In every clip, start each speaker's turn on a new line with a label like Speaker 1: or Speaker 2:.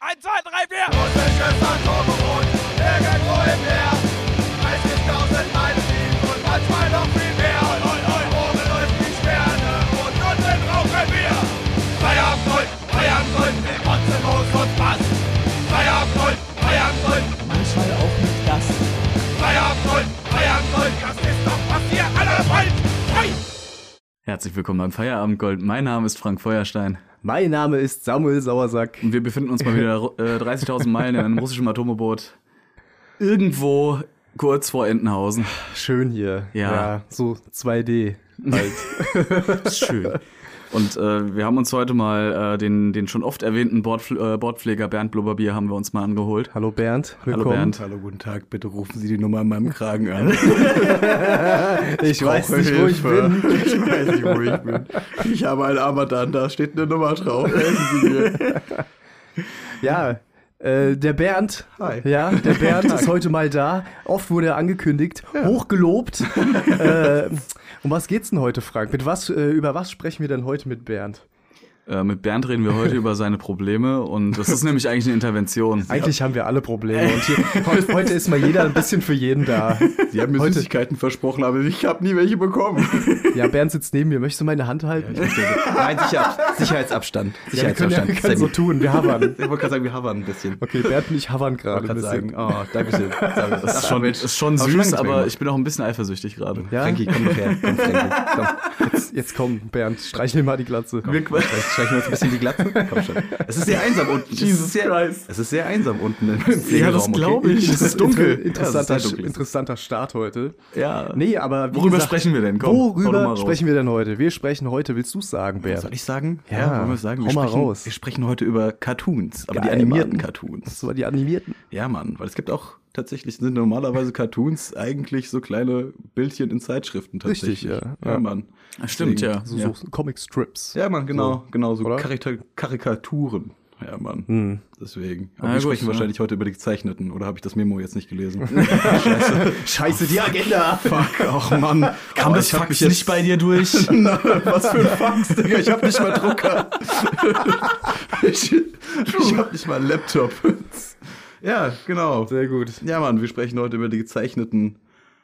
Speaker 1: 1, 2, 3, 4.
Speaker 2: Und mit Schwestern Turbo und irgendwo im Meer. 30.000 Meilen tief und manchmal noch viel mehr. Und und und oben läuft die Sterne und unten rauchen wir. Feierabend, Feierabend, der ganze Moos und Bass. Feierabend, Feierabend,
Speaker 3: Manchmal auch nicht das.
Speaker 2: Feierabend, Feierabend, das ist doch, was ihr alle wollt. Hey!
Speaker 4: Herzlich willkommen beim Feierabendgold. Mein Name ist Frank Feuerstein.
Speaker 5: Mein Name ist Samuel Sauersack.
Speaker 4: Und wir befinden uns mal wieder äh, 30.000 Meilen in einem russischen Atomboot. Irgendwo kurz vor Entenhausen.
Speaker 5: Schön hier.
Speaker 4: Ja.
Speaker 5: so 2D. Halt.
Speaker 4: Ist schön. Und äh, wir haben uns heute mal äh, den, den schon oft erwähnten Bordfl äh, Bordpfleger Bernd Blubberbier haben wir uns mal angeholt.
Speaker 5: Hallo Bernd, willkommen.
Speaker 4: Bernd.
Speaker 6: Hallo, guten Tag. Bitte rufen Sie die Nummer an meinem Kragen an.
Speaker 5: Ich weiß nicht, wo ich bin.
Speaker 6: Ich weiß nicht, wo ich bin. Ich habe ein Armband an, da steht eine Nummer drauf. Helfen Sie mir.
Speaker 5: Ja, äh, der Bernd.
Speaker 6: Hi.
Speaker 5: Ja, der Bernd ist heute mal da. Oft wurde er angekündigt, hochgelobt. äh, um was geht's denn heute, Frank? Mit was, äh, über was sprechen wir denn heute mit Bernd?
Speaker 4: Äh, mit Bernd reden wir heute über seine Probleme und das ist nämlich eigentlich eine Intervention.
Speaker 5: Eigentlich haben wir alle Probleme und hier, heute, heute ist mal jeder ein bisschen für jeden da.
Speaker 6: Sie haben mir
Speaker 5: Heute-
Speaker 6: Süßigkeiten versprochen, aber ich habe nie welche bekommen.
Speaker 5: Ja, Bernd sitzt neben mir. Möchtest du meine Hand halten?
Speaker 7: Nein, Sicherheits Sicherheitsabstand.
Speaker 5: Ja, wir können, ja, wir
Speaker 7: Sicherheitsabstand.
Speaker 5: können so
Speaker 7: Sammy.
Speaker 5: tun, wir havern.
Speaker 7: ich wollte gerade sagen, wir haben ein bisschen.
Speaker 5: Okay, Bernd und ich havern gerade ein
Speaker 7: Kann
Speaker 5: bisschen.
Speaker 7: sagen. Oh, danke schön. Sammy.
Speaker 4: Das ist schon, ist schon
Speaker 7: Aber schon
Speaker 4: süß,
Speaker 7: lange nicht mehr
Speaker 4: aber ich bin auch ein bisschen eifersüchtig gerade.
Speaker 5: Ja?
Speaker 7: Frankie, komm doch her. Komm, Frankie. Komm.
Speaker 5: Jetzt, jetzt komm, Bernd, streichel mir mal die Glatze.
Speaker 7: Wir streichen uns ein bisschen die Glatze. Komm schon. Es ist sehr einsam unten. Jesus es ist sehr, Christ. Es ist sehr einsam unten im Pflegeraum.
Speaker 4: das glaub ich.
Speaker 7: Okay? Es ist
Speaker 5: Inter-
Speaker 7: dunkel.
Speaker 5: Interessanter,
Speaker 7: Ja, es ist sehr dunkel.
Speaker 5: interessanter Start heute.
Speaker 4: Ja.
Speaker 5: Nee, aber wie
Speaker 4: Worüber
Speaker 5: gesagt,
Speaker 4: sprechen wir denn? Komm, hau doch mal
Speaker 5: worüber
Speaker 4: raus.
Speaker 5: sprechen wir denn heute? Wir sprechen heute, willst du sagen, Bernd?
Speaker 7: Soll ich sagen?
Speaker 5: Ja,
Speaker 7: wollen wir sagen?
Speaker 5: hau
Speaker 7: Wir
Speaker 5: mal
Speaker 7: sprechen,
Speaker 5: raus.
Speaker 7: wir sprechen heute über Cartoons, aber die
Speaker 5: Geil,
Speaker 7: animierten
Speaker 5: Mann.
Speaker 7: Cartoons.
Speaker 5: Das war die animierten.
Speaker 7: Ja, Mann, weil es gibt auch tatsächlich, sind normalerweise Cartoons eigentlich so kleine Bildchen in Zeitschriften tatsächlich.
Speaker 5: Richtig, ja.
Speaker 7: Ja,
Speaker 5: Ja.
Speaker 7: Mann.
Speaker 4: Stimmt,
Speaker 7: Deswegen-
Speaker 4: ja.
Speaker 5: So,
Speaker 4: ja.
Speaker 5: so Comic-Strips.
Speaker 7: Ja, Mann, genau, genau, so
Speaker 5: oder?
Speaker 7: Karika- Karikaturen. Ja, Mann. Deswegen. Aber wir
Speaker 4: Na gut,
Speaker 7: sprechen
Speaker 4: ja.
Speaker 7: wahrscheinlich heute über die Gezeichneten, oder habe ich das Memo jetzt nicht gelesen?
Speaker 5: Scheiße, die Agenda!
Speaker 7: Fuck, ach Mann. Oh,
Speaker 4: Kam das Fax nicht bei dir durch?
Speaker 7: Na, was für ein Fax, Digga, ich hab nicht mal Drucker. ich, ich hab nicht mal einen Laptop. ja, genau.
Speaker 5: Sehr gut.
Speaker 7: Ja, Mann, wir sprechen heute über die gezeichneten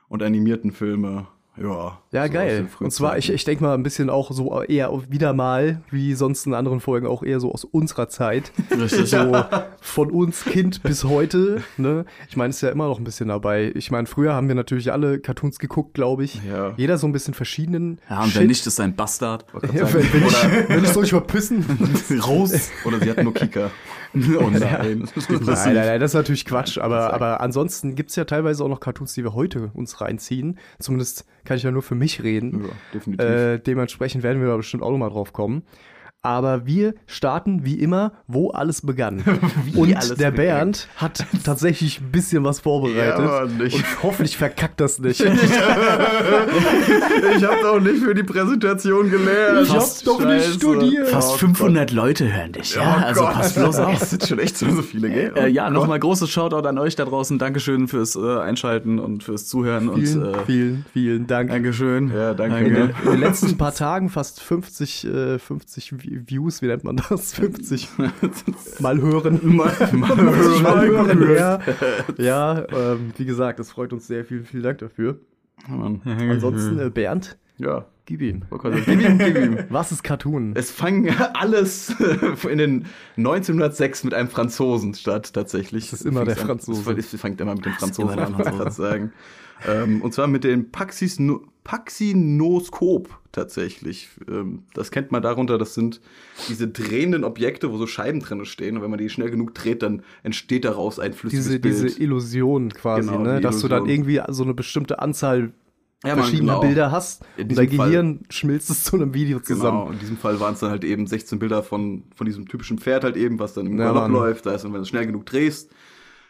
Speaker 7: und animierten Filme. Ja.
Speaker 5: Ja,
Speaker 7: so aus
Speaker 5: geil.
Speaker 7: den frühen
Speaker 5: Und zwar, ich,
Speaker 7: Zeiten.
Speaker 5: ich denke mal ein bisschen auch so eher auf- wieder mal, wie sonst in anderen Folgen, auch eher so aus unserer Zeit.
Speaker 4: Richtig.
Speaker 5: So von uns Kind bis heute. Ne? Ich meine, ist ja immer noch ein bisschen dabei. Ich meine, früher haben wir natürlich alle Cartoons geguckt, glaube ich.
Speaker 7: Ja.
Speaker 5: Jeder so ein bisschen verschiedenen.
Speaker 4: Ja, und wenn
Speaker 5: Shit.
Speaker 4: nicht, ist ein Bastard.
Speaker 5: Ja, wenn, wenn, ich, wenn ich soll ich mal pissen.
Speaker 4: Raus.
Speaker 7: Oder sie hatten nur Kika. Oh nein.
Speaker 5: Nein, nein, nein, das ist natürlich Quatsch. Aber, aber ansonsten gibt's ja teilweise auch noch Cartoons, die wir heute uns reinziehen. Zumindest kann ich ja nur für mich reden.
Speaker 7: Ja, definitiv.
Speaker 5: äh, dementsprechend werden wir da bestimmt auch nochmal drauf kommen. Aber wir starten wie immer, wo alles begann. Und
Speaker 7: alles
Speaker 5: der
Speaker 7: begann.
Speaker 5: Bernd hat tatsächlich ein bisschen was vorbereitet.
Speaker 7: Ja, Mann, ich- äh,
Speaker 5: und hoffentlich verkackt das nicht.
Speaker 7: Ich hab's auch nicht für die Präsentation gelernt.
Speaker 5: Ich hab's doch nicht studiert.
Speaker 4: Fast 500 Leute hören dich, ja? also pass bloß
Speaker 7: Das
Speaker 4: auf.
Speaker 7: sind schon echt so, Oh so viele, gell?
Speaker 4: Äh, ja, nochmal großes Shoutout an euch da draußen. Dankeschön fürs äh, Einschalten und fürs Zuhören. und,
Speaker 5: vielen,
Speaker 4: äh,
Speaker 5: vielen, vielen Dank.
Speaker 4: Dankeschön.
Speaker 7: Ja, danke.
Speaker 4: danke.
Speaker 5: In den letzten paar Tagen fast 50, äh, 50 Vi- Views, wie nennt man das? 50 mal hören. Mal, hören. Mal hören. Ja, ja ähm, wie gesagt, das freut uns sehr. Vielen, vielen Dank dafür. Ansonsten, äh, Bernd,
Speaker 7: Ja.
Speaker 5: gib ihm.
Speaker 7: Oh Gott, gib ihm, gib ihm.
Speaker 5: Was ist Cartoon?
Speaker 7: Es fang alles in den 1906 mit einem Franzosen statt, tatsächlich. Das
Speaker 5: ist immer der Franzose.
Speaker 7: Es fängt immer mit dem Franzosen
Speaker 4: immer
Speaker 7: an,
Speaker 4: der
Speaker 7: muss ich grad sagen. Ähm, und zwar mit dem Paxis Paxinoskop tatsächlich. Ähm, das kennt man darunter, das sind diese drehenden Objekte, wo so Scheiben drin stehen. Und wenn man die schnell genug dreht, dann entsteht daraus ein flüssiges
Speaker 5: Diese,
Speaker 7: Bild.
Speaker 5: diese Illusion quasi,
Speaker 7: Genau,
Speaker 5: ne?
Speaker 7: die
Speaker 5: dass du dann
Speaker 7: Illusion.
Speaker 5: irgendwie so eine bestimmte Anzahl
Speaker 7: Ja, Mann,
Speaker 5: verschiedener
Speaker 7: genau.
Speaker 5: Bilder hast
Speaker 7: In
Speaker 5: und dein
Speaker 7: diesem Fall-
Speaker 5: Gehirn schmilzt es zu einem Video
Speaker 7: Genau,
Speaker 5: zusammen.
Speaker 7: in diesem Fall waren es dann halt eben 16 Bilder von, von diesem typischen Pferd halt eben, was dann im
Speaker 5: Ja,
Speaker 7: Galopp
Speaker 5: Mann.
Speaker 7: läuft. Da ist, und wenn du es schnell genug drehst,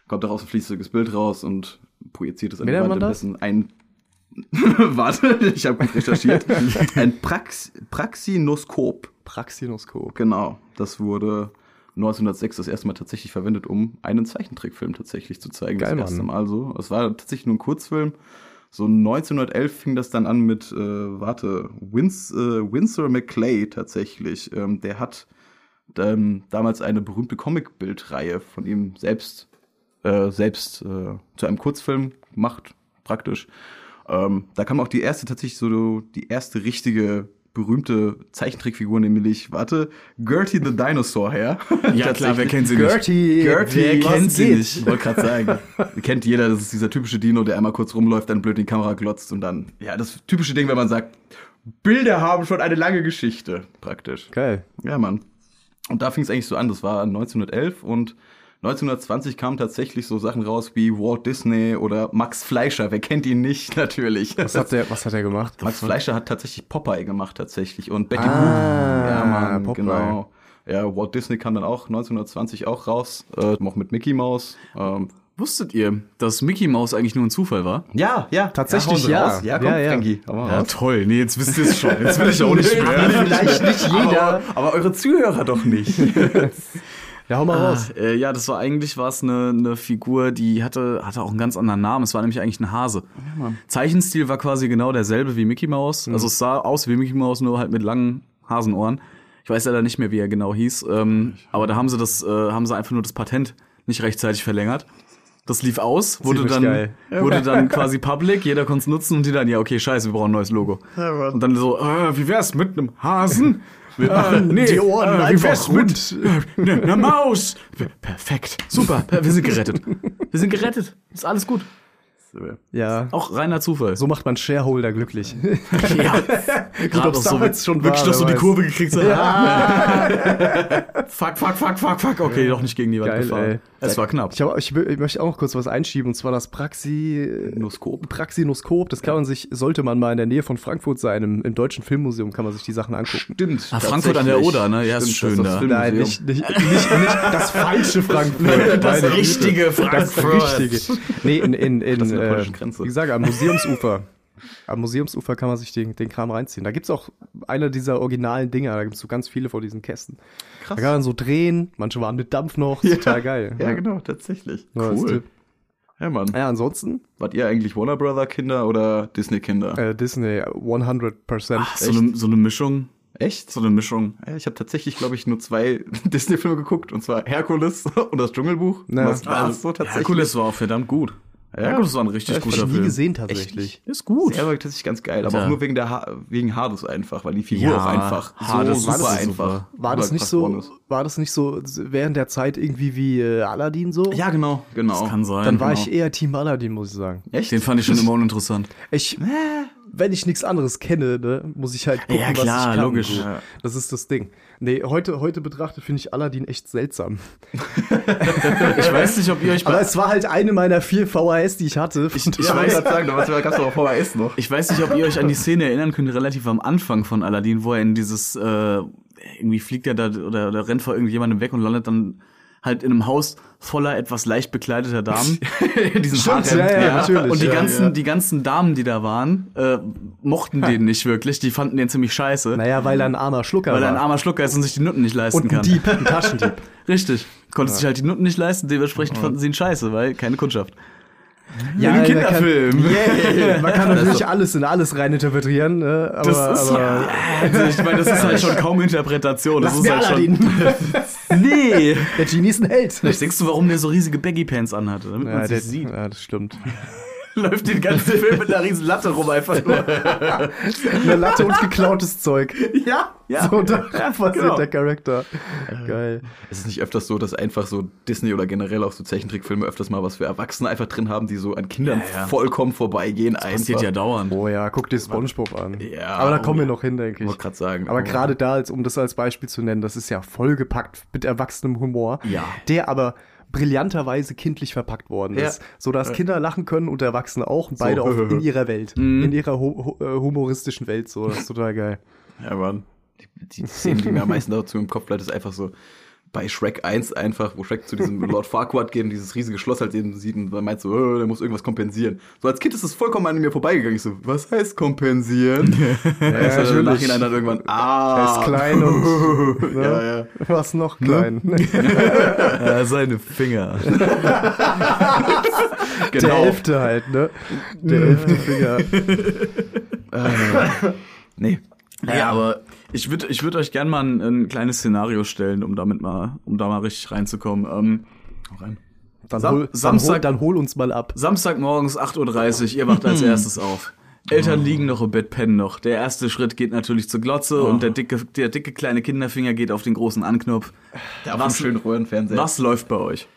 Speaker 7: kommt daraus ein fließendes Bild raus und projiziert es an
Speaker 5: Wie
Speaker 7: die
Speaker 5: nennt
Speaker 7: Wand
Speaker 5: man
Speaker 7: am
Speaker 5: das?
Speaker 7: besten ein... Warte, ich habe gut recherchiert. Ein Prax Praxinoskop,
Speaker 5: Praxinoskop.
Speaker 7: genau. Das wurde 1906 das erste Mal tatsächlich verwendet, um einen Zeichentrickfilm tatsächlich zu zeigen.
Speaker 5: Geil,
Speaker 7: das erste
Speaker 5: Mann.
Speaker 7: Mal so. Es war tatsächlich nur ein Kurzfilm. So 1911 fing das dann an mit, äh, warte, Wins, äh, Winsor McClay tatsächlich. Ähm, der hat ähm, damals eine berühmte Comicbildreihe von ihm selbst, äh, selbst äh, zu einem Kurzfilm gemacht, praktisch. Ähm, da kam auch die erste tatsächlich so die erste richtige berühmte Zeichentrickfigur, nämlich, warte, Gertie the Dinosaur her.
Speaker 4: Ja, klar, wer kennt sie nicht?
Speaker 5: Gertie,
Speaker 7: Gertie,
Speaker 5: wer
Speaker 7: was
Speaker 5: kennt sie
Speaker 7: geht?
Speaker 5: nicht?
Speaker 7: Ich wollte gerade sagen, kennt jeder, das ist dieser typische Dino, der einmal kurz rumläuft, dann blöd in die Kamera glotzt und dann, ja, das typische Ding, wenn man sagt, Bilder haben schon eine lange Geschichte, praktisch.
Speaker 5: Geil.
Speaker 7: Ja, Mann. Und da fing es eigentlich so an, das war 1911 und 1920 kamen tatsächlich so Sachen raus wie Walt Disney oder Max Fleischer, wer kennt ihn nicht, natürlich.
Speaker 5: Was hat der, was hat der gemacht?
Speaker 7: Max Fleischer hat tatsächlich Popeye gemacht tatsächlich und Betty
Speaker 5: Ah,
Speaker 7: Boop. Ja, Mann,
Speaker 5: Popeye.
Speaker 7: genau. Ja, Walt Disney kam dann auch 1920 auch raus, äh, auch mit Mickey Mouse. Ähm,
Speaker 4: Wusstet ihr, dass Mickey Mouse eigentlich nur ein Zufall war?
Speaker 7: ja, ja.
Speaker 5: Tatsächlich,
Speaker 7: hauen Sie
Speaker 5: ja.
Speaker 7: raus. Ja, komm,
Speaker 5: Ja, ja.
Speaker 7: Frankie. hau mal raus.
Speaker 4: toll. Nee, jetzt wisst ihr es schon. Jetzt will ich auch nicht mehr.
Speaker 5: Vielleicht nicht jeder.
Speaker 7: Aber, aber eure Zuhörer doch nicht.
Speaker 5: Ja, hau mal raus.
Speaker 4: Ah, äh, ja, das war eigentlich war's eine, eine Figur, die hatte, hatte auch einen ganz anderen Namen. Es war nämlich eigentlich ein Hase. Zeichenstil war quasi genau derselbe wie Mickey Mouse.
Speaker 5: Mhm.
Speaker 4: Also es sah aus wie Mickey Mouse, nur halt mit langen Hasenohren. Ich weiß leider nicht mehr, wie er genau hieß. Ähm, aber da haben sie das, äh, haben sie einfach nur das Patent nicht rechtzeitig verlängert. Das lief aus, wurde
Speaker 5: Ziemlich
Speaker 4: dann,
Speaker 5: geil.
Speaker 4: wurde dann quasi public, jeder konnte es nutzen und die dann, ja, okay, scheiße, wir brauchen ein neues Logo. und dann so, äh, wie wär's mit einem Hasen? Äh, nee,
Speaker 5: die Ohren
Speaker 4: wie
Speaker 5: einfach
Speaker 4: wär's
Speaker 5: rund.
Speaker 4: mit äh, einer Maus? Per- Perfekt, super, per- wir sind gerettet. Wir sind gerettet, ist alles gut.
Speaker 5: Ja.
Speaker 4: Auch reiner Zufall.
Speaker 5: So macht man Shareholder glücklich.
Speaker 4: ja. Gerade auch
Speaker 5: ob's
Speaker 4: so
Speaker 5: damals schon
Speaker 4: schon wirklich
Speaker 5: war,
Speaker 4: noch so
Speaker 5: wer
Speaker 4: die
Speaker 5: weiß.
Speaker 4: Kurve gekriegt hat. fuck, fuck, fuck, fuck, fuck. Okay, doch nicht gegen die Wand
Speaker 5: Geil,
Speaker 4: gefahren.
Speaker 5: ey.
Speaker 4: Es war knapp.
Speaker 5: Ich, hab, ich, will- ich möchte auch noch kurz was einschieben, und zwar das
Speaker 7: Äh,
Speaker 5: Praxi, äh,
Speaker 7: Noskop.
Speaker 5: Praxinoskop. Das kann man sich, sollte man mal in der Nähe von Frankfurt sein, im, im Deutschen Filmmuseum kann man sich die Sachen angucken.
Speaker 7: Stimmt.
Speaker 4: Ah, Frankfurt an der
Speaker 7: tatsächlich.
Speaker 4: Oder, ne? Ja, ist
Speaker 7: Stimmt, das
Speaker 4: schön
Speaker 7: das
Speaker 4: da.
Speaker 7: Filmmuseum.
Speaker 5: Nein, nicht, nicht, nicht, nicht das falsche Frankfurt.
Speaker 4: Das
Speaker 5: Meine Güte.
Speaker 4: richtige
Speaker 5: Das
Speaker 4: Frankfurt.
Speaker 5: richtige. Nee, in, in, in
Speaker 7: ist eine
Speaker 5: äh,
Speaker 7: polnische Grenze.
Speaker 5: wie gesagt, am Museumsufer. Am Museumsufer kann man sich den, den Kram reinziehen. Da gibt's auch einer dieser originalen Dinger, da gibt's so ganz viele von diesen Kästen. Da kann man so drehen, manche waren mit Dampf noch, ist total geil.
Speaker 7: Ja, genau, tatsächlich.
Speaker 5: Nur als Tipp.
Speaker 7: Ja, Mann.
Speaker 5: Ja, ansonsten
Speaker 7: Wart ihr eigentlich Warner Brother Kinder oder Disney Kinder?
Speaker 5: äh, Disney 100%.
Speaker 4: Ach, so, eine, so eine Mischung.
Speaker 7: Echt?
Speaker 4: So eine Mischung.
Speaker 7: Ja, Ich habe tatsächlich, glaube ich, nur zwei Disney-Filme geguckt, und zwar Herkules und das Dschungelbuch.
Speaker 5: Na.
Speaker 7: Das war alles so tatsächlich.
Speaker 4: Ah, Also, Herkules war auch verdammt gut. Herkules war ein richtig
Speaker 5: ich
Speaker 4: guter
Speaker 5: hab nie
Speaker 4: Film.
Speaker 5: gesehen tatsächlich.
Speaker 4: Ist gut.
Speaker 7: Der war tatsächlich ganz geil, aber
Speaker 4: Ja.
Speaker 7: auch nur wegen, der ha wegen Hades einfach, weil die Figur
Speaker 4: Ja,
Speaker 7: auch einfach
Speaker 4: Hades
Speaker 7: so
Speaker 4: war
Speaker 7: super
Speaker 4: das so
Speaker 7: einfach.
Speaker 5: War das nicht
Speaker 7: krass
Speaker 5: so,
Speaker 7: geworden ist.
Speaker 5: war das nicht so während der Zeit irgendwie wie äh, Aladdin so?
Speaker 7: Ja, genau, genau.
Speaker 4: Das kann sein.
Speaker 5: Dann war
Speaker 4: genau.
Speaker 5: ich eher Team Aladdin, muss ich sagen.
Speaker 7: Echt?
Speaker 4: Den fand ich schon immer uninteressant.
Speaker 5: Ich, wenn ich nichts anderes kenne, ne, muss ich halt gucken,
Speaker 4: Äh. Ja, klar,
Speaker 5: was ich kann.
Speaker 4: logisch.
Speaker 5: So. Das ist das Ding. Nee, heute, heute betrachtet finde ich Aladdin echt seltsam.
Speaker 4: Ich weiß nicht, ob ihr euch
Speaker 5: Aber
Speaker 4: bei,
Speaker 5: es war halt eine meiner vier VHS, die ich hatte. Und halt-
Speaker 7: Ich
Speaker 5: ich
Speaker 7: wollte
Speaker 5: weiß-
Speaker 7: gerade sagen, damals gab es doch auch VHS noch.
Speaker 4: ich weiß nicht, ob ihr euch an die Szene erinnern könnt, relativ am Anfang von Aladdin, wo er in dieses äh, irgendwie fliegt er da oder, oder rennt vor irgendjemandem weg und landet dann halt in einem Haus voller etwas leicht bekleideter Damen. Diesen
Speaker 5: Stimmt,
Speaker 4: Harem.
Speaker 5: ja, ja, natürlich,
Speaker 4: Und die
Speaker 5: ja,
Speaker 4: ganzen,
Speaker 7: ja.
Speaker 4: die ganzen Damen, die da waren, äh, mochten den nicht wirklich. Die fanden den ziemlich scheiße,
Speaker 5: naja, weil er ein armer Schlucker
Speaker 4: weil er ein
Speaker 5: war.
Speaker 4: armer Schlucker ist und sich die Nutten nicht leisten
Speaker 5: und ein
Speaker 4: kann.
Speaker 5: Dieb, ein Taschendieb.
Speaker 4: Richtig. Konnte sich halt die Nutten nicht leisten, dementsprechend fanden sie ihn scheiße, weil keine Kundschaft.
Speaker 5: Ja,
Speaker 4: Ein
Speaker 5: man
Speaker 4: Kinderfilm. Also-
Speaker 5: Kann, yeah, man kann natürlich alles in alles rein interpretieren, ne? aber,
Speaker 4: Das ist
Speaker 5: aber
Speaker 4: ja, also ich meine, das ist halt schon kaum Interpretation. Das
Speaker 5: Lass
Speaker 4: ist
Speaker 5: mir
Speaker 4: halt
Speaker 5: Aladdin.
Speaker 4: schon. Nee.
Speaker 5: Der Genie ist ein Held.
Speaker 4: Vielleicht denkst du, warum der so riesige Baggy Pants anhatte, damit man
Speaker 5: Ja,
Speaker 4: sich
Speaker 5: der,
Speaker 4: sieht.
Speaker 5: ja, das stimmt.
Speaker 4: Läuft den ganzen Film mit einer riesen Latte rum einfach nur.
Speaker 5: Eine Latte und geklautes Zeug.
Speaker 4: Ja, ja.
Speaker 5: So, da passiert
Speaker 4: genau.
Speaker 5: der Charakter. Geil.
Speaker 7: Es ist nicht öfters so, dass einfach so Disney oder generell auch so Zeichentrickfilme öfters mal was für Erwachsene einfach drin haben, die so an Kindern
Speaker 4: Ja, ja.
Speaker 7: vollkommen vorbeigehen. einfach.
Speaker 4: Passiert ja dauernd.
Speaker 5: Oh ja, guck dir Spongebob an.
Speaker 7: Ja,
Speaker 5: Aber da
Speaker 7: oh
Speaker 5: kommen wir
Speaker 7: ja.
Speaker 5: noch hin, denke ich.
Speaker 7: Wollte grad sagen.
Speaker 5: Aber
Speaker 7: Oh.
Speaker 5: gerade da, als, um das als Beispiel zu nennen, das ist ja vollgepackt mit erwachsenem Humor,
Speaker 4: Ja.
Speaker 5: der aber brillanterweise kindlich verpackt worden
Speaker 7: Ja. Äh.
Speaker 5: ist, sodass Kinder lachen können und Erwachsene auch und beide auf, in ihrer Welt,
Speaker 7: Mhm.
Speaker 5: in ihrer hu- hu- äh, humoristischen Welt, so, das ist total geil.
Speaker 7: Ja, Mann. Die, die Szene, die mir am meisten dazu im Kopf bleibt, ist einfach so bei Shrek 1 einfach, wo Shrek zu diesem Lord Farquaad geht und dieses riesige Schloss halt eben sieht und dann meint so, oh, der muss irgendwas kompensieren. So als Kind ist es vollkommen an mir vorbeigegangen. Ich so, was heißt kompensieren? ja, ist halt im
Speaker 5: natürlich.
Speaker 7: Nachhinein dann irgendwann, ah.
Speaker 5: Er ist klein und ne?
Speaker 7: Ja, ja.
Speaker 5: was noch klein.
Speaker 4: Äh, seine Finger.
Speaker 5: Der
Speaker 7: Genau.
Speaker 5: elfte halt, ne? Der elfte Finger.
Speaker 7: Nee.
Speaker 4: Naja, aber Ich würde ich würd euch gerne mal ein, ein kleines Szenario stellen, um damit mal, um da mal richtig reinzukommen. Ähm, rein.
Speaker 5: Dann,
Speaker 4: Sam-
Speaker 5: hol,
Speaker 4: Samstag-
Speaker 5: dann, hol, dann hol uns mal ab.
Speaker 4: Samstagmorgens 8.30 Uhr, ihr wacht
Speaker 7: Mhm.
Speaker 4: als erstes auf. Eltern
Speaker 7: Oh.
Speaker 4: liegen noch im Bett, pennen noch. Der erste Schritt geht natürlich zur Glotze und
Speaker 7: Oh.
Speaker 4: der dicke, der dicke kleine Kinderfinger geht auf den großen Anknopf.
Speaker 7: Da
Speaker 4: Was-
Speaker 7: schön Röhrenfernseher.
Speaker 4: Was läuft bei euch?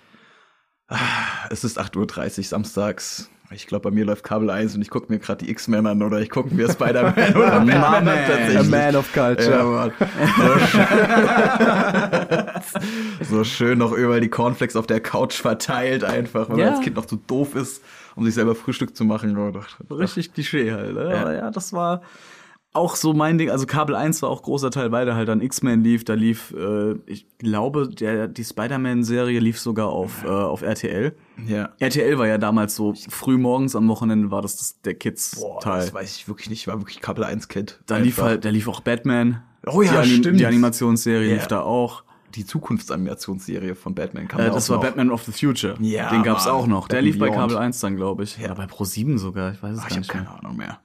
Speaker 7: Es ist 8.30 Uhr samstags. Ich glaube, bei mir läuft Kabel 1 und ich gucke mir gerade die X-Men an oder ich gucke mir Spider-Man oder Batman an,
Speaker 4: Mann, ey.
Speaker 5: A
Speaker 7: tatsächlich.
Speaker 5: man of culture.
Speaker 7: Ja, Mann. So, schön- so schön noch überall die Cornflakes auf der Couch verteilt einfach, weil
Speaker 4: Ja.
Speaker 7: man als Kind noch zu doof ist, um sich selber Frühstück zu machen. Ja, doch, doch.
Speaker 4: Richtig Klischee halt. Ne? Ja. Aber ja, das war auch so mein Ding. Also Kabel 1 war auch großer Teil, weil da halt dann X-Men lief. Da lief, äh, ich glaube, der, die Spider-Man-Serie lief sogar auf, äh, auf RTL.
Speaker 7: Ja.
Speaker 4: RTL war ja damals so, früh morgens am Wochenende war das, das der
Speaker 7: Boah,
Speaker 4: Kids-Teil.
Speaker 7: das weiß ich wirklich nicht. Ich war wirklich Kabel 1-Kind.
Speaker 4: Da lief halt, da lief auch Batman.
Speaker 7: Oh ja,
Speaker 4: die
Speaker 7: stimmt.
Speaker 4: Die Animationsserie
Speaker 7: Ja.
Speaker 4: lief da auch.
Speaker 7: die Zukunftsanimationsserie von Batman. Kam
Speaker 4: Äh,
Speaker 7: ja
Speaker 4: das
Speaker 7: auch
Speaker 4: war
Speaker 7: noch. Ah,
Speaker 4: Batman of the Future.
Speaker 7: Ja,
Speaker 4: Den gab's
Speaker 7: Mann.
Speaker 4: auch noch. Der
Speaker 7: Batman
Speaker 4: lief bei
Speaker 7: Beyond.
Speaker 4: Kabel 1 dann, glaube ich. Oder bei Pro 7 sogar. Ich weiß es
Speaker 7: Ach, ich
Speaker 4: gar
Speaker 7: habe
Speaker 4: nicht
Speaker 7: keine
Speaker 4: mehr.
Speaker 7: Ahnung mehr.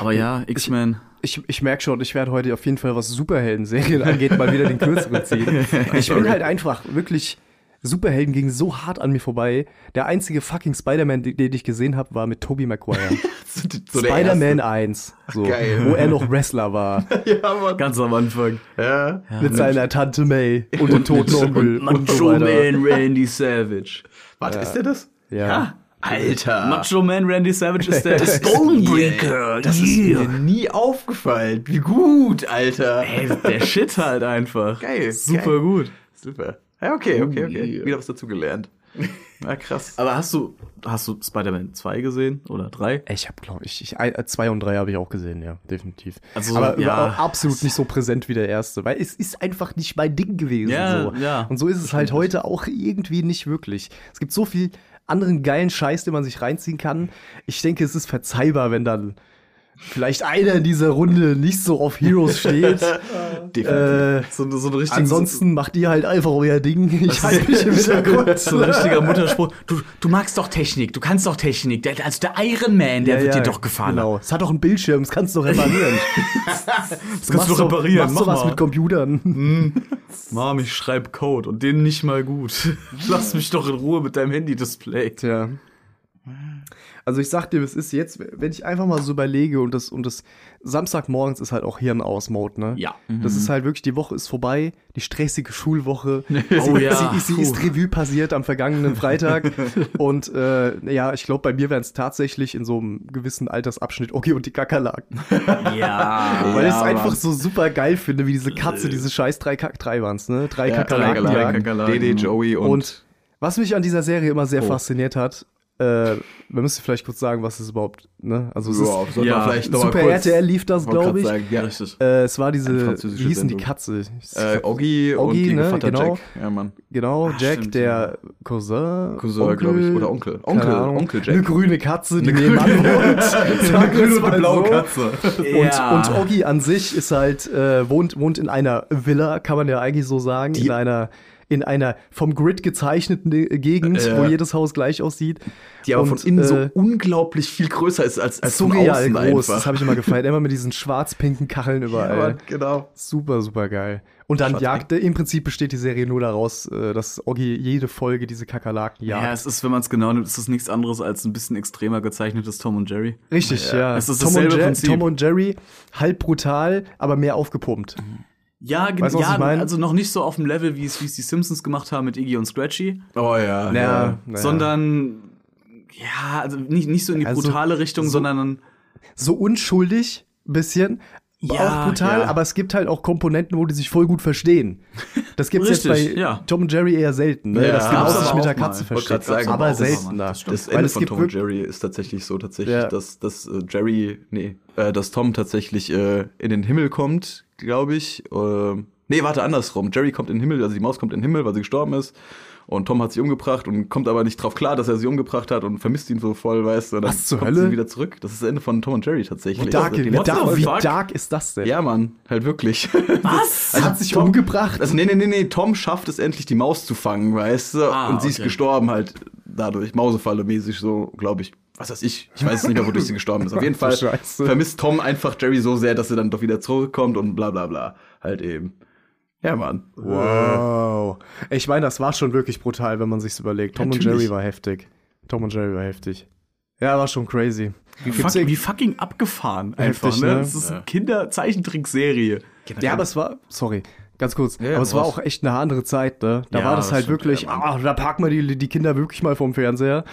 Speaker 4: Aber ja, X-Men.
Speaker 5: Ich, ich merke schon, ich werde heute auf jeden Fall, was Superhelden-Serien angeht, mal wieder den Kürzeren ziehen. Ich bin halt einfach wirklich. Superhelden gingen so hart an mir vorbei. Der einzige fucking Spider-Man, den den ich gesehen habe, war mit Tobey Maguire.
Speaker 7: So die- so der
Speaker 5: Spider-Man 1. So,
Speaker 7: geil.
Speaker 5: Wo er noch Wrestler war.
Speaker 7: erste. Ja, Mann.
Speaker 4: Ganz am Anfang.
Speaker 7: Ja.
Speaker 5: mit seiner Tante May und dem toten Onkel. und so
Speaker 4: Macho
Speaker 5: weiter.
Speaker 4: Man Randy Savage.
Speaker 7: Warte, ist der das?
Speaker 5: Ja.
Speaker 7: Alter.
Speaker 4: Macho Man Randy Savage ist der Stonebreaker.
Speaker 7: Das ist mir nie aufgefallen. Wie gut, Alter.
Speaker 4: Ey, der Shit halt einfach.
Speaker 7: Geil,
Speaker 4: Super
Speaker 7: geil.
Speaker 4: gut. Oh,
Speaker 7: Super. Ja, okay, okay, okay. Wieder was dazugelernt. Na krass.
Speaker 4: Aber hast du, hast du Spider-Man 2 gesehen? Oder 3?
Speaker 5: Ich habe, glaube ich, ich, ein- äh, zwei und drei habe ich auch gesehen, ja, definitiv.
Speaker 4: Also,
Speaker 5: Aber
Speaker 4: ja.
Speaker 5: über- absolut nicht so präsent wie der erste, weil es ist einfach nicht mein Ding gewesen.
Speaker 4: Ja,
Speaker 5: so.
Speaker 4: ja.
Speaker 5: Und so ist es halt heute auch irgendwie nicht wirklich. Es gibt so viel anderen geilen Scheiß, den man sich reinziehen kann. Ich denke, es ist verzeihbar, wenn dann vielleicht einer in dieser Runde nicht so auf Heroes steht. äh,
Speaker 4: So, so ein richtiger,
Speaker 5: ansonsten macht ihr halt einfach euer Ding. Ich halte mich im Hintergrund.
Speaker 4: Also, so ein richtiger Mutterspruch. Du, du magst doch Technik, du kannst doch Technik. Der, also der Iron Man, der
Speaker 5: Ja,
Speaker 4: wird
Speaker 5: ja,
Speaker 4: dir doch gefallen.
Speaker 5: Genau. Es hat doch einen Bildschirm, das kannst du doch reparieren.
Speaker 4: Das kannst du
Speaker 5: Machst
Speaker 4: doch reparieren.
Speaker 5: Machst du
Speaker 4: Mach
Speaker 5: was
Speaker 4: mal.
Speaker 5: mit Computern?
Speaker 4: Mom, ich schreib Code und den nicht mal gut. Lass mich doch in Ruhe mit deinem Handy-Display.
Speaker 5: Tja. Also ich sag dir, es ist jetzt, wenn ich einfach mal so überlege und das, und das Samstagmorgens ist halt auch Hirn aus Mode, ne?
Speaker 4: Ja. Mhm.
Speaker 5: Das ist halt wirklich, die Woche ist vorbei, die stressige Schulwoche.
Speaker 4: Oh
Speaker 5: sie,
Speaker 4: ja.
Speaker 5: sie, sie ist Revue passiert am vergangenen Freitag. und äh, ja, ich glaube, bei mir wären es tatsächlich in so einem gewissen Altersabschnitt Oki und die Kakerlaken.
Speaker 4: Ja. Äh.
Speaker 5: Weil ich es einfach so super geil finde, wie diese Katze, diese scheiß drei, Kak drei waren's, ne? Drei Kakerlaken.
Speaker 4: Kakerlaken.
Speaker 5: jagen.
Speaker 7: Dede, Joey und,
Speaker 5: Und was mich an dieser Serie immer sehr
Speaker 7: Oh.
Speaker 5: fasziniert hat, äh, wir müssen vielleicht kurz sagen, was es überhaupt, ne? Also es
Speaker 7: ja,
Speaker 5: ist,
Speaker 7: soll
Speaker 4: Ja.
Speaker 7: man vielleicht noch mal
Speaker 5: Super
Speaker 7: kurz-
Speaker 5: RTL lief das,
Speaker 7: Wollte grad
Speaker 5: glaube ich.
Speaker 7: sagen, Ja,
Speaker 4: Richtig.
Speaker 5: Äh, es war diese,
Speaker 7: französische
Speaker 5: wie hießen die
Speaker 7: Sendung.
Speaker 5: Katze?
Speaker 7: Äh, Oggi und
Speaker 5: Oggi,
Speaker 7: ihr
Speaker 5: ne,
Speaker 7: Vater
Speaker 5: genau.
Speaker 7: Jack. Ja, Mann.
Speaker 5: Genau, Jack,
Speaker 4: stimmt,
Speaker 5: der Cousin.
Speaker 7: Cousin, glaube ich. Oder Onkel. Onkel,
Speaker 5: keine Ahnung,
Speaker 7: Onkel Jack.
Speaker 5: Eine grüne Katze, die nebenan wohnt. Sagen wir es mal so. Und,
Speaker 4: Ja.
Speaker 5: und Oggi an sich ist halt, äh, wohnt, wohnt in einer Villa, kann man ja eigentlich so sagen, in einer, in einer vom Grid gezeichneten äh, Gegend,
Speaker 7: Äh.
Speaker 5: wo jedes Haus gleich aussieht.
Speaker 7: Die aber
Speaker 5: Und,
Speaker 7: von innen
Speaker 5: äh,
Speaker 7: so unglaublich viel größer ist als, als von
Speaker 5: surreal
Speaker 7: außen
Speaker 5: groß. Das
Speaker 7: einfach.
Speaker 5: habe ich immer gefallen. Immer mit diesen schwarz-pinken Kacheln überall.
Speaker 7: Ja, Mann, genau.
Speaker 5: super, super geil. Und dann jagt im Prinzip besteht die Serie nur daraus, äh, dass Oggi jede Folge diese Kakerlaken jagt.
Speaker 4: Ja, es ist, wenn man es genau nimmt, ist es nichts anderes als ein bisschen extremer gezeichnetes Tom und Jerry.
Speaker 5: Richtig, ja.
Speaker 4: Es ist
Speaker 5: Tom, und
Speaker 4: dasselbe
Speaker 5: Jer-
Speaker 4: Prinzip.
Speaker 5: Tom und Jerry, halb brutal, aber mehr aufgepumpt.
Speaker 4: Ja, gen-
Speaker 5: Weißt du, was
Speaker 4: ja
Speaker 5: ich mein?
Speaker 4: also noch nicht so auf dem Level, wie es wie es die Simpsons gemacht haben mit Iggy und Scratchy, äh,
Speaker 7: Oh ja.
Speaker 5: Ja,
Speaker 4: sondern ja, also nicht, nicht so in die
Speaker 5: Also,
Speaker 4: brutale Richtung, sondern
Speaker 5: so unschuldig, bisschen.
Speaker 4: Ja,
Speaker 5: auch brutal,
Speaker 4: ja.
Speaker 5: aber es gibt halt auch Komponenten, wo die sich voll gut verstehen. Das gibt's jetzt bei
Speaker 4: Richtig, ja.
Speaker 5: Tom und Jerry eher selten. Ne?
Speaker 7: Ja,
Speaker 5: das
Speaker 7: das
Speaker 5: genau
Speaker 7: gab's
Speaker 5: sich
Speaker 4: aber
Speaker 5: mit
Speaker 4: auch
Speaker 5: der
Speaker 4: mal.
Speaker 5: Katze
Speaker 7: Wollte
Speaker 5: versteht.
Speaker 7: grad sagen,
Speaker 5: aber
Speaker 7: aber auch mal.
Speaker 5: seltener.
Speaker 4: Das stimmt.
Speaker 7: Das
Speaker 5: Weil
Speaker 7: Ende
Speaker 5: es
Speaker 7: von
Speaker 5: gibt
Speaker 7: Tom und
Speaker 5: wirk-
Speaker 7: Jerry ist tatsächlich so tatsächlich,
Speaker 5: Ja.
Speaker 7: dass, dass äh, Jerry, nee, äh, dass Tom tatsächlich äh, in den Himmel kommt, glaube ich. Äh, nee, warte, andersrum. Jerry kommt in den Himmel, also die Maus kommt in den Himmel, weil sie gestorben ist. Und Tom hat sie umgebracht und kommt aber nicht drauf klar, dass er sie umgebracht hat und vermisst ihn so voll, weißt du. und Dann
Speaker 5: Was zur
Speaker 7: kommt
Speaker 5: Hölle?
Speaker 7: sie wieder zurück. Das ist das Ende von Tom und Jerry tatsächlich.
Speaker 5: Wie dark,
Speaker 7: Also die
Speaker 5: wie,
Speaker 7: letzte
Speaker 5: dark,
Speaker 7: Folge.
Speaker 5: wie
Speaker 4: fuck?
Speaker 5: dark ist das denn?
Speaker 7: Ja, Mann, halt wirklich.
Speaker 4: was?
Speaker 5: Also hat sich umgebracht.
Speaker 7: Also, nee, nee, nee, nee, Tom schafft es endlich, die Maus zu fangen, weißt du?
Speaker 4: Ah,
Speaker 7: und sie ist
Speaker 4: okay.
Speaker 7: gestorben halt dadurch, Mausefalle mäßig, so, glaube ich, was weiß ich, ich weiß es nicht mehr, wodurch sie gestorben ist. Auf jeden Fall
Speaker 5: Scheiße.
Speaker 7: vermisst Tom einfach Jerry so sehr, dass er dann doch wieder zurückkommt und bla bla bla. Halt eben. Ja, Mann.
Speaker 5: Wow. Ich meine, das war schon wirklich brutal, wenn man sich's überlegt. Tom und
Speaker 7: Natürlich.
Speaker 5: Jerry war heftig. Tom und Jerry war heftig. Ja, war schon crazy.
Speaker 4: Fuck, wie fucking abgefahren einfach,
Speaker 5: Heftig,
Speaker 4: ne?
Speaker 5: ne?
Speaker 4: Das ist eine Kinderzeichentrickserie.
Speaker 5: Ja, aber es war, sorry, ganz kurz,
Speaker 7: ja,
Speaker 5: aber es war
Speaker 7: raus.
Speaker 5: auch echt eine andere Zeit, ne? Da
Speaker 7: Ja,
Speaker 5: war das
Speaker 7: das
Speaker 5: halt
Speaker 7: stimmt,
Speaker 5: wirklich,
Speaker 7: ja, Mann.
Speaker 5: ah, da parken wir die, die Kinder wirklich mal vom Fernseher.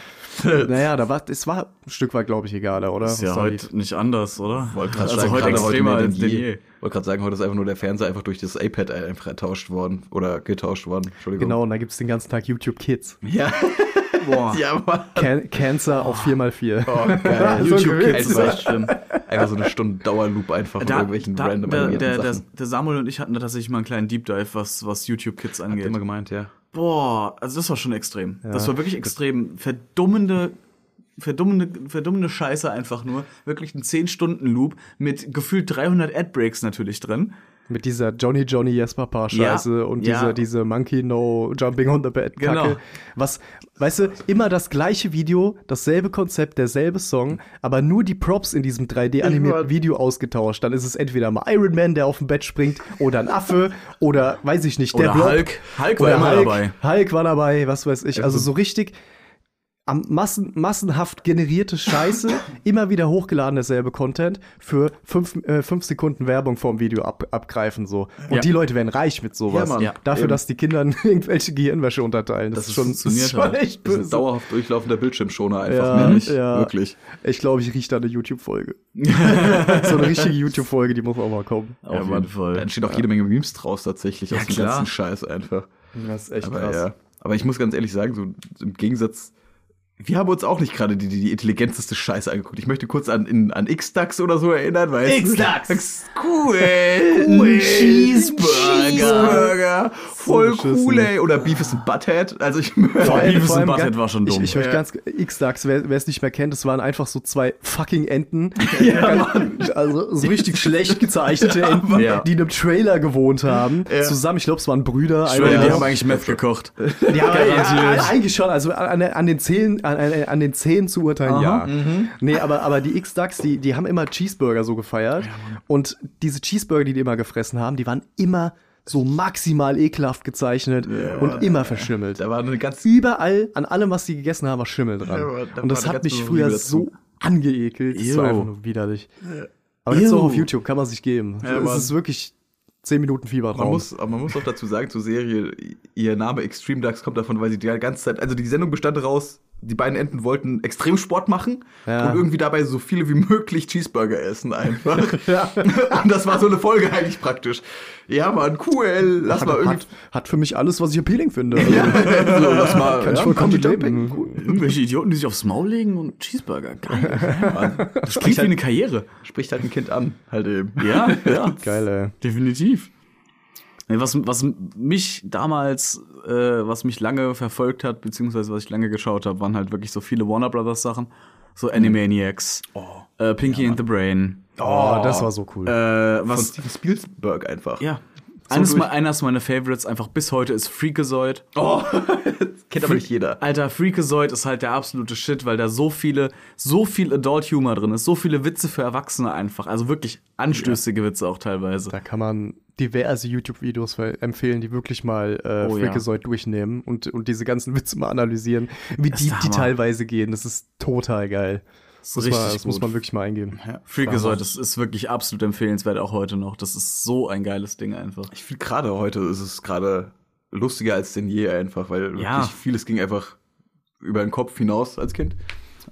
Speaker 5: naja, da war, es war ein Stück weit, glaube ich, egal, oder?
Speaker 4: Ist ja
Speaker 5: Sorry.
Speaker 4: heute nicht anders, oder?
Speaker 7: Wollte gerade
Speaker 4: also
Speaker 7: sagen,
Speaker 4: heute
Speaker 7: gerade
Speaker 4: extremer
Speaker 7: mehr
Speaker 4: als
Speaker 7: denn
Speaker 4: denn
Speaker 7: je.
Speaker 4: je.
Speaker 7: Wollte gerade sagen, heute ist einfach nur der Fernseher einfach durch das iPad einfach ertauscht worden. Oder getauscht worden. Entschuldigung.
Speaker 5: Genau, und da gibt's den ganzen Tag YouTube Kids.
Speaker 7: Ja. Oh.
Speaker 4: Boah.
Speaker 7: ja, Mann.
Speaker 5: Can Cancer auf
Speaker 7: Geil.
Speaker 5: 4x4. So ein
Speaker 7: YouTube
Speaker 5: Gewinn.
Speaker 7: Kids ist echt schlimm. Einfach so eine Stunde Dauerloop einfach mit
Speaker 4: Da,
Speaker 7: irgendwelchen
Speaker 4: da,
Speaker 7: random
Speaker 4: der,
Speaker 7: animierten
Speaker 4: der, der,
Speaker 7: Sachen.
Speaker 4: der Samuel und ich hatten da tatsächlich mal einen kleinen Deep Dive, was, was YouTube Kids angeht.
Speaker 7: Immer gemeint, ja.
Speaker 4: Boah, also das war schon extrem. Das war wirklich extrem. Verdummende, verdummende, verdummende Scheiße einfach nur. Wirklich ein 10-Stunden-Loop mit gefühlt 300 Ad-Breaks natürlich drin.
Speaker 5: Mit dieser Johnny Johnny Yes Papa Scheiße
Speaker 4: Ja,
Speaker 5: und
Speaker 4: ja.
Speaker 5: diese, diese Monkey No Jumping on the Bed Kacke.
Speaker 4: Genau.
Speaker 5: Was, weißt du, immer das gleiche Video, dasselbe Konzept, derselbe Song, aber nur die Props in diesem 3D animierten Video ausgetauscht. Dann ist es entweder mal Iron Man, der auf dem Bett springt, oder ein Affe, oder weiß ich nicht, der
Speaker 4: Oder
Speaker 5: Blob.
Speaker 4: Hulk. Hulk war
Speaker 5: Oder
Speaker 4: immer
Speaker 5: Hulk.
Speaker 4: dabei.
Speaker 5: Hulk war dabei, was weiß ich. Also so richtig am massen, massenhaft generierte Scheiße, immer wieder hochgeladen derselbe Content für fünf, äh, fünf Sekunden Werbung vorm Video ab, abgreifen so. Und
Speaker 4: Ja.
Speaker 5: die Leute werden reich mit sowas.
Speaker 7: Ja, Mann. Ja.
Speaker 5: Dafür,
Speaker 7: Eben.
Speaker 5: dass die Kinder irgendwelche Gehirnwäsche unterteilen.
Speaker 4: Dass
Speaker 5: Das, ist
Speaker 4: es
Speaker 5: schon, das ist
Speaker 4: funktioniert
Speaker 5: schon
Speaker 4: hat.
Speaker 5: echt
Speaker 7: halt. Das ist ein
Speaker 5: böse.
Speaker 7: dauerhaft durchlaufender Bildschirmschoner einfach,
Speaker 5: Ja,
Speaker 7: mehr nicht.
Speaker 5: ja.
Speaker 7: Wirklich.
Speaker 5: Ich glaube, ich rieche da eine YouTube-Folge. so eine richtige YouTube-Folge, die muss auch mal kommen.
Speaker 4: Auf jeden Fall.
Speaker 7: Da entstehen auch jede Menge Memes draus tatsächlich aus dem
Speaker 4: klar.
Speaker 7: ganzen Scheiß einfach.
Speaker 5: Das ist echt
Speaker 7: Aber
Speaker 5: krass.
Speaker 7: ja. Aber ich muss ganz ehrlich sagen, so im Gegensatz, wir haben uns auch nicht gerade die, die, die intelligenteste Scheiße angeguckt. Ich möchte kurz an, in, an X-Dax oder so erinnern, weil
Speaker 4: X-Dax.
Speaker 7: Cool.
Speaker 4: Cool.
Speaker 7: Cheeseburger.
Speaker 4: Cheeseburger.
Speaker 7: Voll
Speaker 5: Voll
Speaker 7: cool, ey. Oder Beef is a Butthead. Also ich
Speaker 4: Vor allem- Beavis
Speaker 5: Vor
Speaker 4: and
Speaker 5: allem
Speaker 4: Butthead
Speaker 5: ga-
Speaker 4: war schon dumm.
Speaker 5: Ich, ich möchte ganz, X-Dax, wer wer es nicht mehr kennt, es waren einfach so zwei fucking Enten. Ganz- also so richtig schlecht gezeichnete Enten,
Speaker 4: Ja.
Speaker 5: die in einem Trailer gewohnt haben. Zusammen, ich glaube, es waren Brüder.
Speaker 4: Ich schwöre,
Speaker 5: einer-
Speaker 4: die haben eigentlich Meth gekocht.
Speaker 5: ja,
Speaker 4: Garantiert.
Speaker 5: ja, eigentlich schon. Also an, an- an den Zähnen, an, an, an den Zähnen zu urteilen, ja.
Speaker 4: Mhm.
Speaker 5: Nee, aber, aber die X-Ducks, die, die haben immer Cheeseburger so gefeiert. und diese Cheeseburger, die die immer gefressen haben, die waren immer so maximal ekelhaft gezeichnet und immer verschimmelt.
Speaker 7: Da war eine ganz
Speaker 5: Überall, an allem, was sie gegessen haben, war Schimmel dran.
Speaker 7: Ja, aber da
Speaker 5: und das
Speaker 7: war eine ganz
Speaker 5: hat mich
Speaker 7: besondere
Speaker 5: früher
Speaker 7: Liebe dazu.
Speaker 5: so angeekelt. Das war
Speaker 4: Ew.
Speaker 5: einfach nur widerlich. Aber jetzt
Speaker 4: Ew.
Speaker 5: auch auf YouTube, kann man sich geben. Also, es
Speaker 7: Mann.
Speaker 5: ist wirklich 10 Minuten
Speaker 7: Man
Speaker 5: Fiebertraum.
Speaker 7: muss, aber man muss auch dazu sagen, zur Serie, ihr Name Extreme Ducks kommt davon, weil sie die ganze Zeit, also die Sendung bestand daraus, die beiden Enten wollten Extremsport machen
Speaker 5: Ja.
Speaker 7: und irgendwie dabei so viele wie möglich Cheeseburger essen einfach. Und das war so eine Folge eigentlich praktisch. Ja, Mann, cool, lass
Speaker 5: Hat,
Speaker 7: mal irgendwie.
Speaker 5: hat, hat für mich alles, was ich appealing finde. Also,
Speaker 7: Ja, so, lass mal.
Speaker 5: Kann ich
Speaker 7: ja,
Speaker 5: vollkommen
Speaker 7: Bungee
Speaker 5: mitleben.
Speaker 7: Jumping, cool.
Speaker 4: Irgendwelche Idioten, die sich aufs Maul legen und Cheeseburger. Geil.
Speaker 7: Mann,
Speaker 4: Das klingt wie eine Karriere.
Speaker 7: Spricht halt ein Kind an, halt eben.
Speaker 4: Ja, ja.
Speaker 5: Geil, ey.
Speaker 4: Definitiv. Nee, Was, was mich damals, äh, was mich lange verfolgt hat, beziehungsweise was ich lange geschaut habe, waren halt wirklich so viele Warner Brothers Sachen. So
Speaker 5: Mhm.
Speaker 4: Animaniacs, äh, Pinky and the Brain.
Speaker 5: Oh, das war so cool.
Speaker 4: Äh,
Speaker 7: Von
Speaker 4: was,
Speaker 7: Steven Spielberg einfach.
Speaker 4: ja. Eines,
Speaker 7: durch-
Speaker 4: me- eines meiner Favorites einfach bis heute ist Freakazoid.
Speaker 7: Oh, kennt aber nicht jeder.
Speaker 4: Alter, Freakazoid ist halt der absolute Shit, weil da so viele, so viel Adult Humor drin ist, so viele Witze für Erwachsene einfach. Also wirklich anstößige Witze auch teilweise.
Speaker 5: da kann man diverse YouTube-Videos ver- empfehlen, die wirklich mal äh,
Speaker 4: Oh, ja.
Speaker 5: Freakazoid durchnehmen und, und diese ganzen Witze mal analysieren, wie
Speaker 4: Das
Speaker 5: deep
Speaker 4: ist
Speaker 5: die
Speaker 4: Hammer.
Speaker 5: teilweise gehen. Das ist total geil.
Speaker 4: Das
Speaker 5: Das,
Speaker 4: ist
Speaker 5: war, das muss
Speaker 4: gut.
Speaker 5: man wirklich mal eingeben.
Speaker 4: Freakazoid, das ist wirklich absolut empfehlenswert, auch heute noch. Das ist so ein geiles Ding einfach.
Speaker 7: Ich finde gerade heute ist es gerade lustiger als denn je einfach, weil
Speaker 4: Ja.
Speaker 7: wirklich vieles ging einfach über den Kopf hinaus als Kind.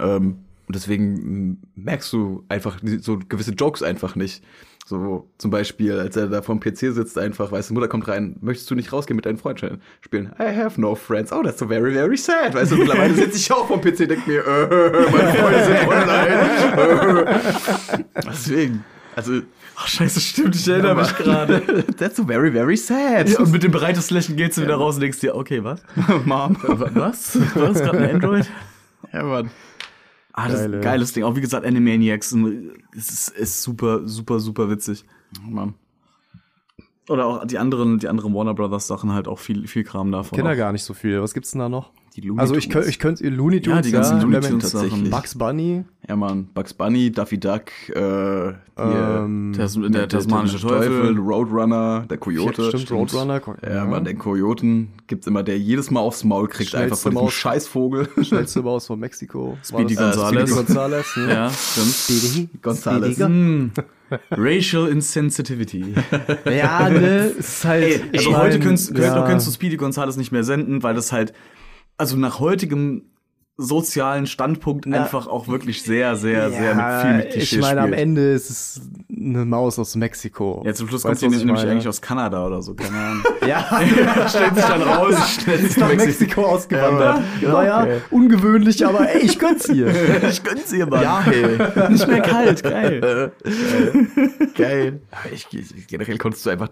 Speaker 7: Ähm, und deswegen m, merkst du einfach die- so gewisse Jokes einfach nicht. So zum Beispiel, als er da vorm PC sitzt, einfach, weißt du, Mutter kommt rein, möchtest du nicht rausgehen mit deinen Freunden spielen? I have no friends. Oh, that's so very, very sad. Weißt du, mittlerweile sitze ich auch vorm PC, denk mir, äh, meine Freunde sind online. deswegen, also
Speaker 4: Ach, Oh, scheiße, stimmt, ich erinnere mich gerade.
Speaker 7: That's so very, very sad.
Speaker 4: Ja, und mit dem breites Lächeln gehst du wieder raus und denkst dir, okay, was?
Speaker 7: Mom.
Speaker 4: Was? War das gerade ein Android?
Speaker 7: Ja, Mann.
Speaker 4: Ah, das ist
Speaker 5: Geil,
Speaker 4: ein
Speaker 5: ja.
Speaker 4: geiles Ding. Auch wie gesagt, Animaniacs. ein- Es ist, ist super, super, super witzig.
Speaker 7: Mann.
Speaker 4: Oder auch die anderen, die anderen Warner Brothers Sachen halt auch viel, viel Kram davon.
Speaker 5: Kenner gar nicht so viel. Was gibt's denn da noch?
Speaker 7: Die Looney
Speaker 5: Also ich, könnt, ich könnte Looney Tunes,
Speaker 4: Ja, die ganzen Looney
Speaker 5: wenn man-
Speaker 4: Tunes Sachen.
Speaker 5: Bugs Bunny,
Speaker 7: Ja, Mann. Bugs Bunny, Daffy Duck, äh, hier,
Speaker 5: ähm,
Speaker 4: Das, der, tasmanische Teufel.
Speaker 7: Roadrunner, der Coyote.
Speaker 5: ja, stimmt, Roadrunner. ko-
Speaker 7: Ja, Mann, den Kojoten gibt's immer, der jedes Mal aufs Maul kriegt, einfach
Speaker 5: Schnellste
Speaker 7: von diesem
Speaker 5: Maus.
Speaker 7: Scheißvogel.
Speaker 5: Schnellste Maus von Mexiko.
Speaker 4: Speedy
Speaker 5: War das-
Speaker 4: Gonzales.
Speaker 5: Speedy Gonzales, ne?
Speaker 4: Ja, stimmt.
Speaker 5: Speedy
Speaker 7: Gonzales.
Speaker 5: Speedy Gon-
Speaker 4: Racial Insensitivity.
Speaker 5: Ja, ne, ist halt.
Speaker 4: also
Speaker 5: ich
Speaker 4: heute
Speaker 5: mein,
Speaker 4: könntest, könnt-
Speaker 5: ja.
Speaker 4: könntest du Speedy Gonzales nicht mehr senden, weil das halt, also nach heutigem sozialen Standpunkt einfach auch wirklich sehr, sehr, sehr mit viel mit Klischee
Speaker 5: Ich meine, am
Speaker 4: spielt.
Speaker 5: Ende ist es eine Maus aus Mexiko.
Speaker 4: Ja, zum Schluss kommt
Speaker 5: Weißt
Speaker 4: sie
Speaker 5: du, was ich
Speaker 4: nämlich
Speaker 5: meine?
Speaker 4: eigentlich aus Kanada oder so, keine Ahnung.
Speaker 5: Ja,
Speaker 4: Stellt sich dann raus, stellt sich
Speaker 5: ist nach Mexiko ausgewandert.
Speaker 4: Ja, genau.
Speaker 5: naja,
Speaker 4: okay.
Speaker 5: ungewöhnlich, aber ey, ich gönn's ihr.
Speaker 4: Ich gönn's ihr mal. Ja,
Speaker 7: hey.
Speaker 4: nicht mehr kalt, geil.
Speaker 7: Geil. Ich, ich, generell konntest du einfach,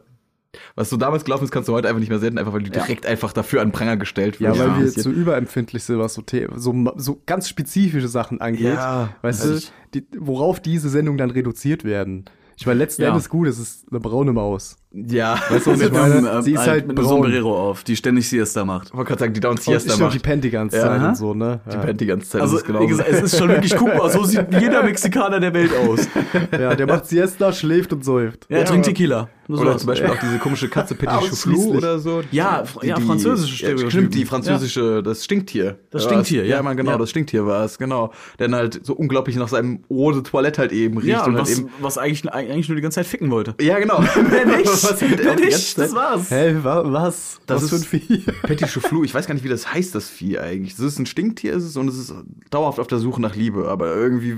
Speaker 7: was so damals gelaufen ist, kannst du heute einfach nicht mehr senden, einfach weil du direkt einfach dafür an den Pranger gestellt
Speaker 5: Ja,
Speaker 7: wirst.
Speaker 5: weil wir
Speaker 7: Das
Speaker 5: jetzt so überempfindlich sind, was so, The so, ma- so ganz spezifische Sachen angeht.
Speaker 7: Ja,
Speaker 5: weißt
Speaker 7: also
Speaker 5: du,
Speaker 7: ich-
Speaker 5: die, worauf diese Sendung dann reduziert werden. Ich meine, letzten
Speaker 4: Ja.
Speaker 5: Endes gut, es ist eine braune Maus.
Speaker 7: ja.
Speaker 5: Weißt du, was ich meine? Sie ist halt
Speaker 4: mit einem
Speaker 5: braun.
Speaker 4: ähm, Sombrero auf, die ständig Siesta macht.
Speaker 7: ich wollte gerade sagen, die Down
Speaker 5: Und
Speaker 7: Siesta
Speaker 5: stimmt, Oh, die
Speaker 7: macht.
Speaker 5: pennt die ganze Zeit
Speaker 4: aha.
Speaker 5: und so, ne? Ja.
Speaker 7: pennt die ganze Zeit.
Speaker 4: Also,
Speaker 7: das ist genauso.
Speaker 4: wie gesagt, es ist schon wirklich, guck mal, so sieht jeder Mexikaner der Welt aus.
Speaker 5: Ja, der macht Siesta, schläft und säuft.
Speaker 4: Ja, trinkt Tequila. Das
Speaker 7: oder
Speaker 4: war's.
Speaker 7: zum Beispiel auch diese komische Katze Petit Chouflou
Speaker 5: Ausschließlich.
Speaker 7: oder so.
Speaker 4: Ja, fr- ja, französische Stereotypen.
Speaker 7: Stimmt, die französische, das Stinktier.
Speaker 4: Das
Speaker 7: Ja,
Speaker 4: Stinktier, ja.
Speaker 7: Ja, man, genau,
Speaker 4: Ja.
Speaker 7: das Stinktier war es, genau. Denn halt so unglaublich nach seinem Eau de Toilette halt eben riecht.
Speaker 4: Ja, und
Speaker 7: halt
Speaker 4: was,
Speaker 7: eben,
Speaker 4: was eigentlich, eigentlich nur die ganze Zeit ficken wollte.
Speaker 7: ja genau.
Speaker 4: Wer nicht?
Speaker 7: Was mit
Speaker 4: Wer
Speaker 7: Ernst
Speaker 4: nicht?
Speaker 7: jetzt? ne?
Speaker 4: Das war's.
Speaker 5: Hä, wa was?
Speaker 7: Das
Speaker 5: was
Speaker 7: ist-
Speaker 5: für ein Vieh?
Speaker 7: Petit Chouflou, ich weiß gar nicht, wie das heißt, das Vieh eigentlich. Es ist ein Stinktier, ist es, und es ist dauerhaft auf der Suche nach Liebe. Aber irgendwie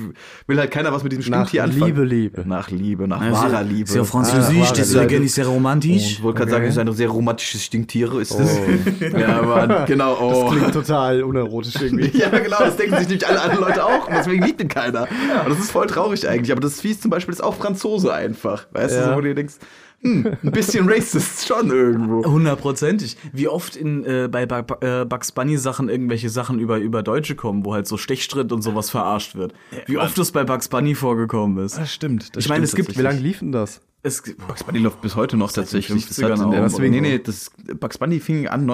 Speaker 7: will halt keiner was mit diesem
Speaker 5: Nach
Speaker 7: Stinktier anfangen.
Speaker 5: Liebe, Liebe.
Speaker 7: Nach Liebe, nach wahrer Liebe.
Speaker 4: Sehr
Speaker 5: Ah,
Speaker 4: französisch,
Speaker 5: wahre
Speaker 4: das ist
Speaker 5: Liebe.
Speaker 4: eigentlich sehr romantisch.
Speaker 7: Ich wollte gerade sagen,
Speaker 5: Okay. Oh.
Speaker 7: es ist ein sehr romantisches Stinktier. Ist das? Ja, Mann, genau. Oh.
Speaker 5: Das klingt total unerotisch irgendwie.
Speaker 7: Ja, genau, das denken sich nämlich alle anderen Leute auch und deswegen liebt ihn keiner. Und das ist voll traurig eigentlich, aber das Vieh ist zum Beispiel ist auch Franzose einfach. Weißt du,
Speaker 5: Ja.
Speaker 7: so, wo du dir denkst, hm, ein bisschen racist schon irgendwo.
Speaker 5: Oh,
Speaker 4: Hundertprozentig. Wie oft in, äh, bei Ba- Ba- äh, Bugs Bunny Sachen irgendwelche Sachen über, über Deutsche kommen, wo halt so Stechschritt und sowas verarscht wird. Wie oft das bei Bugs Bunny vorgekommen ist.
Speaker 7: stimmt.
Speaker 4: Ich meine, es gibt-
Speaker 5: Wie lange lief denn das?
Speaker 4: Es, g-
Speaker 7: Ah, Bugs Bunny läuft bis heute noch tatsächlich. Das hat
Speaker 4: 50ern
Speaker 7: in der,
Speaker 4: auch,
Speaker 7: deswegen, nee,
Speaker 5: oder?
Speaker 7: nee, das Bugs Bunny fing an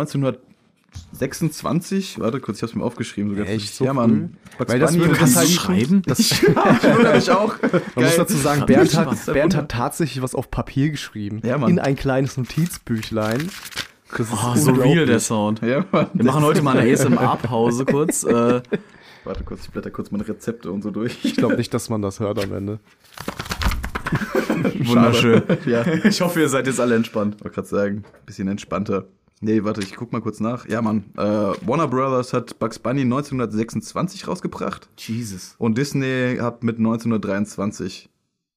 Speaker 7: 1926. Warte kurz, ich hab's mir aufgeschrieben sogar.
Speaker 5: Echt? So
Speaker 7: ja, Mann. Bugs
Speaker 5: Weil das würde
Speaker 7: wird
Speaker 5: das
Speaker 7: halt
Speaker 5: halt-
Speaker 4: schreiben?
Speaker 5: Das,
Speaker 7: wundere mich auch. Geil.
Speaker 5: man muss dazu sagen,
Speaker 4: Verdammt,
Speaker 5: Bernd
Speaker 4: das
Speaker 5: hat,
Speaker 4: war's.
Speaker 5: Bernd hat tatsächlich was auf Papier geschrieben.
Speaker 7: Ja, Mann.
Speaker 5: in ein kleines Notizbüchlein. Das ist
Speaker 4: oh, so real der Sound.
Speaker 7: Ja, Mann.
Speaker 4: Wir machen heute mal eine ASMR-Pause kurz. Äh,
Speaker 7: Warte kurz, ich blätter kurz meine Rezepte und so durch.
Speaker 5: Ich glaube nicht, dass man das hört am Ende.
Speaker 4: wunderschön.
Speaker 7: ja.
Speaker 4: Ich hoffe, ihr seid jetzt alle entspannt.
Speaker 7: Wollte gerade sagen, bisschen entspannter. Nee, warte, ich guck mal kurz nach. Ja, Mann. Äh, Warner Brothers hat Bugs Bunny 1926 rausgebracht
Speaker 4: Jesus.
Speaker 7: und Disney hat mit 1923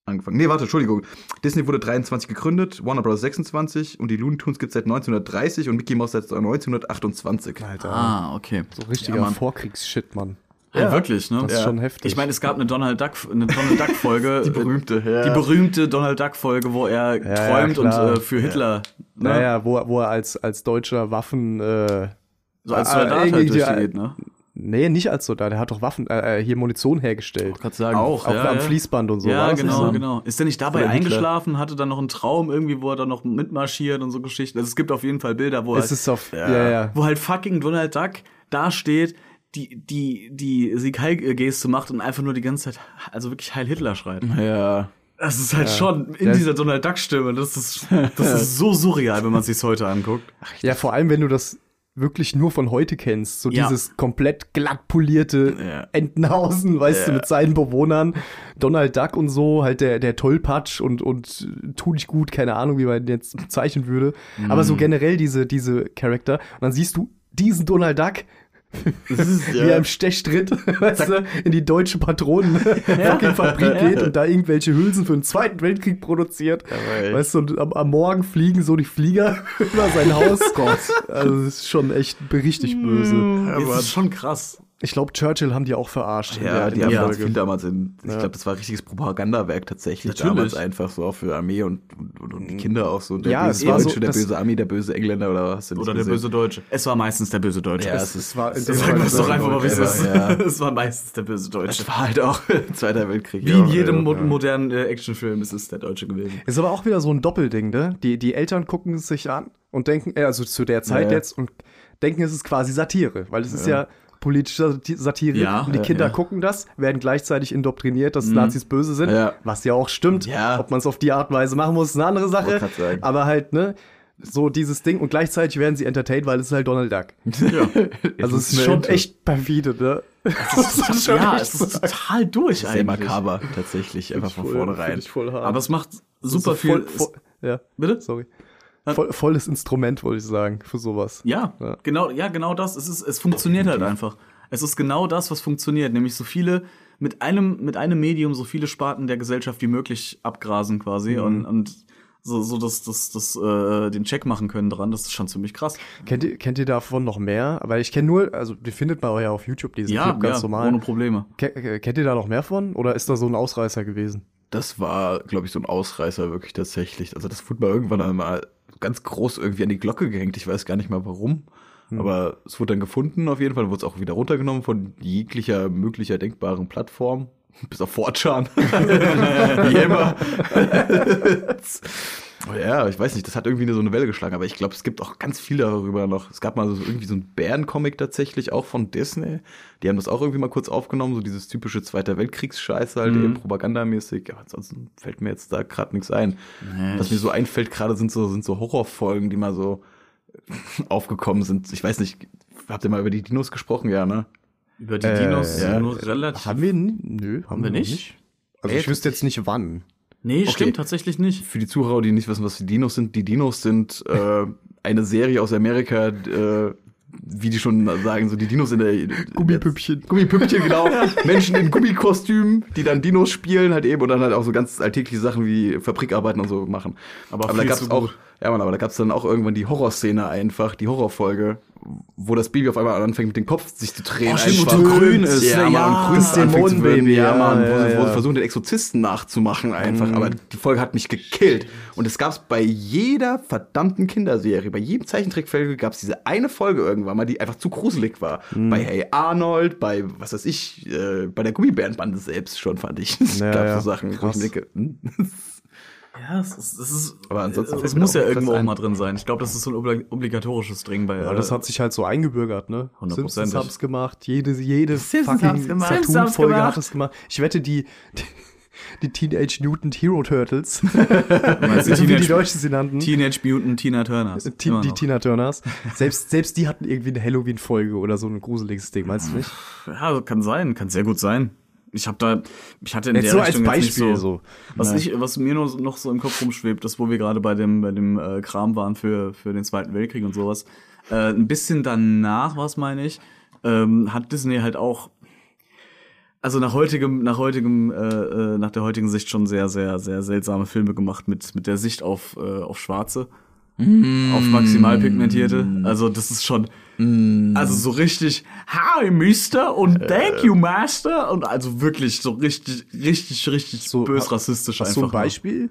Speaker 7: angefangen. Nee, warte, Entschuldigung. Disney wurde 23 gegründet, Warner Bros. 26 und die Looney Tunes gibt's seit 1930 und Mickey Mouse seit 1928.
Speaker 5: Alter.
Speaker 4: Ah, okay.
Speaker 5: So richtiger
Speaker 4: Ja, Mann.
Speaker 5: Vorkriegsshit, Mann.
Speaker 4: Ja, wirklich, ne?
Speaker 5: Das ist
Speaker 4: ja.
Speaker 5: schon heftig.
Speaker 4: Ich meine, es gab eine Donald Duck, eine Donald Duck Folge, die
Speaker 7: berühmte, ja.
Speaker 4: die berühmte Donald Duck Folge, wo er
Speaker 5: ja,
Speaker 4: träumt und
Speaker 5: klar.
Speaker 4: äh, für Hitler, ne?
Speaker 5: Naja, wo, er- wo er als, als deutscher Waffen. Äh,
Speaker 4: so als
Speaker 5: ah,
Speaker 4: Soldat halt
Speaker 5: irgendwie-
Speaker 4: durchgeht, ne?
Speaker 5: nee, nicht als Soldat. Er hat doch Waffen, äh, äh, hier Munition hergestellt.
Speaker 4: Kannst sagen. Auch,
Speaker 5: Auch
Speaker 4: ja,
Speaker 5: am
Speaker 4: ja.
Speaker 5: Fließband und so. war
Speaker 4: Ja,
Speaker 5: das nicht
Speaker 4: genau,
Speaker 5: so?
Speaker 4: genau. Ist der nicht dabei
Speaker 5: Oder Hitler.
Speaker 4: eingeschlafen, hatte dann noch einen Traum irgendwie, wo er dann noch mitmarschiert und so Geschichten. Also es gibt auf jeden Fall Bilder, wo
Speaker 5: Es
Speaker 4: halt,
Speaker 5: ist auf. Ja, ja.
Speaker 4: wo halt fucking Donald Duck da steht, die die die Sieg Heil Geste macht und einfach nur die ganze Zeit also wirklich Heil Hitler schreit.
Speaker 7: Ja.
Speaker 4: Das ist halt schon in
Speaker 5: Das-
Speaker 4: dieser Donald Duck Stimme. Das ist, das ist so surreal, wenn man sich's heute anguckt.
Speaker 5: Ja, vor allem, wenn du das wirklich nur von heute kennst, so
Speaker 4: Ja.
Speaker 5: dieses komplett glatt polierte
Speaker 4: Ja.
Speaker 5: Entenhausen, weißt du, mit seinen Bewohnern, Donald Duck und so, halt der, der Tollpatsch und, und äh, tu dich gut, keine Ahnung, wie man den jetzt bezeichnen würde, aber
Speaker 4: Mhm.
Speaker 5: so generell diese, diese Charakter und dann siehst du diesen Donald Duck, wie er im Stechtritt, weißt du, in die deutsche Patronenfabrik geht und da irgendwelche Hülsen für den Zweiten Weltkrieg produziert.
Speaker 7: Jawohl.
Speaker 5: weißt du, und am, am Morgen fliegen so die Flieger über sein Haus. Also das ist schon echt richtig böse.
Speaker 4: Das ist schon krass.
Speaker 5: Ich glaube, Churchill haben die auch verarscht. in
Speaker 7: Ja,
Speaker 5: der-
Speaker 7: die
Speaker 5: in
Speaker 7: haben
Speaker 5: der
Speaker 7: ganz
Speaker 5: Folge.
Speaker 7: viel damals in, ich glaube, das war richtiges Propagandawerk tatsächlich
Speaker 4: Natürlich.
Speaker 7: damals einfach so auch für Armee und, und, und, und die Kinder auch so. Und der
Speaker 5: Ja,
Speaker 7: böse
Speaker 5: es war so,
Speaker 7: Deutsche, der
Speaker 5: das-
Speaker 7: böse Armee, der böse Engländer oder was?
Speaker 4: Oder der böse Deutsche. Es war meistens der böse Deutsche.
Speaker 7: Ja,
Speaker 4: es,
Speaker 7: es ist,
Speaker 5: Das war in der
Speaker 4: sagen wir es
Speaker 5: Folge.
Speaker 4: doch einfach mal, wie es ist.
Speaker 7: Ja.
Speaker 4: Es war meistens der böse Deutsche.
Speaker 7: das war halt auch Zweiter Weltkrieg.
Speaker 4: Wie
Speaker 7: ja,
Speaker 4: in jedem mo
Speaker 7: ja.
Speaker 4: modernen äh, Actionfilm ist es der Deutsche gewesen.
Speaker 5: Ist aber auch wieder so ein Doppelding, ne? Die, die Eltern gucken es sich an und denken, äh, also zu der Zeit
Speaker 4: Ja.
Speaker 5: jetzt, und denken, es ist quasi Satire, weil es ist ja politische Sati- Satire.
Speaker 4: Ja,
Speaker 5: und die
Speaker 4: ja,
Speaker 5: Kinder
Speaker 4: ja. Mhm.
Speaker 5: gucken das, werden gleichzeitig indoktriniert, dass Nazis böse sind,
Speaker 4: Ja.
Speaker 5: was ja auch stimmt.
Speaker 4: Ja.
Speaker 5: Ob man es auf die Art und Weise machen muss, ist eine andere Sache.
Speaker 4: Wollte grad sagen.
Speaker 5: Aber halt, ne? So dieses Ding und gleichzeitig werden sie entertained, weil es ist halt Donald Duck. Also es ist schon echt perfide, ne? Das ist
Speaker 4: Ja, es ist total durch
Speaker 7: Sehr
Speaker 4: eigentlich.
Speaker 7: makaber, tatsächlich, einfach von
Speaker 5: voll-
Speaker 7: vornherein.
Speaker 5: find ich voll hart.
Speaker 4: Aber es macht super viel.
Speaker 5: voll, voll, ja,
Speaker 4: bitte?
Speaker 5: sorry. Voll, volles Instrument, wollte ich sagen, für sowas.
Speaker 4: Ja,
Speaker 5: Ja.
Speaker 4: genau, ja, genau das. Es ist, es funktioniert halt einfach. Es ist genau das, was funktioniert, nämlich so viele mit einem mit einem Medium so viele Sparten der Gesellschaft wie möglich abgrasen quasi
Speaker 5: Mhm.
Speaker 4: und und so so das das das äh, den Check machen können dran. Das ist schon ziemlich krass.
Speaker 5: Kennt ihr, kennt ihr davon noch mehr? Weil ich kenne nur, also die findet man ja auf YouTube, diesen
Speaker 4: Ja,
Speaker 5: Clip ganz
Speaker 4: ja
Speaker 5: normal.
Speaker 4: ohne Probleme.
Speaker 5: Ke- äh, Kennt ihr da noch mehr von? Oder ist da so ein Ausreißer gewesen?
Speaker 7: Das war, glaube ich, so ein Ausreißer wirklich tatsächlich. Also das wurde mal irgendwann einmal ganz groß irgendwie an die Glocke gehängt. Ich weiß gar nicht mal warum.
Speaker 5: Hm.
Speaker 7: Aber es wurde dann gefunden auf jeden Fall. Wurde es auch wieder runtergenommen von jeglicher möglicher denkbaren Plattform. Bis auf 4chan. Wie immer. ja, ich weiß nicht. Das hat irgendwie so eine Welle geschlagen. Aber ich glaube, es gibt auch ganz viel darüber noch. Es gab mal so irgendwie so einen Bärencomic tatsächlich, auch von Disney. Die haben das auch irgendwie mal kurz aufgenommen. So dieses typische Zweiter Weltkriegsscheiß halt eben propagandamäßig. Aber ansonsten fällt mir jetzt da gerade nichts ein. Was mir so einfällt gerade sind so, sind so Horrorfolgen, die mal so aufgekommen sind. Ich weiß nicht, habt ihr mal über die Dinos gesprochen? Ja, ne?
Speaker 4: Über die
Speaker 5: Äh,
Speaker 4: Dinos
Speaker 5: ja.
Speaker 4: nur relativ.
Speaker 5: Haben wir nie? Nö, haben,
Speaker 4: wir
Speaker 5: noch
Speaker 4: nicht?
Speaker 5: Also ich wüsste jetzt nicht wann.
Speaker 4: nee,
Speaker 7: Okay.
Speaker 4: stimmt tatsächlich nicht.
Speaker 7: Für die Zuhörer, die nicht wissen, was die Dinos sind, die Dinos sind äh, eine Serie aus Amerika, äh, wie die schon sagen, so die Dinos in der
Speaker 5: Gummipüppchen.
Speaker 7: Gummipüppchen, genau. Menschen in Gummikostümen, die dann Dinos spielen halt eben und dann halt auch so ganz alltägliche Sachen wie Fabrikarbeiten und so machen.
Speaker 4: Aber
Speaker 7: da
Speaker 4: viel
Speaker 7: gab's
Speaker 4: zu
Speaker 7: auch,
Speaker 4: gut.
Speaker 7: ja Mann, aber da gab's dann auch irgendwann die Horrorszene einfach, die Horrorfolge, wo das Baby auf einmal anfängt mit dem Kopf sich zu drehen.
Speaker 4: Oh, stimmt, wo
Speaker 7: einfach.
Speaker 4: du grün ist.
Speaker 7: Ja,
Speaker 4: Ja,
Speaker 7: Mann, und grün
Speaker 5: das
Speaker 7: anfängt zu werden.
Speaker 5: Dämonenbaby,
Speaker 7: Ja,
Speaker 5: ja,
Speaker 7: Mann, wo,
Speaker 5: ja,
Speaker 7: sie- wo sie
Speaker 5: ja.
Speaker 7: versuchen den Exorzisten nachzumachen einfach,
Speaker 5: Mhm.
Speaker 7: aber die Folge hat mich gekillt. Und es gab's bei jeder verdammten Kinderserie, bei jedem Zeichentrickfolge gab's diese eine Folge irgendwann mal, die einfach zu gruselig war.
Speaker 5: Mhm.
Speaker 7: Bei Hey Arnold, bei was weiß ich, äh, bei der Gummibärenbande selbst schon fand ich. Es
Speaker 5: Ja,
Speaker 7: gab
Speaker 5: ja.
Speaker 7: so Sachen, wo ich
Speaker 5: Krass.
Speaker 7: mir denke, hm,
Speaker 4: Ja, es ist, es ist
Speaker 7: Aber ansonsten
Speaker 4: es
Speaker 7: fällt mir
Speaker 4: muss
Speaker 7: auch
Speaker 4: ja
Speaker 7: fast
Speaker 4: irgendwo auch
Speaker 7: ein.
Speaker 4: mal drin sein. Ich glaube, das ist so ein obli- obligatorisches Ding bei
Speaker 5: Aber
Speaker 4: äh,
Speaker 5: das hat sich halt so eingebürgert, ne?
Speaker 4: 100%.
Speaker 5: Simpsons haben's gemacht, jede, jede
Speaker 4: Simpsons haben's
Speaker 5: fucking
Speaker 4: gemacht.
Speaker 5: Cartoon-Folge
Speaker 4: Simpsons haben's gemacht.
Speaker 5: hat es gemacht. Ich wette, die, die, die Teenage Mutant Hero Turtles,
Speaker 4: meinst du
Speaker 5: so wie die
Speaker 4: Teenage-
Speaker 5: Deutschen sie nannten,
Speaker 4: Teenage Mutant Tina Turner.
Speaker 5: Ti- die Tina Turners, selbst, selbst die hatten irgendwie eine Halloween-Folge oder so ein gruseliges Ding, meinst du nicht?
Speaker 4: Ja, also kann sein, kann sehr gut sein. Ich habe da, ich hatte in
Speaker 5: Jetzt
Speaker 4: der
Speaker 5: so als
Speaker 4: Richtung jetzt
Speaker 5: Beispiel
Speaker 4: nicht so.
Speaker 5: so.
Speaker 4: Was, ich, was mir nur so- noch so im Kopf rumschwebt, ist, wo wir gerade bei dem, bei dem äh, Kram waren für, für den Zweiten Weltkrieg und sowas. Äh, ein bisschen danach, was meine ich, ähm, hat Disney halt auch, also nach heutigem, nach heutigem, äh, äh, nach der heutigen Sicht schon sehr, sehr, sehr seltsame Filme gemacht mit, mit der Sicht auf, äh, auf Schwarze. Auf maximal pigmentierte.
Speaker 5: Mm.
Speaker 4: Also, das ist schon. Also so richtig, hi Mister
Speaker 5: Äh.
Speaker 4: und thank you Master und also wirklich so richtig, richtig, richtig
Speaker 5: So,
Speaker 4: bös
Speaker 5: hast-
Speaker 4: rassistisch
Speaker 5: Hast
Speaker 4: einfach.
Speaker 5: du ein
Speaker 4: nur.
Speaker 5: Beispiel?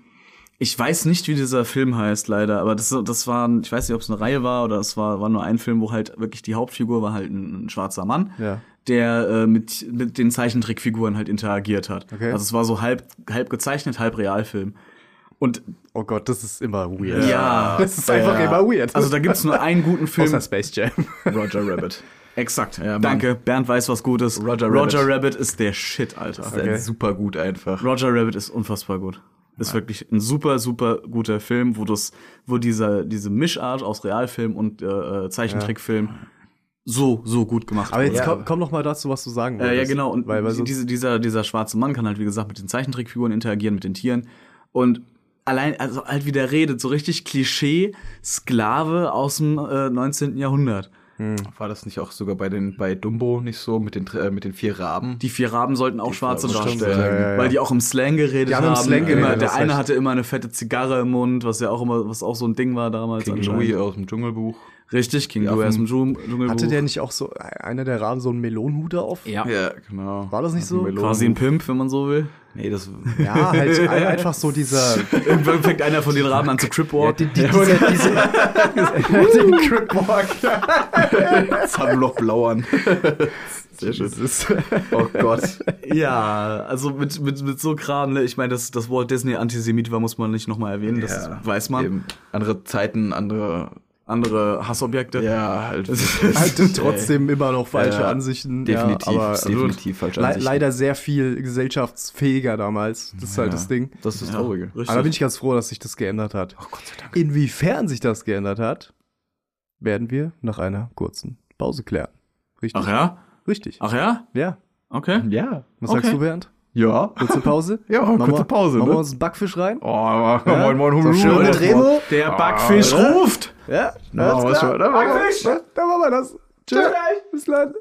Speaker 4: Ich weiß nicht, wie dieser Film heißt leider, aber das, das war, ein- ich weiß nicht, ob es eine Reihe war oder es war, war nur ein Film, wo halt wirklich die Hauptfigur war halt ein, ein schwarzer Mann,
Speaker 5: Ja.
Speaker 4: der äh, mit, mit den Zeichentrickfiguren halt interagiert hat.
Speaker 5: Okay.
Speaker 4: Also es war so halb, halb gezeichnet, halb Realfilm. Und
Speaker 5: Oh Gott, das ist immer weird.
Speaker 4: Ja.
Speaker 5: Das ist einfach immer weird.
Speaker 4: also da gibt's nur einen guten Film.
Speaker 5: Außer Space Jam.
Speaker 7: Roger Rabbit.
Speaker 4: Exakt.
Speaker 7: Mann.
Speaker 4: Danke. Bernd weiß was Gutes.
Speaker 7: Roger
Speaker 4: Roger
Speaker 7: Rabbit.
Speaker 4: Rabbit ist der Shit, Alter.
Speaker 7: Das ist ein super gut einfach.
Speaker 4: Roger Rabbit ist unfassbar gut. Ist wirklich ein super, super guter Film, wo das, wo dieser, diese Mischart aus Realfilm und äh, äh, Zeichentrickfilm so, so gut gemacht
Speaker 5: Aber jetzt
Speaker 4: wurde.
Speaker 5: komm, komm noch mal dazu, was du sagen
Speaker 4: Äh,
Speaker 5: wolltest.
Speaker 4: ja, genau. Und
Speaker 5: weil, weil sonst-
Speaker 4: diese, dieser, dieser schwarze Mann kann halt, wie gesagt, mit den Zeichentrickfiguren interagieren, mit den Tieren. Und allein, also halt wie der redet, so richtig Klischee-Sklave aus dem äh, 19. Jahrhundert.
Speaker 7: War das nicht auch sogar bei den bei Dumbo nicht so mit den äh, mit den vier Raben?
Speaker 4: Die vier Raben sollten auch Schwarze
Speaker 7: Raben, stimmt,
Speaker 4: darstellen,
Speaker 5: ja, ja, ja.
Speaker 4: weil die auch im Slang geredet
Speaker 5: Die haben
Speaker 4: haben.
Speaker 5: im Slang geredet,
Speaker 4: immer, der
Speaker 5: hast
Speaker 4: eine
Speaker 5: recht.
Speaker 4: hatte immer eine fette Zigarre im Mund, was ja auch immer, was auch so ein Ding war damals.
Speaker 7: King
Speaker 4: anscheinend.
Speaker 7: Louis aus dem Dschungelbuch.
Speaker 4: Richtig, King
Speaker 7: Die
Speaker 4: Louis aus dem
Speaker 7: Affen.
Speaker 4: Dschung- Dschungelbuch.
Speaker 5: Hatte der nicht auch so, einer der Rahmen so einen Melonenhut auf?
Speaker 4: ja,
Speaker 7: Ja, genau.
Speaker 5: War das nicht so?
Speaker 7: Melone.
Speaker 4: quasi ein Pimp, wenn man so will.
Speaker 7: Nee, das
Speaker 5: Ja, halt ein- einfach so dieser,
Speaker 4: Irgendwann fängt einer von den Raben an zu Cripwalk.
Speaker 5: die, dieser, dieser den Cripwalk.
Speaker 7: Zahnloch blauern. Sehr schön. Oh Gott.
Speaker 4: Ja, also mit, mit, mit so Kram, ne? ich meine, dass, dass Walt Disney Antisemit war, muss man nicht nochmal erwähnen, das
Speaker 7: Ja,
Speaker 4: weiß man.
Speaker 7: Eben. Andere Zeiten, andere
Speaker 4: andere Hassobjekte.
Speaker 7: Ja, halt.
Speaker 5: Halt trotzdem immer noch falsche
Speaker 7: Ja,
Speaker 5: Ansichten.
Speaker 7: definitiv,
Speaker 5: ja, aber also
Speaker 7: ist definitiv falsche
Speaker 5: le-
Speaker 7: Ansichten.
Speaker 5: Leider sehr viel gesellschaftsfähiger damals. Das ist halt das Ding.
Speaker 7: Das ist das
Speaker 4: Ja,
Speaker 7: Traurige.
Speaker 4: richtig.
Speaker 5: Aber da bin ich ganz froh, dass sich das geändert hat.
Speaker 7: Oh Gott sei Dank.
Speaker 5: Inwiefern sich das geändert hat, werden wir nach einer kurzen Pause klären. Richtig.
Speaker 4: Ach ja?
Speaker 7: Ah.
Speaker 5: Richtig.
Speaker 4: Ach ja?
Speaker 5: Ja.
Speaker 4: Okay.
Speaker 7: Also Ja.
Speaker 5: Was
Speaker 4: Okay.
Speaker 5: sagst du, Bernd?
Speaker 7: Ja.
Speaker 5: Kurze Pause?
Speaker 7: Ja,
Speaker 5: Machen
Speaker 7: kurze
Speaker 5: wir-
Speaker 7: Pause,
Speaker 5: Machen
Speaker 7: ne?
Speaker 5: wir uns einen Backfisch rein?
Speaker 7: Oh, aber- moin, moin,
Speaker 5: So
Speaker 7: Hummel.
Speaker 5: schön
Speaker 7: Hummel.
Speaker 5: mit Remo.
Speaker 4: Der Backfisch ruft!
Speaker 5: Ja,
Speaker 7: Na,
Speaker 5: alles
Speaker 7: was
Speaker 5: klar.
Speaker 7: schon, ne? Backfisch.
Speaker 5: Na, Da machen wir das. Tschüss. Bis dann.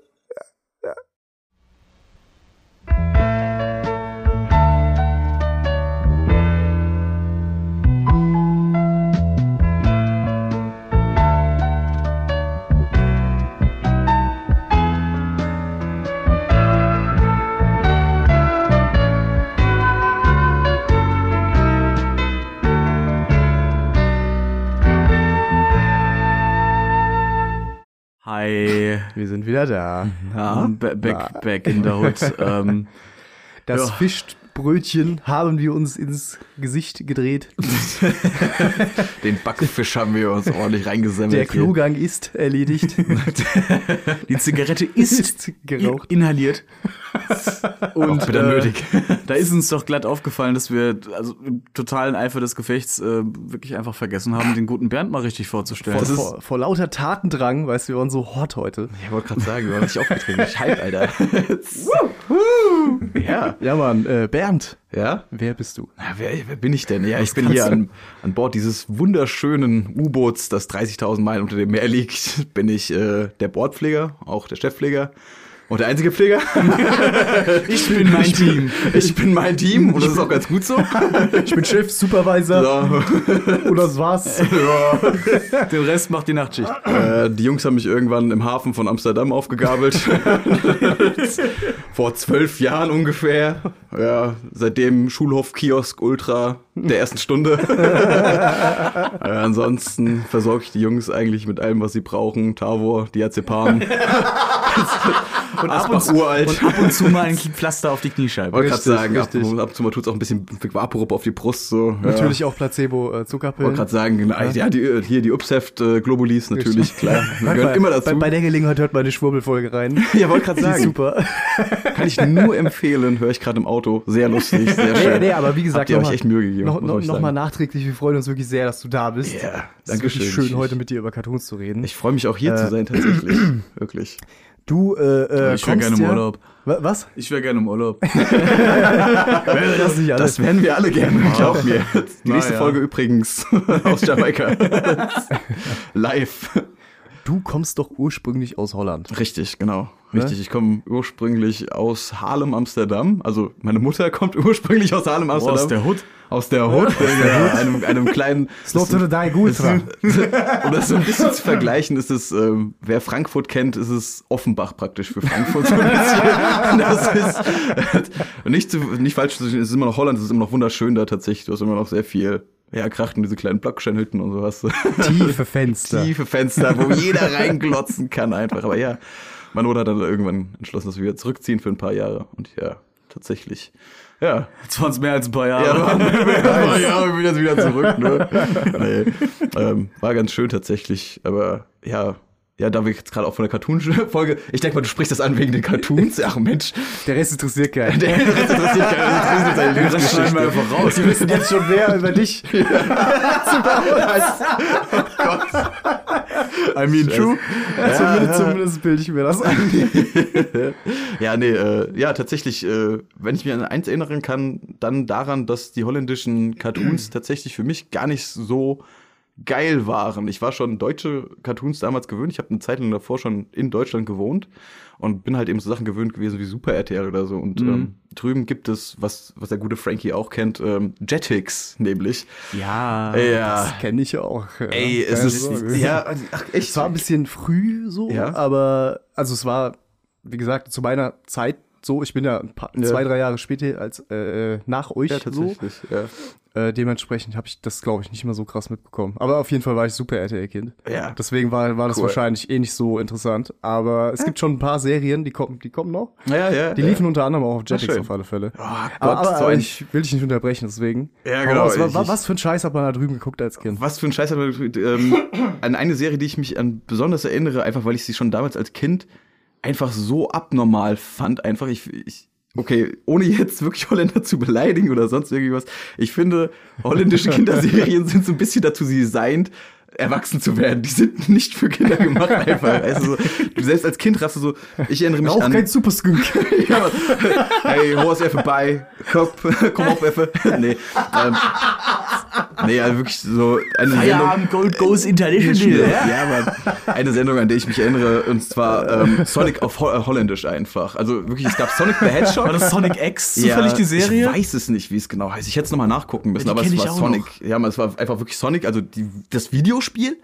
Speaker 4: Hi. um,
Speaker 5: Wir sind wieder da.
Speaker 7: Mhm.
Speaker 4: Ba- Back, back in the hood. ähm,
Speaker 5: Das
Speaker 4: Ja.
Speaker 5: Fischbrötchen haben wir uns ins Gesicht gedreht.
Speaker 7: Den Backfisch haben wir uns ordentlich reingesammelt.
Speaker 5: Der Klogang ist erledigt.
Speaker 4: die Zigarette ist
Speaker 5: Ist geraucht.
Speaker 4: inhaliert.
Speaker 7: Und wieder
Speaker 4: äh,
Speaker 7: nötig.
Speaker 4: Da ist uns doch glatt aufgefallen, dass wir also im totalen Eifer des Gefechts äh, wirklich einfach vergessen haben, den guten Bernd mal richtig vorzustellen.
Speaker 5: vor, vor, vor lauter Tatendrang, weißt du, wir waren so hot heute.
Speaker 7: Ich wollte gerade sagen, wir haben nicht aufgetreten. Scheiße, Alter. ja.
Speaker 5: Ja, Mann, äh, Bernd,
Speaker 7: Ja?
Speaker 5: wer bist du?
Speaker 7: Na, wer, wer bin ich denn? Ja, ich bin hier an, an Bord dieses wunderschönen U-Boots, das 30.000 Meilen unter dem Meer liegt. Bin ich äh, der Bordpfleger, auch der Chefpfleger und der einzige Pfleger.
Speaker 4: ich bin mein Team.
Speaker 7: Ich bin mein Team und das ist auch ganz gut so. Also,
Speaker 5: Ich bin Chef, Supervisor
Speaker 7: so.
Speaker 5: oder das war's.
Speaker 4: Den Rest macht die Nachtschicht.
Speaker 7: Äh, die Jungs haben mich irgendwann im Hafen von Amsterdam aufgegabelt. Vor zwölf Jahren ungefähr. Ja, seitdem Schulhof-Kiosk Ultra der ersten Stunde. äh, ansonsten versorge ich die Jungs eigentlich mit allem, was sie brauchen. Tavor, Diazepam. und Asbach uralt.
Speaker 4: Und ab und zu mal ein Pflaster auf die Kniescheibe.
Speaker 7: Wollte gerade
Speaker 5: Richtig,
Speaker 7: sagen, ab,
Speaker 5: richtig.
Speaker 7: ab und zu mal tut's auch ein bisschen Vaporup auf die Brust. So. Ja.
Speaker 5: Natürlich auch Placebo, äh,
Speaker 7: Wollte
Speaker 5: Zuckerpillen.
Speaker 7: gerade sagen, na, ja, die, hier die Upseft äh, Globulis natürlich, klar. Gehört immer dazu.
Speaker 5: Bei, bei der Gelegenheit hört man eine Schwurbelfolge rein.
Speaker 7: ja, wollte gerade
Speaker 5: Die ist super.
Speaker 7: Kann ich nur empfehlen, höre ich gerade im Auto. Sehr lustig, sehr schön.
Speaker 5: Nee, nee, aber wie gesagt,
Speaker 7: Habt ihr
Speaker 5: noch
Speaker 7: euch
Speaker 5: mal-
Speaker 7: echt Mühe gegeben,
Speaker 5: Noch,
Speaker 7: muss
Speaker 5: noch,
Speaker 7: ich
Speaker 5: noch
Speaker 7: sagen.
Speaker 5: mal nachträglich, wir freuen uns wirklich sehr, dass du da bist.
Speaker 7: Ja,
Speaker 5: Es ist wirklich
Speaker 7: Dankeschön.
Speaker 5: schön,
Speaker 7: Ich-
Speaker 5: heute mit dir über Cartoons zu reden.
Speaker 7: Ich freue mich auch hier
Speaker 5: Äh.
Speaker 7: zu sein, tatsächlich. Wirklich.
Speaker 5: du, äh, äh,
Speaker 4: Ich wär gerne im
Speaker 5: ja-
Speaker 4: Urlaub.
Speaker 5: Wa- Was?
Speaker 4: Ich wäre gerne im Urlaub.
Speaker 5: Wäre das nicht alles?
Speaker 7: Äh, Das werden wir alle gerne, glaub mir. Die
Speaker 4: Na
Speaker 7: nächste
Speaker 4: ja.
Speaker 7: Folge übrigens aus Jamaika. Live.
Speaker 5: du kommst doch ursprünglich aus Holland.
Speaker 7: Richtig, genau. Richtig, ich komme ursprünglich aus Harlem, Amsterdam. Also meine Mutter kommt ursprünglich aus Harlem,
Speaker 4: Aus
Speaker 7: Amsterdam.
Speaker 4: der Hood.
Speaker 7: Aus der Hood, ja, einem, einem kleinen...
Speaker 5: Slow to the die Ultra.
Speaker 7: Um das so ein bisschen zu vergleichen, ist es, ähm, wer Frankfurt kennt, ist es Offenbach praktisch für Frankfurt so ein bisschen. Das ist äh, nicht, zu, nicht falsch zu verstehen, es ist immer noch Holland, es ist immer noch wunderschön da tatsächlich. Du hast immer noch sehr viel ja, Krachten, diese kleinen Blocksteinhütten und so hast du.
Speaker 5: Tiefe Fenster.
Speaker 7: Tiefe Fenster, wo jeder reinglotzen kann einfach. Aber ja, mein Bruder hat dann irgendwann entschlossen, dass wir wieder zurückziehen für ein paar Jahre. Und ja, tatsächlich. Ja,
Speaker 4: Jetzt waren es mehr als ein paar Jahre.
Speaker 7: ja, waren wir ja, wieder, wieder zurück, ne? nee. ähm, war ganz schön tatsächlich, aber ja. Ja, da wir jetzt gerade auch von der Cartoon-Folge. Ich denke mal, du sprichst das an wegen den Cartoons. Ach Mensch,
Speaker 5: Der Rest interessiert keinen.
Speaker 7: der Rest interessiert keinen. Das interessiert deine
Speaker 4: Das schneiden
Speaker 7: Lebensgeschichte.
Speaker 4: wir einfach raus.
Speaker 5: Die wissen jetzt schon mehr über dich.
Speaker 4: I mean true.
Speaker 5: zumindest, zumindest bilde ich mir das
Speaker 7: Ah.
Speaker 5: ein.
Speaker 7: Ja, nee, äh, ja, tatsächlich, äh, wenn ich mir an eins erinnern kann, dann daran, dass die holländischen Cartoons tatsächlich für mich gar nicht so geil waren. Ich war schon deutsche Cartoons damals gewöhnt. Ich habe eine Zeit lang davor schon in Deutschland gewohnt und bin halt eben so Sachen gewöhnt gewesen wie Super RTL oder so. Und ähm, drüben gibt es, was, was der gute Frankie auch kennt, ähm, Jetix nämlich.
Speaker 4: Ja.
Speaker 7: ja.
Speaker 5: Das kenne ich auch. ja.
Speaker 7: Ey, es
Speaker 5: Keine
Speaker 7: ist,
Speaker 5: Sorge.
Speaker 7: ja, ach, echt.
Speaker 5: Es war ein bisschen früh so,
Speaker 7: Ja.
Speaker 5: aber also es war, wie gesagt, zu meiner Zeit so, ich bin ja, ein paar, zwei, drei Jahre später als äh, nach euch so.
Speaker 7: Ja.
Speaker 5: Äh, dementsprechend habe ich das, glaube ich, nicht mehr so krass mitbekommen. Aber auf jeden Fall war ich super RTL-Kind.
Speaker 7: Ja.
Speaker 5: Deswegen war, war das
Speaker 7: Cool.
Speaker 5: wahrscheinlich eh nicht so interessant. Aber es gibt schon ein paar Serien, die kommen, die kommen noch.
Speaker 7: Ja, ja,
Speaker 5: Die
Speaker 7: ja.
Speaker 5: liefen unter anderem auch auf Jetix
Speaker 7: schön.
Speaker 5: auf alle Fälle. Oh
Speaker 7: Gott,
Speaker 5: aber aber,
Speaker 7: so
Speaker 5: aber
Speaker 7: ein-
Speaker 5: ich will dich nicht unterbrechen, deswegen.
Speaker 7: Ja,
Speaker 5: Aber
Speaker 7: genau,
Speaker 5: Was, wa-
Speaker 7: ich-
Speaker 5: wa- was für ein Scheiß hat man da drüben geguckt als Kind?
Speaker 7: Was für ein Scheiß hat man gespielt? ähm, an eine Serie, die ich mich an besonders erinnere, einfach weil ich sie schon damals als Kind einfach so abnormal fand. Einfach, ich, ich okay, ohne jetzt wirklich Holländer zu beleidigen oder sonst irgendwas. Ich finde, holländische Kinderserien sind so ein bisschen dazu designt, erwachsen zu werden. Die sind nicht für Kinder gemacht, einfach. Also, so, du selbst als Kind raste so, ich erinnere mich an.
Speaker 5: Superskunk.
Speaker 7: Ja, hey, hohes Effe bei. Komm, komm auf, Effe. Nee. Ähm, nee, also wirklich so eine Sendung.
Speaker 4: Ah Gold Goes
Speaker 7: Spiele. Ja, Mann. Eine Sendung, an die ich mich erinnere, und zwar ähm, Sonic auf Ho Holländisch einfach. Also wirklich, es gab Sonic the Hedgehog.
Speaker 4: War das Sonic X zufällig die Serie?
Speaker 7: Ich weiß es nicht, wie es genau heißt. Ich hätte es nochmal nachgucken müssen,
Speaker 4: Die
Speaker 7: aber
Speaker 4: kenn
Speaker 7: es
Speaker 4: ich
Speaker 7: war
Speaker 4: auch
Speaker 7: Sonic.
Speaker 4: noch.
Speaker 7: Ja, man, es war einfach wirklich Sonic, also die, das Videospiel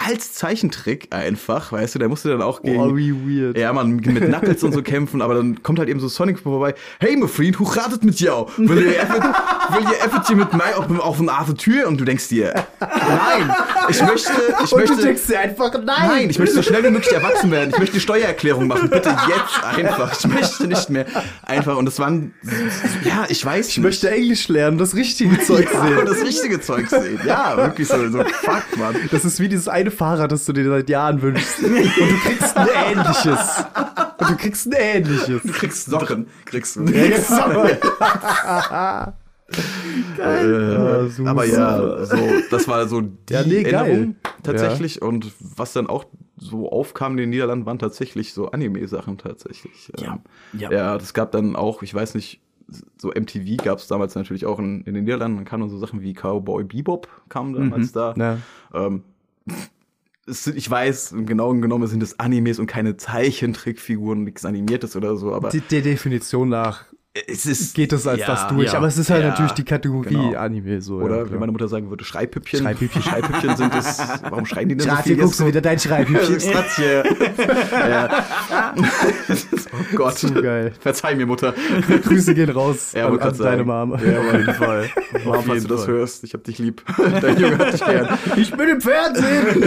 Speaker 7: als Zeichentrick einfach, weißt du, der musste dann auch gegen.
Speaker 5: Oh, wie weird.
Speaker 7: Ja, man, mit Knuckles und so kämpfen, aber dann kommt halt eben so Sonic vorbei. Hey, mein Freund, hoe gaat het mit jou? Will ihr even, will ihr effetje mit mir auf, auf eine Art Tür? Und du denkst dir, nein, ich möchte, ich möchte.
Speaker 5: dir einfach nein.
Speaker 7: Nein, ich möchte so schnell wie möglich erwachsen werden. Ich möchte die Steuererklärung machen. Bitte jetzt einfach. Ich möchte nicht mehr einfach. Und das waren, ja, ich weiß
Speaker 5: Ich möchte Englisch lernen, das richtige Zeug
Speaker 7: nicht.
Speaker 5: sehen.
Speaker 7: Ja, das richtige Zeug sehen. Ja, wirklich so, so fuck, Mann.
Speaker 5: Das ist wie dieses eine Fahrrad, das du dir seit Jahren wünschst. Und du kriegst ein ähnliches. Und du kriegst ein ähnliches.
Speaker 7: Du kriegst Socken. Kriegst du.
Speaker 5: Äh, Ja, super.
Speaker 7: Aber ja, so, das war so die
Speaker 5: Ja, nee, geil.
Speaker 7: Erinnerung tatsächlich. Und was dann auch so aufkam in den Niederlanden, waren tatsächlich so Anime-Sachen tatsächlich. Ja,
Speaker 4: ja.
Speaker 7: ja. ja, das gab dann auch, ich weiß nicht, so MTV gab es damals natürlich auch in, in den Niederlanden. Dann kamen so Sachen wie Cowboy Bebop kamen damals da.
Speaker 5: Mhm. Ja.
Speaker 7: Ähm, es sind, ich weiß, im Genauen genommen sind es Animes und keine Zeichentrickfiguren, nichts Animiertes oder so, aber
Speaker 5: Die- Der Definition nach
Speaker 7: es ist.
Speaker 5: geht es als
Speaker 7: Ja,
Speaker 5: das durch.
Speaker 7: ja,
Speaker 5: Aber es ist halt
Speaker 7: ja,
Speaker 5: natürlich die Kategorie
Speaker 7: genau.
Speaker 5: Anime so.
Speaker 7: Oder
Speaker 5: ja,
Speaker 7: wie
Speaker 5: klar.
Speaker 7: meine Mutter sagen würde, Schreipüppchen.
Speaker 5: Schreipüppchen.
Speaker 7: Schreipüppchen sind es. Warum schreien die denn so
Speaker 5: Tja,
Speaker 7: viel?
Speaker 5: hier guckst du wieder dein Schreibhübchen.
Speaker 7: Ratje. oh Gott.
Speaker 5: Zu geil.
Speaker 7: Verzeih mir, Mutter.
Speaker 5: Grüße gehen raus
Speaker 7: Ja,
Speaker 5: an,
Speaker 7: wollte
Speaker 5: an
Speaker 7: grad
Speaker 5: deine
Speaker 7: sagen.
Speaker 5: Mom.
Speaker 7: Ja, auf jeden Fall. Mom, falls du das hörst, ich hab dich lieb. Dein Junge hat dich gern.
Speaker 5: Ich bin im Fernsehen.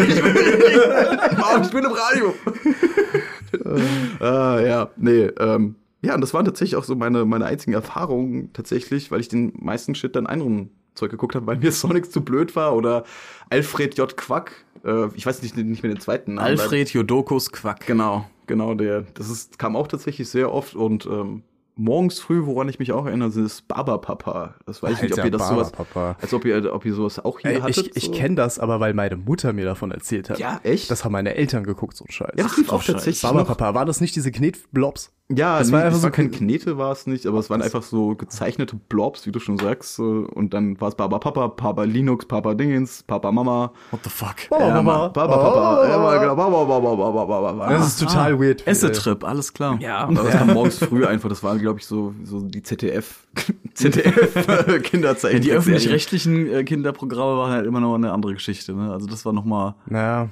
Speaker 7: Mom, ich bin im Radio. äh, ja, nee. Ähm, ja, und das waren tatsächlich auch so meine, meine einzigen Erfahrungen tatsächlich, weil ich den meisten Shit dann einrum Zeug geguckt habe, weil mir Sonic zu blöd war oder Alfred J. Quack. Äh, ich weiß nicht, nicht mehr den zweiten Namen.
Speaker 4: Alfred Jodokus Quack.
Speaker 7: Genau, genau der. Das ist, kam auch tatsächlich sehr oft und ähm, morgens früh, woran ich mich auch erinnere, sind es Baba Papa. Das weiß ich nicht, ob
Speaker 5: Alter,
Speaker 7: ihr das sowas,
Speaker 5: Barbapapa.
Speaker 7: als ob ihr, ob ihr sowas auch hier
Speaker 5: Ey,
Speaker 7: hattet.
Speaker 5: ich ich
Speaker 7: so.
Speaker 5: kenne das, aber weil meine Mutter mir davon erzählt hat.
Speaker 7: Ja, echt?
Speaker 5: Das haben meine Eltern geguckt, so ein Scheiß.
Speaker 7: ja, das lief auch
Speaker 4: Scheiße.
Speaker 7: tatsächlich.
Speaker 5: Baba
Speaker 7: noch.
Speaker 5: Papa, waren das nicht diese Knetblobs?
Speaker 7: Ja,
Speaker 5: Das
Speaker 7: das
Speaker 5: war
Speaker 7: war
Speaker 5: einfach
Speaker 7: das
Speaker 5: so
Speaker 7: war kein
Speaker 5: ein-
Speaker 7: Knete war es nicht, aber es waren einfach so gezeichnete Blobs, wie du schon sagst. so. Und dann war es Baba Papa, Papa Linux, Papa Dingens, Papa Mama.
Speaker 4: What the fuck?
Speaker 5: Baba
Speaker 7: Ja,
Speaker 5: Mama.
Speaker 7: Ma- Baba Papa. Ja, Mann, genau. Baba Baba Baba Baba Baba.
Speaker 5: Das ist
Speaker 7: ah.
Speaker 5: total weird.
Speaker 4: Ah, Esse-Trip, alles klar.
Speaker 7: Ja, aber das kam morgens früh einfach. Das waren, glaube ich, so, so die ZDF, ZDF Kinderzeichen.
Speaker 4: Ja, die öffentlich-rechtlichen äh, Kinderprogramme waren halt immer noch eine andere Geschichte. Ne? Also das war noch mal
Speaker 5: Naja,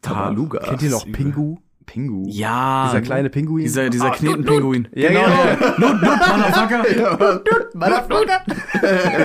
Speaker 7: Tabaluga.
Speaker 5: kennt ihr noch Pingu?
Speaker 7: Pingu?
Speaker 4: ja
Speaker 5: Dieser kleine Pinguin?
Speaker 4: dieser dieser Knetenpinguin.
Speaker 5: Ah, ja, genau.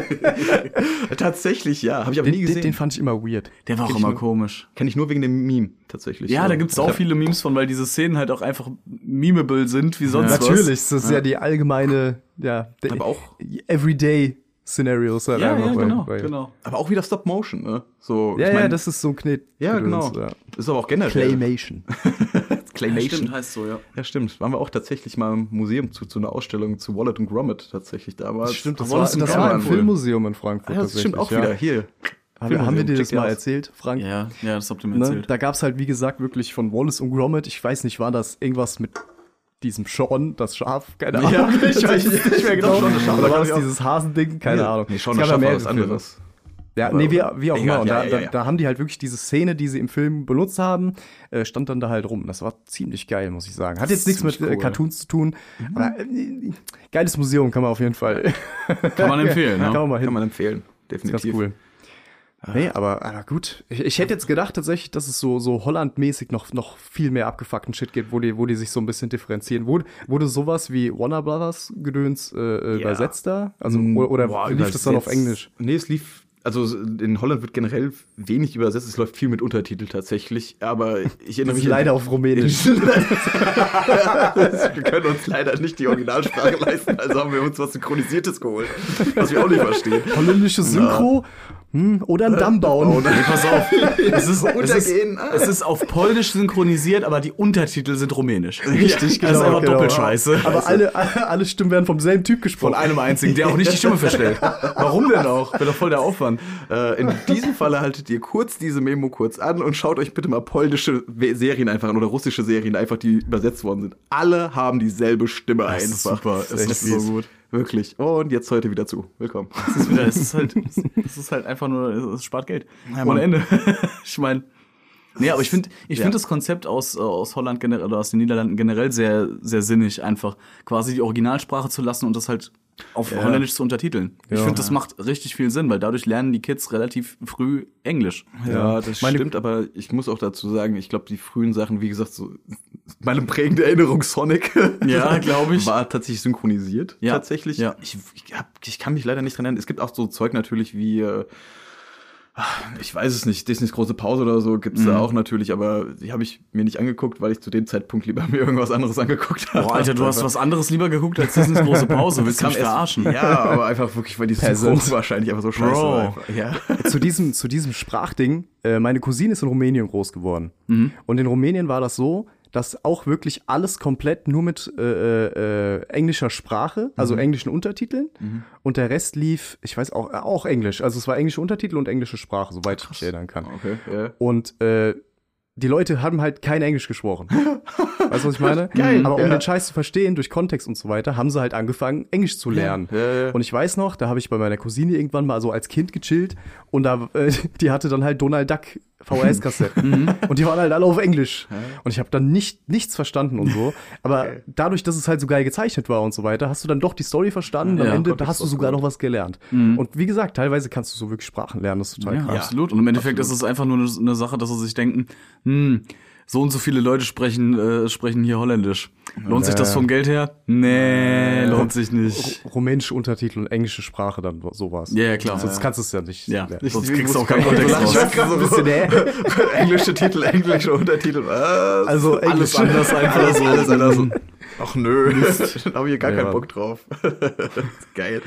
Speaker 7: Äh, Tatsächlich, ja. Habe ich aber nie
Speaker 5: Den,
Speaker 7: gesehen.
Speaker 5: den fand ich immer weird.
Speaker 4: Der war auch immer komisch.
Speaker 7: Kenne ich nur wegen dem Meme, tatsächlich.
Speaker 4: Ja, da
Speaker 7: Also,
Speaker 4: gibt's
Speaker 7: ich
Speaker 4: auch
Speaker 7: hab-
Speaker 4: viele Memes von, weil diese Szenen halt auch einfach memeable sind, wie sonst was.
Speaker 5: Natürlich, das ist ja die allgemeine, ja, der-
Speaker 7: Aber auch-
Speaker 5: everyday Scenarios halt
Speaker 4: Ja,
Speaker 5: einfach.
Speaker 4: ja,
Speaker 5: bei-
Speaker 4: genau,
Speaker 5: bei-
Speaker 4: genau.
Speaker 7: Aber auch wieder Stop Motion, ne? So,
Speaker 5: Ja,
Speaker 7: ich
Speaker 5: ja,
Speaker 7: mein,
Speaker 5: das ist so ein Knet.
Speaker 7: Ja, genau.
Speaker 5: Gedöns, ja.
Speaker 7: Ist aber auch generell.
Speaker 5: Claymation.
Speaker 7: Claymation.
Speaker 4: heißt so, ja.
Speaker 7: Ja, stimmt. Waren wir auch tatsächlich mal im Museum zu, zu einer Ausstellung zu Wallet und Gromit tatsächlich damals. Stimmt,
Speaker 5: Das war, das war im Filmmuseum in Frankfurt.
Speaker 7: Ja, das stimmt auch
Speaker 5: tatsächlich,
Speaker 7: wieder.
Speaker 5: ja.
Speaker 7: Hier.
Speaker 5: Haben, haben wir
Speaker 7: Filmmuseum,
Speaker 5: dir das
Speaker 7: check dir
Speaker 5: mal
Speaker 7: aus.
Speaker 5: erzählt, Frank?
Speaker 4: Ja, ja, das habt ihr mir
Speaker 5: Ne?
Speaker 4: erzählt.
Speaker 5: Da gab es halt, wie gesagt, wirklich von Wallace und Gromit, ich weiß nicht, war das irgendwas mit diesem Sean, das Schaf, keine Ahnung. ich weiß es nicht mehr genau.
Speaker 7: Sean, das Schaf, da
Speaker 5: Oder war
Speaker 7: glaub
Speaker 5: das
Speaker 7: ich auch.
Speaker 5: dieses Hasending? Keine Ahnung.
Speaker 7: Nee,
Speaker 5: Es
Speaker 7: schon
Speaker 5: gab ja
Speaker 7: das war
Speaker 5: mehrere
Speaker 7: was
Speaker 5: Filme.
Speaker 7: anderes.
Speaker 5: Ja, nee, wie, wie auch
Speaker 7: Egal,
Speaker 5: immer. Und
Speaker 7: ja,
Speaker 5: da,
Speaker 7: ja,
Speaker 5: da,
Speaker 7: ja.
Speaker 5: da haben die halt wirklich diese Szene, die sie im Film benutzt haben, äh, stand dann da halt rum. Das war ziemlich geil, muss ich sagen. Hat jetzt nichts mit äh,
Speaker 7: cool. Mhm.
Speaker 5: Cartoons zu tun, aber äh, geiles Museum kann man auf jeden Fall.
Speaker 4: Kann man empfehlen,
Speaker 5: Kann
Speaker 4: ne?
Speaker 5: man mal hin.
Speaker 7: Kann man empfehlen.
Speaker 5: ist ganz
Speaker 7: Definitiv.
Speaker 5: cool. Ah. Nee, aber, aber gut. Ich, ich hätte jetzt gedacht tatsächlich, dass es so, so Holland-mäßig noch, noch viel mehr abgefuckten Shit gibt, wo die, wo die sich so ein bisschen differenzieren. Wurde, wurde sowas wie Warner Brothers Gedöns äh, äh, übersetzt da? Also, oder, oder
Speaker 7: Boah,
Speaker 5: lief das dann auf
Speaker 7: übersetzt.
Speaker 5: Englisch?
Speaker 7: Nee, es lief. Also in Holland wird generell wenig übersetzt, es läuft viel mit Untertitel tatsächlich, aber ich erinnere
Speaker 5: Das
Speaker 7: mich
Speaker 5: ist leider auf Rumänisch.
Speaker 7: wir können uns leider nicht die Originalsprache leisten, also haben wir uns was Synchronisiertes geholt, was wir auch nicht verstehen.
Speaker 5: Holländische Synchro? Hm, oder ein Damm bauen.
Speaker 4: Nee, pass auf. Es ist, es, ist,
Speaker 7: Untergehen. Ah.
Speaker 4: es ist auf Polnisch synchronisiert, aber die Untertitel sind rumänisch.
Speaker 5: Richtig,
Speaker 4: Das ist genau, einfach Doppelscheiße.
Speaker 5: genau,
Speaker 4: Also
Speaker 5: Aber alle, alle, alle Stimmen werden vom selben Typ gesprochen.
Speaker 4: Von einem einzigen, der auch nicht die Stimme verstellt. Warum denn auch? Wäre doch voll der Aufwand.
Speaker 7: Äh, in diesem Falle haltet ihr kurz diese Memo kurz an und schaut euch bitte mal polnische We- Serien einfach an oder russische Serien einfach, die übersetzt worden sind. Alle haben dieselbe Stimme
Speaker 4: Das ist
Speaker 7: einfach.
Speaker 4: super. Das ist so gut.
Speaker 7: Wirklich. Und jetzt heute wieder zu. Willkommen.
Speaker 4: Es ist, wieder, es ist, halt, es ist halt einfach nur, es spart Geld. Ohne Ende. ich meine. Nee, aber ich finde ich find
Speaker 7: Ja.
Speaker 4: das Konzept aus, äh, aus Holland generell oder aus den Niederlanden generell sehr, sehr sinnig, einfach quasi die Originalsprache zu lassen und das halt auf Holländisch zu untertiteln. Ich finde, das macht richtig viel Sinn, weil dadurch lernen die Kids relativ früh Englisch.
Speaker 7: Ja, das
Speaker 5: Meine-
Speaker 7: stimmt, aber ich muss auch dazu sagen, ich glaube, die frühen Sachen, wie gesagt, so meine prägende Erinnerung Sonic
Speaker 4: Ja, glaub ich.
Speaker 7: war tatsächlich synchronisiert.
Speaker 4: Ja,
Speaker 7: Tatsächlich.
Speaker 4: ja.
Speaker 7: Ich, ich, hab, ich kann mich leider nicht dran erinnern. Es gibt auch so Zeug natürlich wie, äh, ah, ich weiß es nicht, Disneys große Pause oder so gibt's
Speaker 4: Mhm.
Speaker 7: da auch natürlich, aber die habe ich mir nicht angeguckt, weil ich zu dem Zeitpunkt lieber mir irgendwas anderes angeguckt habe.
Speaker 4: Boah, Alter, du hast was anderes lieber geguckt als Disneys große Pause. Willst du
Speaker 7: Kam
Speaker 4: mich
Speaker 7: erst-
Speaker 4: verarschen?
Speaker 7: Ja, aber einfach wirklich, weil die
Speaker 5: Peasant.
Speaker 7: Synchro wahrscheinlich einfach so scheiße
Speaker 4: Bro.
Speaker 7: war. einfach. Ja.
Speaker 5: zu diesem, zu diesem Sprachding, äh, meine Cousine ist in Rumänien groß geworden. Und in Rumänien war das so, dass auch wirklich alles komplett nur mit äh, äh, englischer Sprache, also englischen Untertiteln. Und der Rest lief, ich weiß auch, äh, auch Englisch. Also es war englische Untertitel und englische Sprache, soweit ich mich erinnern kann.
Speaker 7: Okay, ja.
Speaker 5: Und äh, die Leute haben halt kein Englisch gesprochen. weißt du, was ich meine? Geil, Aber um den Scheiß zu verstehen, durch Kontext und so weiter, haben sie halt angefangen, Englisch zu lernen. Und ich weiß noch, da habe ich bei meiner Cousine irgendwann mal so als Kind gechillt und da, äh, die hatte dann halt Donald Duck VHS-Kassetten. und die waren halt alle auf Englisch. Und ich habe dann nicht, nichts verstanden und so. Aber dadurch, dass es halt so geil gezeichnet war und so weiter, hast du dann doch die Story verstanden. Am
Speaker 4: Ja,
Speaker 5: Ende
Speaker 7: Gott,
Speaker 5: da
Speaker 7: ist
Speaker 5: hast du
Speaker 7: das
Speaker 5: sogar noch was gelernt. Und wie gesagt, teilweise kannst du so wirklich Sprachen lernen. Das ist total
Speaker 4: Ja,
Speaker 5: krass.
Speaker 4: absolut. Und im Endeffekt ist es einfach nur eine, eine Sache, dass sie sich denken, hm, so und so viele Leute sprechen, äh, sprechen hier Holländisch. Lohnt sich
Speaker 7: Äh.
Speaker 4: das vom Geld her? Nee, lohnt sich nicht.
Speaker 5: Ru- rumänische Untertitel und englische Sprache dann sowas.
Speaker 4: Ja, ja, klar.
Speaker 5: Sonst
Speaker 4: Ja.
Speaker 5: kannst du es ja nicht.
Speaker 4: Ja,
Speaker 5: lernen.
Speaker 4: sonst
Speaker 7: Ich-
Speaker 4: kriegst du auch
Speaker 7: ich-
Speaker 4: keinen
Speaker 7: ich-
Speaker 4: Kontext
Speaker 7: ich-
Speaker 4: raus.
Speaker 7: ich-
Speaker 5: ein bisschen, äh,
Speaker 7: englische Titel, englische Untertitel. Was?
Speaker 5: Also
Speaker 7: alles
Speaker 5: englische-
Speaker 7: anders einfach so. Alles anders so. Ach nö, da habe ich gar
Speaker 5: Ja.
Speaker 7: keinen Bock drauf. Geil.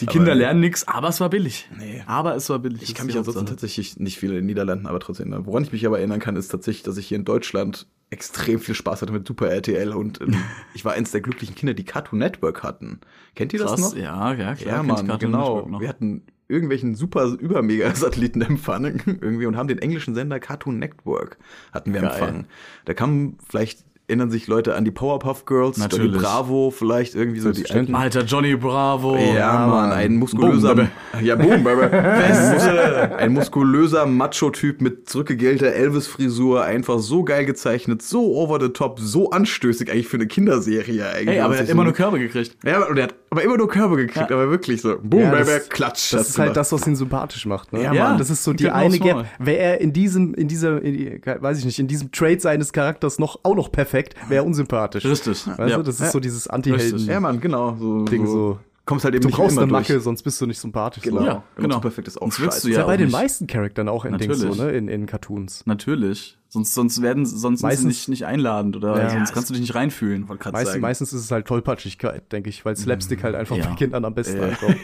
Speaker 4: Die Kinder lernen nix, aber es war billig.
Speaker 7: Ah, Nee.
Speaker 4: Aber es war billig.
Speaker 7: Ich kann mich ansonsten tatsächlich nicht viel in den Niederlanden, aber trotzdem. erinnern. Woran ich mich aber erinnern kann, ist tatsächlich, dass ich hier in Deutschland extrem viel Spaß hatte mit Super RTL und ähm, ich war eins der glücklichen Kinder, die Cartoon Network hatten. Kennt ihr das
Speaker 4: Krass,
Speaker 7: noch?
Speaker 4: ja,
Speaker 7: Ja,
Speaker 4: ja, klar. kenn ich
Speaker 7: Mann,
Speaker 4: Cartoon
Speaker 7: genau.
Speaker 4: Network noch.
Speaker 7: Wir hatten irgendwelchen super, über mega Satelliten empfangen irgendwie und haben den englischen Sender Cartoon Network hatten wir
Speaker 4: Geil.
Speaker 7: empfangen. Da kamen vielleicht erinnern sich Leute an die Powerpuff Girls,
Speaker 4: Natürlich.
Speaker 7: Johnny Bravo, vielleicht irgendwie so die alten.
Speaker 4: Alter, Johnny Bravo.
Speaker 7: Ja, Mann, ein muskulöser,
Speaker 4: Boom,
Speaker 7: ja, boom, Baby. ein, Mus ein muskulöser Macho-Typ mit zurückgegelter Elvis-Frisur, einfach so geil gezeichnet, so over the top, so anstößig eigentlich für eine Kinderserie eigentlich.
Speaker 4: Ey, aber
Speaker 7: Was
Speaker 4: er hat
Speaker 7: ich
Speaker 4: immer
Speaker 7: so-
Speaker 4: nur Körbe gekriegt.
Speaker 7: ja, und er hat aber immer nur Körbe gekriegt,
Speaker 4: Ja.
Speaker 7: aber wirklich so, boom,
Speaker 5: Ja,
Speaker 7: Baby,
Speaker 5: das-
Speaker 7: klatsch.
Speaker 5: Das
Speaker 7: hat's
Speaker 5: ist halt
Speaker 7: gemacht.
Speaker 5: das, was ihn sympathisch macht. Ne?
Speaker 7: Ja, Mann.
Speaker 5: Das ist so
Speaker 4: Und
Speaker 5: die
Speaker 4: Captain
Speaker 5: eine
Speaker 4: Hoffmann.
Speaker 5: Gap. Wäre er in diesem, in dieser, in, weiß ich nicht, in diesem Trait seines Charakters noch auch noch perfekt, wäre er unsympathisch.
Speaker 4: Richtig.
Speaker 5: Weißt
Speaker 4: Ja.
Speaker 5: du, das ist
Speaker 4: Ja.
Speaker 5: so dieses Anti-Helden.
Speaker 4: Richtig.
Speaker 7: Ja, Mann, genau. So,
Speaker 5: Ding so.
Speaker 7: Kommst halt eben
Speaker 5: Du
Speaker 7: nicht
Speaker 5: brauchst
Speaker 7: immer
Speaker 5: eine Macke,
Speaker 7: durch.
Speaker 5: sonst bist du nicht sympathisch.
Speaker 7: Genau.
Speaker 5: So.
Speaker 4: Ja,
Speaker 7: Ganz
Speaker 4: genau.
Speaker 7: perfekt ist auch
Speaker 4: Sonst willst du
Speaker 7: scheiße.
Speaker 5: Ist ja
Speaker 4: auch
Speaker 5: bei den
Speaker 4: nicht.
Speaker 5: meisten Charaktern auch ein Ding so,
Speaker 4: Natürlich.
Speaker 5: ne? In, in Cartoons.
Speaker 4: Natürlich. Sonst, sonst werden, sonst sind sie
Speaker 5: Meistens-
Speaker 4: nicht, nicht einladend oder
Speaker 5: Ja.
Speaker 4: sonst kannst du dich nicht reinfühlen.
Speaker 5: Meist, meistens ist es halt Tollpatschigkeit, denke ich, weil Slapstick halt einfach
Speaker 4: Mhm. Ja. Äh.
Speaker 5: bei Kindern am besten ankommt.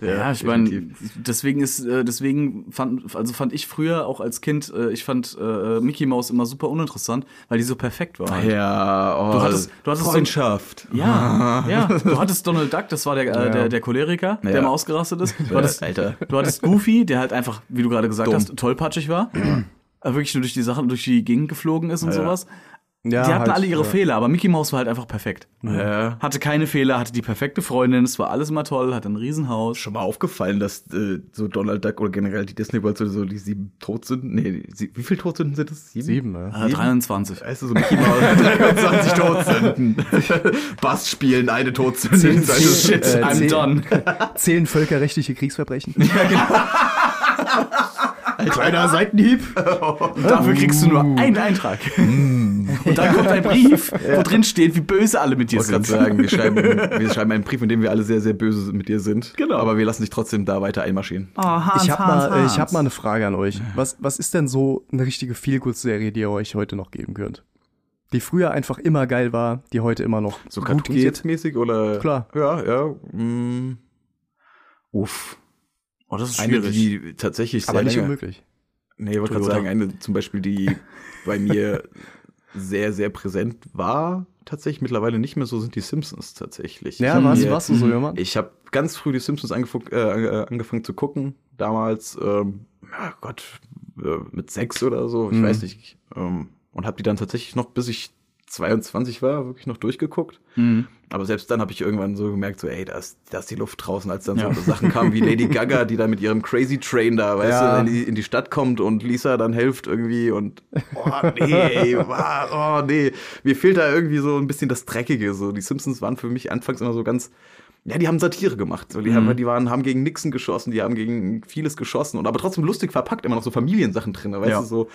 Speaker 4: Ja, ich meine,
Speaker 7: definitiv.
Speaker 4: deswegen ist, äh, deswegen fand, also fand ich früher auch als Kind, äh, ich fand äh, Mickey Mouse immer super uninteressant, weil die so perfekt war. halt.
Speaker 7: Ja, oh,
Speaker 4: Du hattest- du hattest so-
Speaker 7: Freundschaft.
Speaker 5: Ah.
Speaker 4: Ja, ja. Du hattest Donald Duck, das war der, äh, der, der Choleriker, der
Speaker 7: Ja.
Speaker 4: immer ausgerastet ist. Du hattest,
Speaker 7: Alter.
Speaker 4: du hattest Goofy, der halt einfach, wie du gerade gesagt
Speaker 7: Dumm.
Speaker 4: hast, tollpatschig war. Äh, Wirklich nur durch die Sachen, durch die Gegend geflogen ist und sowas.
Speaker 5: Ja,
Speaker 4: die hatten
Speaker 5: halt,
Speaker 4: alle ihre
Speaker 5: ja.
Speaker 4: Fehler, aber Mickey Mouse war halt einfach perfekt.
Speaker 7: Ja.
Speaker 4: Hatte keine Fehler, hatte die perfekte Freundin, es war alles immer toll, hatte ein Riesenhaus.
Speaker 7: Schon mal aufgefallen, dass äh, so Donald Duck oder generell die Disney Worlds oder so, die sieben Todsünden, nee, die sie, wie viele Todsünden sind das? Ah,
Speaker 5: Sieben, ja.
Speaker 4: Äh, 23.
Speaker 7: Weißt du, so Mickey Mouse, 23 Todsünden. Bass spielen, eine Todsünde.
Speaker 5: Zehn-
Speaker 7: Das ist
Speaker 5: zehn-
Speaker 7: shit.
Speaker 5: äh,
Speaker 4: I'm
Speaker 5: zehn-
Speaker 4: done.
Speaker 5: Zählen völkerrechtliche Kriegsverbrechen? Kleiner Seitenhieb.
Speaker 4: Dafür kriegst du nur
Speaker 5: Uh.
Speaker 4: einen Eintrag.
Speaker 5: Mm.
Speaker 4: Und dann kommt ein Brief, wo drin steht, wie böse alle mit dir
Speaker 7: Ich wollte
Speaker 4: sind.
Speaker 7: gerade sagen, wir schreiben, wir schreiben einen Brief, in dem wir alle sehr, sehr böse mit dir sind. Genau. Aber wir lassen dich trotzdem da weiter einmarschieren.
Speaker 4: Oh, Hans,
Speaker 5: ich habe mal, äh, ich hab mal eine Frage an euch. Was, was ist denn so eine richtige Feelgood-Serie, die ihr euch heute noch geben könnt? Die früher einfach immer geil war, die heute immer noch
Speaker 7: So
Speaker 5: gut geht.
Speaker 7: mäßig oder?
Speaker 5: Klar.
Speaker 7: Ja, ja. mm. Uff.
Speaker 4: Oh, das ist
Speaker 7: Eine,
Speaker 4: schwierig.
Speaker 7: die tatsächlich
Speaker 5: Aber nicht
Speaker 7: lange-
Speaker 5: unmöglich.
Speaker 7: Nee, ich wollte gerade sagen,
Speaker 4: Toyota.
Speaker 7: eine zum Beispiel, die bei mir sehr, sehr präsent war, tatsächlich mittlerweile nicht mehr so, sind die Simpsons tatsächlich.
Speaker 5: Ja,
Speaker 7: Ich
Speaker 5: warst,
Speaker 7: mir-
Speaker 5: warst du so jemand?
Speaker 7: Ich habe ganz früh die Simpsons angefuck- äh, äh, angefangen zu gucken. Damals, ähm, ja Gott, äh, mit sechs oder so, ich
Speaker 5: Mhm.
Speaker 7: weiß nicht. Ähm, und habe die dann tatsächlich noch, bis ich 22 war, wirklich noch durchgeguckt.
Speaker 4: Mhm.
Speaker 7: Aber selbst dann habe ich irgendwann so gemerkt, so, ey, da ist, da ist die Luft draußen, als dann
Speaker 4: Ja.
Speaker 7: so Sachen kamen wie Lady Gaga, die da mit ihrem Crazy Train da, weißt
Speaker 5: Ja.
Speaker 7: du, in die, in die Stadt kommt und Lisa dann hilft irgendwie und, oh nee, ey, wa- oh nee. Mir fehlt da irgendwie so ein bisschen das Dreckige, so. Die Simpsons waren für mich anfangs immer so ganz, ja, die haben Satire gemacht. So, die,
Speaker 5: Mhm.
Speaker 7: haben, die waren, haben gegen Nixon geschossen, die haben gegen vieles geschossen und aber trotzdem lustig verpackt, immer noch so Familiensachen drin, weißt
Speaker 4: Ja.
Speaker 7: du, so.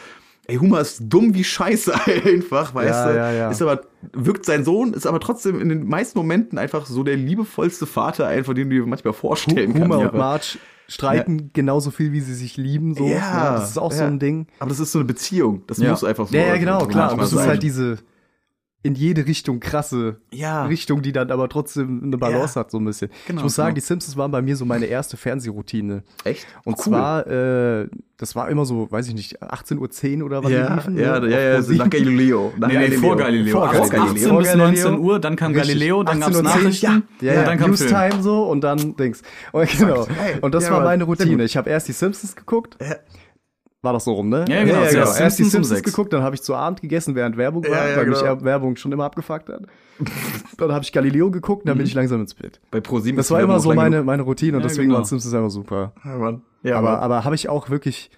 Speaker 7: Ey, Humor ist dumm wie Scheiße einfach, weißt
Speaker 5: Ja,
Speaker 7: du?
Speaker 5: ja, ja.
Speaker 7: Ist aber wirkt sein Sohn, ist aber trotzdem in den meisten Momenten einfach so der liebevollste Vater, ein, von dem du dir manchmal vorstellen kannst.
Speaker 5: Homer und
Speaker 7: aber,
Speaker 5: Marge streiten genauso viel, wie sie sich lieben. So. ne?
Speaker 7: Ja,
Speaker 5: das ist auch so
Speaker 7: ja.
Speaker 5: ein Ding.
Speaker 7: aber das ist so eine Beziehung. Das
Speaker 4: Ja.
Speaker 7: muss einfach so
Speaker 5: Ja, ja, genau,
Speaker 7: so
Speaker 5: klar. Und
Speaker 7: manchmal
Speaker 5: das ist
Speaker 7: sein.
Speaker 5: halt diese in jede Richtung krasse
Speaker 7: Ja.
Speaker 5: Richtung, die dann aber trotzdem eine Balance
Speaker 7: Ja.
Speaker 5: hat, so ein bisschen.
Speaker 7: Genau,
Speaker 5: ich muss sagen,
Speaker 7: genau.
Speaker 5: die Simpsons waren bei mir so meine erste Fernsehroutine.
Speaker 7: Echt?
Speaker 5: Und
Speaker 7: Cool.
Speaker 5: zwar, äh, das war immer so, weiß ich nicht, 18.10 Uhr oder was
Speaker 7: Ja, ja, ja, ja,
Speaker 5: ne? Auf Pro
Speaker 7: nach
Speaker 5: 7.
Speaker 7: Galileo. Nach
Speaker 4: Nee, nee, vor Galileo.
Speaker 5: Vor
Speaker 4: Ab
Speaker 5: Galileo.
Speaker 4: 18
Speaker 5: Vor
Speaker 4: bis
Speaker 5: Galileo.
Speaker 4: 19 Uhr, dann kam
Speaker 5: Richtig.
Speaker 4: Galileo, dann gab es
Speaker 5: 18:10,
Speaker 4: Nachrichten,
Speaker 5: Ja, ja,
Speaker 4: und dann kam
Speaker 5: News
Speaker 4: Film.
Speaker 5: Time so und dann Dings. Und, genau.
Speaker 7: Hey,
Speaker 5: und das
Speaker 7: ja,
Speaker 5: war
Speaker 7: aber
Speaker 5: meine
Speaker 7: sehr
Speaker 5: Routine.
Speaker 7: gut.
Speaker 5: Ich habe erst die Simpsons geguckt.
Speaker 7: Ja.
Speaker 5: War doch so rum, ne?
Speaker 4: Ja, genau. Zuerst
Speaker 5: Erst
Speaker 4: Simpsons
Speaker 5: die
Speaker 4: um
Speaker 5: Simpsons
Speaker 4: sechs.
Speaker 5: geguckt, dann habe ich zu Abend gegessen, während Werbung war,
Speaker 7: ja,
Speaker 5: weil
Speaker 7: genau.
Speaker 5: mich Werbung schon immer abgefuckt hat. dann habe ich Galileo geguckt und dann
Speaker 7: Mhm.
Speaker 5: bin ich langsam ins Bett.
Speaker 7: Bei ProSieben.
Speaker 5: Das war immer so meine, meine Routine und
Speaker 4: Ja,
Speaker 5: deswegen
Speaker 4: genau.
Speaker 5: waren Simpsons einfach super.
Speaker 7: Ja, Mann. Ja,
Speaker 5: aber
Speaker 7: Mann.
Speaker 5: aber habe ich auch wirklich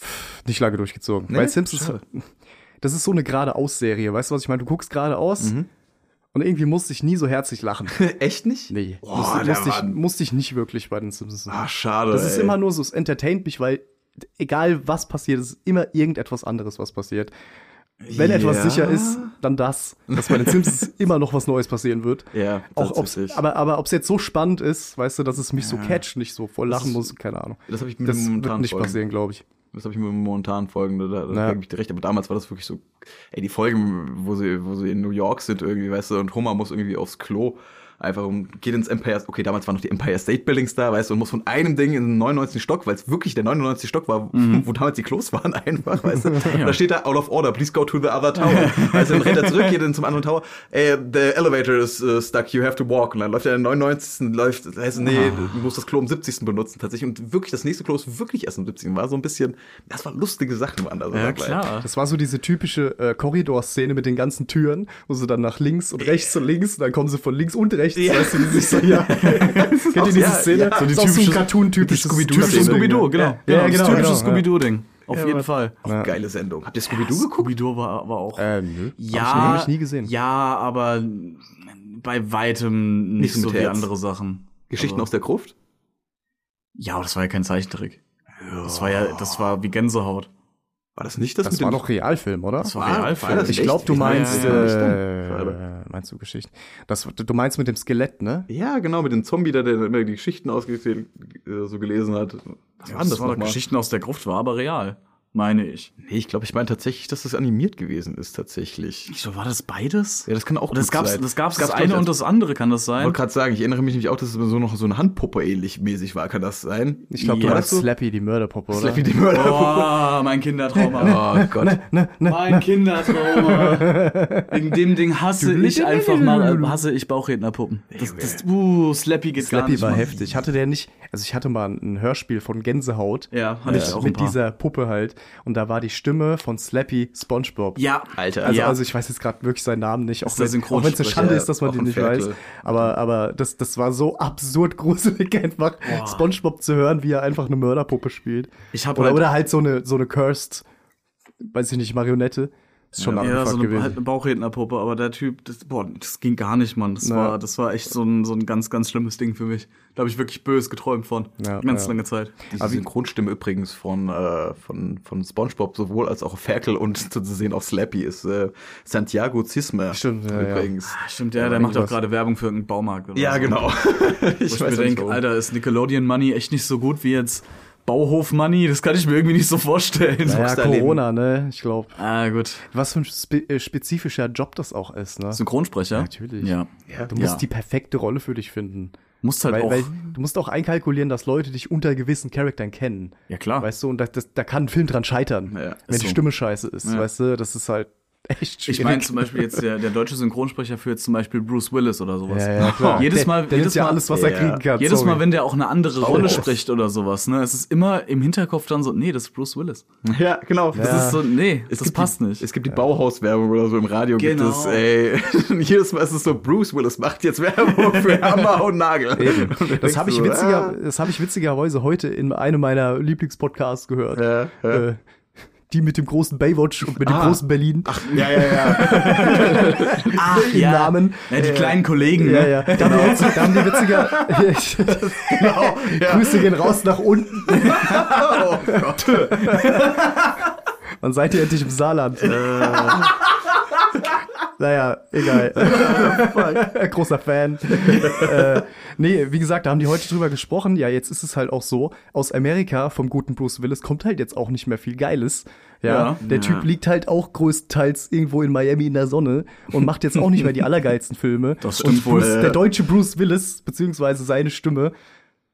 Speaker 5: pff, nicht lange durchgezogen.
Speaker 7: Nee,
Speaker 5: Weil Simpsons,
Speaker 7: schade.
Speaker 5: das ist so eine geradeaus-Serie. Weißt du, was ich meine? Du guckst geradeaus
Speaker 7: Mhm.
Speaker 5: und irgendwie musste ich nie so herzlich lachen.
Speaker 7: Echt nicht?
Speaker 5: Nee,
Speaker 7: Oh,
Speaker 5: musste,
Speaker 7: der
Speaker 5: musste, ich,
Speaker 7: Mann.
Speaker 5: musste ich nicht wirklich bei den Simpsons.
Speaker 7: Ah, schade.
Speaker 5: das ist
Speaker 7: ey.
Speaker 5: immer nur so, es entertaint mich, weil egal was passiert, es ist immer irgendetwas anderes, was passiert. Wenn etwas
Speaker 7: Ja.
Speaker 5: sicher ist, dann das, dass bei den Simpsons immer noch was Neues passieren wird.
Speaker 7: Ja,
Speaker 5: Auch ob's,
Speaker 7: tatsächlich.
Speaker 5: aber aber ob es jetzt so spannend ist, weißt du, dass es mich so catcht, nicht so voll lachen
Speaker 7: ist-
Speaker 5: muss, keine Ahnung.
Speaker 7: Das habe ich mit
Speaker 5: Das
Speaker 7: den
Speaker 5: wird
Speaker 7: momentanen
Speaker 5: nicht
Speaker 7: Folgen.
Speaker 5: passieren, glaube ich.
Speaker 7: Das habe ich mir momentan folgende, da, da
Speaker 5: Ja.
Speaker 7: ja. ich direkt, aber damals war das wirklich so, ey, die Folgen, wo sie, wo sie in New York sind irgendwie, weißt du, und Homer muss irgendwie aufs Klo, einfach und geht ins Empire, okay, damals waren noch die Empire State Buildings da, weißt du, und muss von einem Ding in den 99. Stock, weil es wirklich der 99. Stock war, wo damals die Klos waren einfach, weißt du, und da steht da, out of order, please go to the other tower, weißt du, dann rennt er zurück, geht dann zum anderen Tower, ey, the elevator is uh, stuck, you have to walk, und dann läuft er in den 99. läuft, weißt du, nee, du musst das Klo am 70. benutzen, tatsächlich, und wirklich, das nächste Klo ist wirklich erst am 70. war so ein bisschen, das waren lustige Sachen, waren da so dabei.
Speaker 4: Ja, klar.
Speaker 5: Das war so diese typische äh, Korridorszene mit den ganzen Türen, wo sie dann nach links und rechts und links und dann kommen sie von links und rechts.
Speaker 7: Ja.
Speaker 5: Weißt du, die sich so, ja. Kennt ihr
Speaker 7: auch-
Speaker 5: diese
Speaker 7: ja,
Speaker 5: Szene?
Speaker 7: ja.
Speaker 5: So die
Speaker 4: Ist auch so ein
Speaker 5: typische Cartoon-typische
Speaker 7: ne?
Speaker 4: Typisches Scooby-Doo, genau.
Speaker 5: Ja, ja, genau.
Speaker 4: das typische
Speaker 5: genau,
Speaker 4: Scooby-Doo-Ding. Auf jeden Fall.
Speaker 7: Auch geile Sendung. Habt ihr Scooby-Doo geguckt?
Speaker 4: Scooby-Doo war aber auch.
Speaker 5: Ja. Äh, nö.
Speaker 4: Ähm, ja.
Speaker 5: Hab ich nämlich nie gesehen.
Speaker 4: Ja, aber bei weitem nicht,
Speaker 7: Nicht
Speaker 4: so
Speaker 7: mit
Speaker 4: wie
Speaker 7: Herz.
Speaker 4: andere Sachen.
Speaker 7: Geschichten
Speaker 4: Also-
Speaker 7: aus der Gruft?
Speaker 4: Ja, aber das war ja kein Zeichentrick. Das war ja, das war wie Gänsehaut.
Speaker 7: War das nicht das,
Speaker 5: Das war doch Realfilm, oder?
Speaker 4: Das war
Speaker 7: War-
Speaker 4: Realfilm.
Speaker 7: war das
Speaker 5: ich
Speaker 7: echt?
Speaker 5: glaube, du
Speaker 7: Ich meine,
Speaker 5: meinst,
Speaker 4: ja, ja,
Speaker 7: ja.
Speaker 5: äh, meinst du Geschichten? Das, du meinst mit dem Skelett, ne?
Speaker 7: Ja, genau, mit dem Zombie, der, der immer die Geschichten ausge äh, so gelesen hat. Was
Speaker 4: Ja, das war doch
Speaker 7: nochmal?
Speaker 4: Geschichten aus der Gruft, war aber real, meine ich.
Speaker 7: Nee, ich glaube, ich meine tatsächlich, dass das animiert gewesen ist, tatsächlich.
Speaker 4: Wieso war das beides?
Speaker 7: Ja, das kann auch
Speaker 4: Oder das
Speaker 7: gut
Speaker 4: gab's,
Speaker 7: sein.
Speaker 4: das gab's, das
Speaker 7: glaub ich,
Speaker 4: eine
Speaker 7: als-
Speaker 4: und das andere, kann das
Speaker 7: Ich
Speaker 4: sein?
Speaker 7: wollte gerade sagen, ich erinnere mich nämlich auch, dass es so noch so eine Handpuppe ähnlich mäßig war. Kann das sein?
Speaker 5: Ich glaube, du
Speaker 4: Ja.
Speaker 5: meinst Slappy, die Mörderpuppe, oder?
Speaker 7: Slappy die Mörder.
Speaker 4: Oh, mein Kindertrauma.
Speaker 7: Oh Gott.
Speaker 4: Mein Kindertrauma. Wegen dem Ding hasse ich einfach mal, hasse ich Bauchrednerpuppen. Das, das, uh, Slappy geht gar
Speaker 5: Slappy
Speaker 4: nicht.
Speaker 5: war
Speaker 4: Mann.
Speaker 5: heftig. Hatte der nicht, also ich hatte mal ein Hörspiel von Gänsehaut.
Speaker 4: Ja, hatte ich auch ein
Speaker 5: Mit
Speaker 4: paar.
Speaker 5: dieser Puppe halt. Und da war die Stimme von Slappy Spongebob.
Speaker 4: Ja,
Speaker 7: Alter.
Speaker 5: Also,
Speaker 4: ja.
Speaker 5: also ich weiß jetzt gerade wirklich seinen Namen nicht, auch
Speaker 4: der
Speaker 5: wenn auch wenn's eine
Speaker 4: Synchronsprecher,
Speaker 5: Schande ist, dass man
Speaker 7: auch
Speaker 5: den
Speaker 7: ein
Speaker 5: nicht
Speaker 7: Ferkel.
Speaker 5: weiß. Aber, aber das, das war so absurd gruselig, einfach Spongebob zu hören, wie er einfach eine Mörderpuppe spielt.
Speaker 4: Ich hab
Speaker 5: oder,
Speaker 4: halt-
Speaker 5: oder halt so eine, so eine Cursed, weiß ich nicht, Marionette. Ist schon
Speaker 4: Ja,
Speaker 5: abgefuckt
Speaker 4: so eine,
Speaker 5: gewesen.
Speaker 4: halt eine Bauchrednerpuppe, aber der Typ, das, boah, das ging gar nicht, Mann. Das,
Speaker 5: Ja.
Speaker 4: war, das war echt so ein, so ein ganz, ganz schlimmes Ding für mich. Da habe ich wirklich bös geträumt von.
Speaker 5: Ja,
Speaker 4: ganz
Speaker 5: ja.
Speaker 4: lange Zeit.
Speaker 7: Diese Synchronstimme übrigens von, äh, von, von Spongebob sowohl als auch auf Ferkel und zu sehen auf Slappy ist äh, Santiago Cisme.
Speaker 5: Stimmt, ja, ja.
Speaker 7: übrigens.
Speaker 4: Ah, stimmt, ja, der macht auch
Speaker 5: irgendwas.
Speaker 4: gerade Werbung für irgendeinen Baumarkt. Oder
Speaker 7: Ja,
Speaker 4: so.
Speaker 7: genau.
Speaker 4: Wo ich
Speaker 7: weiß
Speaker 4: mir
Speaker 7: nicht,
Speaker 4: denke,
Speaker 7: warum.
Speaker 4: Alter, ist Nickelodeon Money echt nicht so gut wie jetzt Bauhof Money? Das kann ich mir irgendwie nicht so vorstellen.
Speaker 5: Ja,
Speaker 7: Boxer erleben.
Speaker 5: Corona, ne? Ich glaube.
Speaker 4: Ah, gut.
Speaker 5: Was für ein spe äh, spezifischer Job das auch ist, ne?
Speaker 4: Synchronsprecher?
Speaker 5: Natürlich.
Speaker 4: Ja.
Speaker 5: Du musst
Speaker 4: Ja.
Speaker 5: die perfekte Rolle für dich finden.
Speaker 4: Musst halt
Speaker 5: Weil,
Speaker 4: auch.
Speaker 5: weil du musst auch einkalkulieren, dass Leute dich unter gewissen Charaktern kennen.
Speaker 4: ja, klar.
Speaker 5: Weißt du, und da, das, da kann ein Film dran scheitern,
Speaker 7: Ja, ist
Speaker 5: wenn die
Speaker 4: so.
Speaker 5: Stimme scheiße ist.
Speaker 4: Ja.
Speaker 5: Weißt du, das ist halt echt schwierig.
Speaker 4: ich meine zum Beispiel jetzt der, der deutsche Synchronsprecher für jetzt zum Beispiel Bruce Willis oder sowas.
Speaker 5: ja, ja, klar.
Speaker 4: Jedes
Speaker 5: Der-
Speaker 4: Mal,
Speaker 5: der
Speaker 4: jedes
Speaker 5: nimmt ja
Speaker 4: Mal
Speaker 5: alles, was er
Speaker 7: Ja.
Speaker 5: kriegen kann.
Speaker 4: Jedes
Speaker 5: sorry.
Speaker 4: Mal, wenn der auch eine andere Rolle
Speaker 7: Bauhaus.
Speaker 4: spricht oder sowas, ne? Es ist immer im Hinterkopf dann so, nee, das ist Bruce Willis.
Speaker 7: Ja, genau.
Speaker 4: Das
Speaker 5: Ja.
Speaker 4: ist so, nee, das
Speaker 7: gibt
Speaker 4: passt
Speaker 7: die,
Speaker 4: nicht.
Speaker 7: Es gibt die Bauhauswerbung oder so im Radio
Speaker 4: Genau.
Speaker 7: gibt es, ey. Jedes Mal ist es so, Bruce Willis macht jetzt Werbung für Hammer und Nagel.
Speaker 5: Eben.
Speaker 7: Und dann
Speaker 5: Das
Speaker 7: denkst
Speaker 5: habe
Speaker 7: du
Speaker 5: ich,
Speaker 7: so,
Speaker 5: witziger,
Speaker 7: ah.
Speaker 5: das hab ich witzigerweise heute in einem meiner Lieblingspodcasts gehört.
Speaker 7: Ja, ja.
Speaker 5: Äh, die mit dem großen Baywatch und mit dem
Speaker 7: Ah.
Speaker 5: großen Berlin.
Speaker 7: Ja, ja, ja.
Speaker 4: Ach,
Speaker 5: im Namen. Äh,
Speaker 4: Ja, die kleinen Kollegen,
Speaker 5: Ja,
Speaker 4: ne?
Speaker 5: ja. Da haben die, witz- da haben die witziger.
Speaker 4: Genau,
Speaker 5: Grüße gehen raus nach unten.
Speaker 4: Oh
Speaker 5: Dann seid ihr endlich im Saarland.
Speaker 4: Äh.
Speaker 5: Naja, egal. Großer Fan. äh, nee, wie gesagt, da haben die heute drüber gesprochen. Ja, jetzt ist es halt auch so, aus Amerika vom guten Bruce Willis kommt halt jetzt auch nicht mehr viel Geiles. Ja,
Speaker 4: Ja.
Speaker 5: der
Speaker 4: Ja.
Speaker 5: Typ liegt halt auch größtenteils irgendwo in Miami in der Sonne und macht jetzt auch nicht mehr die allergeilsten Filme.
Speaker 4: Das stimmt
Speaker 5: und Bruce,
Speaker 4: wohl, äh.
Speaker 5: Der deutsche Bruce Willis, beziehungsweise seine Stimme,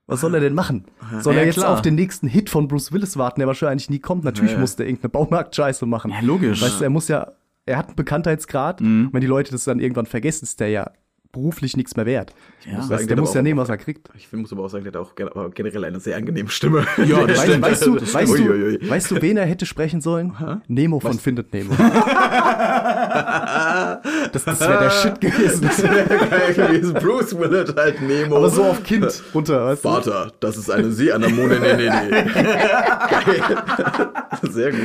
Speaker 5: was soll er denn machen? Soll
Speaker 4: Ja,
Speaker 5: er jetzt
Speaker 4: klar.
Speaker 5: auf den nächsten Hit von Bruce Willis warten, der wahrscheinlich nie kommt? Natürlich
Speaker 4: Ja.
Speaker 5: muss der irgendeine Baumarkt-Scheiße machen.
Speaker 4: Ja, logisch. Mhm.
Speaker 5: Weißt du, er muss ja, er hat einen Bekanntheitsgrad. Und wenn die Leute das dann irgendwann vergessen, ist der ja beruflich nichts mehr wert.
Speaker 4: Ja.
Speaker 5: das
Speaker 7: Sagen
Speaker 5: heißt,
Speaker 7: die
Speaker 5: der muss
Speaker 7: aber
Speaker 5: ja
Speaker 7: auch-
Speaker 5: nehmen, was er kriegt.
Speaker 7: Ich muss aber auch sagen, der hat auch gen- aber generell eine sehr angenehme Stimme.
Speaker 4: Ja, das
Speaker 5: Weißt,
Speaker 4: stimmt.
Speaker 5: weißt, du,
Speaker 4: Das
Speaker 5: weißt, du,
Speaker 7: Uiuiui.
Speaker 5: weißt du, wen er hätte sprechen sollen? Nemo von Findet Nemo. das das wäre der Shit gewesen.
Speaker 7: Das wäre geil gewesen. Bruce Willis halt Nemo.
Speaker 5: Aber so auf Kind runter, weißt du?
Speaker 7: Vater, das ist eine Seeanemone. Nee, nee, nee. Geil. Sehr gut.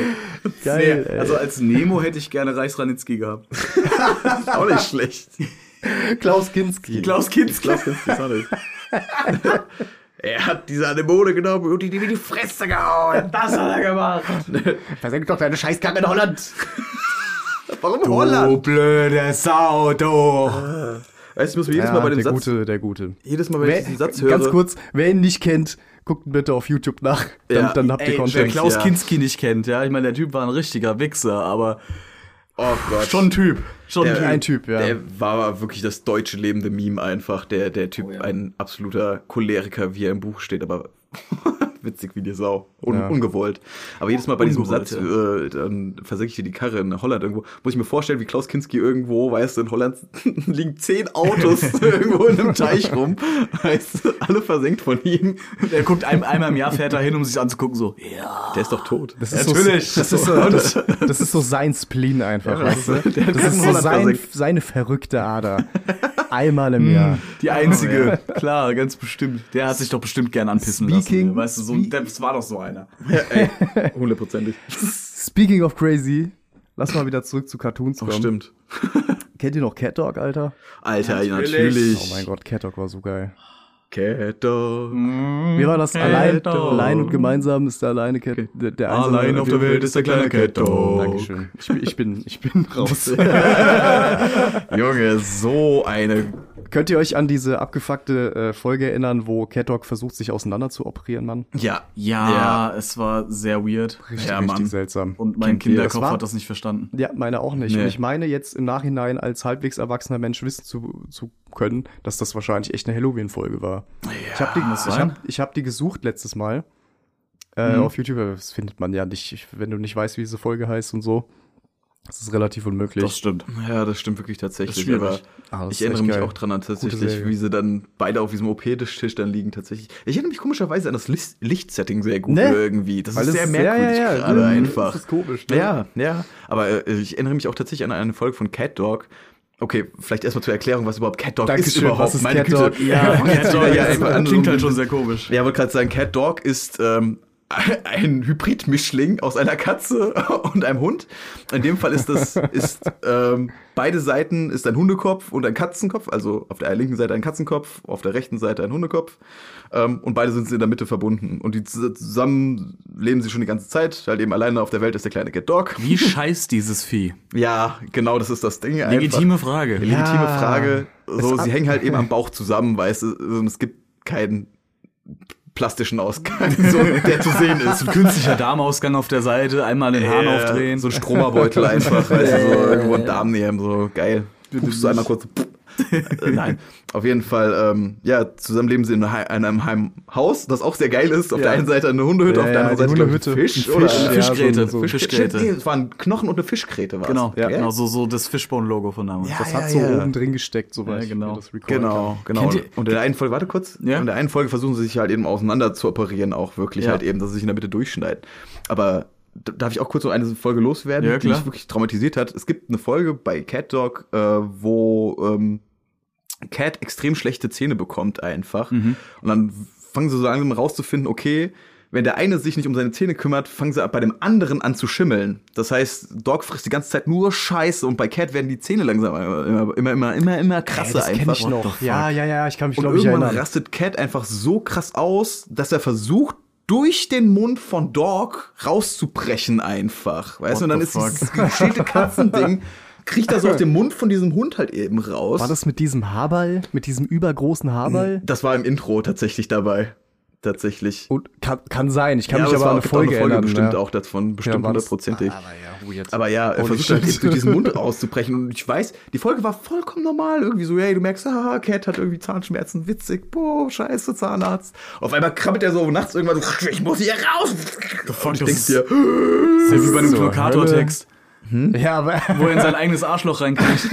Speaker 5: Geil,
Speaker 4: Nee,
Speaker 5: ey.
Speaker 4: also als Nemo hätte ich gerne Reichsranitzky gehabt.
Speaker 7: Auch nicht schlecht.
Speaker 5: Klaus Kinski.
Speaker 4: Klaus Kinski.
Speaker 7: Klaus Kinski ist auch nicht. Er hat diese Anemone genommen und die, die die Fresse gehauen.
Speaker 4: Das hat er gemacht.
Speaker 5: Versenk doch deine Scheißkarre in Holland.
Speaker 7: Warum Holland?
Speaker 4: blödes Auto.
Speaker 7: Weißt du, ich muss mir jedes
Speaker 5: Ja,
Speaker 7: Mal bei dem
Speaker 5: der
Speaker 7: Satz,
Speaker 5: gute, der gute.
Speaker 7: jedes Mal, wenn ich
Speaker 5: Wer,
Speaker 7: diesen Satz höre,
Speaker 5: ganz kurz, wer ihn nicht kennt, guckt bitte auf YouTube nach. Dann,
Speaker 7: Ja,
Speaker 5: dann habt ihr
Speaker 4: Ey, wer
Speaker 5: Content.
Speaker 4: Klaus
Speaker 7: ja.
Speaker 4: Kinski nicht kennt, ja, ich meine, der Typ war ein richtiger Wichser, aber
Speaker 7: oh Gott.
Speaker 4: schon ein Typ. Schon ein
Speaker 7: Der-
Speaker 4: Typ.
Speaker 5: Ein Typ, ja.
Speaker 7: Der war aber wirklich das deutsche lebende Meme einfach. Der, der
Speaker 4: Oh
Speaker 7: Typ, ein absoluter Choleriker, wie er im Buch steht, aber witzig wie die Sau. Un
Speaker 5: Ja.
Speaker 7: Ungewollt. Aber jedes Mal bei
Speaker 4: Ungewollt,
Speaker 7: diesem Satz, äh, dann versenke ich dir die Karre in Holland irgendwo. Muss ich mir vorstellen, wie Klaus Kinski irgendwo, weißt du, in Holland liegen zehn Autos irgendwo in einem Teich rum. Weißt du, alle versenkt von ihm.
Speaker 4: Der guckt ein, einmal im Jahr fährt er hin, um sich anzugucken, so, ja.
Speaker 7: Der ist doch tot.
Speaker 5: Das ist
Speaker 4: Natürlich.
Speaker 5: So, das, ist so, das, das ist so sein Spleen einfach,
Speaker 7: Ja,
Speaker 5: weißt du?
Speaker 7: Äh, der hat
Speaker 5: ne? Das
Speaker 7: ganz Hm.
Speaker 5: ist so
Speaker 7: Holland
Speaker 5: sein,
Speaker 7: versenkt.
Speaker 5: seine verrückte Ader. Einmal im Jahr.
Speaker 4: Die einzige, klar, ganz bestimmt. Der hat sich doch bestimmt gern anpissen
Speaker 5: Speaking-
Speaker 4: lassen. Weißt du, so, ein- das war doch so einer.
Speaker 7: Hundertprozentig.
Speaker 5: Speaking of crazy, lass mal wieder zurück zu Cartoons kommen.
Speaker 7: Oh, Stimmt.
Speaker 5: Kennt ihr noch Cat Dog, Alter?
Speaker 7: Alter, ja,
Speaker 4: Natürlich.
Speaker 7: natürlich.
Speaker 5: Oh mein Gott, Cat Dog war so geil.
Speaker 7: Cat Dog.
Speaker 4: Hm,
Speaker 5: Wie war das? Allein, allein und gemeinsam ist der alleine Cat, der, der einsame-
Speaker 7: Allein auf der Welt ist der kleine Cat Dog.
Speaker 5: Dankeschön. Ich, bin- ich bin, ich bin raus.
Speaker 7: Junge, so eine.
Speaker 5: Könnt ihr euch an diese abgefuckte äh, Folge erinnern, wo Cat Dog versucht, sich auseinander zu operieren, Mann?
Speaker 7: Ja.
Speaker 4: Ja, es war sehr weird.
Speaker 7: Ja,
Speaker 5: Richtig
Speaker 7: Mann.
Speaker 5: seltsam.
Speaker 4: Und mein
Speaker 7: Kennt ihr-
Speaker 4: Kinderkopf
Speaker 5: das war-
Speaker 4: hat das nicht verstanden.
Speaker 5: Ja, meine auch nicht.
Speaker 7: Nee.
Speaker 5: Und ich meine jetzt im Nachhinein als halbwegs erwachsener Mensch wissen zu, zu können, dass das wahrscheinlich echt eine Halloween-Folge war. ich habe die,
Speaker 4: muss
Speaker 5: ich
Speaker 4: sein.
Speaker 5: hab, ich hab die gesucht letztes Mal. Äh,
Speaker 7: Mhm.
Speaker 5: Auf YouTube, aber das findet man ja nicht, wenn du nicht weißt, wie diese Folge heißt und so. Das ist relativ unmöglich.
Speaker 4: stimmt.
Speaker 7: Ja, das stimmt wirklich tatsächlich.
Speaker 4: Das ist schwierig.
Speaker 7: aber
Speaker 5: Ah, das
Speaker 7: ich
Speaker 5: ist
Speaker 7: erinnere
Speaker 5: echt
Speaker 7: mich
Speaker 5: geil.
Speaker 7: auch dran an
Speaker 5: Gute
Speaker 7: tatsächlich,
Speaker 5: Serie.
Speaker 7: wie sie dann beide auf diesem OP-Tisch dann liegen tatsächlich. Ich erinnere mich komischerweise an das Licht- Lichtsetting sehr gut
Speaker 5: Ne?
Speaker 7: irgendwie. Das
Speaker 5: Weil
Speaker 7: ist
Speaker 5: es-
Speaker 7: sehr merkwürdig
Speaker 5: ja, ja, ja.
Speaker 7: gerade
Speaker 5: Das
Speaker 7: einfach.
Speaker 5: ist komisch, ne?
Speaker 7: Ja, ja. Aber äh, ich erinnere mich auch tatsächlich an eine Folge von Cat Dog. Okay, vielleicht erstmal zur Erklärung, was überhaupt Cat Dog ist
Speaker 5: Dankeschön,
Speaker 7: überhaupt.
Speaker 5: was ist Cat Dog?
Speaker 7: Ja, Cat Dog, ja,
Speaker 4: das
Speaker 7: einfach
Speaker 4: klingt
Speaker 7: andersrum.
Speaker 4: halt schon sehr komisch.
Speaker 7: Ja, ich wollte gerade sagen, Cat Dog ist ähm, ein Hybrid-Mischling aus einer Katze und einem Hund. In dem Fall ist das, ist ähm, beide Seiten ist ein Hundekopf und ein Katzenkopf, also auf der linken Seite ein Katzenkopf, auf der rechten Seite ein Hundekopf. Ähm, und beide sind in der Mitte verbunden. Und die zus- zusammen leben sie schon die ganze Zeit, halt eben alleine auf der Welt ist der kleine Cat Dog.
Speaker 4: Wie scheiß dieses Vieh?
Speaker 7: Ja, genau, das ist das Ding. einfach.
Speaker 4: Legitime Frage.
Speaker 7: Ja, legitime
Speaker 5: Ja.
Speaker 7: Frage. So,
Speaker 5: Es
Speaker 7: sie
Speaker 5: ab-
Speaker 7: hängen halt eben am Bauch zusammen, weißt du, und es gibt keinen plastischen Ausgang, so, der zu sehen ist.
Speaker 4: Künstlicher Darmausgang auf der Seite, einmal den Hahn
Speaker 7: Ja,
Speaker 4: aufdrehen.
Speaker 7: So ein Stromerbeutel einfach, weißt du, so irgendwo einen Darm nehmen, so geil. Pupst du einmal kurz. pff. Äh, Nein, auf jeden Fall, ähm, ja, zusammen leben sie in, Hei- in einem Heim Haus, das auch sehr geil ist. Auf der einen Seite eine Hundehütte, auf der
Speaker 5: Ja,
Speaker 7: anderen
Speaker 5: die
Speaker 7: Seite glaub ich,
Speaker 5: Hundehütte.
Speaker 7: Fisch,
Speaker 5: Ein
Speaker 7: oder?
Speaker 5: Fisch,
Speaker 7: Eine
Speaker 5: ja,
Speaker 4: Fischgräte.
Speaker 5: so- so-
Speaker 7: Fischgräte. Nee,
Speaker 4: Fischgräte.
Speaker 7: es war ein Knochen und eine Fischgräte, war
Speaker 4: Genau,
Speaker 7: Ja,
Speaker 4: genau so, so das Fishbone-Logo von damals.
Speaker 7: Ja,
Speaker 5: Das
Speaker 7: ja,
Speaker 5: hat so
Speaker 7: ja.
Speaker 5: oben drin gesteckt, soweit
Speaker 4: Ja,
Speaker 5: ich
Speaker 4: genau.
Speaker 5: mir das recallen
Speaker 7: Genau, genau.
Speaker 4: Kennt
Speaker 7: Und,
Speaker 4: ihr-
Speaker 7: und in der einen Folge, warte kurz,
Speaker 4: Ja?
Speaker 7: in der einen Folge versuchen sie sich halt eben auseinander zu operieren, auch wirklich
Speaker 4: Ja.
Speaker 7: halt eben, dass sie sich in der Mitte durchschneiden. Aber d- darf ich auch kurz so eine Folge loswerden,
Speaker 4: Ja,
Speaker 7: die
Speaker 4: klar.
Speaker 7: mich wirklich traumatisiert hat? Es gibt eine Folge bei Cat Dog, äh, wo ähm, Cat extrem schlechte Zähne bekommt einfach.
Speaker 4: Mhm.
Speaker 7: Und dann fangen sie so langsam rauszufinden, okay, wenn der eine sich nicht um seine Zähne kümmert, fangen sie bei dem anderen an zu schimmeln. Das heißt, Dog frisst die ganze Zeit nur Scheiße und bei Cat werden die Zähne langsam immer, immer, immer, immer, immer
Speaker 5: Ey,
Speaker 7: krasser
Speaker 5: das kenne
Speaker 7: einfach.
Speaker 5: ich noch. Ja, ja, ja, ich kann mich,
Speaker 7: Genau. Und
Speaker 5: glaube ich,
Speaker 7: irgendwann
Speaker 5: erinnern.
Speaker 7: rastet Cat einfach so krass aus, dass er versucht, durch den Mund von Dog rauszubrechen einfach. Weißt du, und dann
Speaker 4: the
Speaker 7: ist dieses geschälte Katzending, kriegt er so aus dem Mund von diesem Hund halt eben raus.
Speaker 5: War das mit diesem Haarball? Mit diesem übergroßen Haarball?
Speaker 7: Das war im Intro tatsächlich dabei. Tatsächlich.
Speaker 5: Und kann, kann sein, ich kann mich
Speaker 7: es war-
Speaker 5: aber an eine
Speaker 7: gibt auch
Speaker 5: Folge, erinnern.
Speaker 7: bestimmt
Speaker 5: ja.
Speaker 7: auch davon, bestimmt
Speaker 5: war das-
Speaker 4: Ah,
Speaker 7: hundertprozentig.
Speaker 5: Aber ja, weird.
Speaker 7: Aber ja, er
Speaker 5: Holy
Speaker 7: versucht halt
Speaker 5: shit.
Speaker 7: eben durch diesen Mund auszubrechen. Und ich weiß, die Folge war vollkommen normal. Irgendwie so, hey, du merkst, haha, Cat hat irgendwie Zahnschmerzen, witzig, boah, scheiße, Zahnarzt. Auf einmal krabbelt er so nachts irgendwann so, ich muss hier raus. Und ich
Speaker 4: das
Speaker 7: denk's
Speaker 4: ist-
Speaker 7: dir,
Speaker 4: Das ist ja wie bei einem
Speaker 5: So,
Speaker 4: Knockator-Text,
Speaker 5: ja, aber
Speaker 4: wo er in sein eigenes Arschloch reinkriegt.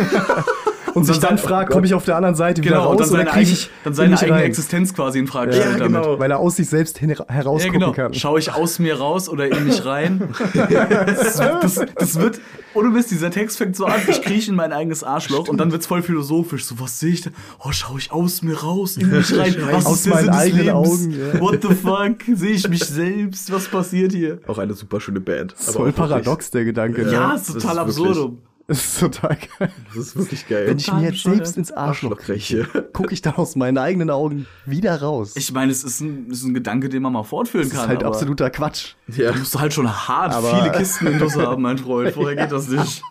Speaker 5: und sich dann fragt, komme ich auf der anderen Seite wieder
Speaker 4: Genau, und dann
Speaker 5: raus
Speaker 4: seine,
Speaker 5: oder kriege
Speaker 4: eigene,
Speaker 5: ich
Speaker 4: dann seine
Speaker 5: nicht
Speaker 4: eigene
Speaker 5: rein?
Speaker 4: Existenz quasi in Frage
Speaker 5: Ja,
Speaker 4: stellt damit.
Speaker 7: genau.
Speaker 5: Weil er aus sich selbst hin,
Speaker 4: Ja,
Speaker 5: herausgucken
Speaker 4: genau.
Speaker 5: kann.
Speaker 4: Schaue ich aus mir raus oder in mich rein? das, das, das wird, ohne Mist, dieser Text fängt so an, ich krieche in mein eigenes Arschloch und dann wird's voll philosophisch. So, was sehe ich da? Oh, schaue ich aus mir raus, in mich rein? Was
Speaker 5: Aus
Speaker 4: ist der
Speaker 5: meinen
Speaker 4: Sinn des
Speaker 5: eigenen
Speaker 4: Lebens?
Speaker 5: Augen, ja.
Speaker 4: What the fuck? Sehe ich mich selbst? Was passiert hier?
Speaker 7: auch eine super schöne Band.
Speaker 5: Das ist voll paradox, der Gedanke. ne?
Speaker 4: Ja, ist
Speaker 7: das
Speaker 4: total
Speaker 7: ist wirklich-
Speaker 4: absurdum.
Speaker 5: Das ist total geil.
Speaker 7: Das ist wirklich geil.
Speaker 5: Wenn ich mir jetzt
Speaker 4: bescheuert.
Speaker 5: selbst ins Arschloch
Speaker 7: Arschlochreche.
Speaker 5: krieche, gucke ich dann aus meinen eigenen Augen wieder raus.
Speaker 4: Ich meine, es ist ein, es ist ein Gedanke, den man mal fortführen
Speaker 5: das
Speaker 4: kann.
Speaker 5: ist halt
Speaker 4: aber
Speaker 5: absoluter Quatsch.
Speaker 7: ja.
Speaker 4: Du musst halt schon hart
Speaker 5: Aber-
Speaker 4: viele Kisten in Nuss haben, mein Freund. Vorher geht das nicht.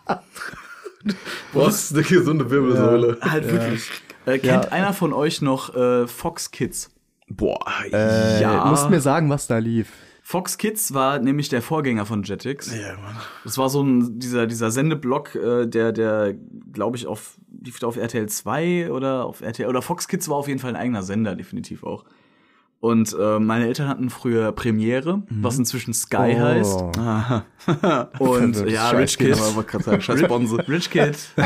Speaker 7: Brauchst eine gesunde Wirbelsäule.
Speaker 4: Halt wirklich. Äh, kennt einer von euch noch äh, Fox Kids?
Speaker 7: Boah,
Speaker 5: Äh,
Speaker 7: ja.
Speaker 5: Musst mir sagen, was da lief.
Speaker 4: Fox Kids war nämlich der Vorgänger von Jetix.
Speaker 7: Ja, Mann.
Speaker 4: Das war so ein, dieser, dieser Sendeblock, äh, der, der, glaube ich, auf, lief da auf RTL 2 oder auf RTL, oder Fox Kids war auf jeden Fall ein eigener Sender, definitiv auch. Und äh, meine Eltern hatten früher Premiere,
Speaker 7: Mhm.
Speaker 4: was inzwischen Sky
Speaker 5: Oh.
Speaker 4: heißt. Ah. Und ja, Rich Kid.
Speaker 7: Aber wollte gerade sagen, scheiß Bonse.
Speaker 4: Rich Kid.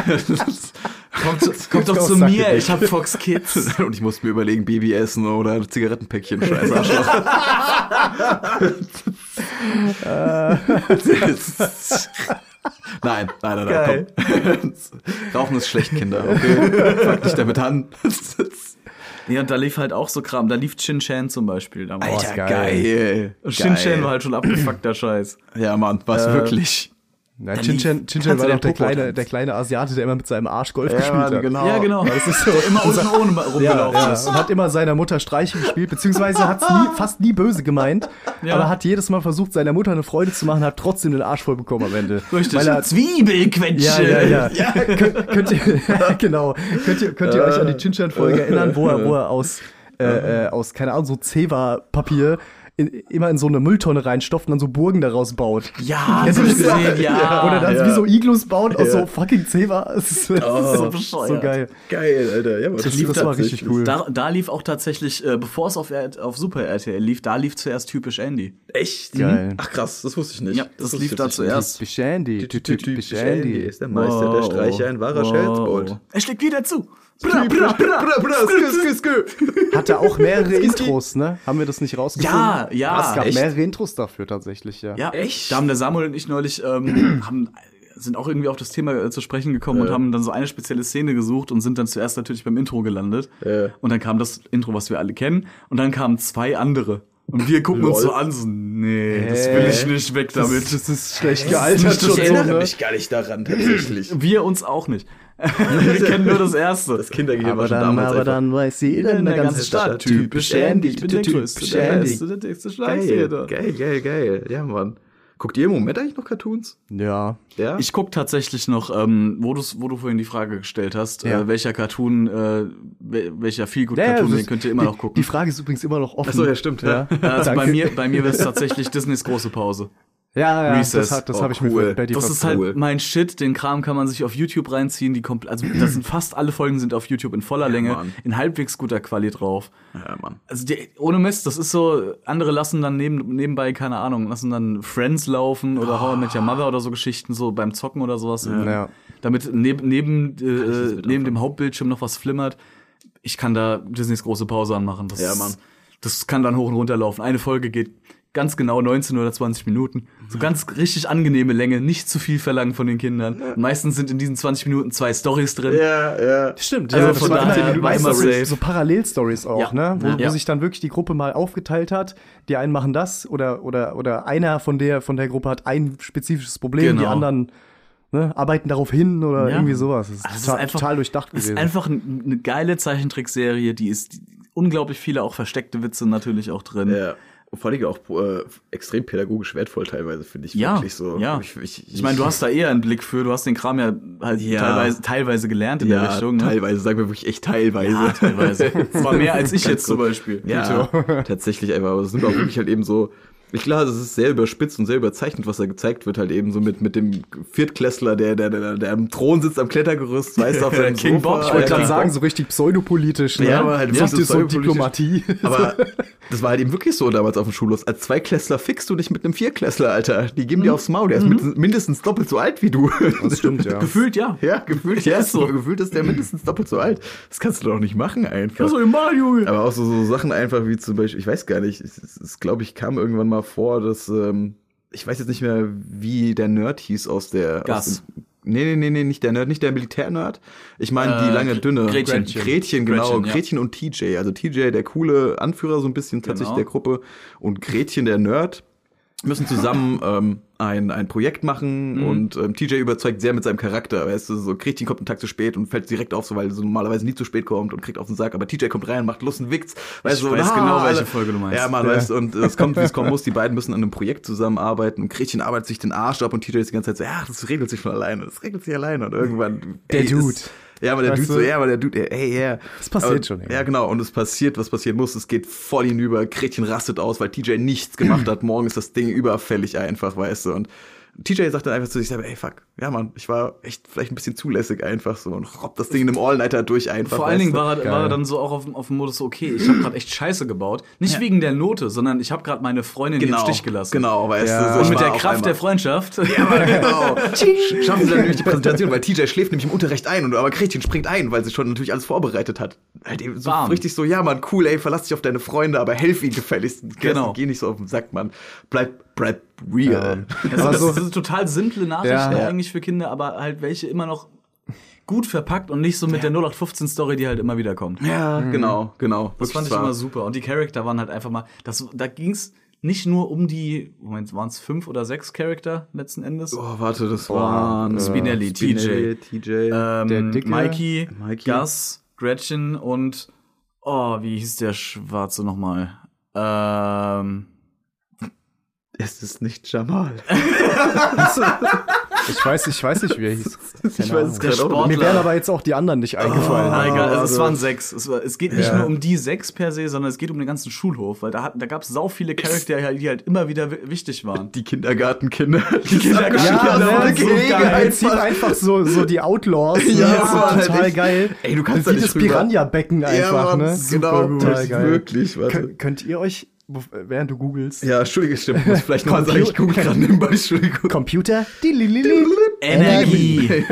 Speaker 4: kommt kommt doch
Speaker 5: aus
Speaker 4: zu
Speaker 5: Sack
Speaker 4: mir,
Speaker 5: gedeckt.
Speaker 4: ich hab Fox Kids.
Speaker 7: Und ich musste mir überlegen, Baby essen oder Zigarettenpäckchen, scheiß Arschloch. nein, nein, nein, nein, komm. Rauchen ist schlecht, Kinder, okay? Fang dich damit an.
Speaker 4: Ja, und da lief halt auch so Kram. Da lief Chin Chan zum Beispiel damals.
Speaker 5: Alter, geil.
Speaker 7: geil.
Speaker 4: Shin Chan war halt schon abgefuckter Scheiß.
Speaker 7: Ja, Mann, was wirklich.
Speaker 5: Na,
Speaker 4: Da
Speaker 5: Chin
Speaker 4: lief-
Speaker 5: Chan Chin
Speaker 4: kannst
Speaker 5: Chan
Speaker 4: du
Speaker 5: war
Speaker 4: den
Speaker 5: doch der
Speaker 4: Popo
Speaker 5: kleine,
Speaker 4: tanzen?
Speaker 5: der kleine Asiate, der immer mit seinem Arsch Golf gespielt hat.
Speaker 4: Ja, genau.
Speaker 5: Das ist so
Speaker 4: Immer unten ohne ma-
Speaker 5: Ja,
Speaker 4: rumgelaufen
Speaker 5: ja.
Speaker 4: ist.
Speaker 5: Und hat immer seiner Mutter Streiche gespielt, beziehungsweise hat es nie, fast nie böse gemeint,
Speaker 4: Ja.
Speaker 5: aber hat jedes Mal versucht, seiner Mutter eine Freude zu machen, hat trotzdem den Arsch voll bekommen am Ende.
Speaker 4: Richtig.
Speaker 5: Weil er,
Speaker 4: Zwiebelquetsche.
Speaker 5: ja, ja, ja. Könnt, könnt ihr, genau. Könnt ihr, könnt ihr euch an die Chinchan-Folge erinnern, wo er, wo er aus, äh, äh, aus, keine Ahnung, so Zewa-Papier in, immer in so eine Mülltonne reinstopft und dann so Burgen daraus baut.
Speaker 4: Ja, das
Speaker 5: Kennst
Speaker 4: hab
Speaker 5: du
Speaker 4: ich
Speaker 5: das?
Speaker 4: gesehen, ja.
Speaker 5: Oder dann
Speaker 7: ja.
Speaker 5: wie so Iglus baut aus so fucking Zewa. Es ist, es ist so,
Speaker 4: bescheuert.
Speaker 5: so geil.
Speaker 7: Geil, Alter. Ja, Mann,
Speaker 5: Das, das war richtig cool.
Speaker 4: Da, da lief auch tatsächlich, äh, bevor es auf, R- auf Super RTL lief, da lief zuerst typisch Andy.
Speaker 7: Echt?
Speaker 5: Geil.
Speaker 7: Ach krass, das wusste ich nicht.
Speaker 4: Ja, das,
Speaker 7: wusste
Speaker 4: lief
Speaker 7: ich
Speaker 4: da
Speaker 7: nicht.
Speaker 4: zuerst.
Speaker 5: Typisch Andy.
Speaker 7: Typisch Andy ist der Meister
Speaker 4: Wow.
Speaker 7: der Streiche, ein wahrer Schelzbold.
Speaker 4: Wow. Er Oh. schlägt wieder zu. Bra, bra, bra.
Speaker 7: Bra, bra, skü, skü, skü.
Speaker 5: Hat er auch mehrere Intros, ne? Haben wir das nicht rausgefunden? Ah,
Speaker 4: Ja, ja.
Speaker 5: Es gab
Speaker 4: Echt?
Speaker 5: mehrere Intros dafür tatsächlich, ja.
Speaker 4: Ja,
Speaker 7: Echt?
Speaker 4: Da haben der Samuel und ich neulich ähm, haben, sind auch irgendwie auf das Thema äh, zu sprechen gekommen und haben dann so eine spezielle Szene gesucht und sind dann zuerst natürlich beim Intro gelandet.
Speaker 7: Ja.
Speaker 4: Und dann kam das Intro, was wir alle kennen, und dann kamen zwei andere. Und wir gucken uns
Speaker 7: Lol.
Speaker 4: so an, so, nee, das will ich nicht weg damit.
Speaker 5: Das ist schlecht
Speaker 4: Das
Speaker 5: gealtert
Speaker 4: ist nicht-
Speaker 5: schon
Speaker 4: ich
Speaker 5: so,
Speaker 4: erinnere
Speaker 5: ne?
Speaker 7: gar nicht daran, tatsächlich.
Speaker 4: wir uns auch nicht. wir kennen nur das erste. Äh,
Speaker 7: Das Kindergehirn war schon damals einfach.
Speaker 5: weiß jeder
Speaker 4: der dickste
Speaker 7: Geil, geil, geil, geil. Ja, Mann. Guckt ihr im Moment eigentlich noch Cartoons?
Speaker 5: Ja.
Speaker 7: Ja.
Speaker 4: Ich guck tatsächlich noch, ähm, wo, du's- wo du vorhin die Frage gestellt hast,
Speaker 5: Ja.
Speaker 4: äh, welcher Cartoon, äh, wel- welcher viel gut
Speaker 5: Ja,
Speaker 4: Cartoon,
Speaker 5: das
Speaker 4: den
Speaker 5: ist-
Speaker 4: könnt ihr immer
Speaker 5: die,
Speaker 4: noch gucken.
Speaker 5: Die Frage ist übrigens immer noch offen.
Speaker 7: Ach so, ja, stimmt, ja.
Speaker 4: also bei
Speaker 5: danke.
Speaker 4: mir, bei mir wäre es tatsächlich Disneys große Pause.
Speaker 5: Ja, ja,
Speaker 4: Recess.
Speaker 5: das, hat- das
Speaker 7: Oh,
Speaker 5: habe ich
Speaker 7: cool.
Speaker 5: mir bei dir
Speaker 4: Das
Speaker 5: ver-
Speaker 4: ist halt
Speaker 7: cool.
Speaker 4: mein Shit. Den Kram kann man sich auf YouTube reinziehen. Die kompl- also das sind fast alle Folgen sind auf YouTube in voller Länge,
Speaker 7: Mann.
Speaker 4: in halbwegs guter Quali drauf.
Speaker 7: ja, Mann.
Speaker 4: Also die, ohne Mist, das ist so, andere lassen dann neben, nebenbei, keine Ahnung, lassen dann Friends laufen oder How I Met Your Mother oder so Geschichten, so beim Zocken oder sowas.
Speaker 5: Ja.
Speaker 4: Damit neb, neben, äh,
Speaker 7: mit
Speaker 4: neben dem Hauptbildschirm noch was flimmert. Ich kann da Disneys große Pause anmachen. Das,
Speaker 7: Ja, Mann.
Speaker 4: Das kann dann hoch und runter laufen. Eine Folge geht ganz genau 19 oder 20 Minuten. So ganz richtig angenehme Länge, nicht zu viel verlangen von den Kindern. Meistens sind in diesen 20 Minuten zwei Stories drin.
Speaker 7: Ja, ja.
Speaker 5: Stimmt,
Speaker 4: Also
Speaker 5: ja, das
Speaker 4: von
Speaker 5: waren
Speaker 4: daher
Speaker 5: immer-
Speaker 4: war immer
Speaker 5: Stories,
Speaker 4: safe.
Speaker 5: so Parallelstories auch,
Speaker 4: Ja.
Speaker 5: ne? Wo,
Speaker 4: Ja.
Speaker 5: wo sich dann wirklich die Gruppe mal aufgeteilt hat. Die einen machen das oder oder oder einer von der von der Gruppe hat ein spezifisches Problem, die
Speaker 4: Genau.
Speaker 5: anderen ne, arbeiten darauf hin oder
Speaker 4: Ja.
Speaker 5: irgendwie sowas. Das ist,
Speaker 4: Also
Speaker 5: total, total durchdacht
Speaker 4: das
Speaker 5: gewesen.
Speaker 4: Ist einfach ein- eine geile Zeichentrickserie, die ist die, unglaublich viele auch versteckte Witze natürlich auch drin.
Speaker 7: Ja. Und vor allem auch äh, extrem pädagogisch wertvoll teilweise, finde ich.
Speaker 4: Ja,
Speaker 7: wirklich so.
Speaker 4: ja.
Speaker 7: Ich, ich,
Speaker 4: Ich meine, du hast da eher einen Blick für, du hast den Kram ja halt
Speaker 7: Ja.
Speaker 4: Teilweise, teilweise gelernt in
Speaker 7: ja,
Speaker 4: der Richtung. Ne?
Speaker 7: teilweise, sagen wir wirklich echt teilweise.
Speaker 4: Ja, teilweise. Das war mehr als ich
Speaker 7: Ganz
Speaker 4: jetzt zum
Speaker 7: gut.
Speaker 4: Beispiel.
Speaker 7: Ja, tatsächlich einfach. Aber es sind auch wirklich halt eben so. Ich klar, es ist sehr überspitzt und sehr überzeichnet, was da gezeigt wird, halt eben so mit, mit dem Viertklässler, der, der, der, der am Thron sitzt, am Klettergerüst, weißt du, auf seinem
Speaker 4: King
Speaker 7: Sofa.
Speaker 4: Bob,
Speaker 5: ich wollte gerade
Speaker 7: King
Speaker 5: sagen,
Speaker 7: Bob.
Speaker 5: so richtig pseudopolitisch, ne?
Speaker 7: Ja, aber halt
Speaker 5: ja,
Speaker 7: wirklich
Speaker 5: so, so
Speaker 7: pseudopolitisch.
Speaker 5: Diplomatie.
Speaker 7: Aber das war halt eben wirklich so damals auf dem Schulhof. Als Zweiklässler fickst du dich mit einem Vierklässler, Alter. Die geben
Speaker 4: Mhm.
Speaker 7: dir aufs Maul. Der ist mindestens- mindestens doppelt so alt wie du.
Speaker 5: das stimmt, ja.
Speaker 4: Gefühlt ja.
Speaker 7: Ja, gefühlt, ja, ist so. Gefühlt ist der mindestens doppelt so alt. Das kannst du doch nicht machen einfach.
Speaker 4: Also Mario.
Speaker 7: Aber auch so, so Sachen einfach wie zum Beispiel, ich weiß gar nicht, es, es, es glaube ich, kam irgendwann mal vor, dass, ähm, ich weiß jetzt nicht mehr, wie der Nerd hieß aus der. Aus
Speaker 4: Gas.
Speaker 7: dem, nee, nee, nee, nee, nicht der Nerd, nicht der Militärnerd. Ich meine die
Speaker 4: Äh,
Speaker 7: lange
Speaker 4: Gre-
Speaker 7: dünne.
Speaker 4: Gretchen.
Speaker 7: Gretchen, genau. Gretchen,
Speaker 4: Gretchen, ja.
Speaker 7: und TJ. Also TJ, der coole Anführer, so ein bisschen tatsächlich
Speaker 4: Genau.
Speaker 7: der Gruppe. Und Gretchen, der Nerd. Müssen zusammen ähm, ein, ein Projekt machen
Speaker 4: Mhm.
Speaker 7: und ähm, TJ überzeugt sehr mit seinem Charakter. Weißt du, so Gretchen kommt einen Tag zu spät und fällt direkt auf, so, weil sie normalerweise nie zu spät kommt und kriegt auf den Sack. Aber TJ kommt rein, macht Lust und Witz. Weißt
Speaker 4: Ich
Speaker 7: du, so,
Speaker 4: weiß
Speaker 7: ah,
Speaker 4: genau,
Speaker 7: alle-
Speaker 4: welche Folge du meinst.
Speaker 7: Ja, Mann, weißt du, und es kommt, wie es kommen muss. Die beiden müssen an einem Projekt zusammenarbeiten und Gretchen arbeitet sich den Arsch ab und TJ ist die ganze Zeit so, ja, das regelt sich von alleine, das regelt sich alleine. Und irgendwann.
Speaker 5: Der Dude.
Speaker 7: Ist, ja, aber der
Speaker 5: Weißt
Speaker 7: Dude so,
Speaker 5: du?
Speaker 7: ja, aber der Dude, ey, ja.
Speaker 5: Das passiert
Speaker 7: Aber-
Speaker 5: schon, ey.
Speaker 7: Ja, genau. Und es passiert, was passieren muss. Es geht voll hinüber. Gretchen rastet aus, weil TJ nichts gemacht hat. Morgen ist das Ding überfällig einfach, weißt du. Und TJ sagt dann einfach zu sich selber, ey, fuck, ja, Mann, ich war echt vielleicht ein bisschen zulässig einfach so und robbt das Ding in einem All-Nighter durch einfach.
Speaker 4: Vor allen
Speaker 7: weißt
Speaker 4: Dingen
Speaker 7: du.
Speaker 4: war er, war er dann so auch auf, dem- auf dem Modus, so, okay, ich habe gerade echt Scheiße gebaut. Nicht wegen der Note, sondern ich habe gerade meine Freundin im Stich gelassen.
Speaker 7: Genau, weißt
Speaker 5: Ja.
Speaker 7: du.
Speaker 4: Und
Speaker 7: ich
Speaker 4: mit
Speaker 7: war
Speaker 4: der
Speaker 7: auf
Speaker 4: Kraft
Speaker 7: einmal-
Speaker 4: der Freundschaft.
Speaker 7: Ja, genau. Sch- Schaffen sie dann nämlich die Präsentation, weil TJ schläft nämlich im Unterricht ein und aber Gretchen springt ein, weil sie schon natürlich alles vorbereitet hat. Halt eben so
Speaker 4: Bam.
Speaker 7: richtig so, ja Mann, cool, ey, verlass dich auf deine Freunde, aber helf ihnen gefälligst.
Speaker 4: Genau.
Speaker 7: Geh nicht so auf den Sack, Mann. Bleib, bleib real.
Speaker 4: Also
Speaker 5: Aber
Speaker 4: das
Speaker 5: so-
Speaker 4: sind total simple Nachrichten
Speaker 5: Ja.
Speaker 4: eigentlich für Kinder, aber halt welche immer noch gut verpackt und nicht so mit der 0815-Story, die halt immer wieder kommt.
Speaker 7: Ja, genau, genau.
Speaker 4: Das fand ich immer super. Und die Charakter waren halt einfach mal, das, da ging's nicht nur um die, Moment, waren es fünf oder sechs Charakter letzten Endes?
Speaker 7: Oh, warte, das waren
Speaker 4: Spinelli,
Speaker 7: Spinelli, TJ.
Speaker 4: ähm,
Speaker 5: der Dicke,
Speaker 4: Mikey,
Speaker 7: Mikey.
Speaker 4: Gus, Gretchen und, oh, wie hieß der Schwarze nochmal? Ähm,
Speaker 7: es ist nicht Jamal.
Speaker 5: Ich weiß, ich weiß nicht, wie er hieß.
Speaker 7: ich weiß es
Speaker 4: Der
Speaker 7: gerade auch
Speaker 4: Sport-
Speaker 7: nicht.
Speaker 5: Mir wären aber jetzt auch die anderen nicht eingefallen.
Speaker 4: Ah, egal, also es
Speaker 7: also-
Speaker 4: waren sechs. Es, war, es geht nicht
Speaker 7: Ja.
Speaker 4: nur um die sechs per se, sondern es geht um den ganzen Schulhof, weil da, hat- da gab es sau viele Charakter, die halt immer wieder wi- wichtig waren.
Speaker 7: Die Kindergartenkinder. Die genau,
Speaker 5: Ja,
Speaker 4: Kinder-
Speaker 5: ne,
Speaker 4: Kinder-
Speaker 5: so
Speaker 4: Kinder-
Speaker 5: geil. Im Prinzip
Speaker 7: einfach.
Speaker 5: einfach so, so die Outlaws. ne?
Speaker 7: Ja,
Speaker 5: Das ist
Speaker 7: Mann,
Speaker 5: total
Speaker 7: halt echt.
Speaker 5: geil.
Speaker 7: Ey, du kannst da
Speaker 5: Wie
Speaker 7: nicht
Speaker 5: das
Speaker 7: rüber.
Speaker 5: Piranha-Becken einfach,
Speaker 7: Mann,
Speaker 5: ne?
Speaker 7: Genau,
Speaker 5: Supergut.
Speaker 7: das
Speaker 5: Total
Speaker 7: ist
Speaker 5: geil.
Speaker 7: wirklich, warte.
Speaker 5: Kön könnt ihr euch, bef- während du googelst,
Speaker 7: Ja, Entschuldigung, stimmt. Muss vielleicht nochmal sagen, ich gucke gerade nebenbei, Entschuldigung.
Speaker 5: Computer, die Lilili,
Speaker 4: Energie.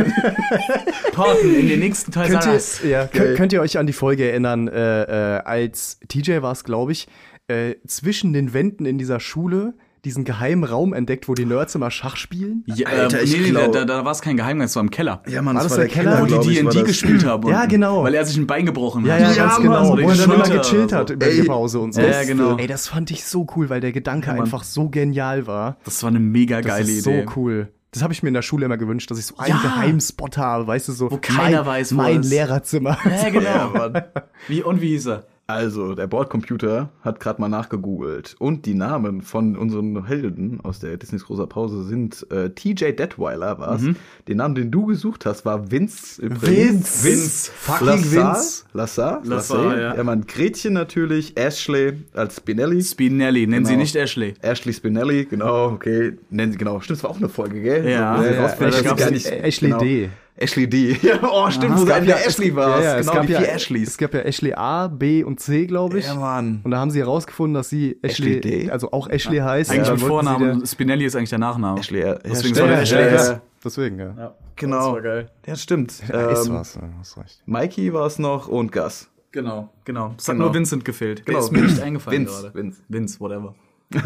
Speaker 4: Porten in den nächsten Teil
Speaker 5: Könnt
Speaker 4: Saras.
Speaker 5: ihr, ja, könnt, könnt ihr euch an die Folge erinnern, äh, äh, als TJ war es, glaube ich, äh, zwischen den Wänden in dieser Schule diesen geheimen Raum entdeckt, wo die Nerds immer Schach spielen?
Speaker 4: Ja,
Speaker 6: Alter,
Speaker 4: ähm,
Speaker 6: ich
Speaker 4: nee, nee, da,
Speaker 6: glaub-
Speaker 4: da, da war es kein Geheimnis, es war im Keller.
Speaker 6: Ja, Mann,
Speaker 5: War das der Keller,
Speaker 4: wo
Speaker 5: glaub
Speaker 6: glaub
Speaker 4: die
Speaker 6: ich, war
Speaker 4: D&D
Speaker 6: das.
Speaker 4: gespielt haben. und-
Speaker 5: Ja, genau.
Speaker 4: Weil er sich ein Bein gebrochen
Speaker 5: Ja,
Speaker 4: hat.
Speaker 5: ja,
Speaker 6: Ja,
Speaker 5: ganz
Speaker 6: Mann,
Speaker 5: genau.
Speaker 4: oder
Speaker 5: Wo er
Speaker 4: die
Speaker 5: dann immer
Speaker 4: Schulter
Speaker 5: gechillt
Speaker 4: oder
Speaker 5: hat
Speaker 4: so.
Speaker 5: über
Speaker 6: Ey,
Speaker 5: die Pause und so.
Speaker 4: ja, genau.
Speaker 5: Ey, das fand ich so cool, weil der Gedanke einfach so genial war.
Speaker 4: Das war eine mega
Speaker 5: Das
Speaker 4: geile
Speaker 5: ist
Speaker 4: Idee.
Speaker 5: so cool. Das habe ich mir in der Schule immer gewünscht, dass ich so einen
Speaker 4: Ja.
Speaker 5: geheimen Spot habe, weißt du, so. Wo
Speaker 4: keiner
Speaker 5: mein,
Speaker 4: weiß, wo
Speaker 5: Mein
Speaker 4: es ist.
Speaker 5: Lehrerzimmer.
Speaker 4: Ja, genau.
Speaker 7: Mann.
Speaker 4: Wie, und wie hieß er?
Speaker 7: Also, der Bordcomputer hat gerade mal nachgegoogelt. Und die Namen von unseren Helden aus der Disneys großer Pause sind äh, TJ Detweiler war's.
Speaker 5: Mhm.
Speaker 7: Den Namen, den du gesucht hast, war Vince übrigens.
Speaker 5: Vince.
Speaker 7: Vince!
Speaker 5: Fucking Vince.
Speaker 7: Lassar?
Speaker 4: Lassar,
Speaker 7: Lassar,
Speaker 4: ja.
Speaker 7: ja. man Gretchen natürlich, Ashley als Spinelli.
Speaker 4: Spinelli, nennen sie
Speaker 7: Genau.
Speaker 4: nicht Ashley.
Speaker 7: Ashley Spinelli, genau, okay. Nennen sie, genau. Stimmt, es war auch eine Folge, gell?
Speaker 4: Ja.
Speaker 7: So, wo sie
Speaker 4: Ja,
Speaker 7: rausfinden,
Speaker 4: ja,
Speaker 7: dass
Speaker 4: da
Speaker 7: sie
Speaker 4: gab's
Speaker 7: gar
Speaker 5: die
Speaker 7: nicht- genau.
Speaker 5: Ashley D.
Speaker 7: Ashley D. Ja, oh, stimmt,
Speaker 5: Es
Speaker 7: wo sie
Speaker 5: gab
Speaker 7: eine Ashley war's.
Speaker 5: ja, ja, es
Speaker 7: genau,
Speaker 5: gab
Speaker 7: die
Speaker 5: ja,
Speaker 7: vier Ashleys.
Speaker 5: Es gab ja Ashley A, B und C, glaube ich.
Speaker 7: Ja, Mann.
Speaker 5: Und da haben sie herausgefunden, dass sie Ashley,
Speaker 7: Ashley D?
Speaker 5: also auch Ashley heißt.
Speaker 4: Eigentlich
Speaker 5: Und
Speaker 4: mit
Speaker 5: dann wollten sie
Speaker 4: Vornamen.
Speaker 5: der-
Speaker 4: Spinelli ist eigentlich der Nachname.
Speaker 7: Ashley, ja,
Speaker 4: Deswegen
Speaker 7: stimmt.
Speaker 4: soll
Speaker 5: Ja,
Speaker 4: der
Speaker 5: ja,
Speaker 4: Ashley
Speaker 5: ja,
Speaker 4: heißen.
Speaker 5: ja. Deswegen, ja. ja.
Speaker 7: Genau.
Speaker 4: Das war geil.
Speaker 7: Ja, stimmt.
Speaker 5: ist
Speaker 7: Ähm,
Speaker 5: was, ja, hast recht.
Speaker 7: Mikey war es noch und Gas.
Speaker 4: Genau, genau. Es hat
Speaker 7: Genau.
Speaker 4: nur Vincent gefehlt.
Speaker 7: Genau.
Speaker 4: Der ist mir nicht eingefallen
Speaker 7: Vince,
Speaker 4: gerade.
Speaker 7: Vince.
Speaker 4: Vince, whatever.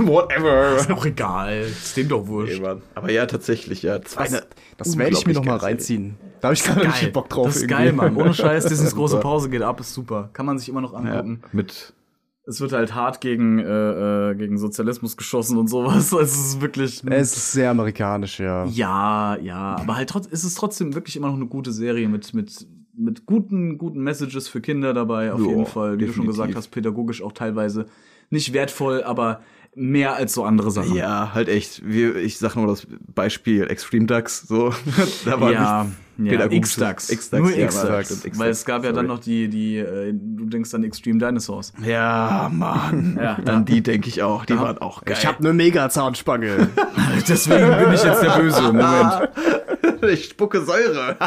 Speaker 7: Whatever.
Speaker 4: Doch egal. Ist dem doch wurscht.
Speaker 7: Aber ja, tatsächlich, ja. Das, war eine
Speaker 5: Das werde ich
Speaker 7: unglaublich
Speaker 5: mir nochmal
Speaker 7: geile Serie.
Speaker 5: reinziehen. Da habe ich gerade
Speaker 4: Geil.
Speaker 5: richtig Bock drauf.
Speaker 4: das ist
Speaker 5: irgendwie.
Speaker 4: geil, Mann. Ohne Scheiß, Disneys große
Speaker 7: Super.
Speaker 4: Pause geht ab, ist super. Kann man sich immer noch angucken.
Speaker 7: Ja, mit.
Speaker 4: Es wird halt hart gegen, äh, äh, gegen Sozialismus geschossen und sowas. Also es ist wirklich.
Speaker 5: Es ist sehr amerikanisch, ja.
Speaker 4: ja, ja. Aber halt trotz, ist es trotzdem wirklich immer noch eine gute Serie mit, mit, mit guten, guten Messages für Kinder dabei, auf
Speaker 7: Ja,
Speaker 4: jeden Fall. Wie du schon
Speaker 7: definitiv.
Speaker 4: gesagt hast, pädagogisch auch teilweise nicht wertvoll, aber mehr als so andere Sachen.
Speaker 7: Ja, halt echt. Wir, ich sag nur das Beispiel Extreme Ducks. So. da war
Speaker 4: ja, ja
Speaker 7: pädagogisches-
Speaker 4: X-Ducks.
Speaker 7: X-Ducks,
Speaker 4: Nur
Speaker 7: ja, war-
Speaker 4: X-Ducks.
Speaker 7: stimmt,
Speaker 4: Weil es gab ja
Speaker 7: sorry.
Speaker 4: dann noch die, die, äh, du denkst dann Extreme Dinosaurs.
Speaker 7: Ja, Mann.
Speaker 4: Ja,
Speaker 7: An die denke ich auch. Die waren auch geil.
Speaker 5: Ich ne habe eine Mega-Zahnspange.
Speaker 4: Deswegen bin ich jetzt der Böse. Moment.
Speaker 7: ich spucke Säure.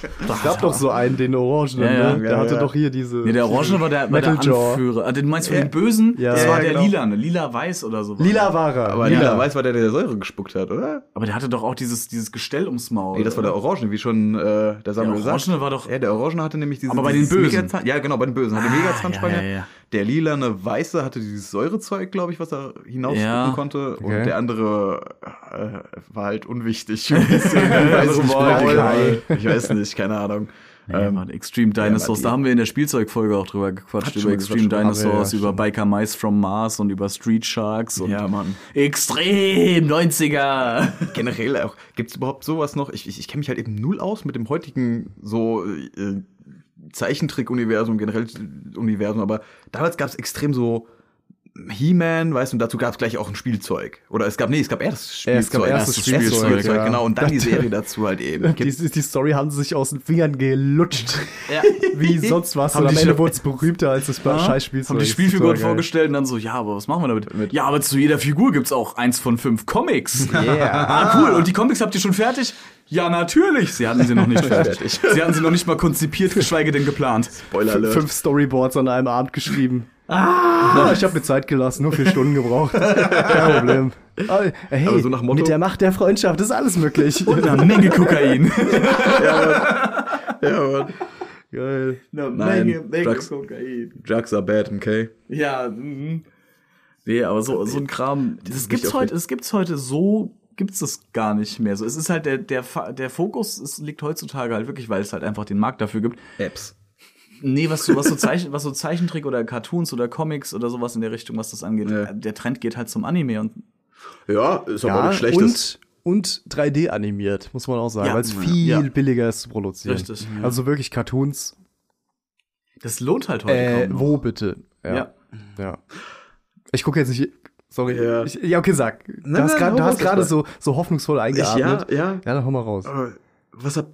Speaker 5: Es gab doch so einen, den Orangen,
Speaker 4: Ja, ja,
Speaker 5: ne?
Speaker 7: ja,
Speaker 5: Der hatte
Speaker 7: ja.
Speaker 5: doch hier diese.
Speaker 4: Nee, der Orange war der, war der
Speaker 5: Metal-Jaw.
Speaker 4: Anführer. Ah, den meinst du von den Bösen?
Speaker 5: Ja.
Speaker 4: das
Speaker 5: Ja,
Speaker 4: war
Speaker 5: ja,
Speaker 4: der
Speaker 7: genau.
Speaker 4: Lila, ne? Lila-Weiß oder so. war
Speaker 5: Lila
Speaker 4: der.
Speaker 5: war er.
Speaker 7: Aber
Speaker 5: Lila.
Speaker 7: Lila weiß war der, der Säure gespuckt hat, oder?
Speaker 4: Aber der hatte doch auch dieses, dieses Gestell ums Maul.
Speaker 7: Nee, das war der Orangene, wie schon äh, der Samuel
Speaker 4: Der
Speaker 7: gesagt.
Speaker 4: Orangene war doch-
Speaker 7: Ja, der Orangene hatte nämlich dieses.
Speaker 4: Aber bei den
Speaker 7: dieses
Speaker 4: Bösen.
Speaker 7: Megazahn- Ja, genau, bei den Bösen. Hatte
Speaker 4: Ah,
Speaker 7: mega Zahnspange.
Speaker 4: ja, ja, ja.
Speaker 7: Der lilane Weiße hatte dieses Säurezeug, glaube ich, was er hinausspucken
Speaker 4: Ja.
Speaker 7: konnte.
Speaker 5: Okay.
Speaker 7: Und der andere äh, war halt unwichtig. für die Szene. ich, weiß
Speaker 4: Also
Speaker 7: nicht,
Speaker 4: war
Speaker 7: warum.
Speaker 5: egal.
Speaker 7: ich weiß nicht, keine Ahnung.
Speaker 4: Nee,
Speaker 7: Ähm,
Speaker 4: Mann, Extreme
Speaker 7: war
Speaker 4: Dinosaurs.
Speaker 7: die-
Speaker 4: Da haben wir in der Spielzeugfolge auch drüber gequatscht.
Speaker 7: schon
Speaker 4: Über
Speaker 7: mal
Speaker 4: Extreme
Speaker 7: gequatscht,
Speaker 5: haben wir, ja,
Speaker 4: Dinosaurs, über Biker Mice from Mars und über Street Sharks. Und
Speaker 7: Ja, Mann.
Speaker 4: Extrem 90er.
Speaker 7: generell auch, gibt es überhaupt sowas noch? Ich, ich, ich kenne mich halt eben null aus mit dem heutigen so äh, Zeichentrick-Universum, generell äh, Universum, aber damals gab es extrem so He-Man, weißt du, und dazu gab es gleich auch ein Spielzeug. Oder es gab, nee, es gab erst das
Speaker 5: Ja,
Speaker 7: Spielzeug.
Speaker 5: es gab erst das Spielzeug, ja.
Speaker 7: genau, und dann die Serie dazu halt eben.
Speaker 5: Die, die die Story haben sie sich aus den Fingern gelutscht.
Speaker 4: Ja.
Speaker 5: Wie sonst was.
Speaker 4: Haben
Speaker 5: Und am
Speaker 4: die
Speaker 5: Ende
Speaker 4: schon-
Speaker 5: wurde es berühmter als das ja? Scheißspielzeug.
Speaker 4: Haben die
Speaker 5: Das ist
Speaker 4: Spielfiguren
Speaker 5: total geil.
Speaker 4: vorgestellt und dann so, ja, aber was machen wir damit? Ja, aber zu jeder Figur gibt's auch eins von fünf Comics.
Speaker 5: Yeah.
Speaker 4: Ah, cool. Und die Comics habt ihr schon fertig? Ja, natürlich. Sie hatten sie noch nicht fertig. sie hatten sie noch nicht mal konzipiert, geschweige denn geplant.
Speaker 7: Spoiler
Speaker 5: F- Fünf Storyboards an einem Abend geschrieben. Ah. Ich habe mir Zeit gelassen, nur vier Stunden gebraucht. Kein Problem. Aber, hey,
Speaker 7: Aber so nach Motto-
Speaker 5: mit der Macht der Freundschaft ist alles möglich.
Speaker 4: Und eine Menge Kokain.
Speaker 7: Ja, Mann.
Speaker 5: Geil.
Speaker 7: Nein, Menge- Menge Drugs-
Speaker 4: Kokain.
Speaker 7: Drugs are bad, okay?
Speaker 4: Ja. mhm. Nee, aber so, so ein Kram, das
Speaker 7: ich
Speaker 4: gibt's
Speaker 7: auch
Speaker 4: heute, das gibt's heute so, gibt's das gar nicht mehr. So, es ist halt der, der, Fa- der Fokus, es liegt heutzutage halt wirklich, weil es halt einfach den Markt dafür gibt,
Speaker 7: Apps.
Speaker 4: Nee, was so, was, so Zeichen, was so Zeichentrick oder Cartoons oder Comics oder sowas in der Richtung, was das angeht.
Speaker 7: Ja.
Speaker 4: Der Trend geht halt zum Anime und
Speaker 7: Ja, ist aber
Speaker 5: Ja,
Speaker 7: nicht schlecht. das-
Speaker 5: und, und 3D animiert, muss man auch sagen,
Speaker 4: Ja,
Speaker 5: weil es
Speaker 4: ja.
Speaker 5: viel
Speaker 4: Ja.
Speaker 5: billiger ist zu produzieren.
Speaker 4: Richtig.
Speaker 5: Also wirklich Cartoons.
Speaker 4: das lohnt halt heute
Speaker 5: Äh,
Speaker 4: kaum. noch.
Speaker 5: wo bitte?
Speaker 4: Ja.
Speaker 5: Ja. Ich gucke jetzt nicht. Sorry.
Speaker 7: Ja.
Speaker 5: Ich, ja, okay, sag.
Speaker 7: Nein,
Speaker 5: du hast
Speaker 7: nein,
Speaker 5: gerade-
Speaker 7: hau
Speaker 5: du hast
Speaker 7: raus,
Speaker 5: gerade
Speaker 7: das
Speaker 5: so, so hoffnungsvoll eingeatmet.
Speaker 7: ja, ja.
Speaker 5: Ja, dann hau mal raus.
Speaker 7: Aber was hab.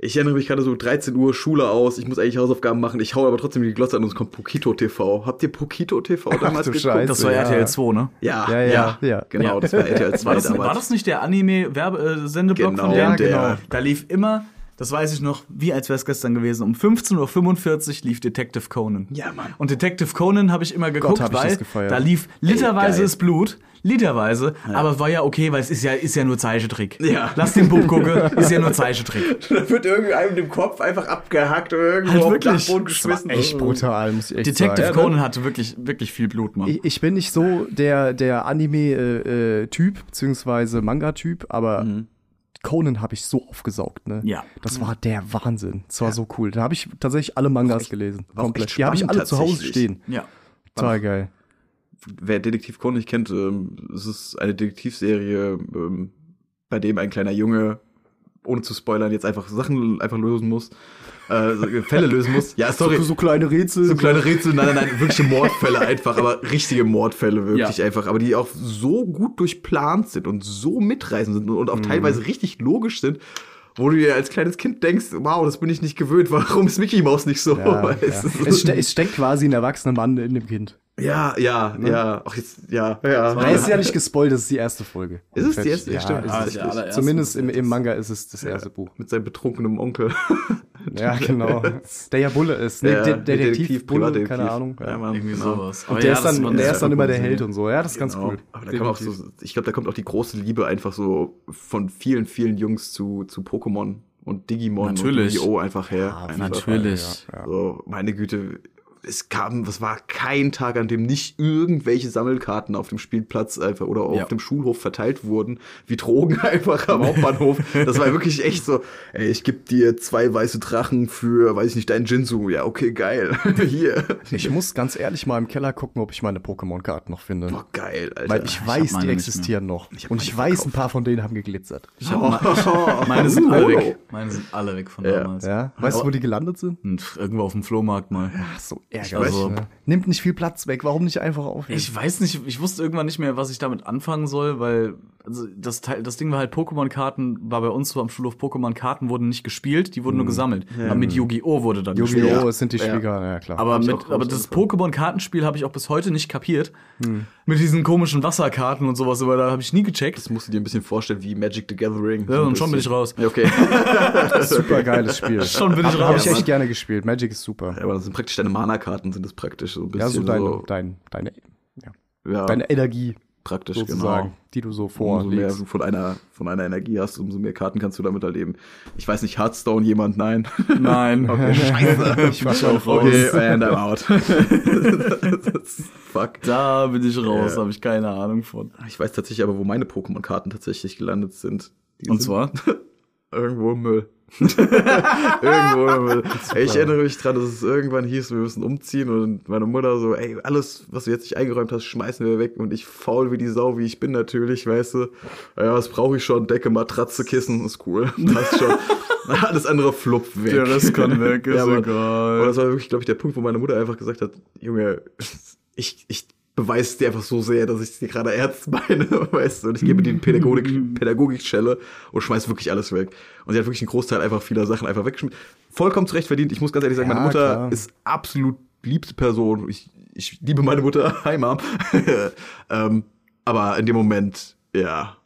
Speaker 7: Ich erinnere mich gerade so 13 Uhr Schule aus, ich muss eigentlich Hausaufgaben machen, ich hau aber trotzdem die Glotze an und es kommt Pokito TV. Habt ihr Pokito TV damals
Speaker 5: du
Speaker 7: geguckt?
Speaker 5: Scheiße.
Speaker 4: Das war
Speaker 5: Ja.
Speaker 4: RTL 2 ne?
Speaker 7: Ja,
Speaker 5: Ja,
Speaker 7: ja,
Speaker 5: ja,
Speaker 7: ja,
Speaker 5: ja.
Speaker 7: Genau, das war RTL 2
Speaker 4: War das,
Speaker 7: damals.
Speaker 4: war das nicht der Anime-Werbesendeblock
Speaker 7: Genau,
Speaker 4: von denen?
Speaker 7: der.
Speaker 4: Da lief immer Das weiß ich noch, wie als wäre es gestern gewesen. Um 15.45 Uhr lief Detective Conan.
Speaker 6: Ja, Mann.
Speaker 4: Und Detective Conan habe ich immer geguckt,
Speaker 5: hab ich
Speaker 4: weil
Speaker 5: das gefeiert.
Speaker 4: da lief literweise
Speaker 6: geil.
Speaker 4: das Blut, literweise, aber war ja okay, weil es ist ja, ist ja nur Zeichentrick.
Speaker 6: Ja.
Speaker 4: Lass den Bub gucken, ist ja nur Zeichentrick.
Speaker 6: Da wird irgendeinem den Kopf einfach abgehackt oder irgendwo
Speaker 4: Halt
Speaker 6: auf den
Speaker 4: wirklich.
Speaker 6: Dachboden
Speaker 4: Das war
Speaker 6: geschmissen. Mhm.
Speaker 5: Echt brutal, muss ich echt ne?
Speaker 4: Detective
Speaker 5: sagen.
Speaker 4: Conan hatte wirklich, wirklich viel Blut,
Speaker 7: Hm.
Speaker 4: Mann.
Speaker 5: Ich, ich bin nicht so der, der Anime-Typ, äh, äh, Typ, beziehungsweise Manga-Typ, aber
Speaker 7: Hm.
Speaker 5: Conan habe ich so aufgesaugt, ne?
Speaker 4: Ja.
Speaker 5: Das war der Wahnsinn. Das war so cool. Da habe ich tatsächlich alle Mangas gelesen.
Speaker 7: war auch echt
Speaker 5: Komplett. Die habe ich
Speaker 7: spannend
Speaker 5: alle zu Hause
Speaker 7: tatsächlich.
Speaker 5: stehen.
Speaker 4: ja.
Speaker 5: Total geil.
Speaker 7: Wer Detektiv Conan nicht kennt, ähm, es ist eine Detektivserie, ähm, bei dem ein kleiner Junge, ohne zu spoilern, jetzt einfach Sachen einfach lösen muss, äh, so- Fälle lösen muss. Ja, Ah, sorry.
Speaker 5: So kleine Rätsel.
Speaker 7: So kleine Rätsel, nein, nein, nein, wirkliche Mordfälle einfach, aber richtige Mordfälle wirklich
Speaker 4: Ja.
Speaker 7: einfach, aber die auch so gut durchplant sind und so mitreißend sind und auch
Speaker 5: Mhm.
Speaker 7: teilweise richtig logisch sind, wo du dir als kleines Kind denkst, wow, das bin ich nicht gewöhnt, warum ist Mickey Mouse nicht Oh, so?
Speaker 5: ja, ja.
Speaker 7: Weißt du?
Speaker 5: Es, ste es steckt quasi ein erwachsener Mann in dem Kind.
Speaker 7: ja, ja, ja, ach jetzt, ja, ja.
Speaker 5: Nein, ist Ne? ja nicht gespoilt, das ist die erste Folge.
Speaker 7: Ist es die erste?
Speaker 5: Ja,
Speaker 7: Ja, stimmt.
Speaker 5: ist
Speaker 7: Ah,
Speaker 4: Also,
Speaker 5: es
Speaker 7: ist
Speaker 5: die
Speaker 7: der
Speaker 5: erste.
Speaker 4: allererste.
Speaker 5: Zumindest im, im Manga ist es das erste Buch.
Speaker 7: Mit seinem betrunkenen Onkel.
Speaker 5: Ja, genau. Der ja Bulle ist. Ne,
Speaker 7: Ja,
Speaker 5: De Detektiv,
Speaker 7: Detektiv,
Speaker 5: Bulle,
Speaker 7: Privatdetektiv.
Speaker 5: keine Ahnung.
Speaker 7: Ja, Mann,
Speaker 4: Irgendwie
Speaker 7: genau.
Speaker 4: sowas. Aber
Speaker 5: Und der
Speaker 4: ja,
Speaker 5: ist
Speaker 4: das
Speaker 5: dann,
Speaker 4: war-
Speaker 5: der
Speaker 4: das
Speaker 5: ist
Speaker 4: war
Speaker 5: dann immer der
Speaker 4: Serie.
Speaker 5: Held und so. Ja, das ist ganz cool.
Speaker 7: Aber da kann man auch so, ich glaube, da kommt auch die große Liebe einfach so von vielen, vielen Jungs zu, zu Pokémon und Digimon
Speaker 4: Natürlich.
Speaker 7: und Yu-Gi-Oh! einfach her. einfach.
Speaker 4: Natürlich.
Speaker 7: So, meine Güte, es kam, es war kein Tag, an dem nicht irgendwelche Sammelkarten auf dem Spielplatz einfach oder auf
Speaker 4: Ja.
Speaker 7: dem Schulhof verteilt wurden, wie Drogen einfach am Hauptbahnhof. Das war wirklich echt so, ey, ich geb dir zwei weiße Drachen für, weiß ich nicht, deinen Jinsu. Ja, okay, geil. Hier.
Speaker 5: Ich muss ganz ehrlich mal im Keller gucken, ob ich meine Pokémon-Karten noch finde.
Speaker 7: Boah, geil, Alter.
Speaker 5: Weil ich weiß,
Speaker 4: meine
Speaker 5: die
Speaker 4: nicht
Speaker 5: existieren noch.
Speaker 7: Ich hab
Speaker 5: und ich
Speaker 7: meine
Speaker 5: weiß, ein paar von denen haben geglitzert.
Speaker 4: Ich hab me- meine sind alle weg. Meine sind alle weg von
Speaker 7: Ja.
Speaker 4: damals.
Speaker 5: Oh. Ja? Weißt du, wo die gelandet sind?
Speaker 4: Und irgendwo auf dem Flohmarkt mal.
Speaker 5: Ach so, ärgerlich.
Speaker 4: Also-
Speaker 5: ne? Nimmt nicht viel Platz weg. Warum nicht einfach aufheben?
Speaker 4: Ich weiß nicht, ich wusste irgendwann nicht mehr, was ich damit anfangen soll, weil also das Teil, das Ding war halt Pokémon-Karten, war bei uns so am Schulhof Pokémon-Karten wurden nicht gespielt, die wurden nur gesammelt. Aber mit Yu-Gi-Oh! wurde dann gespielt.
Speaker 5: Hm. Yu-Gi-Oh!
Speaker 7: Ja.
Speaker 5: es sind die Schwieger, ja, klar.
Speaker 4: Aber,
Speaker 7: ich
Speaker 4: mit,
Speaker 7: auch
Speaker 4: aber
Speaker 7: groß
Speaker 4: das Pokémon-Kartenspiel habe ich auch bis heute nicht kapiert. Mit diesen komischen Wasserkarten und sowas, aber da habe ich nie gecheckt.
Speaker 7: Das musst du dir ein bisschen vorstellen, wie Magic the Gathering.
Speaker 4: Ja, und schon bin ich raus.
Speaker 7: Ja, okay.
Speaker 5: super geiles Spiel.
Speaker 4: Schon bin ich
Speaker 5: Habe
Speaker 4: raus.
Speaker 5: ich echt gerne gespielt. Magic ist super.
Speaker 7: Ja, aber das sind praktisch deine Mana-Karten, sind das praktisch so ein bisschen.
Speaker 5: Ja, so deine, dein, deine, ja,
Speaker 7: ja,
Speaker 5: deine Energie
Speaker 7: praktisch,
Speaker 5: sozusagen,
Speaker 7: genau.
Speaker 5: die du so
Speaker 7: Umso mehr
Speaker 5: vorlegst.
Speaker 7: du von einer, von einer Energie hast, umso mehr Karten kannst du damit halt eben. Ich weiß nicht, Hearthstone jemand, nein.
Speaker 4: Nein.
Speaker 7: Scheiße.
Speaker 5: Ich war schon raus.
Speaker 7: okay, and I'm out. Das ist- Fuck.
Speaker 4: Da bin ich raus,
Speaker 7: Ja.
Speaker 4: habe ich keine Ahnung von.
Speaker 7: Ich weiß tatsächlich aber, wo meine Pokémon-Karten tatsächlich gelandet sind. Die
Speaker 4: Und
Speaker 7: sind
Speaker 4: zwar?
Speaker 7: Irgendwo im Müll. irgendwo im Müll. Ey, ich erinnere mich dran, dass es irgendwann hieß, wir müssen umziehen und meine Mutter so, ey, alles, was du jetzt nicht eingeräumt hast, schmeißen wir weg und ich faul wie die Sau, wie ich bin natürlich, weißt du. Ja, was brauche ich schon? Decke, Matratze, Kissen, ist cool. Passt schon. Alles andere fluppt weg.
Speaker 4: Der Rest kann weg, ist
Speaker 7: aber-
Speaker 4: egal.
Speaker 7: Aber das war wirklich, glaube ich, der Punkt, wo meine Mutter einfach gesagt hat, Junge, ich, ich beweise dir einfach so sehr, dass ich es dir gerade ernst meine, weißt du, und ich gebe dir eine Pädagogik, Pädagogik-Schelle und schmeiß wirklich alles weg. Und sie hat wirklich einen Großteil einfach vieler Sachen einfach weggeschmissen. Vollkommen zurecht verdient. Ich muss ganz ehrlich sagen,
Speaker 5: Ja,
Speaker 7: meine Mutter
Speaker 5: klar.
Speaker 7: ist absolut liebste Person. Ich, ich liebe meine Mutter. Hi, Mom. ähm, aber in dem Moment, ja.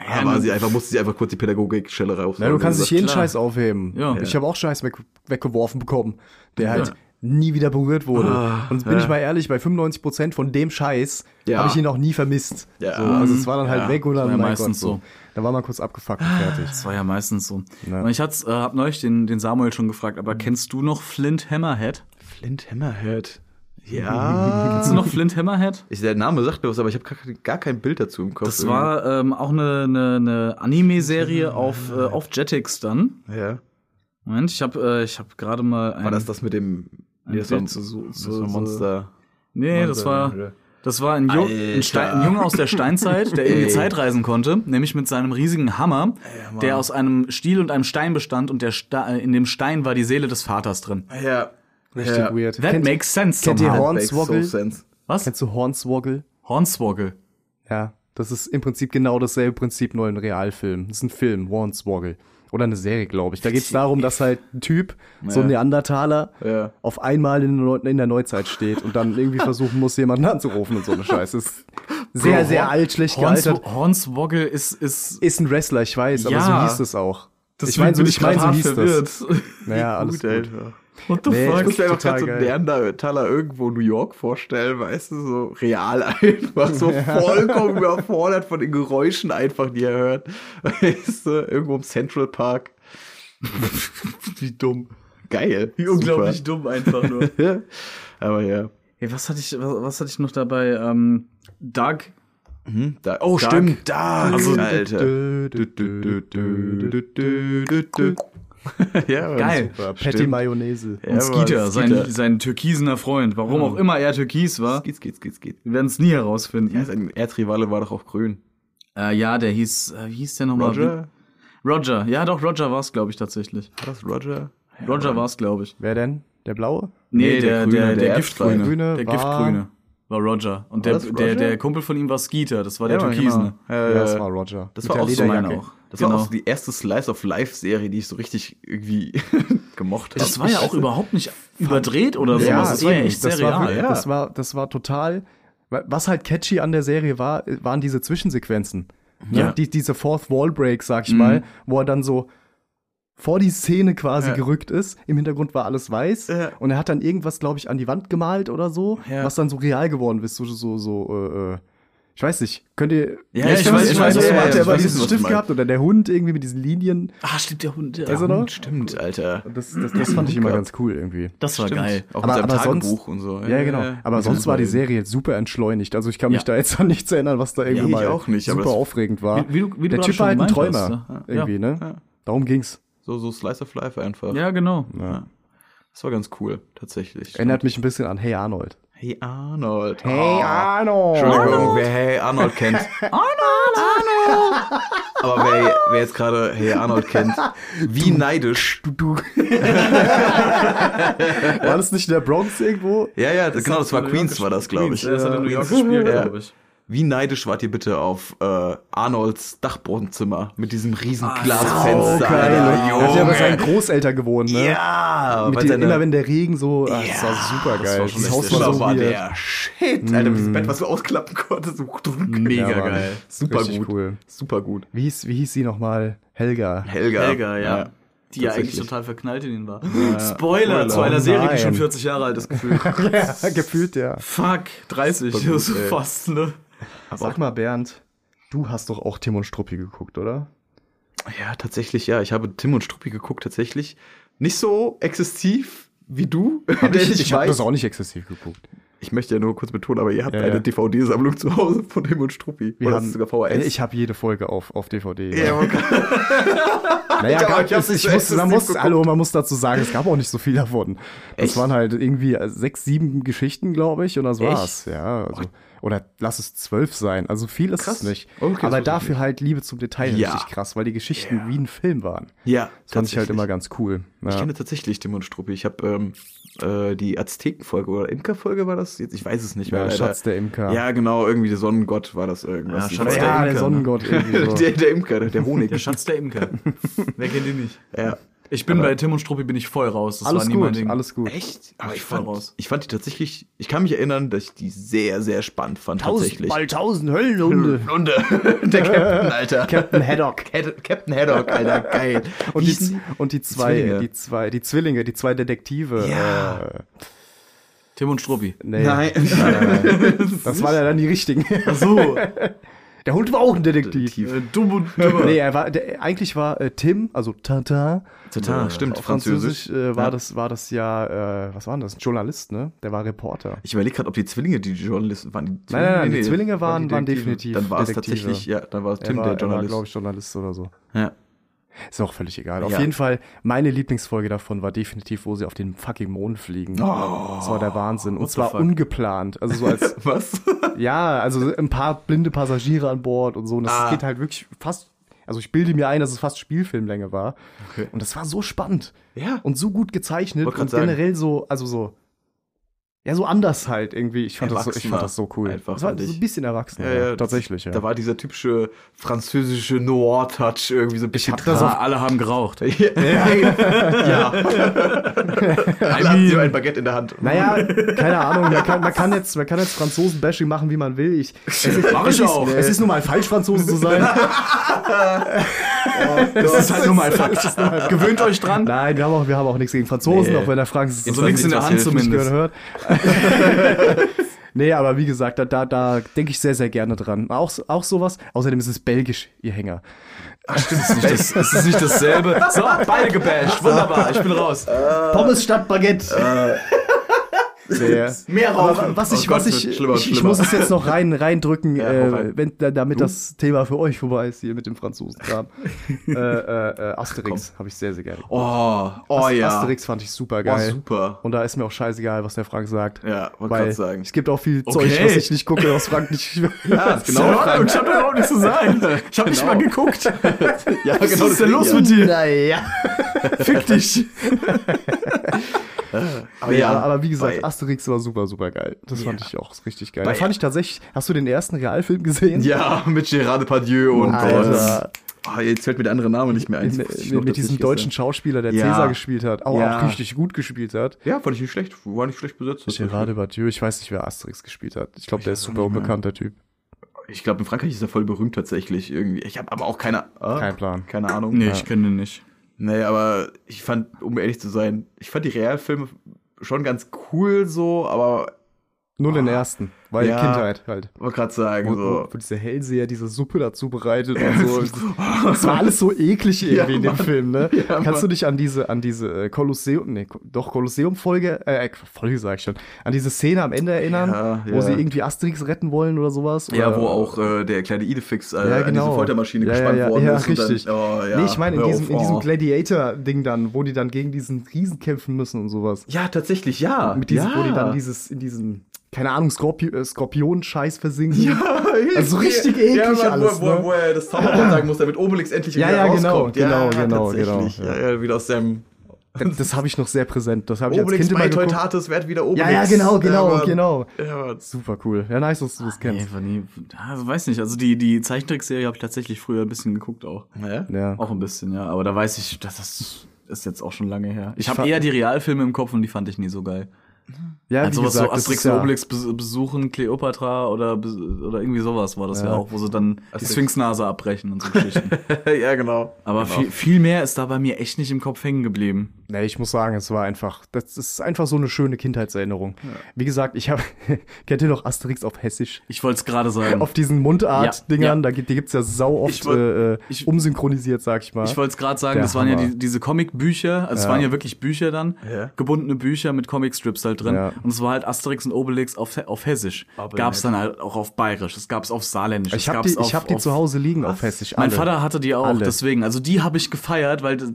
Speaker 4: Ja,
Speaker 7: war
Speaker 4: nun-
Speaker 7: sie einfach, musste sie einfach kurz die Pädagogik-Schelle raus.
Speaker 5: Ja, du kannst dich jeden
Speaker 4: klar.
Speaker 5: Scheiß aufheben.
Speaker 4: Ja.
Speaker 5: Ich habe auch Scheiß weg, weggeworfen bekommen, der halt nie wieder berührt wurde.
Speaker 4: Ah,
Speaker 5: Und bin ich mal ehrlich, bei 95% von dem Scheiß
Speaker 7: Ja.
Speaker 5: habe ich ihn auch nie vermisst.
Speaker 7: Ja.
Speaker 5: So, also es war dann halt
Speaker 4: Ja,
Speaker 5: weg oder
Speaker 4: das war ja
Speaker 5: mein
Speaker 4: meistens so.
Speaker 5: Da war man kurz abgefuckt und fertig.
Speaker 4: Das war ja meistens so. Und ich hat's, äh, hab neulich den, den Samuel schon gefragt, aber kennst du noch Flint Hammerhead?
Speaker 7: Flint Hammerhead. Ja.
Speaker 4: Kennst du noch Flint Hammerhead?
Speaker 7: Ich, der Name sagt mir was, aber ich habe gar, gar kein Bild dazu im Kopf.
Speaker 4: Das war ähm, auch eine, eine, eine Anime-Serie auf, äh, auf Jetix dann.
Speaker 7: Ja.
Speaker 4: Moment, ich hab, äh, ich hab gerade mal ein,
Speaker 7: War das das mit dem. Nee, das war
Speaker 4: Bild
Speaker 7: ein,
Speaker 4: zu so-
Speaker 7: das
Speaker 4: so-
Speaker 7: war ein
Speaker 4: so-
Speaker 7: Monster.
Speaker 4: Nee, das war, das war ein, Ju ein, Stein, ein Junge aus der Steinzeit, der in die
Speaker 7: Ey.
Speaker 4: Zeit reisen konnte, nämlich mit seinem riesigen Hammer,
Speaker 7: Mann.
Speaker 4: der aus einem Stiel und einem Stein bestand und der Sta in dem Stein war die Seele des Vaters drin.
Speaker 7: Ja.
Speaker 5: Richtig
Speaker 7: ja.
Speaker 5: weird.
Speaker 4: That
Speaker 5: Äh, Kennt-
Speaker 4: makes sense.
Speaker 5: kennt ihr
Speaker 4: somehow.
Speaker 5: Horn-
Speaker 7: Makes so
Speaker 5: Hornswoggle?
Speaker 7: sense.
Speaker 4: Was?
Speaker 5: Kennst du Hornswoggle?
Speaker 4: Hornswoggle.
Speaker 5: Ja, das ist im Prinzip genau dasselbe Prinzip, nur ein Realfilm. Das ist ein Film, Hornswoggle. Oder eine Serie, glaube ich. Da geht es darum, dass halt ein Typ, so ein Neandertaler,
Speaker 7: Ja.
Speaker 5: auf einmal in, der Neu- in der Neuzeit steht und dann irgendwie versuchen muss, jemanden anzurufen und so eine Scheiße. Ist sehr,
Speaker 4: Bro,
Speaker 5: sehr
Speaker 4: Horn-
Speaker 5: alt, schlecht
Speaker 4: Hornswo-
Speaker 5: gealtert.
Speaker 4: Hornswoggle ist, ist
Speaker 5: Ist ein Wrestler, ich weiß, aber
Speaker 4: Ja.
Speaker 5: so hieß es auch. ich meine, so,
Speaker 7: bin
Speaker 5: ich mein, so
Speaker 7: grad
Speaker 5: hieß
Speaker 7: verwirrt.
Speaker 5: das. Naja, alles gut.
Speaker 7: Alter.
Speaker 4: What the
Speaker 5: Nee,
Speaker 7: Ich
Speaker 4: fuck?
Speaker 7: muss mir einfach
Speaker 5: Total
Speaker 7: gerade so einen
Speaker 5: geil.
Speaker 7: Neandertaler irgendwo in New York vorstellen, weißt du, so real einfach, so vollkommen überfordert von den Geräuschen einfach, die er hört. Weißt du, irgendwo im Central Park. Wie dumm. Geil.
Speaker 4: Wie unglaublich dumm einfach nur.
Speaker 7: Ja. Aber ja.
Speaker 4: Hey, was hatte ich, was, was hatte ich noch dabei? Ähm, Doug.
Speaker 7: Da, oh,
Speaker 4: Dark.
Speaker 7: stimmt, da.
Speaker 4: Also-
Speaker 7: Alter.
Speaker 5: Dö, dö, dö, dö, dö, dö.
Speaker 7: ja,
Speaker 4: Geil.
Speaker 7: Super,
Speaker 5: Patty Mayonnaise.
Speaker 4: Und Skeeter, sein,
Speaker 7: Skeeter.
Speaker 4: sein türkisener Freund. Warum auch immer er türkis war,
Speaker 7: Geht's, geht's, geht's, geht's.
Speaker 4: wir werden es nie herausfinden.
Speaker 7: Ja, sein Erzrivale war doch auch grün.
Speaker 4: äh, ja der hieß, äh, wie hieß der nochmal?
Speaker 7: Roger?
Speaker 4: Roger. Ja, doch, Roger war es, glaube ich, tatsächlich.
Speaker 7: War das Roger?
Speaker 4: Roger war es, glaube ich.
Speaker 5: Wer denn? Der Blaue?
Speaker 4: Nee, der,
Speaker 7: Grüne,
Speaker 4: der, der,
Speaker 7: der
Speaker 4: Giftgrüne.
Speaker 5: Grüne
Speaker 4: der
Speaker 5: war-
Speaker 4: Giftgrüne war Roger. Und der,
Speaker 7: das
Speaker 4: Der,
Speaker 7: Roger?
Speaker 4: der Kumpel von ihm war Skeeter, das war
Speaker 7: Ja,
Speaker 4: der
Speaker 7: Mann,
Speaker 4: ne? Türkisene.
Speaker 7: genau. Ja,
Speaker 5: Ja,
Speaker 7: ja,
Speaker 5: das
Speaker 7: ja.
Speaker 5: war Roger.
Speaker 7: Das
Speaker 5: Mit
Speaker 7: war
Speaker 5: der
Speaker 7: auch so
Speaker 5: Lederjacke.
Speaker 7: meine auch. Das war
Speaker 4: Genau.
Speaker 7: auch so die erste Slice of Life Serie, die ich so richtig irgendwie gemocht habe.
Speaker 4: Das war ja auch überhaupt nicht überdreht oder sowas.
Speaker 5: Ja,
Speaker 4: das war ja
Speaker 5: eben.
Speaker 4: echt
Speaker 5: das
Speaker 4: serial.
Speaker 5: War, wirklich-
Speaker 4: ja.
Speaker 5: das, war, das war total. Was halt catchy an der Serie war, waren diese Zwischensequenzen. Ne?
Speaker 4: Ja. Mhm.
Speaker 5: Die, diese Fourth Wall Break, sag ich mal, wo er dann so vor die Szene quasi gerückt ist. Im Hintergrund war alles weiß.
Speaker 7: Ja.
Speaker 5: Und er hat dann irgendwas, glaube ich, an die Wand gemalt oder so,
Speaker 7: Ja.
Speaker 5: was dann so real geworden ist. So, so, so, äh, äh, ich weiß nicht. Könnt ihr.
Speaker 4: Ja, ich weiß- ich weiß,
Speaker 5: was du
Speaker 4: ja, ja, ich
Speaker 5: meinst. Hat er mal
Speaker 7: weiß,
Speaker 5: diesen
Speaker 7: was du
Speaker 5: Stift
Speaker 7: meinst.
Speaker 5: gehabt oder der Hund irgendwie mit diesen Linien?
Speaker 4: Ah, stimmt, der Hund. Der
Speaker 5: Weißt du
Speaker 4: Hund. Oh
Speaker 5: noch?
Speaker 7: Stimmt, Alter.
Speaker 5: Das, das, das fand ich immer ganz cool irgendwie.
Speaker 4: Das war
Speaker 7: Stimmt.
Speaker 4: geil.
Speaker 7: Auch
Speaker 5: Aber-
Speaker 7: mit seinem
Speaker 5: aber sonst-
Speaker 7: Tagebuch und so.
Speaker 5: Ja, genau.
Speaker 7: Äh,
Speaker 5: Aber sonst war die Serie super entschleunigt. Also ich kann mich
Speaker 4: Ja.
Speaker 5: da jetzt an nichts erinnern, was da irgendwie
Speaker 7: ich
Speaker 5: mal
Speaker 7: auch nicht, aber
Speaker 5: super
Speaker 7: das-
Speaker 5: aufregend war.
Speaker 4: Wie- wie du- wie du
Speaker 5: der
Speaker 4: gerade
Speaker 5: Typ
Speaker 4: schon
Speaker 5: war halt ein
Speaker 4: gemeint hast,
Speaker 5: Träumer.
Speaker 4: ne? Ja.
Speaker 5: Irgendwie, ne?
Speaker 7: Ja.
Speaker 5: Darum ging's.
Speaker 7: So, so Slice of Life einfach.
Speaker 4: Ja, genau.
Speaker 7: Ja. Das war ganz cool, tatsächlich.
Speaker 5: Erinnert mich ein bisschen an Hey Arnold. Ah.
Speaker 7: Hey Arnold. Ah.
Speaker 5: Hey Arnold!
Speaker 7: Entschuldigung, wer Hey Arnold kennt. Arnold, Arnold! Aber wer, wer jetzt gerade Hey Arnold kennt, wie neidisch.
Speaker 5: War das nicht in der Bronx irgendwo?
Speaker 7: Ja, ja, genau, das war Queens, war das, glaube ich.
Speaker 4: Ja, das hat in New York gespielt,
Speaker 7: Ja.
Speaker 4: glaube ich.
Speaker 7: Wie neidisch wart ihr bitte auf äh, Arnolds Dachbodenzimmer mit diesem riesen
Speaker 5: Oh,
Speaker 7: Glasfenster? Alter,
Speaker 5: geil. Da hat ja bei
Speaker 7: Junge.
Speaker 5: seinen Großeltern gewohnt, ne?
Speaker 7: ja,
Speaker 5: Mit
Speaker 7: weil
Speaker 5: den,
Speaker 7: seine-
Speaker 5: immer wenn der Regen so, ah, das war super
Speaker 7: das
Speaker 5: geil.
Speaker 7: war schon
Speaker 5: Das
Speaker 7: das
Speaker 5: Haus
Speaker 7: Haus
Speaker 5: war so
Speaker 7: war
Speaker 5: weird.
Speaker 7: der Shit. Alter, dieses Bett, was du ausklappen konntest. so-
Speaker 4: Mega
Speaker 5: Ja, Mann.
Speaker 4: geil.
Speaker 7: Super
Speaker 5: Richtig
Speaker 7: gut.
Speaker 5: cool.
Speaker 7: Super gut.
Speaker 5: Wie hieß, wie hieß sie nochmal? Helga.
Speaker 7: Helga.
Speaker 4: Helga, ja. Die ja eigentlich
Speaker 7: tatsächlich.
Speaker 4: total verknallt in ihn war. Spoiler zu einer
Speaker 5: Oh
Speaker 4: Serie, die schon
Speaker 5: nein.
Speaker 4: 40 Jahre alt ist, gefühlt.
Speaker 5: Ja, gefühlt, ja.
Speaker 4: Fuck, 30, so
Speaker 7: ey.
Speaker 4: fast, ne?
Speaker 5: Sag mal, Bernd, du hast doch auch Tim und Struppi geguckt, oder?
Speaker 7: Ja, tatsächlich, ja. Ich habe Tim und Struppi geguckt, tatsächlich. Nicht so exzessiv wie du. denn
Speaker 5: hab
Speaker 7: weiß-
Speaker 5: auch nicht exzessiv geguckt.
Speaker 7: ich möchte ja nur kurz betonen, aber ihr habt
Speaker 5: Ja,
Speaker 7: eine
Speaker 5: ja.
Speaker 7: DVD-Sammlung zu Hause von Tim und Struppi.
Speaker 5: Wir
Speaker 7: Oder
Speaker 5: haben,
Speaker 7: ist es sogar VHS.
Speaker 5: Ich habe jede Folge auf, auf DVD.
Speaker 7: ja, okay.
Speaker 5: Naja,
Speaker 7: Ja, aber
Speaker 5: ne? gab,
Speaker 7: ich hab's
Speaker 5: es, ich
Speaker 7: nicht
Speaker 5: muss, man,
Speaker 7: exzessiv
Speaker 5: muss,
Speaker 7: geguckt.
Speaker 5: hallo, man muss dazu sagen, es gab auch nicht so viel davon. Das
Speaker 7: Echt?
Speaker 5: waren halt irgendwie äh, sechs, sieben Geschichten, glaube ich, und das war's. Ja, also, oder lass es zwölf sein. Also viel ist
Speaker 7: Krass.
Speaker 5: es nicht.
Speaker 7: Okay, das wusste
Speaker 5: aber
Speaker 7: ich
Speaker 5: dafür halt Liebe zum Detail
Speaker 7: Ja.
Speaker 5: richtig krass, weil die Geschichten wie ein Film waren.
Speaker 7: Ja,
Speaker 5: Das fand ich halt
Speaker 7: tatsächlich.
Speaker 5: immer ganz cool.
Speaker 7: Ich
Speaker 5: Ja.
Speaker 7: kenne tatsächlich Tim und Struppi. Ich habe ähm, äh, die Aztekenfolge oder Imkerfolge war das? Jetzt, ich weiß es nicht mehr.
Speaker 5: Ja,
Speaker 7: leider.
Speaker 5: Schatz der Imker.
Speaker 7: Ja, genau, irgendwie der Sonnengott war das irgendwas.
Speaker 4: Ja, Schatz
Speaker 7: Die-
Speaker 4: der
Speaker 5: Ja,
Speaker 4: Imker,
Speaker 5: der
Speaker 4: ne?
Speaker 5: Sonnengott irgendwie so.
Speaker 7: der, der Imker, der, der Honig.
Speaker 4: Der Schatz der Imker. Wer kennt ihn nicht?
Speaker 7: ja.
Speaker 4: Ich bin bei Tim und Struppi bin ich voll raus. Das war
Speaker 5: Alles
Speaker 4: nie mein
Speaker 5: gut,
Speaker 4: Ding.
Speaker 5: alles gut.
Speaker 7: Echt?
Speaker 4: Ja,
Speaker 7: Aber ich
Speaker 4: voll
Speaker 7: fand,
Speaker 4: raus.
Speaker 7: ich fand die tatsächlich, ich kann mich erinnern, dass ich die sehr, sehr spannend fand, tatsächlich.
Speaker 5: tausend Höllenhunde.
Speaker 7: Hunde. der Captain, Alter.
Speaker 5: Captain Haddock.
Speaker 7: Cat- Captain Haddock, Alter, geil.
Speaker 5: Und
Speaker 7: Wie
Speaker 5: die,
Speaker 7: hießen
Speaker 5: und die zwei,
Speaker 7: Zwillinge.
Speaker 5: die zwei, die Zwillinge, die zwei Detektive.
Speaker 7: Ja.
Speaker 5: Äh,
Speaker 4: Tim und Struppi.
Speaker 5: nee.
Speaker 7: Nein.
Speaker 5: Das waren ja dann die richtigen.
Speaker 4: Ach so, äh,
Speaker 5: Der Hund war auch ein Detektiv.
Speaker 4: dumm und dümmer.
Speaker 5: Nee, er war, der, eigentlich war äh, Tim, also Tata.
Speaker 7: Total, stimmt,
Speaker 5: auf
Speaker 7: französisch.
Speaker 5: Französisch äh, war,
Speaker 7: Ja.
Speaker 5: das, war das ja, äh, was war denn das? Ein Journalist, ne? Der war Reporter.
Speaker 7: Ich überlege gerade, ob die Zwillinge die Journalisten waren. Die
Speaker 5: Nein, nein, nein, die Zwillinge waren- waren
Speaker 7: Detektive.
Speaker 5: definitiv
Speaker 7: Dann war es
Speaker 5: Detektive.
Speaker 7: tatsächlich, ja, dann war es Tim,
Speaker 5: er war,
Speaker 7: der
Speaker 5: Er war, glaube
Speaker 7: Journalist.
Speaker 5: ich, Journalist oder so.
Speaker 7: Ja.
Speaker 5: Ist auch völlig egal. Auf
Speaker 7: Ja.
Speaker 5: jeden Fall, meine Lieblingsfolge davon war definitiv, wo sie auf den fucking Mond fliegen.
Speaker 7: Oh.
Speaker 5: das war der Wahnsinn. Und zwar
Speaker 4: fuck?
Speaker 5: ungeplant. Also so als,
Speaker 7: Was?
Speaker 5: ja, also ein paar blinde Passagiere an Bord und so. Und das
Speaker 7: Ah.
Speaker 5: geht halt wirklich fast. Also ich bilde mir ein, dass es fast Spielfilmlänge war.
Speaker 7: Okay.
Speaker 5: Und das war so spannend.
Speaker 7: Ja.
Speaker 5: Und so gut gezeichnet
Speaker 7: Wollt grad
Speaker 5: und
Speaker 7: sagen.
Speaker 5: generell so, also so. Ja, so anders halt irgendwie. Ich fand, das so, ich
Speaker 7: Erwachsener
Speaker 5: fand das so cool.
Speaker 7: einfach,
Speaker 5: das war
Speaker 7: fand
Speaker 5: so
Speaker 7: ich.
Speaker 5: ein bisschen erwachsener.
Speaker 7: Ja, ja,
Speaker 5: tatsächlich, ja.
Speaker 7: Da war dieser typische französische Noir-Touch irgendwie so ein bisschen.
Speaker 5: hab das
Speaker 4: Ah, alle haben geraucht.
Speaker 7: ja. ja. Alle haben so ein Baguette in der Hand.
Speaker 5: Naja, keine Ahnung, man kann, man kann jetzt, man kann jetzt Franzosen-Bashing machen, wie man will. Ich, es, ist-
Speaker 4: Mach ich
Speaker 5: es,
Speaker 4: auch.
Speaker 5: Ist, es ist nun mal falsch, Franzosen zu sein.
Speaker 4: Das ist halt nur mal ein Fakt. Gewöhnt euch dran.
Speaker 5: Nein, wir haben auch, wir haben auch nichts gegen Franzosen,
Speaker 4: Nee.
Speaker 5: auch wenn der Franz
Speaker 4: Jetzt nichts in der
Speaker 5: was
Speaker 4: Hand
Speaker 5: hilft, nicht
Speaker 4: zumindest.
Speaker 5: gehört. nee, aber wie gesagt, da, da, da denke ich sehr, sehr gerne dran. Auch, auch sowas. Außerdem ist es belgisch, ihr Hänger.
Speaker 4: Das, das ist nicht dasselbe. So, beide gebasht. Wunderbar, ich bin raus.
Speaker 5: Äh, Pommes statt Baguette. Nee.
Speaker 4: Mehr
Speaker 5: Aber was ich,
Speaker 7: äh, Oh Gott,
Speaker 5: was ich,
Speaker 7: wird schlimmer und
Speaker 5: ich, ich
Speaker 7: schlimmer.
Speaker 5: muss es jetzt noch rein, reindrücken,
Speaker 7: Ja, hau rein.
Speaker 5: äh, wenn, da- damit das Thema für euch vorbei ist hier mit dem Franzosenkram. äh, äh, äh, Asterix habe ich sehr, sehr gerne.
Speaker 7: Oh, oh ja.
Speaker 5: Asterix fand ich super
Speaker 7: oh,
Speaker 5: geil.
Speaker 7: super.
Speaker 5: Und da ist mir auch scheißegal, was der Frank sagt.
Speaker 7: Ja, wollte
Speaker 5: Weil
Speaker 7: gerade sagen.
Speaker 5: es gibt auch viel Zeug, was ich nicht gucke, was Frank nicht.
Speaker 7: Ja, ist genau. Frank.
Speaker 4: Ich hab da überhaupt nichts zu sagen. Ich hab
Speaker 5: Genau.
Speaker 4: nicht mal geguckt.
Speaker 7: Ja,
Speaker 4: Was ist denn los
Speaker 7: deswegen.
Speaker 4: mit dir?
Speaker 5: naja.
Speaker 4: Fick dich.
Speaker 7: Aber Oh
Speaker 5: Ja,
Speaker 7: ja,
Speaker 5: aber wie gesagt,
Speaker 7: bei-
Speaker 5: Asterix war super, super geil. Das fand ich auch richtig geil. Da fand ich tatsächlich. Hast du den ersten Realfilm gesehen?
Speaker 7: ja, mit Gerard Depardieu und
Speaker 5: Alter.
Speaker 7: Oh, jetzt fällt mir der andere Name nicht mehr ein. Das
Speaker 5: Mit,
Speaker 7: wusste ich
Speaker 5: mit,
Speaker 7: noch,
Speaker 5: mit
Speaker 7: dass ich
Speaker 5: diesem
Speaker 7: gestern-
Speaker 5: deutschen Schauspieler, der
Speaker 7: Ja.
Speaker 5: Cäsar gespielt hat, aber
Speaker 7: Ja.
Speaker 5: auch richtig gut gespielt hat.
Speaker 7: Ja, fand ich nicht schlecht. War nicht schlecht besetzt.
Speaker 5: Gerard Depardieu, ich weiß nicht, wer Asterix gespielt hat. Ich glaube, der ist super unbekannter Typ.
Speaker 7: Ich glaube, in Frankreich ist er voll berühmt tatsächlich irgendwie. Ich habe aber auch keine, ah,
Speaker 5: Kein Plan.
Speaker 7: keine Ahnung.
Speaker 4: Nee, ich kenne den nicht.
Speaker 7: Nee, aber ich fand, um ehrlich zu sein, ich fand die Realfilme schon ganz cool so, aber
Speaker 5: Nur den ersten, weil
Speaker 7: Ja.
Speaker 5: Kindheit halt.
Speaker 7: wollte gerade sagen,
Speaker 5: Wo, wo,
Speaker 7: so.
Speaker 5: wo diese Hellseher diese Suppe dazu bereitet und so. Es war alles so eklig irgendwie in dem Film, ne? Kannst du dich an diese, an diese äh, Kolosseum, nee, Ko- doch Kolosseum-Folge, äh, Folge sag ich schon, an diese Szene am Ende erinnern,
Speaker 7: Ja,
Speaker 5: wo
Speaker 7: ja.
Speaker 5: sie irgendwie Asterix retten wollen oder sowas?
Speaker 7: Ja,
Speaker 5: oder,
Speaker 7: wo auch äh, der kleine Idefix äh,
Speaker 5: ja, genau.
Speaker 7: an diese Foltermaschine
Speaker 5: ja,
Speaker 7: gespannt
Speaker 5: ja, ja,
Speaker 7: worden
Speaker 5: ja,
Speaker 7: ist. und
Speaker 5: Richtig.
Speaker 7: Dann, oh, ja,
Speaker 5: Nee, ich meine in
Speaker 7: hör
Speaker 5: diesem,
Speaker 7: auf,
Speaker 5: in diesem
Speaker 7: oh.
Speaker 5: Gladiator-Ding dann, wo die dann gegen diesen Riesen kämpfen müssen und sowas.
Speaker 7: Ja, tatsächlich, ja.
Speaker 5: Mit diesem,
Speaker 7: ja.
Speaker 5: wo die dann dieses, in diesen, keine Ahnung, Skorpi äh, Skorpion-Scheiß versinken. Also richtig
Speaker 7: ja,
Speaker 5: eklig
Speaker 7: Mann,
Speaker 5: alles,
Speaker 7: Wo,
Speaker 5: ne?
Speaker 7: wo, wo er das Zauberwort sagen muss, damit Obelix endlich
Speaker 5: Ja,
Speaker 7: wieder
Speaker 5: ja, genau,
Speaker 7: rauskommt.
Speaker 5: genau, genau,
Speaker 7: tatsächlich.
Speaker 5: genau, ja.
Speaker 7: Ja, ja, wieder aus seinem
Speaker 5: Das, das habe ich noch sehr präsent. Das habe ich als
Speaker 7: Obelix
Speaker 5: Kind immer
Speaker 7: bei
Speaker 5: geguckt.
Speaker 7: Teutates werd wieder Obelix.
Speaker 5: Ja, ja, genau, genau,
Speaker 7: Ja, Mann.
Speaker 5: genau.
Speaker 7: Ja, Mann.
Speaker 5: Super cool. Ja, nice, dass du das
Speaker 4: Nee,
Speaker 5: kennst.
Speaker 4: war nie. Also, weiß nicht. Also, die, die Zeichentrickserie habe ich tatsächlich früher ein bisschen geguckt auch.
Speaker 7: Hä?
Speaker 5: Ja.
Speaker 4: Auch ein bisschen, ja. Aber da weiß ich, dass das ist jetzt auch schon lange her. Ich
Speaker 5: fa-
Speaker 4: habe eher die Realfilme im Kopf und die fand ich nie so geil.
Speaker 5: ja,
Speaker 4: also was so
Speaker 5: das
Speaker 4: Asterix
Speaker 5: ist
Speaker 4: und
Speaker 5: ja-
Speaker 4: Obelix bes- besuchen, Kleopatra oder, bes- oder irgendwie sowas war das ja,
Speaker 5: Ja.
Speaker 4: auch, wo sie dann die
Speaker 7: Asterix.
Speaker 4: Sphinxnase abbrechen und so Geschichten.
Speaker 7: ja, genau.
Speaker 4: Aber
Speaker 7: genau.
Speaker 4: viel, viel mehr ist da bei mir echt nicht im Kopf hängen geblieben.
Speaker 5: Nee, ich muss sagen, es war einfach, das ist einfach so eine schöne Kindheitserinnerung. Wie gesagt, ich habe, kennt ihr noch Asterix auf Hessisch?
Speaker 4: Ich wollte es gerade sagen.
Speaker 5: Auf diesen Mundart-Dingern,
Speaker 4: Hm. Ja, ja.
Speaker 5: da gibt, die gibt's ja sau oft
Speaker 4: Ich woll-
Speaker 5: äh, äh,
Speaker 4: ich-
Speaker 5: umsynchronisiert, sag ich mal.
Speaker 4: Ich wollte es gerade sagen,
Speaker 5: Der
Speaker 4: das waren ja
Speaker 5: Hammer.
Speaker 4: die, diese Comicbücher, also es
Speaker 5: Ja.
Speaker 4: waren ja wirklich Bücher dann,
Speaker 7: Ja.
Speaker 4: gebundene Bücher mit Comicstrips halt drin.
Speaker 5: Ja.
Speaker 4: Und es war halt Asterix und Obelix auf, auf Hessisch.
Speaker 7: Aber
Speaker 4: Gab es
Speaker 7: nett.
Speaker 4: dann halt auch auf Bayerisch, es gab es auf Saarländisch,
Speaker 5: ich
Speaker 4: es
Speaker 5: habe
Speaker 4: gab's
Speaker 5: die, ich
Speaker 4: auf-
Speaker 5: hab die
Speaker 4: auf-
Speaker 5: zu Hause liegen auf Hessisch.
Speaker 4: Mein
Speaker 5: alle.
Speaker 4: Vater hatte die auch,
Speaker 5: Alle.
Speaker 4: deswegen. Also die habe ich gefeiert, weil das-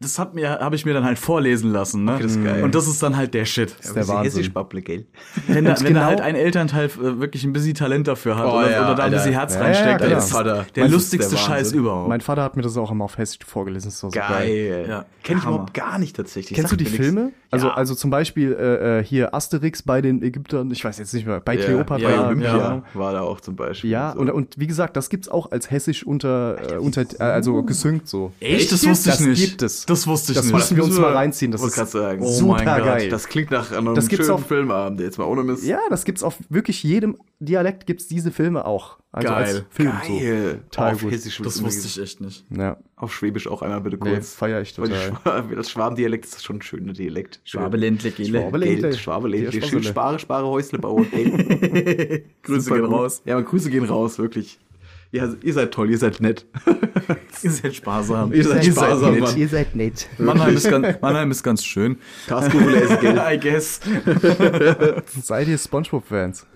Speaker 4: das hat mir habe ich mir dann halt vorlesen lassen. Ne?
Speaker 7: das ist geil.
Speaker 4: Und das ist dann halt der Shit.
Speaker 5: der
Speaker 7: Diese
Speaker 5: Wahnsinn.
Speaker 7: Hessisch-Bapple, gell?
Speaker 4: Wenn, da,
Speaker 5: Und
Speaker 4: wenn da
Speaker 5: genau-
Speaker 4: halt ein Elternteil äh, wirklich ein bisschen Talent dafür hat
Speaker 7: Oh
Speaker 4: oder,
Speaker 7: ja,
Speaker 4: oder da ein
Speaker 7: Alter.
Speaker 4: bisschen Herz
Speaker 5: Ja,
Speaker 4: reinsteckt,
Speaker 5: ja,
Speaker 4: dann
Speaker 5: klar.
Speaker 4: ist
Speaker 7: Vater.
Speaker 4: der
Speaker 7: Meinst du,
Speaker 4: lustigste
Speaker 7: das ist der
Speaker 4: Scheiß
Speaker 7: Wahnsinn?
Speaker 4: überhaupt.
Speaker 5: Mein Vater hat mir das auch immer auf Hessisch vorgelesen. Das war so geil.
Speaker 7: Geil.
Speaker 4: Ja.
Speaker 7: Kenn ich
Speaker 4: Hammer.
Speaker 7: überhaupt gar nicht tatsächlich.
Speaker 5: Kennst du
Speaker 7: Sagt mir
Speaker 5: die
Speaker 7: nix.
Speaker 5: Filme? Also,
Speaker 7: Ja.
Speaker 5: also zum Beispiel äh, äh, hier Asterix bei den Ägyptern, ich weiß jetzt nicht mehr, bei
Speaker 7: Ja,
Speaker 5: Kleopatra.
Speaker 7: bei
Speaker 4: ja,
Speaker 7: Olympia
Speaker 5: keine Ahnung.
Speaker 7: war da auch zum Beispiel.
Speaker 5: Ja,
Speaker 7: so.
Speaker 5: und, und wie gesagt, das gibt's auch als hessisch unter, äh, unter äh, also gesynkt so.
Speaker 4: Echt? Das wusste ich
Speaker 5: Das
Speaker 4: nicht.
Speaker 5: gibt es.
Speaker 4: Das wusste ich
Speaker 5: Das
Speaker 4: nicht.
Speaker 5: müssen wir uns mal reinziehen. Das
Speaker 7: Wollte
Speaker 5: ist
Speaker 7: gerade sagen.
Speaker 4: Oh mein
Speaker 5: super geil.
Speaker 7: das klingt nach einem
Speaker 5: Das gibt's
Speaker 7: schönen
Speaker 5: auf-
Speaker 7: Filmabend jetzt mal ohne Mist.
Speaker 5: ja, das gibt's auf wirklich jedem Dialekt gibt's diese Filme auch. Also als
Speaker 4: Geil.
Speaker 5: Film
Speaker 7: Geil.
Speaker 5: so. Total
Speaker 7: auf
Speaker 5: gut.
Speaker 7: Hessisch
Speaker 4: Das wusste ich echt nicht.
Speaker 5: So. Ja,
Speaker 7: Auf Schwäbisch auch einmal bitte
Speaker 5: nee,
Speaker 7: kurz.
Speaker 5: feier ich
Speaker 7: Weil die
Speaker 5: total.
Speaker 7: Schwa- das Schwabendialekt ist schon ein schöner Dialekt.
Speaker 4: Schwabeländle, Gele.
Speaker 5: Schwabeländle.
Speaker 7: Schwabeländle.
Speaker 5: Der
Speaker 7: Schön
Speaker 5: Schwassele.
Speaker 7: Spare, Spare, Häusle bauen. Ey.
Speaker 4: Grüße
Speaker 7: Super
Speaker 4: gehen
Speaker 7: gut.
Speaker 4: raus.
Speaker 7: Ja, aber Grüße gehen raus, wirklich. Ja, ihr seid toll, ihr seid nett.
Speaker 4: Ihr seid sparsam.
Speaker 7: Ihr seid sparsam, Mann.
Speaker 5: Ihr seid nett.
Speaker 4: Mannheim ist ganz, Mannheim ist ganz schön.
Speaker 7: Taskugule ist Geld.
Speaker 4: I guess.
Speaker 5: Seid ihr Spongebob-Fans?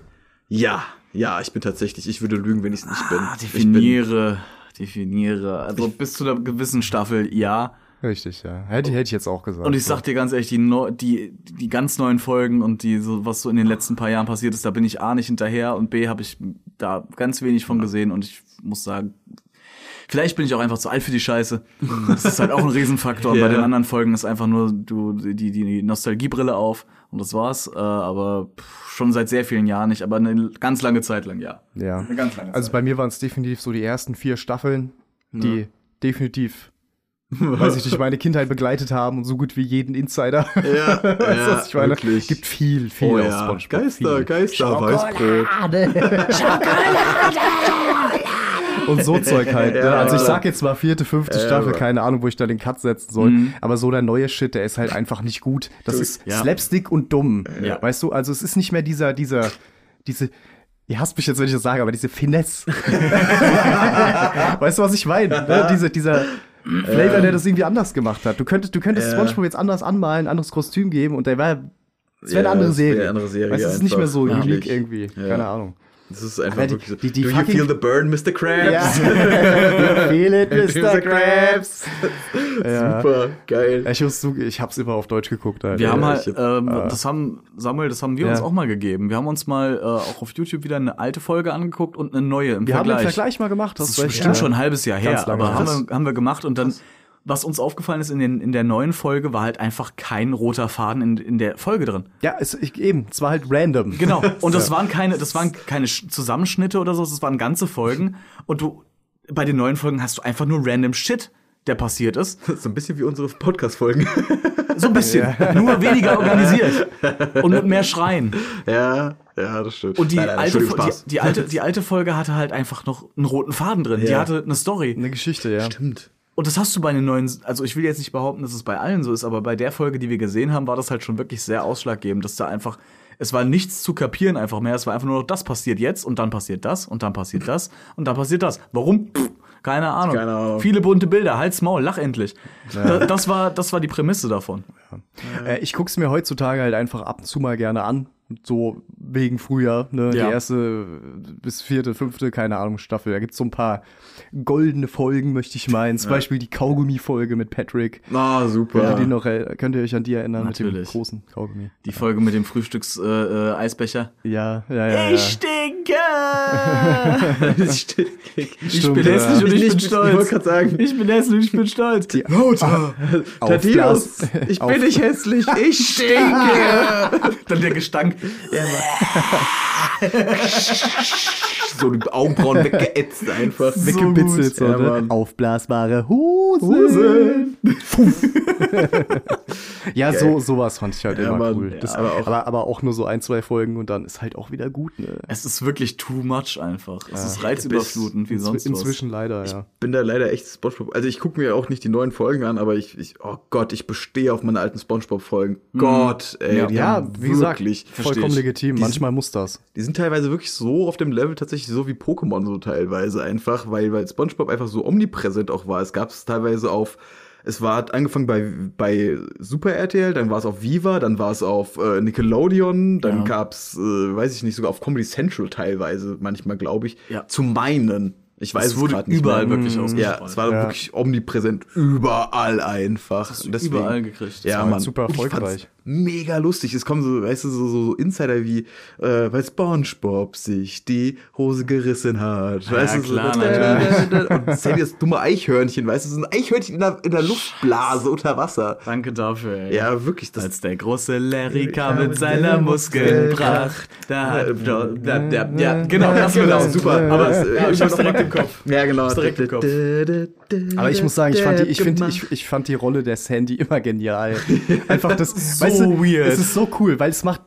Speaker 7: Ja, ja, ich bin tatsächlich, ich würde lügen, wenn ich es nicht bin.
Speaker 4: Ah,
Speaker 7: ich bin
Speaker 4: definiere. Definiere. Also bis zu einer gewissen Staffel, ja.
Speaker 5: Richtig, ja. Hätte, hätte ich jetzt auch gesagt.
Speaker 4: Und ich sag dir ganz ehrlich, die, neu, die, die ganz neuen Folgen und die, so, was so in den letzten paar Jahren passiert ist, da bin ich A nicht hinterher und B habe ich da ganz wenig von gesehen und ich muss sagen, vielleicht bin ich auch einfach zu alt für die Scheiße. Das ist halt auch ein Riesenfaktor. Und
Speaker 7: Ja.
Speaker 4: Bei den anderen Folgen ist einfach nur du, die, die- die Nostalgiebrille auf und das war's. Äh, aber pff, schon seit sehr vielen Jahren nicht, aber eine ganz lange Zeit lang, ja.
Speaker 5: Ja.
Speaker 4: Eine ganz lange Zeit.
Speaker 5: Also bei mir waren es definitiv so die ersten vier Staffeln, die definitiv, weiß ich nicht, meine Kindheit begleitet haben und so gut wie jeden Insider.
Speaker 7: Ja,
Speaker 5: Weißt du,
Speaker 7: ja
Speaker 5: was ich meine?
Speaker 7: wirklich.
Speaker 5: Gibt viel, viel
Speaker 7: Oh
Speaker 5: aus
Speaker 7: ja,
Speaker 5: SpongeBob.
Speaker 7: Geister,
Speaker 5: viel.
Speaker 7: Geister, Weißbrot.
Speaker 5: Schokolade. und so Zeug halt. ne?
Speaker 7: Ja,
Speaker 5: also ich
Speaker 7: Alter.
Speaker 5: sag jetzt mal vierte, fünfte Staffel, keine Ahnung, wo ich da den Cut setzen soll.
Speaker 7: Mhm.
Speaker 5: Aber so der neue Shit, der ist halt einfach nicht gut. Das ist
Speaker 4: Ja.
Speaker 5: Slapstick und dumm.
Speaker 4: Ja.
Speaker 5: Weißt du, also es ist nicht mehr dieser, dieser, diese. Ihr hasst mich jetzt, wenn ich das sage, aber diese Finesse. weißt du, was ich meine? Ne? Diese, dieser Flavor, der das irgendwie anders gemacht hat. Du könntest, du könntest SpongeBob jetzt anders anmalen, anderes Kostüm geben und der war. Es wäre
Speaker 7: Ja,
Speaker 5: eine andere
Speaker 7: es wär eine
Speaker 5: Serie.
Speaker 7: andere Serie
Speaker 5: Weißt du, es ist nicht mehr so
Speaker 7: einfach.
Speaker 5: unique
Speaker 7: Ja.
Speaker 5: irgendwie.
Speaker 7: Ja.
Speaker 5: Keine Ahnung.
Speaker 7: Das ist einfach
Speaker 5: Aber die-
Speaker 7: wirklich so.
Speaker 5: die- die
Speaker 7: Do you
Speaker 5: fucking-
Speaker 7: feel the burn, Mr. Krabs?
Speaker 5: Ja. Feel it, Mr.
Speaker 7: Mr.
Speaker 5: Krabs.
Speaker 7: Krabs.
Speaker 5: Ja.
Speaker 7: Super, geil.
Speaker 5: Ich, muss, zugeben, ich hab's immer auf Deutsch geguckt. Alter.
Speaker 4: Wir haben halt,
Speaker 7: ich hab-
Speaker 4: ähm, das haben, Samuel, das haben wir
Speaker 5: ah. Ja.
Speaker 4: uns auch mal gegeben. Wir haben uns mal äh, auch auf YouTube wieder eine alte Folge angeguckt und eine neue im
Speaker 5: wir haben
Speaker 4: Vergleich.
Speaker 5: den Vergleich mal gemacht.
Speaker 4: Das ist
Speaker 5: recht,
Speaker 4: bestimmt
Speaker 5: ja.
Speaker 4: schon ein halbes Jahr
Speaker 5: Ganz
Speaker 4: her,
Speaker 5: lange
Speaker 4: aber
Speaker 5: her.
Speaker 4: haben wir, haben wir gemacht und dann, was uns aufgefallen ist in, den, in der neuen Folge, war halt einfach kein roter Faden in, in der Folge drin.
Speaker 5: Ja, es, ich, eben. Es war halt random.
Speaker 4: Genau. Und das waren keine, das waren keine Sch- Zusammenschnitte oder so, das waren ganze Folgen. Und du, bei den neuen Folgen hast du einfach nur random Shit, der passiert ist.
Speaker 7: So ein bisschen wie unsere Podcast-Folgen.
Speaker 4: So ein bisschen. Nur weniger organisiert. Und mit mehr Schreien.
Speaker 7: ja, ja, das stimmt.
Speaker 4: Und die,
Speaker 7: Nein, nein,
Speaker 4: alte,
Speaker 7: Entschuldigung,
Speaker 4: Fo-
Speaker 7: Spaß.
Speaker 4: die, die, alte, die alte Folge hatte halt einfach noch einen roten Faden drin. Die
Speaker 7: Ja.
Speaker 4: hatte eine Story.
Speaker 5: Eine Geschichte, ja.
Speaker 7: Stimmt.
Speaker 4: Und das hast du bei den neuen, also ich will jetzt nicht behaupten, dass es bei allen so ist, aber bei der Folge, die wir gesehen haben, war das halt schon wirklich sehr ausschlaggebend, dass da einfach, es war nichts zu kapieren einfach mehr, es war einfach nur noch, das passiert jetzt und dann passiert das und dann passiert das und dann passiert das. Warum? Pff, keine Ahnung.
Speaker 7: Keine Ahnung.
Speaker 4: Viele bunte Bilder, halt's Maul, lach endlich. Da, das, war, das war die Prämisse davon.
Speaker 5: Äh, ich guck's mir heutzutage halt einfach ab und zu mal gerne an. So wegen früher, ne?
Speaker 4: Ja.
Speaker 5: Die erste bis vierte, fünfte, keine Ahnung, Staffel. Da gibt's so ein paar goldene Folgen, möchte ich meinen. Zum Beispiel die Kaugummi-Folge mit Patrick.
Speaker 7: Ah, super.
Speaker 5: Könnt, ihr die noch, äh, könnt ihr euch an die erinnern mit
Speaker 4: Natürlich.
Speaker 5: dem großen Kaugummi?
Speaker 4: Die Folge mit dem Frühstücks-Eisbecher. Äh, Eisbecher.
Speaker 5: Ja, ja, ja. ja.
Speaker 4: Äh. stinke!
Speaker 5: Stimmt,
Speaker 4: bin
Speaker 5: ja.
Speaker 4: hässlich und ich
Speaker 7: Ich- ich-
Speaker 4: bin
Speaker 7: ich wollte
Speaker 4: stolz.
Speaker 7: grad sagen.
Speaker 4: Ich bin hässlich, ich bin stolz.
Speaker 5: Ah,
Speaker 7: Lauter. Thaddeus,
Speaker 5: Aufblas-
Speaker 7: ich
Speaker 5: Auf-
Speaker 7: bin nicht hässlich, ich stinke.
Speaker 4: Dann der Gestank.
Speaker 7: so die Augenbrauen weggeätzt einfach.
Speaker 5: Weggepitzelt, so,
Speaker 7: gut. Ja,
Speaker 5: ne?
Speaker 7: Mann.
Speaker 5: Aufblasbare Hosen. ja, so, sowas fand ich halt
Speaker 7: Ja,
Speaker 5: immer
Speaker 7: Mann.
Speaker 5: cool.
Speaker 7: Ja,
Speaker 5: Das, aber,
Speaker 7: aber
Speaker 5: auch,
Speaker 7: auch-
Speaker 5: aber, auch nur so ein, zwei Folgen und dann ist halt auch wieder gut, ne?
Speaker 4: Es ist wirklich too much einfach. Es ist reizüberflutend wie sonst was.
Speaker 5: Inzwischen leider, ja.
Speaker 7: bin da leider echt SpongeBob. Also ich gucke mir auch nicht die neuen Folgen an, aber ich, ich oh Gott, ich bestehe auf meine alten SpongeBob-Folgen. Gott, ey,
Speaker 4: Ja.
Speaker 7: die
Speaker 5: Ja,
Speaker 7: haben
Speaker 5: wie gesagt,
Speaker 7: wirklich,
Speaker 5: vollkommen legitim.
Speaker 7: Die
Speaker 5: Manchmal muss das.
Speaker 7: Die sind teilweise wirklich so auf dem Level tatsächlich so wie Pokémon so teilweise einfach, weil, weil SpongeBob einfach so omnipräsent auch war. Es gab es teilweise auf, es war hat angefangen bei, bei Super RTL, dann war es auf Viva, dann war es auf äh, Nickelodeon, dann
Speaker 4: Ja.
Speaker 7: gab's, äh, weiß ich nicht, sogar auf Comedy Central teilweise manchmal, glaube ich,
Speaker 4: Ja.
Speaker 7: zu meinen. Ich weiß
Speaker 4: Es wurde
Speaker 7: grad nicht
Speaker 4: überall
Speaker 7: mehr. Mm,
Speaker 4: wirklich
Speaker 7: Ja,
Speaker 4: ausgestrahlt.
Speaker 7: es war
Speaker 5: Ja.
Speaker 7: wirklich omnipräsent, überall einfach.
Speaker 4: du überall gekriegt.
Speaker 7: Ja,
Speaker 5: war
Speaker 7: Mann.
Speaker 5: super
Speaker 7: Ich fand's
Speaker 5: erfolgreich.
Speaker 7: Mega lustig. Es kommen so, weißt du, so, so so Insider wie, äh, weil SpongeBob sich die Hose gerissen hat. Weißt du, so-
Speaker 4: klar,
Speaker 7: da, da, da, da, da. Und Sandy das dumme Eichhörnchen, weißt du, so ein Eichhörnchen in der, in der Luftblase unter Wasser.
Speaker 4: Danke dafür, ey.
Speaker 7: Ja, wirklich, das
Speaker 4: Als der große Larry kam mit seiner Muskelpracht, da hat Äh, da, da, da, ja, genau, das war das
Speaker 7: super.
Speaker 4: Aber
Speaker 7: äh,
Speaker 4: ja,
Speaker 7: irgendwann
Speaker 4: ich hab's direkt
Speaker 7: noch-
Speaker 4: im Kopf.
Speaker 7: Ja, genau.
Speaker 4: Hab's direkt im Kopf.
Speaker 5: Aber ich muss sagen, ich fand die, ich find, ich, ich fand die Rolle der Sandy immer genial. Einfach das,
Speaker 4: so weird. halt
Speaker 5: Es ist so cool, weil es macht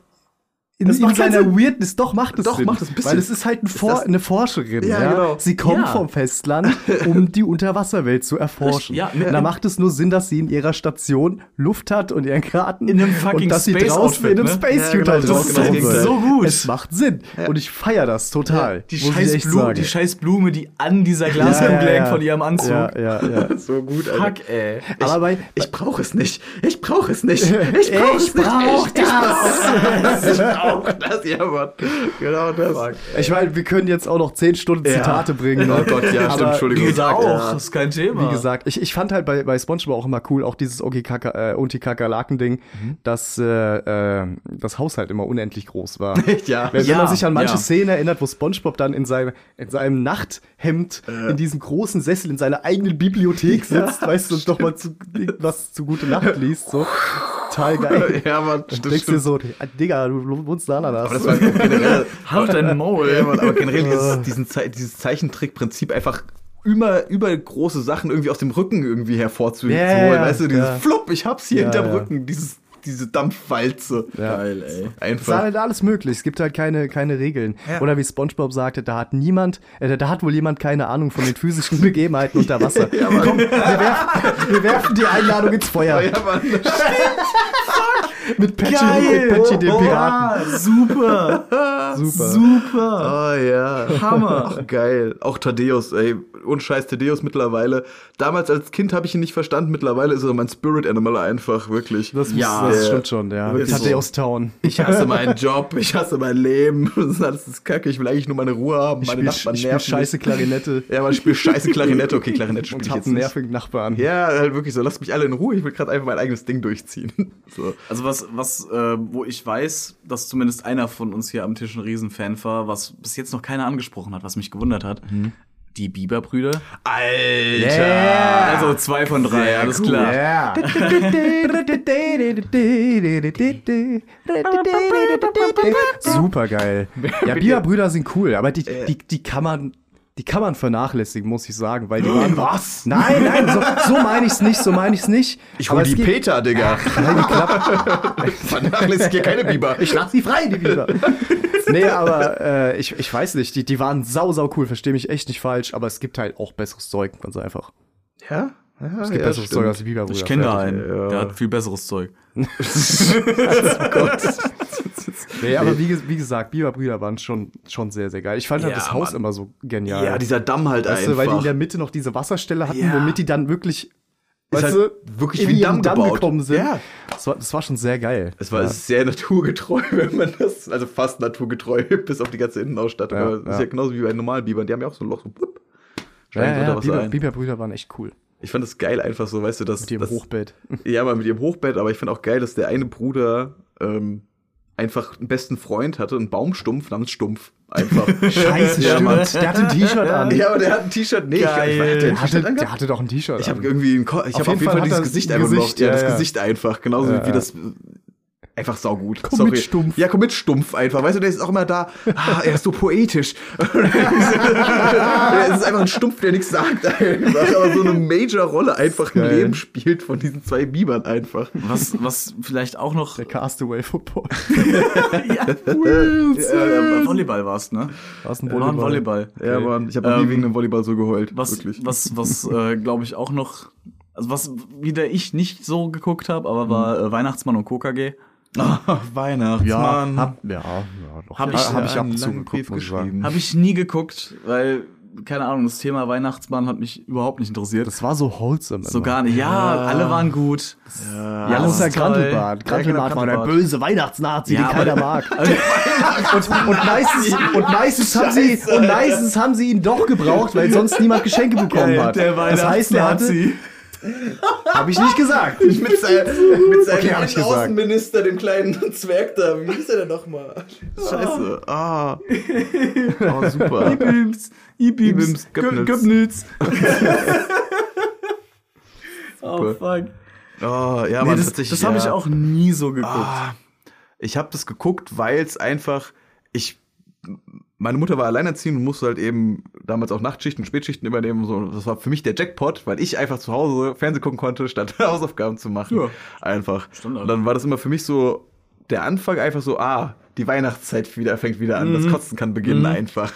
Speaker 5: in,
Speaker 7: Es
Speaker 5: in
Speaker 7: macht keinen
Speaker 5: seiner
Speaker 7: Sinn.
Speaker 5: Weirdness doch macht es
Speaker 7: Doch,
Speaker 5: Sinn.
Speaker 7: macht es ein bisschen.
Speaker 5: Weil es ist halt ein For
Speaker 7: das-
Speaker 5: eine Forscherin. Ja,
Speaker 7: Ja, genau.
Speaker 5: Sie
Speaker 4: Ja.
Speaker 5: kommt vom Festland, um die Unterwasserwelt zu erforschen.
Speaker 4: Ja,
Speaker 5: und da macht es nur Sinn, dass sie in ihrer Station Luft hat und ihren Garten
Speaker 4: In einem fucking
Speaker 5: und dass sie
Speaker 4: Space
Speaker 5: draußen
Speaker 4: Outfit,
Speaker 5: in einem
Speaker 4: ne?
Speaker 5: Space
Speaker 7: Ja,
Speaker 5: Suit
Speaker 7: genau,
Speaker 5: halt
Speaker 7: das ist
Speaker 5: rauskommen
Speaker 7: das
Speaker 5: soll.
Speaker 4: so gut.
Speaker 5: Es macht Sinn und ich feier das total.
Speaker 4: Die
Speaker 5: muss ich
Speaker 4: scheiß,
Speaker 5: echt
Speaker 4: Blume,
Speaker 5: sagen.
Speaker 4: die scheiß Blume, die an dieser Glaskuppel hängt von ihrem Anzug.
Speaker 5: Ja, ja, ja.
Speaker 7: so gut, Alter.
Speaker 4: Fuck, ey.
Speaker 5: Aber bei,
Speaker 7: Ich brauche es nicht. Ich brauche es nicht. Ich brauche es nicht.
Speaker 5: brauch
Speaker 7: ich, das. Ich brauche das. Ja, Mann. Genau das.
Speaker 5: ich meine, wir können jetzt auch noch zehn Stunden Zitate bringen.
Speaker 7: Oh
Speaker 5: ne?
Speaker 7: Gott, ja, stimmt,
Speaker 5: Aber
Speaker 7: Entschuldigung.
Speaker 5: Wie
Speaker 4: Geht
Speaker 5: gesagt,
Speaker 4: auch,
Speaker 7: ja.
Speaker 4: ist kein Thema.
Speaker 5: wie gesagt ich, ich fand halt bei, bei SpongeBob auch immer cool, auch dieses Oki Kaka, äh, Unti Kakerlaken-Ding,
Speaker 7: Mhm.
Speaker 5: dass äh, äh, das Haus halt immer unendlich groß war.
Speaker 7: Ja.
Speaker 5: Wenn, wenn
Speaker 4: Ja,
Speaker 5: man sich an manche
Speaker 4: ja.
Speaker 5: Szenen erinnert, wo SpongeBob dann in seinem, in seinem Nachthemd
Speaker 7: Äh.
Speaker 5: in diesem großen Sessel in seiner eigenen Bibliothek sitzt, weißt du, und doch mal zu, was zu Gute Nacht liest, so. Total geil.
Speaker 7: Ja, Mann,
Speaker 5: Und
Speaker 7: stimmt,
Speaker 5: denkst dir
Speaker 7: stimmt.
Speaker 5: so, Digga, du wohnst da, da.
Speaker 7: Aber das war generell,
Speaker 4: Halt dein Maul.
Speaker 7: ja, Mann, aber generell dieses, diesen Zei dieses Zeichentrickprinzip einfach immer über große Sachen irgendwie aus dem Rücken irgendwie hervorzuholen.
Speaker 5: Ja, ja, ja.
Speaker 7: weißt du, dieses
Speaker 5: Ja.
Speaker 7: Flupp, ich hab's hier
Speaker 5: Ja,
Speaker 7: hinterm
Speaker 5: ja.
Speaker 7: Rücken, dieses diese Dampfwalze.
Speaker 5: Ja.
Speaker 7: Geil, ey.
Speaker 5: Es ist
Speaker 7: Einfach.
Speaker 5: halt alles möglich. Es gibt halt keine, keine Regeln.
Speaker 7: Ja.
Speaker 5: Oder wie SpongeBob sagte, da hat niemand, äh, da hat wohl jemand keine Ahnung von den physischen Begebenheiten unter Wasser. Komm, wir werfen, wir werfen die Einladung ins Feuer
Speaker 7: Ja, Mann.
Speaker 5: mit Patchy, mit Patchy dem Piraten.
Speaker 4: super,
Speaker 5: Super.
Speaker 4: super.
Speaker 7: Ah ja.
Speaker 4: Hammer.
Speaker 7: Ach, geil. Auch Thaddeus, ey. Und scheiß Thaddeus mittlerweile. Damals als Kind habe ich ihn nicht verstanden. Mittlerweile ist er mein Spirit Animal einfach, wirklich.
Speaker 5: Das, muss,
Speaker 4: Ja,
Speaker 5: das
Speaker 7: äh,
Speaker 5: stimmt schon, ja.
Speaker 7: wirklich so.
Speaker 5: Thaddeus Town.
Speaker 7: ich hasse meinen Job, ich hasse mein Leben. Das ist alles kacke. Ich will eigentlich nur meine Ruhe haben.
Speaker 5: Ich
Speaker 7: Meine
Speaker 5: spiel,
Speaker 7: Nachbarn
Speaker 5: ich spiel
Speaker 7: nerven.
Speaker 5: scheiße
Speaker 7: mich.
Speaker 5: Klarinette
Speaker 7: Ja, aber ich spiele scheiße Klarinette. Okay, Klarinette spiele
Speaker 5: und
Speaker 7: ich
Speaker 5: hab
Speaker 7: jetzt
Speaker 5: einen
Speaker 7: nicht.
Speaker 5: nervigen Nachbarn.
Speaker 7: Ja, halt wirklich so. Lasst mich alle in Ruhe. Ich will gerade einfach mein eigenes Ding durchziehen. So.
Speaker 4: Also was, was, äh, wo ich weiß, dass zumindest einer von uns hier am Tisch ein Riesenfan war, was bis jetzt noch keiner angesprochen hat, was mich gewundert hat. Die Bieber-Brüder.
Speaker 7: Alter.
Speaker 4: Also zwei von drei,
Speaker 7: Sehr
Speaker 4: alles
Speaker 7: cool.
Speaker 4: klar.
Speaker 5: Ah. Ja. Super geil. Ja, Bia-Brüder sind cool, aber die,
Speaker 7: Äh.
Speaker 5: die, die kann man. Die kann man vernachlässigen, muss ich sagen, weil die waren.
Speaker 7: was?
Speaker 5: Nein, nein, so, so meine ich's nicht, so meine ich's nicht.
Speaker 7: Ich hol
Speaker 5: Aber
Speaker 7: die
Speaker 5: es geht-
Speaker 7: Peter, Digga.
Speaker 5: Nein, die klappt.
Speaker 7: Vernachlässig hier keine Biber.
Speaker 5: Ich lasse sie frei, die Biber. nee, aber äh, ich, ich weiß nicht, die, die waren sau, sau cool, verstehe mich echt nicht falsch, aber es gibt halt auch besseres Zeug, ganz einfach.
Speaker 7: Ja? ja
Speaker 5: Es gibt
Speaker 7: ja,
Speaker 5: besseres Zeug als die Biber.
Speaker 4: Ich kenne da
Speaker 5: einen.
Speaker 4: einen, der hat viel besseres Zeug.
Speaker 5: Nee, aber wie, ge- wie gesagt, Biberbrüder waren schon, schon sehr, sehr geil. Ich fand halt
Speaker 7: Ja,
Speaker 5: das Haus
Speaker 7: Mann.
Speaker 5: immer so genial.
Speaker 7: Ja, dieser Damm halt
Speaker 5: weißt
Speaker 7: einfach.
Speaker 5: du, weil die in der Mitte noch diese Wasserstelle hatten,
Speaker 7: Ja.
Speaker 5: womit die dann wirklich, weißt
Speaker 7: halt
Speaker 5: du,
Speaker 7: wirklich
Speaker 5: in
Speaker 7: wie ein
Speaker 5: ihren
Speaker 7: Damm gebaut.
Speaker 5: gekommen sind.
Speaker 7: Ja.
Speaker 5: Das, war, das war schon sehr geil.
Speaker 7: es war sehr naturgetreu, wenn man das, also fast naturgetreu, bis auf die ganze Innenausstattung.
Speaker 5: Ja,
Speaker 7: aber das ist
Speaker 5: ja.
Speaker 7: ja genauso wie bei normalen Bibern. Die haben ja auch so ein Loch. So, wupp,
Speaker 5: Ja,
Speaker 7: steigen
Speaker 5: ja,
Speaker 7: unter
Speaker 5: ja,
Speaker 7: Wasser
Speaker 5: Biber,
Speaker 7: ein.
Speaker 5: Biberbrüder waren echt cool.
Speaker 7: Ich fand das geil einfach so, weißt du, dass.
Speaker 5: Mit ihrem
Speaker 7: dass,
Speaker 5: Hochbett.
Speaker 7: Ja, mal mit ihrem Hochbett, aber ich fand auch geil, dass der eine Bruder ähm, einfach einen besten Freund hatte, einen Baumstumpf namens Stumpf. Einfach.
Speaker 5: Scheiße,
Speaker 7: ja,
Speaker 5: stimmt.
Speaker 7: Mann.
Speaker 5: Der hatte ein T-Shirt an.
Speaker 7: Ja, aber der hat ein T-Shirt. Nee, ich,
Speaker 4: Geil.
Speaker 7: hat der ein
Speaker 5: Der, hatte,
Speaker 7: T-Shirt angehabt?
Speaker 5: der hatte doch ein T-Shirt
Speaker 7: Ich habe
Speaker 5: an.
Speaker 7: irgendwie einen Ko ich habe
Speaker 5: Auf
Speaker 7: auf
Speaker 5: jeden
Speaker 7: jeden Fall,
Speaker 5: Fall hat
Speaker 7: dieses
Speaker 5: er
Speaker 7: Gesicht
Speaker 5: ein
Speaker 7: einfach noch.
Speaker 5: Gesicht,
Speaker 7: Ja,
Speaker 5: ja,
Speaker 7: das
Speaker 5: ja.
Speaker 7: Gesicht einfach. Genauso
Speaker 5: Ja,
Speaker 7: wie
Speaker 5: ja.
Speaker 7: das. Einfach saugut.
Speaker 5: Komm mit Stumpf.
Speaker 7: Ja, komm mit stumpf einfach. Weißt du, der ist auch immer da. Ah, er ist so poetisch. er ist einfach ein Stumpf, der nichts sagt einfach. Aber so eine Major-Rolle einfach im
Speaker 5: Geil.
Speaker 7: Leben spielt von diesen zwei Bibern einfach.
Speaker 4: Was, was vielleicht auch noch
Speaker 5: Der Castaway Football.
Speaker 4: äh, Volleyball warst, ne?
Speaker 5: War's ein
Speaker 4: War ein Volleyball.
Speaker 5: Volleyball?
Speaker 7: Ja, Mann, ich habe noch nie
Speaker 4: Ähm,
Speaker 7: wegen dem Volleyball so geheult.
Speaker 4: Was,
Speaker 7: wirklich.
Speaker 4: was, was, äh, glaube ich, auch noch, also was wieder ich nicht so geguckt habe, aber war äh, Weihnachtsmann und KKG.
Speaker 7: Weihnachtsmann.
Speaker 5: Ja, hab, ja, ja doch.
Speaker 4: Hab ich,
Speaker 5: Ah, hab
Speaker 4: äh,
Speaker 5: ich ab und zu geguckt, muss ich sagen.
Speaker 4: Habe ich nie geguckt, weil, keine Ahnung, das Thema Weihnachtsmann hat mich überhaupt nicht interessiert.
Speaker 5: Das war so wholesome.
Speaker 4: so
Speaker 5: immer.
Speaker 4: gar nicht. Ja, alle waren gut. Ja,
Speaker 5: Ja, das ist ja
Speaker 4: toll.
Speaker 5: Grantelbart. Grantelbart
Speaker 4: genau,
Speaker 5: war der
Speaker 4: Grantelbart.
Speaker 5: böse Weihnachtsnazi,
Speaker 4: Ja,
Speaker 5: den
Speaker 4: aber-
Speaker 5: keiner mag. und, und meistens, und meistens, haben sie, und meistens haben sie ihn doch gebraucht, weil sonst niemand Geschenke bekommen hat.
Speaker 4: Der
Speaker 5: das heißt, er hatte.
Speaker 4: Weihnachtsnazi.
Speaker 5: Hab ich nicht gesagt.
Speaker 7: mit, sein, mit seinem
Speaker 5: hab ich gesagt.
Speaker 7: Außenminister, dem kleinen Zwerg da. Wie hieß er denn nochmal? Scheiße. Ah. Oh, super.
Speaker 4: Ibims, Ibims,
Speaker 7: Ibims, Göbnitz.
Speaker 4: Göbnitz. Oh, fuck.
Speaker 7: Oh, ja,
Speaker 4: Nee,
Speaker 7: man,
Speaker 4: das
Speaker 7: tatsächlich,
Speaker 4: das habe ich
Speaker 7: ja.
Speaker 4: auch nie so geguckt.
Speaker 7: Ah. Ich habe das geguckt, weil es einfach. Ich. Meine Mutter war alleinerziehend und musste halt eben damals auch Nachtschichten, Spätschichten übernehmen. und So. Das war für mich der Jackpot, weil ich einfach zu Hause Fernsehen gucken konnte, statt Hausaufgaben zu machen.
Speaker 4: Ja.
Speaker 7: Einfach.
Speaker 4: Standard.
Speaker 7: Und dann war das immer für mich so der Anfang einfach so, ah, die Weihnachtszeit wieder, fängt wieder an. Das Kotzen kann beginnen einfach.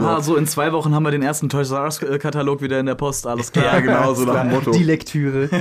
Speaker 4: Ah, so in zwei Wochen haben wir den ersten Toys R Us-Katalog wieder in der Post, alles klar.
Speaker 7: Ja, genau, so nach dem Motto.
Speaker 5: Die Lektüre.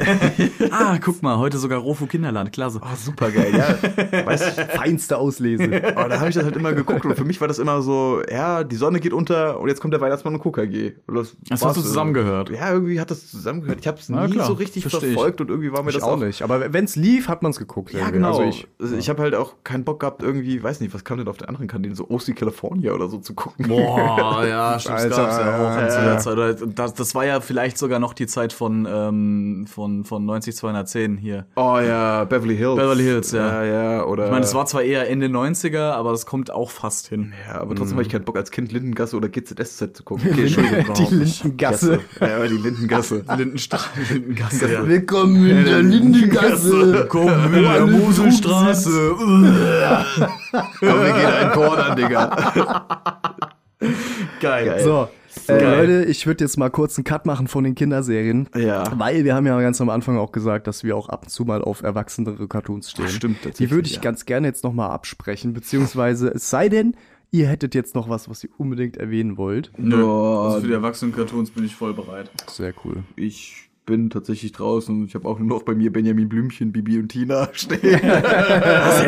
Speaker 4: Ah, guck mal, heute sogar Rofo Kinderland, klasse.
Speaker 7: Ah, super geil, ja. weißt du,
Speaker 5: Feinste Auslese.
Speaker 7: aber da habe ich das halt immer geguckt und für mich war das immer so, ja, die Sonne geht unter und jetzt kommt der Weihnachtsmann und KKG. Und das
Speaker 4: Das
Speaker 7: war's
Speaker 4: hast du
Speaker 7: so.
Speaker 4: zusammengehört.
Speaker 7: Ja, irgendwie hat das zusammengehört. Ich habe es
Speaker 4: Na
Speaker 7: nie
Speaker 4: klar,
Speaker 7: so richtig
Speaker 4: versteh ich.
Speaker 7: verfolgt und irgendwie war mir
Speaker 5: Ich
Speaker 7: das
Speaker 5: auch nicht. Aber wenn's lief, hat man's geguckt.
Speaker 7: Ja,
Speaker 5: irgendwie.
Speaker 7: genau.
Speaker 5: Also ich,
Speaker 7: also ich habe halt auch keinen Bock gehabt, irgendwie, weiß nicht, was kam denn auf den anderen Kanälen, so OC California oder so zu gucken.
Speaker 4: Boah, ja, stimmt, das
Speaker 5: Alter,
Speaker 4: gab's ja auch
Speaker 5: ja,
Speaker 4: zu
Speaker 5: ja.
Speaker 4: der Zeit. Oder Das, das war ja vielleicht sogar noch die Zeit von, ähm, von, von 90, 210 hier.
Speaker 7: Oh ja, Beverly Hills.
Speaker 4: Beverly Hills,
Speaker 7: Ja,
Speaker 4: ja.
Speaker 7: ja, oder.
Speaker 4: Ich meine, es war zwar eher Ende 90er, aber das kommt auch fast hin.
Speaker 7: Ja, aber trotzdem
Speaker 4: Mhm.
Speaker 7: habe ich keinen Bock, als Kind Lindengasse oder GZSZ zu gucken. Okay,
Speaker 5: die Lindengasse.
Speaker 7: Ja, aber die Lindengasse.
Speaker 4: Lindenstraße, Lindengasse, ja.
Speaker 5: Willkommen in der Lindengasse.
Speaker 4: Komm, in der
Speaker 5: Alle
Speaker 4: Muselstraße.
Speaker 7: Komm, wir gehen einen Korn an, Digga.
Speaker 4: Geil.
Speaker 7: Geil.
Speaker 5: So, Äh, Leute, ich würde jetzt mal kurz einen Cut machen von den Kinderserien.
Speaker 7: Ja.
Speaker 5: Weil wir haben ja ganz am Anfang auch gesagt, dass wir auch ab und zu mal auf erwachsenere Cartoons stehen.
Speaker 7: Ach, stimmt,
Speaker 5: Die
Speaker 7: tatsächlich,
Speaker 5: würde ich
Speaker 7: ja.
Speaker 5: ganz gerne jetzt nochmal absprechen, beziehungsweise es sei denn, ihr hättet jetzt noch was, was ihr unbedingt erwähnen wollt.
Speaker 4: Nö.
Speaker 7: Boah.
Speaker 4: Also für die Erwachsenen-Cartoons bin ich voll bereit.
Speaker 5: Sehr cool.
Speaker 7: Ich bin tatsächlich draußen. Ich habe auch nur noch bei mir Benjamin Blümchen, Bibi und Tina stehen.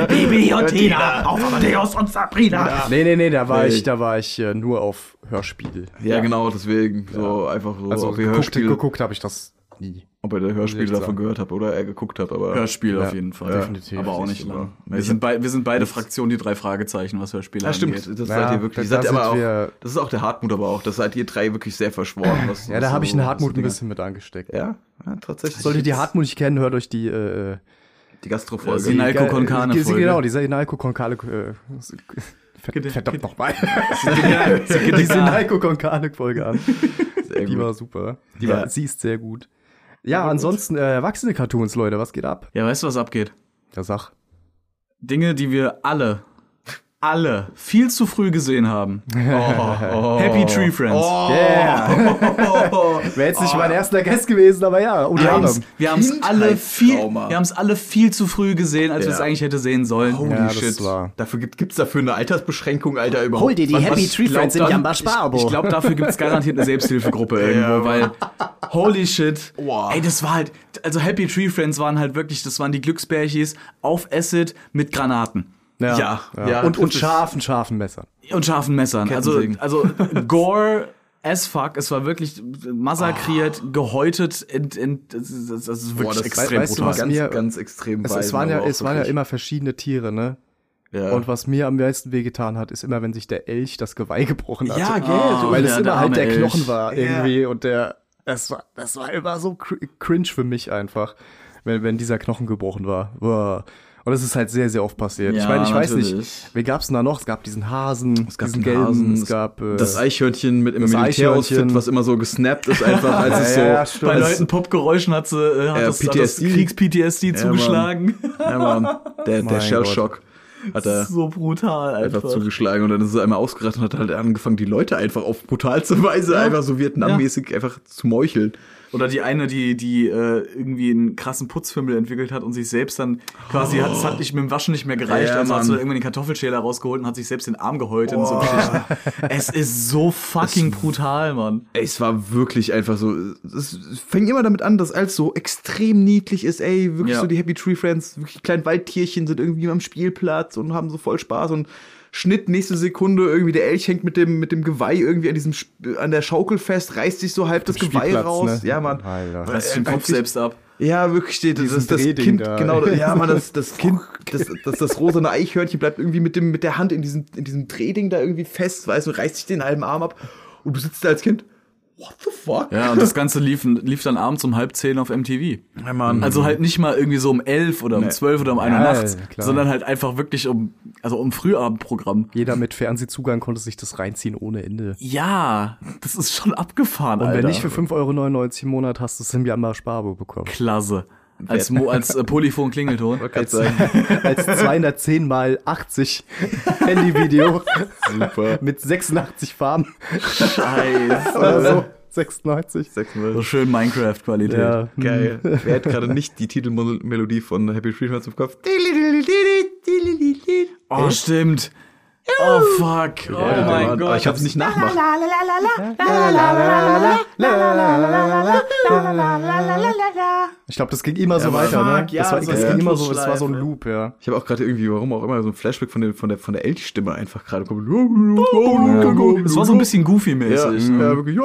Speaker 4: Bibi und Tina, auf Amadeus und Sabrina.
Speaker 5: Nee, nee, nee, da war
Speaker 7: Nee.
Speaker 5: ich, da war ich äh, nur auf Hörspiel.
Speaker 7: ja, genau, deswegen. So einfach so,
Speaker 5: Also
Speaker 7: ob ihr
Speaker 5: geguckt,
Speaker 7: Hörspiel,
Speaker 5: geguckt habe ich das nie.
Speaker 7: ob er der Hörspiel
Speaker 5: Muss ich
Speaker 7: davon
Speaker 5: sagen.
Speaker 7: gehört hat oder er geguckt hat, aber.
Speaker 4: Hörspiel
Speaker 5: Ja,
Speaker 4: auf jeden Fall.
Speaker 5: definitiv.
Speaker 4: Aber auch nicht
Speaker 7: Definitiv,
Speaker 4: lang.
Speaker 7: aber-
Speaker 4: Wir sind, bei, wir sind beide Fraktionen, die drei Fragezeichen, was Hörspiele
Speaker 7: Ja,
Speaker 4: angeht.
Speaker 7: stimmt, das
Speaker 5: Ja,
Speaker 7: seid ihr wirklich.
Speaker 5: da-
Speaker 7: seid ihr
Speaker 5: da
Speaker 7: aber auch,
Speaker 5: sind wir-
Speaker 7: das ist auch der Hartmut, aber auch. Das seid ihr drei wirklich sehr verschworen. was-
Speaker 5: Ja, da
Speaker 7: was
Speaker 5: habe ich
Speaker 7: so-
Speaker 5: einen
Speaker 7: was
Speaker 5: Hartmut
Speaker 7: so
Speaker 5: ein
Speaker 7: Dinge-
Speaker 5: bisschen mit angesteckt.
Speaker 7: Ja, ja tatsächlich.
Speaker 5: Solltet ihr Hartmut nicht kennen, hört euch die äh,
Speaker 7: Die Gastrofolge.
Speaker 4: Die Nalco Con Carne
Speaker 5: Die- die-
Speaker 4: Folge.
Speaker 5: Genau, die Sinalco Concale. Äh, verd- verdammt nochmal. die Sinalco Concale Folge an.
Speaker 7: Sehr
Speaker 5: Die
Speaker 7: gut.
Speaker 5: war super.
Speaker 7: Die war-
Speaker 5: sie ist sehr gut. Ja, ansonsten äh, erwachsene Cartoons, Leute, was geht ab?
Speaker 4: Ja, weißt du, was abgeht?
Speaker 5: Ja, sag.
Speaker 4: Dinge, die wir alle, alle viel zu früh gesehen haben. Oh, Happy Tree Friends.
Speaker 5: Yeah. Wäre jetzt nicht mein erster Guest gewesen, aber ja, unter
Speaker 4: Wir
Speaker 5: anderem.
Speaker 4: haben's- Wir haben es alle viel,
Speaker 7: Kindheitstrauma.
Speaker 4: wir haben's alle viel zu früh gesehen, als wir es
Speaker 7: Ja.
Speaker 4: eigentlich hätte sehen sollen.
Speaker 7: Holy
Speaker 5: Ja, das
Speaker 7: shit.
Speaker 5: war-
Speaker 7: Dafür gibt, gibt's dafür eine Altersbeschränkung, Alter, überhaupt. Was- was glaubt dann-
Speaker 5: Sparabo.
Speaker 4: Ich glaube, dafür gibt es garantiert eine Selbsthilfegruppe irgendwo, weil holy shit.
Speaker 7: Wow.
Speaker 4: Ey, das war halt, also Happy Tree Friends waren halt wirklich, das waren die Glücksbärchis auf Acid mit Granaten.
Speaker 5: ja,
Speaker 7: Ja,
Speaker 5: ja,
Speaker 7: ja,
Speaker 5: Und, und
Speaker 7: das ist-
Speaker 5: scharfen, scharfen Messern.
Speaker 4: Und scharfen Messern. Also,
Speaker 7: Kettensägen.
Speaker 4: also Gore as fuck. Es war wirklich
Speaker 5: Ah.
Speaker 4: massakriert, gehäutet. ent- ent- das ist das ist wirklich
Speaker 7: Boah, das
Speaker 4: extrem
Speaker 5: weißt du,
Speaker 4: brutal.
Speaker 5: was
Speaker 7: ganz,
Speaker 5: mir-
Speaker 7: ganz extrem
Speaker 5: Es, es
Speaker 7: weisen,
Speaker 5: waren, ja,
Speaker 7: aber auch
Speaker 5: es waren ja
Speaker 7: wirklich-
Speaker 5: immer verschiedene Tiere, ne?
Speaker 7: Ja.
Speaker 5: Und was mir am meisten wehgetan hat, ist immer, wenn sich der Elch das Geweih gebrochen hat.
Speaker 4: Ja, gell, so
Speaker 5: Ah. Weil
Speaker 4: Oh, der-
Speaker 5: es
Speaker 4: der
Speaker 5: immer halt
Speaker 4: arme
Speaker 5: der
Speaker 4: Elch.
Speaker 5: Knochen war irgendwie und der, das war, das war immer so cr- cringe für mich einfach, wenn, wenn dieser Knochen gebrochen war. Uah. Und das ist halt sehr, sehr oft passiert.
Speaker 4: Ja,
Speaker 5: ich meine, ich weiß
Speaker 4: natürlich.
Speaker 5: nicht, wen gab's denn da noch? Es gab diesen Hasen, es
Speaker 7: gab den
Speaker 5: diesen gelben,
Speaker 7: Hasen,
Speaker 5: es
Speaker 7: es-
Speaker 5: gab äh,
Speaker 7: das Eichhörnchen mit einem
Speaker 5: das
Speaker 7: Militäroutfit,
Speaker 5: Eichhörnchen.
Speaker 7: was immer so gesnappt ist, einfach als es so.
Speaker 5: Ja, ja, stimmt.
Speaker 4: Bei
Speaker 7: als-
Speaker 4: Leuten Popgeräuschen hat sie äh, hat
Speaker 7: Ja,
Speaker 4: das, hat das
Speaker 7: PTSD.
Speaker 4: Kriegs-PTSD zugeschlagen.
Speaker 7: Ja, Mann. Der, der
Speaker 5: Mein
Speaker 7: Shell-Shock hat er
Speaker 4: So brutal
Speaker 7: einfach
Speaker 4: einfach.
Speaker 7: zugeschlagen und dann ist er einmal ausgerastet und hat halt angefangen, die Leute einfach auf brutalste Weise einfach so vietnammäßig einfach zu meucheln.
Speaker 4: Oder die eine, die, die äh, irgendwie einen krassen Putzfimmel entwickelt hat und sich selbst dann quasi hat, es hat nicht mit dem Waschen nicht mehr gereicht,
Speaker 7: Ja,
Speaker 4: also hat
Speaker 7: Mann.
Speaker 4: sie irgendwann den Kartoffelschäler rausgeholt und hat sich selbst den Arm gehäutet und so Geschichten. Es ist so fucking brutal, Mann.
Speaker 7: Ey, es war wirklich einfach so. Es es fängt immer damit an, dass alles so extrem niedlich ist. Ey, wirklich
Speaker 4: Ja.
Speaker 7: so die Happy Tree Friends, wirklich kleine Waldtierchen sind irgendwie am Spielplatz und haben so voll Spaß und Schnitt nächste Sekunde irgendwie der Elch hängt mit dem mit dem Geweih irgendwie an diesem Sp- an der Schaukel fest, reißt sich so halb das Geweih
Speaker 5: Spielplatz,
Speaker 7: raus.
Speaker 5: ne?
Speaker 7: Ja, Mann. Äh,
Speaker 5: Alter.
Speaker 4: Reißt sich den Kopf
Speaker 7: Eigentlich-
Speaker 4: selbst ab.
Speaker 7: Ja, wirklich steht das, das,
Speaker 5: Diesen
Speaker 7: das
Speaker 5: Drehding
Speaker 7: Kind
Speaker 5: da.
Speaker 7: genau das- ja man das das Kind das das, das rosane Eichhörnchen bleibt irgendwie mit dem mit der Hand in diesem in diesem Drehding da irgendwie fest, weißt du, reißt sich den halben Arm ab und du sitzt da als Kind What the fuck?
Speaker 4: Ja, und das Ganze lief, lief dann abends um halb zehn auf MTV. Also halt nicht mal irgendwie so um elf oder um zwölf oder um eine
Speaker 5: Ja,
Speaker 4: nachts,
Speaker 5: klar.
Speaker 4: sondern halt einfach wirklich um, also um Frühabendprogramm.
Speaker 5: Jeder mit Fernsehzugang konnte sich das reinziehen ohne Ende.
Speaker 4: Ja, das ist schon abgefahren,
Speaker 5: Und
Speaker 4: Alter.
Speaker 5: wenn nicht für 5,99 Euro im Monat hast du es im Januar Sparbo bekommen.
Speaker 4: Klasse. Als, Mo als äh, Polyphon-Klingelton.
Speaker 5: als, als 210 mal 80 Handyvideo
Speaker 7: Super.
Speaker 5: mit 86 Farben Also,
Speaker 4: Scheiße.
Speaker 5: oder so. 96.
Speaker 4: So schön Minecraft-Qualität.
Speaker 5: Ja.
Speaker 7: Geil. Wer hat gerade nicht die Titelmelodie von Happy Tree Friends im Kopf?
Speaker 4: Oh, stimmt. Oh, fuck. Oh mein Gott.
Speaker 7: Ich hab's nicht nachmachen.
Speaker 5: Ich glaube, das ging immer so
Speaker 4: aber
Speaker 5: weiter, ne?
Speaker 4: fuck, ja,
Speaker 5: das war,
Speaker 4: so
Speaker 5: das
Speaker 4: eine
Speaker 5: ging immer so, das war so
Speaker 4: Endlosschleife.
Speaker 5: ein Loop, ja.
Speaker 7: Ich habe auch gerade irgendwie, warum auch immer, so ein Flashback von der, von der, von der Elch-Stimme einfach gerade kommt.
Speaker 4: Es war so ein bisschen
Speaker 7: ja,
Speaker 4: Goofy-mäßig. ne?
Speaker 7: ja, wirklich. Ja,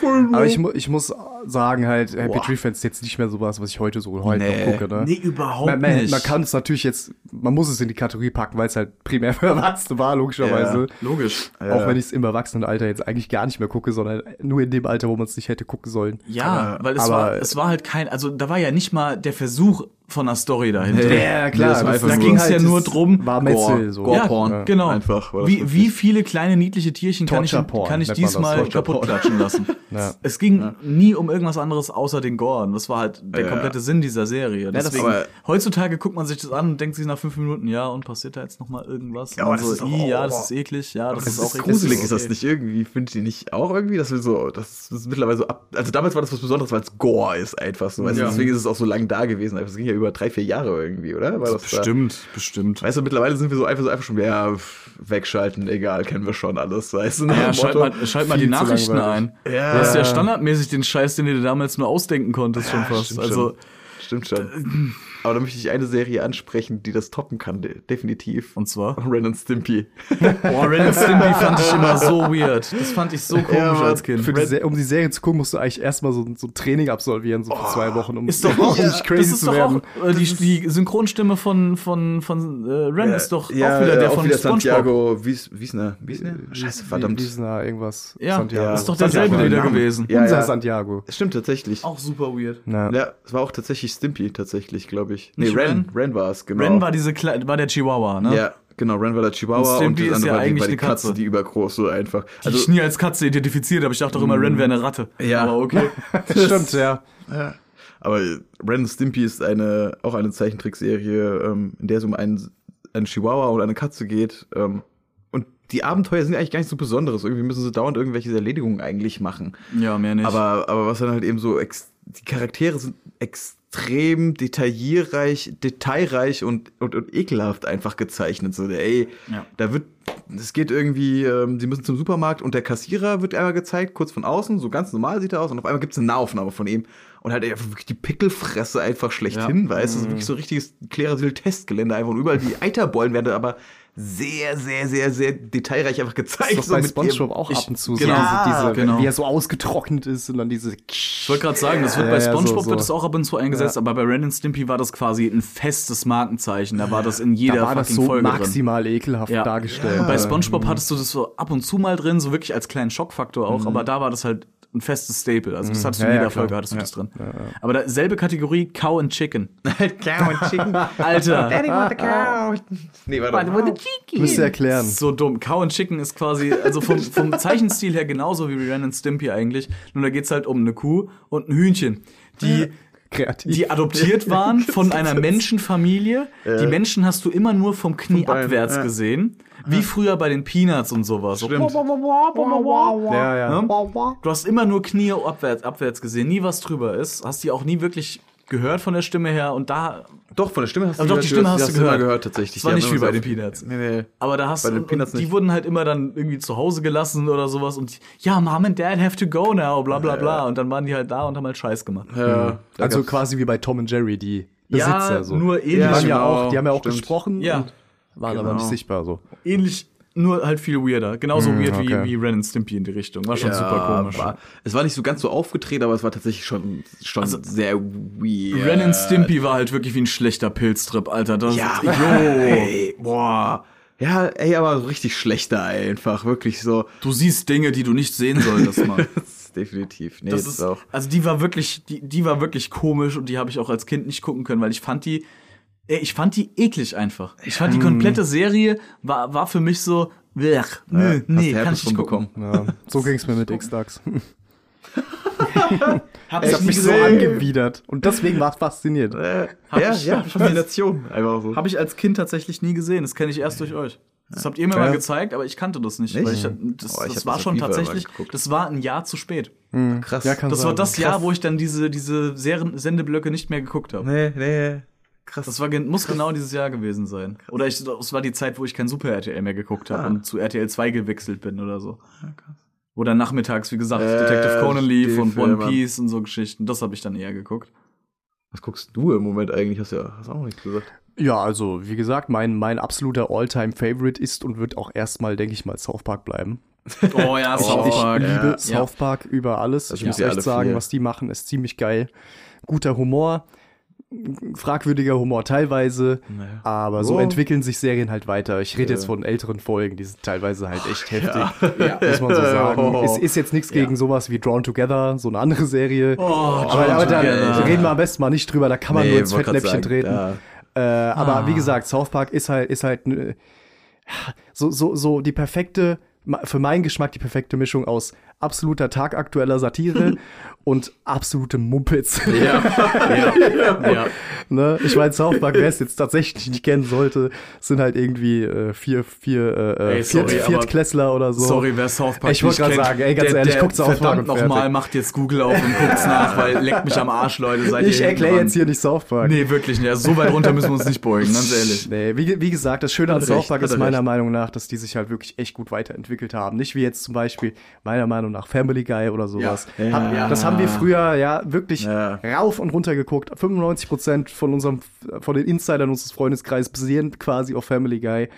Speaker 7: voll.
Speaker 5: Aber ich, mu- ich muss sagen halt, Happy Tree Friends ist jetzt nicht mehr sowas, was ich heute so heute
Speaker 7: Nee.
Speaker 5: noch gucke, ne?
Speaker 4: überhaupt
Speaker 5: Man, man, man kann es natürlich jetzt, man muss es in die Kategorie packen, weil es halt primär für Erwachsene war, logischerweise.
Speaker 4: Logisch.
Speaker 5: Auch wenn ich es im Erwachsenenalter jetzt eigentlich gar nicht mehr gucke, sondern nur in dem Alter, wo man es nicht hätte gucken sollen.
Speaker 4: Ja, weil es
Speaker 5: aber-
Speaker 4: war, es war halt kein, also da war ja nicht mal der Versuch, von einer Story dahinter.
Speaker 5: Ja, klar,
Speaker 4: Das war
Speaker 5: das-
Speaker 4: einfach
Speaker 5: da
Speaker 4: nur-
Speaker 5: ging
Speaker 4: ging's
Speaker 5: halt
Speaker 4: ja
Speaker 5: das-
Speaker 4: nur drum.
Speaker 5: war Metzel so.
Speaker 4: ja,
Speaker 7: Gore-Porn.
Speaker 4: genau.
Speaker 7: Einfach, war das
Speaker 4: wie, wie viele kleine niedliche Tierchen kann ich,
Speaker 5: Torture-Porn
Speaker 4: kann ich
Speaker 5: nennt man das.
Speaker 4: diesmal kaputt
Speaker 5: Torture-Porn.
Speaker 4: klatschen lassen?
Speaker 5: Ja.
Speaker 4: Es ging nie um irgendwas anderes außer den Gore. Und das war halt der
Speaker 7: Ja.
Speaker 4: komplette Sinn dieser Serie.
Speaker 5: das-
Speaker 4: Deswegen,
Speaker 7: aber-
Speaker 4: heutzutage guckt man sich das an und denkt sich nach fünf Minuten, ja, und passiert da jetzt nochmal irgendwas?
Speaker 7: Ja,
Speaker 4: und
Speaker 7: aber
Speaker 4: man
Speaker 7: das
Speaker 4: so,
Speaker 7: ist doch-
Speaker 4: "Ih, ja, das ist eklig, ja, das,
Speaker 7: Das
Speaker 4: ist auch
Speaker 7: ist gruselig,
Speaker 4: eklig.
Speaker 7: ist das nicht irgendwie? Findet ihr nicht auch irgendwie? Das will so, das ist mittlerweile so ab. Also damals war das was Besonderes, weil es Gore ist einfach so. Weißt du,
Speaker 4: Ja.
Speaker 7: deswegen ist es auch so lange da gewesen. Das ging ja über drei, vier Jahre irgendwie, oder? War das da-
Speaker 4: Bestimmt, bestimmt.
Speaker 7: Weißt du, mittlerweile sind wir so einfach so einfach schon, ja, pff, wegschalten, egal, kennen wir schon alles. Weißt du, nach
Speaker 4: Ja,
Speaker 7: dem
Speaker 4: schalt
Speaker 7: Motto,
Speaker 4: mal, schalt mal die
Speaker 5: viel zu
Speaker 4: Nachrichten
Speaker 5: langweilig.
Speaker 4: ein. Du hast ja standardmäßig den Scheiß, den du dir damals nur ausdenken konntest, schon fast.
Speaker 7: stimmt
Speaker 4: also,
Speaker 7: schon. Stimmt schon. Aber da möchte ich eine Serie ansprechen, die das toppen kann, de definitiv.
Speaker 4: und zwar.
Speaker 7: Ren and Stimpy.
Speaker 4: Boah, Ren and Stimpy fand ich immer so weird. Das fand ich so komisch
Speaker 7: Mann.
Speaker 4: als Kind.
Speaker 5: Für die Se- um die Serie zu gucken, musst du eigentlich erstmal so, so ein Training absolvieren, so für zwei Wochen, um,
Speaker 4: Oh, Ist doch auch,
Speaker 5: um nicht crazy
Speaker 4: das ist
Speaker 5: zu
Speaker 4: doch
Speaker 5: werden.
Speaker 4: auch, äh, die, die Synchronstimme von, von, von äh, Ren ist doch auch wieder der
Speaker 7: auch
Speaker 4: von
Speaker 7: wieder
Speaker 4: SpongeBob.
Speaker 7: Santiago Wies Wiesner. Wiesner? Scheiße, verdammt.
Speaker 5: Wiesner, irgendwas.
Speaker 4: Ja,
Speaker 5: Santiago. ne?
Speaker 4: ist doch derselbe
Speaker 7: Santiago.
Speaker 4: wieder gewesen.
Speaker 7: Ja,
Speaker 5: Unser
Speaker 7: ja.
Speaker 5: Santiago.
Speaker 7: Es Stimmt tatsächlich.
Speaker 4: Auch super weird.
Speaker 5: Na.
Speaker 7: Ja, es war auch tatsächlich Stimpy, tatsächlich, glaube ich. Nee,
Speaker 4: Nicht
Speaker 7: Ren. Ren war es, genau.
Speaker 4: Ren war diese Kle war der Chihuahua, ne?
Speaker 7: Ja, genau, Ren war der Chihuahua
Speaker 4: Und
Speaker 7: und, das
Speaker 4: Stimpy ist
Speaker 7: andere
Speaker 4: ja
Speaker 7: war, die,
Speaker 4: eigentlich
Speaker 7: war die
Speaker 4: eine
Speaker 7: Katze,
Speaker 4: Katze.
Speaker 7: die überkroch, so einfach. Also,
Speaker 4: Die ich nie als Katze identifiziert habe. Ich dachte doch immer, Ren wäre eine Ratte.
Speaker 7: Ja.
Speaker 4: Aber okay.
Speaker 5: Stimmt, ja.
Speaker 7: Aber Ren und Stimpy ist eine, auch eine Zeichentrickserie, ähm, in der es um einen, einen Chihuahua und eine Katze geht. Ähm, und die Abenteuer sind eigentlich gar nichts so Besonderes. Irgendwie müssen sie dauernd irgendwelche Erledigungen eigentlich machen.
Speaker 4: Ja, mehr nicht.
Speaker 7: Aber, aber was dann halt eben so, ex die Charaktere sind extrem detaillierreich, detailreich und, und, und ekelhaft einfach gezeichnet. So, der, ey,
Speaker 4: Ja.
Speaker 7: da wird, es geht irgendwie, ähm, sie müssen zum Supermarkt und der Kassierer wird einmal gezeigt, kurz von außen, so ganz normal sieht er aus und auf einmal gibt's eine Nahaufnahme von ihm und halt einfach wirklich die Pickelfresse einfach schlechthin, weißt du, das
Speaker 5: Mhm.
Speaker 7: ist wirklich so ein richtiges Klerasil-Testgelände einfach und überall die Eiterbollen werden aber sehr, sehr, sehr, sehr detailreich einfach gezeigt.
Speaker 5: Ist doch bei
Speaker 7: mit ihrem-
Speaker 5: Spongebob auch ab und zu
Speaker 7: genau,
Speaker 5: so diese, diese
Speaker 4: genau.
Speaker 5: wie er so ausgetrocknet ist und dann diese
Speaker 4: Ich wollte gerade sagen, das wird
Speaker 5: Ja,
Speaker 4: bei
Speaker 5: ja, so,
Speaker 4: SpongeBob
Speaker 5: so.
Speaker 4: wird das auch ab und zu eingesetzt, aber bei Ren and Stimpy war das quasi ein festes Markenzeichen. Da war das in jeder
Speaker 5: da war das
Speaker 4: fucking
Speaker 5: so
Speaker 4: Folge drin.
Speaker 5: maximal ekelhaft
Speaker 4: Ja.
Speaker 5: dargestellt.
Speaker 4: Und bei
Speaker 5: Ja.
Speaker 4: SpongeBob hattest du das so ab und zu mal drin, so wirklich als kleinen Schockfaktor auch, aber da war das halt ein festes Staple. Also das hattest du in
Speaker 5: Ja, ja,
Speaker 4: jeder
Speaker 5: klar.
Speaker 4: Folge hattest du das drin. Aber da, selbe Kategorie Cow and Chicken.
Speaker 7: Cow and Chicken.
Speaker 4: Alter,
Speaker 7: Daddy want the cow. Nee, warte.
Speaker 5: Müsst ihr erklären.
Speaker 4: so dumm. Cow and Chicken ist quasi, also vom, vom Zeichenstil her genauso wie Ren and Stimpy eigentlich. Nur da geht's halt um eine Kuh und ein Hühnchen. Die
Speaker 5: Kreativ.
Speaker 4: die adoptiert waren von einer Menschenfamilie. Die Menschen hast du immer nur vom Knie
Speaker 7: Bein,
Speaker 4: abwärts
Speaker 7: ja.
Speaker 4: gesehen. Wie früher bei den Peanuts und sowas. So,
Speaker 7: Stimmt.
Speaker 5: ja, Also ja.
Speaker 4: ne? Du hast immer nur Knie abwärts, abwärts gesehen, nie was drüber ist. Hast die auch nie wirklich gehört von der Stimme her. Und da,
Speaker 7: Doch, von der Stimme hast
Speaker 4: Aber
Speaker 7: du
Speaker 4: doch, die Stimme hast du
Speaker 7: immer
Speaker 4: gehört.
Speaker 7: gehört tatsächlich.
Speaker 4: Das war
Speaker 7: Die
Speaker 4: nicht
Speaker 7: haben
Speaker 4: wie
Speaker 7: immer
Speaker 4: bei
Speaker 7: so-
Speaker 4: den Peanuts.
Speaker 7: Nee, nee.
Speaker 4: aber da hast
Speaker 7: Bei den
Speaker 4: und,
Speaker 7: Peanuts
Speaker 4: und die
Speaker 7: nicht.
Speaker 4: wurden halt immer dann irgendwie zu Hause gelassen oder sowas. Und die, ja, Mom and Dad have to go now, bla bla bla. Und dann waren die halt da und haben halt Scheiß gemacht.
Speaker 7: Ja, Äh, da
Speaker 5: Also
Speaker 7: gab's-
Speaker 5: quasi wie bei Tom und Jerry, die
Speaker 4: Ja,
Speaker 5: Besitzer. so.
Speaker 4: nur ähnlich.
Speaker 5: Die, waren ja
Speaker 7: Genau,
Speaker 5: auch, die haben ja auch
Speaker 7: stimmt.
Speaker 5: gesprochen,
Speaker 4: Ja. Genau.
Speaker 5: und waren aber nicht sichtbar so.
Speaker 4: Ähnlich, nur halt viel weirder. Genauso weird
Speaker 5: Mhm, okay.
Speaker 4: wie, wie Ren and Stimpy in die Richtung. War schon
Speaker 7: ja,
Speaker 4: super komisch. Also
Speaker 7: War, es war nicht so ganz so aufgetreten, aber es war tatsächlich schon, schon sehr weird.
Speaker 4: Ren and Stimpy war halt wirklich wie ein schlechter Pilztrip, Alter. Das
Speaker 7: Ja,
Speaker 4: ist,
Speaker 7: ey, boah. Ja, ey, aber so richtig schlechter einfach, wirklich so.
Speaker 4: du siehst Dinge, die du nicht sehen solltest, Mann.
Speaker 7: Das ist definitiv. Nee,
Speaker 4: Das ist,
Speaker 7: auch.
Speaker 4: also die war wirklich, die, die war wirklich komisch und die habe ich auch als Kind nicht gucken können, weil ich fand die, ey, ich fand die eklig einfach. Ich
Speaker 7: Ähm.
Speaker 4: fand die komplette Serie war, war für mich so, blech, nö, nee, kann ich nicht gucken.
Speaker 5: Ja. So ging es mir mit X-Dax.
Speaker 4: Hab
Speaker 5: Ich
Speaker 4: ich
Speaker 5: habe
Speaker 4: nie
Speaker 5: mich so
Speaker 4: gesehen.
Speaker 5: angewidert. Und deswegen war es fasziniert.
Speaker 7: Äh,
Speaker 4: Hab
Speaker 7: ja,
Speaker 4: ich-
Speaker 7: ja,
Speaker 4: hab ich-
Speaker 7: Faszination. Einfach so.
Speaker 4: Habe ich als Kind tatsächlich nie gesehen. Das kenne ich erst durch euch. Das habt ihr mir mal gezeigt, aber ich kannte das nicht. Weil ich,
Speaker 7: Nicht?
Speaker 4: das
Speaker 7: Oh, ich hab
Speaker 4: das
Speaker 7: das
Speaker 4: war
Speaker 7: auf
Speaker 4: schon
Speaker 7: FIFA mal
Speaker 4: tatsächlich,
Speaker 7: geguckt.
Speaker 4: das war ein Jahr zu spät.
Speaker 7: krass.
Speaker 5: Hm. Ja, kann
Speaker 4: Das war
Speaker 5: sein.
Speaker 4: das Jahr, wo ich dann diese, diese Serien Sendeblöcke nicht mehr geguckt habe.
Speaker 7: Nee, nee. Krass.
Speaker 4: Das war, gen- muss genau dieses Jahr gewesen sein. Oder ich, es war die Zeit, wo ich kein Super RTL mehr geguckt habe
Speaker 7: Ah.
Speaker 4: und zu RTL 2 gewechselt bin oder so.
Speaker 5: Ah,
Speaker 4: Oder nachmittags, wie gesagt, Detective
Speaker 7: Äh,
Speaker 4: Conan lief
Speaker 7: die
Speaker 4: und One
Speaker 7: Filme.
Speaker 4: Piece und so Geschichten. Das habe ich dann eher geguckt.
Speaker 7: Was guckst du im Moment eigentlich? Hast ja hast auch nichts gesagt.
Speaker 5: Ja, also wie gesagt, mein, mein absoluter All-Time-Favorite ist und wird auch erstmal, denke ich mal, South Park bleiben.
Speaker 4: Oh ja, South
Speaker 5: ich
Speaker 4: Park.
Speaker 5: liebe
Speaker 4: Ja.
Speaker 5: South Park über alles. ich
Speaker 7: muss
Speaker 5: muss
Speaker 7: ja
Speaker 5: echt
Speaker 7: alle
Speaker 5: sagen,
Speaker 7: vier.
Speaker 5: was die machen, ist ziemlich geil. Guter Humor, fragwürdiger Humor teilweise,
Speaker 7: Naja.
Speaker 5: aber so
Speaker 7: Oh.
Speaker 5: entwickeln sich Serien halt weiter. Ich rede jetzt von älteren Folgen, die sind teilweise halt echt heftig, muss man so sagen.
Speaker 7: Oh.
Speaker 5: Es ist jetzt nichts gegen sowas wie Drawn Together, so eine andere Serie. aber
Speaker 4: Drawn
Speaker 5: aber da
Speaker 4: Together.
Speaker 5: reden wir am besten mal nicht drüber, da kann man
Speaker 7: Oh, Nee,
Speaker 5: nur ins
Speaker 7: wollte grad
Speaker 5: Fettnäpfchen
Speaker 7: sagen,
Speaker 5: treten.
Speaker 7: da-
Speaker 5: Äh, aber
Speaker 4: Ah.
Speaker 5: wie gesagt, South Park ist halt, ist halt äh, so, so, so die perfekte, für meinen Geschmack die perfekte Mischung aus absoluter tagaktueller Satire und absolutem Mumpitz.
Speaker 4: ja.
Speaker 5: Ne? Ich meine, South Park, wer es jetzt tatsächlich nicht kennen sollte, sind halt irgendwie äh, vier, vier, äh,
Speaker 4: Ey,
Speaker 5: Viert,
Speaker 4: sorry, aber-
Speaker 5: Viertklässler oder so.
Speaker 4: Sorry, wer South Park
Speaker 5: Ich wollte gerade
Speaker 4: nicht kennt,
Speaker 5: sagen, ey, ganz
Speaker 4: der,
Speaker 5: ehrlich,
Speaker 4: der,
Speaker 5: guckt South Park
Speaker 4: Verdammt
Speaker 5: und fertig.
Speaker 4: nochmal, macht jetzt Google auf und guckt's nach, weil leckt mich am Arsch, Leute. Seid
Speaker 5: Ich
Speaker 4: ihr hinten
Speaker 5: erkläre
Speaker 4: dran.
Speaker 5: jetzt hier nicht South Park.
Speaker 4: Nee, wirklich nicht. Also so weit runter müssen wir uns nicht beugen, ganz ehrlich.
Speaker 5: Nee, wie, wie gesagt, das Schöne an
Speaker 4: er
Speaker 5: South
Speaker 4: recht,
Speaker 5: Park
Speaker 4: hat
Speaker 5: ist
Speaker 4: er
Speaker 5: meiner
Speaker 4: recht.
Speaker 5: Meinung nach, dass die sich halt wirklich echt gut weiterentwickelt haben. Nicht wie jetzt zum Beispiel meiner Meinung nach Family Guy oder sowas.
Speaker 7: Ja,
Speaker 5: Hab,
Speaker 7: ja.
Speaker 5: Das haben wir früher ja wirklich
Speaker 7: Ja.
Speaker 5: rauf und runter geguckt. 95 Prozent von unserem, von den Insidern unseres Freundeskreises basieren quasi auf Family Guy.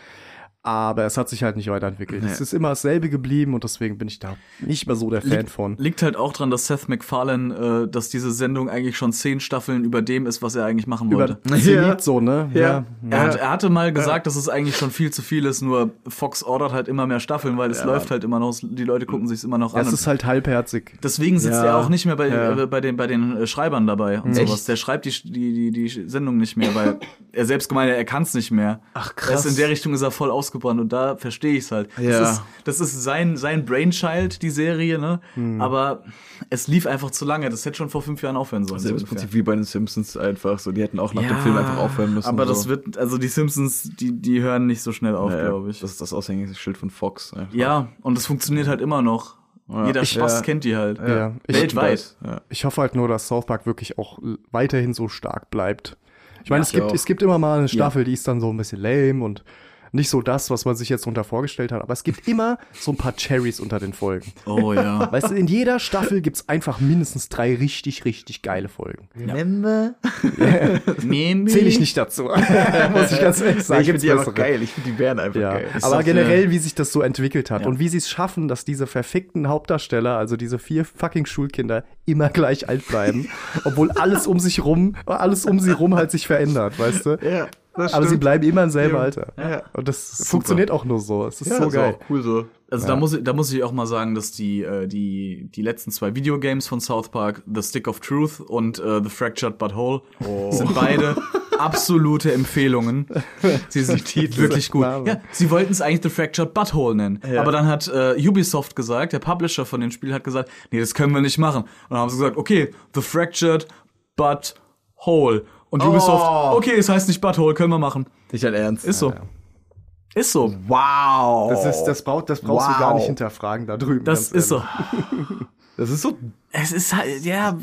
Speaker 5: Aber es hat sich halt nicht weiterentwickelt. Es ist immer dasselbe geblieben und deswegen bin ich da nicht mehr so der Fan von.
Speaker 4: Liegt halt auch dran, dass Seth MacFarlane, äh, dass diese Sendung eigentlich schon zehn Staffeln über dem ist, was er eigentlich machen wollte.
Speaker 5: Zenit so, ne?
Speaker 7: Ja.
Speaker 4: Er, hat, er hatte mal gesagt, dass es eigentlich schon viel zu viel ist, nur Fox ordert halt immer mehr Staffeln, weil es läuft halt immer noch, die Leute gucken sich es immer noch an.
Speaker 5: Das
Speaker 4: und
Speaker 5: ist halt halbherzig.
Speaker 4: Deswegen sitzt
Speaker 7: Ja,
Speaker 4: er auch nicht mehr bei,
Speaker 7: ja.
Speaker 4: äh, bei den, bei den äh, Schreibern dabei und sowas. Der schreibt die, die, die, die Sendung nicht mehr, weil er selbst gemeint hat, er kann es nicht mehr. Ach
Speaker 7: krass.
Speaker 4: in der Richtung ist er voll ausgebrannt und da verstehe ich es halt.
Speaker 7: Ja.
Speaker 4: Das ist, das ist sein, sein Brainchild, die Serie, ne?
Speaker 7: Hm.
Speaker 4: Aber es lief einfach zu lange. Das hätte schon vor fünf Jahren aufhören sollen. so
Speaker 7: Selbes
Speaker 4: ungefähr.
Speaker 7: Prinzip wie bei den Simpsons einfach so. Die hätten auch nach dem
Speaker 4: Ja,
Speaker 7: Film einfach aufhören müssen.
Speaker 4: Aber
Speaker 7: so.
Speaker 4: das wird, also die Simpsons, die, die hören nicht so schnell auf,
Speaker 7: Ja,
Speaker 4: glaube ich.
Speaker 7: Das ist das Aushängeschild von Fox. einfach.
Speaker 4: ja, und das funktioniert halt immer noch. Jeder Spaß
Speaker 7: Ja.
Speaker 4: kennt die halt.
Speaker 5: Ja. Ich-
Speaker 4: Weltweit.
Speaker 7: Ja.
Speaker 5: Ich hoffe halt nur, dass South Park wirklich auch l- weiterhin so stark bleibt. Ich meine, es,
Speaker 7: ich
Speaker 5: gibt,
Speaker 7: auch.
Speaker 5: es gibt immer mal eine Staffel, die ist dann so ein bisschen lame und nicht so das, was man sich jetzt unter vorgestellt hat, aber es gibt immer so ein paar Cherries unter den Folgen.
Speaker 4: Oh ja.
Speaker 5: Weißt du, in jeder Staffel gibt's einfach mindestens drei richtig, richtig geile Folgen. Zähle ich nicht dazu. Muss ich ganz ehrlich sagen.
Speaker 7: ich finde
Speaker 5: gibt's
Speaker 7: die einfach
Speaker 5: bessere.
Speaker 7: geil. Ich finde die Bären einfach
Speaker 5: Ja,
Speaker 7: geil.
Speaker 5: aber
Speaker 4: das,
Speaker 5: generell, wie sich das so entwickelt hat und wie sie es schaffen, dass diese verfickten Hauptdarsteller, also diese vier fucking Schulkinder, immer gleich alt bleiben, obwohl alles um sich rum, alles um sie rum halt sich verändert, weißt du?
Speaker 7: Ja, das
Speaker 5: aber sie
Speaker 7: stimmt.
Speaker 5: bleiben immer im selben Alter.
Speaker 7: Ja.
Speaker 5: Und das funktioniert auch nur so. Es ist
Speaker 7: Ja,
Speaker 5: so
Speaker 7: ist
Speaker 5: geil.
Speaker 7: auch Cool so.
Speaker 4: Also da, muss ich, da muss ich auch mal sagen, dass die, äh, die, die letzten zwei Videogames von South Park, The Stick of Truth und äh, The Fractured But Whole, sind beide absolute Empfehlungen. Sie sind wirklich gut.
Speaker 5: Name.
Speaker 4: Ja, sie wollten es eigentlich The Fractured But Whole nennen. Aber dann hat äh, Ubisoft gesagt, der Publisher von dem Spiel hat gesagt, nee, das können wir nicht machen. Und dann haben sie gesagt, okay, The Fractured But Whole. Und Ubisoft, okay, es heißt nicht Butthole, können wir machen.
Speaker 7: Nicht dein Ernst.
Speaker 4: Ist so. Ist so.
Speaker 7: Wow.
Speaker 5: Das, ist, das, brauch, das brauchst du
Speaker 7: Wow.
Speaker 5: gar nicht hinterfragen da drüben.
Speaker 4: Das
Speaker 5: ganz
Speaker 4: ist so.
Speaker 5: ehrlich.
Speaker 7: das ist so.
Speaker 4: Es ist halt, ja,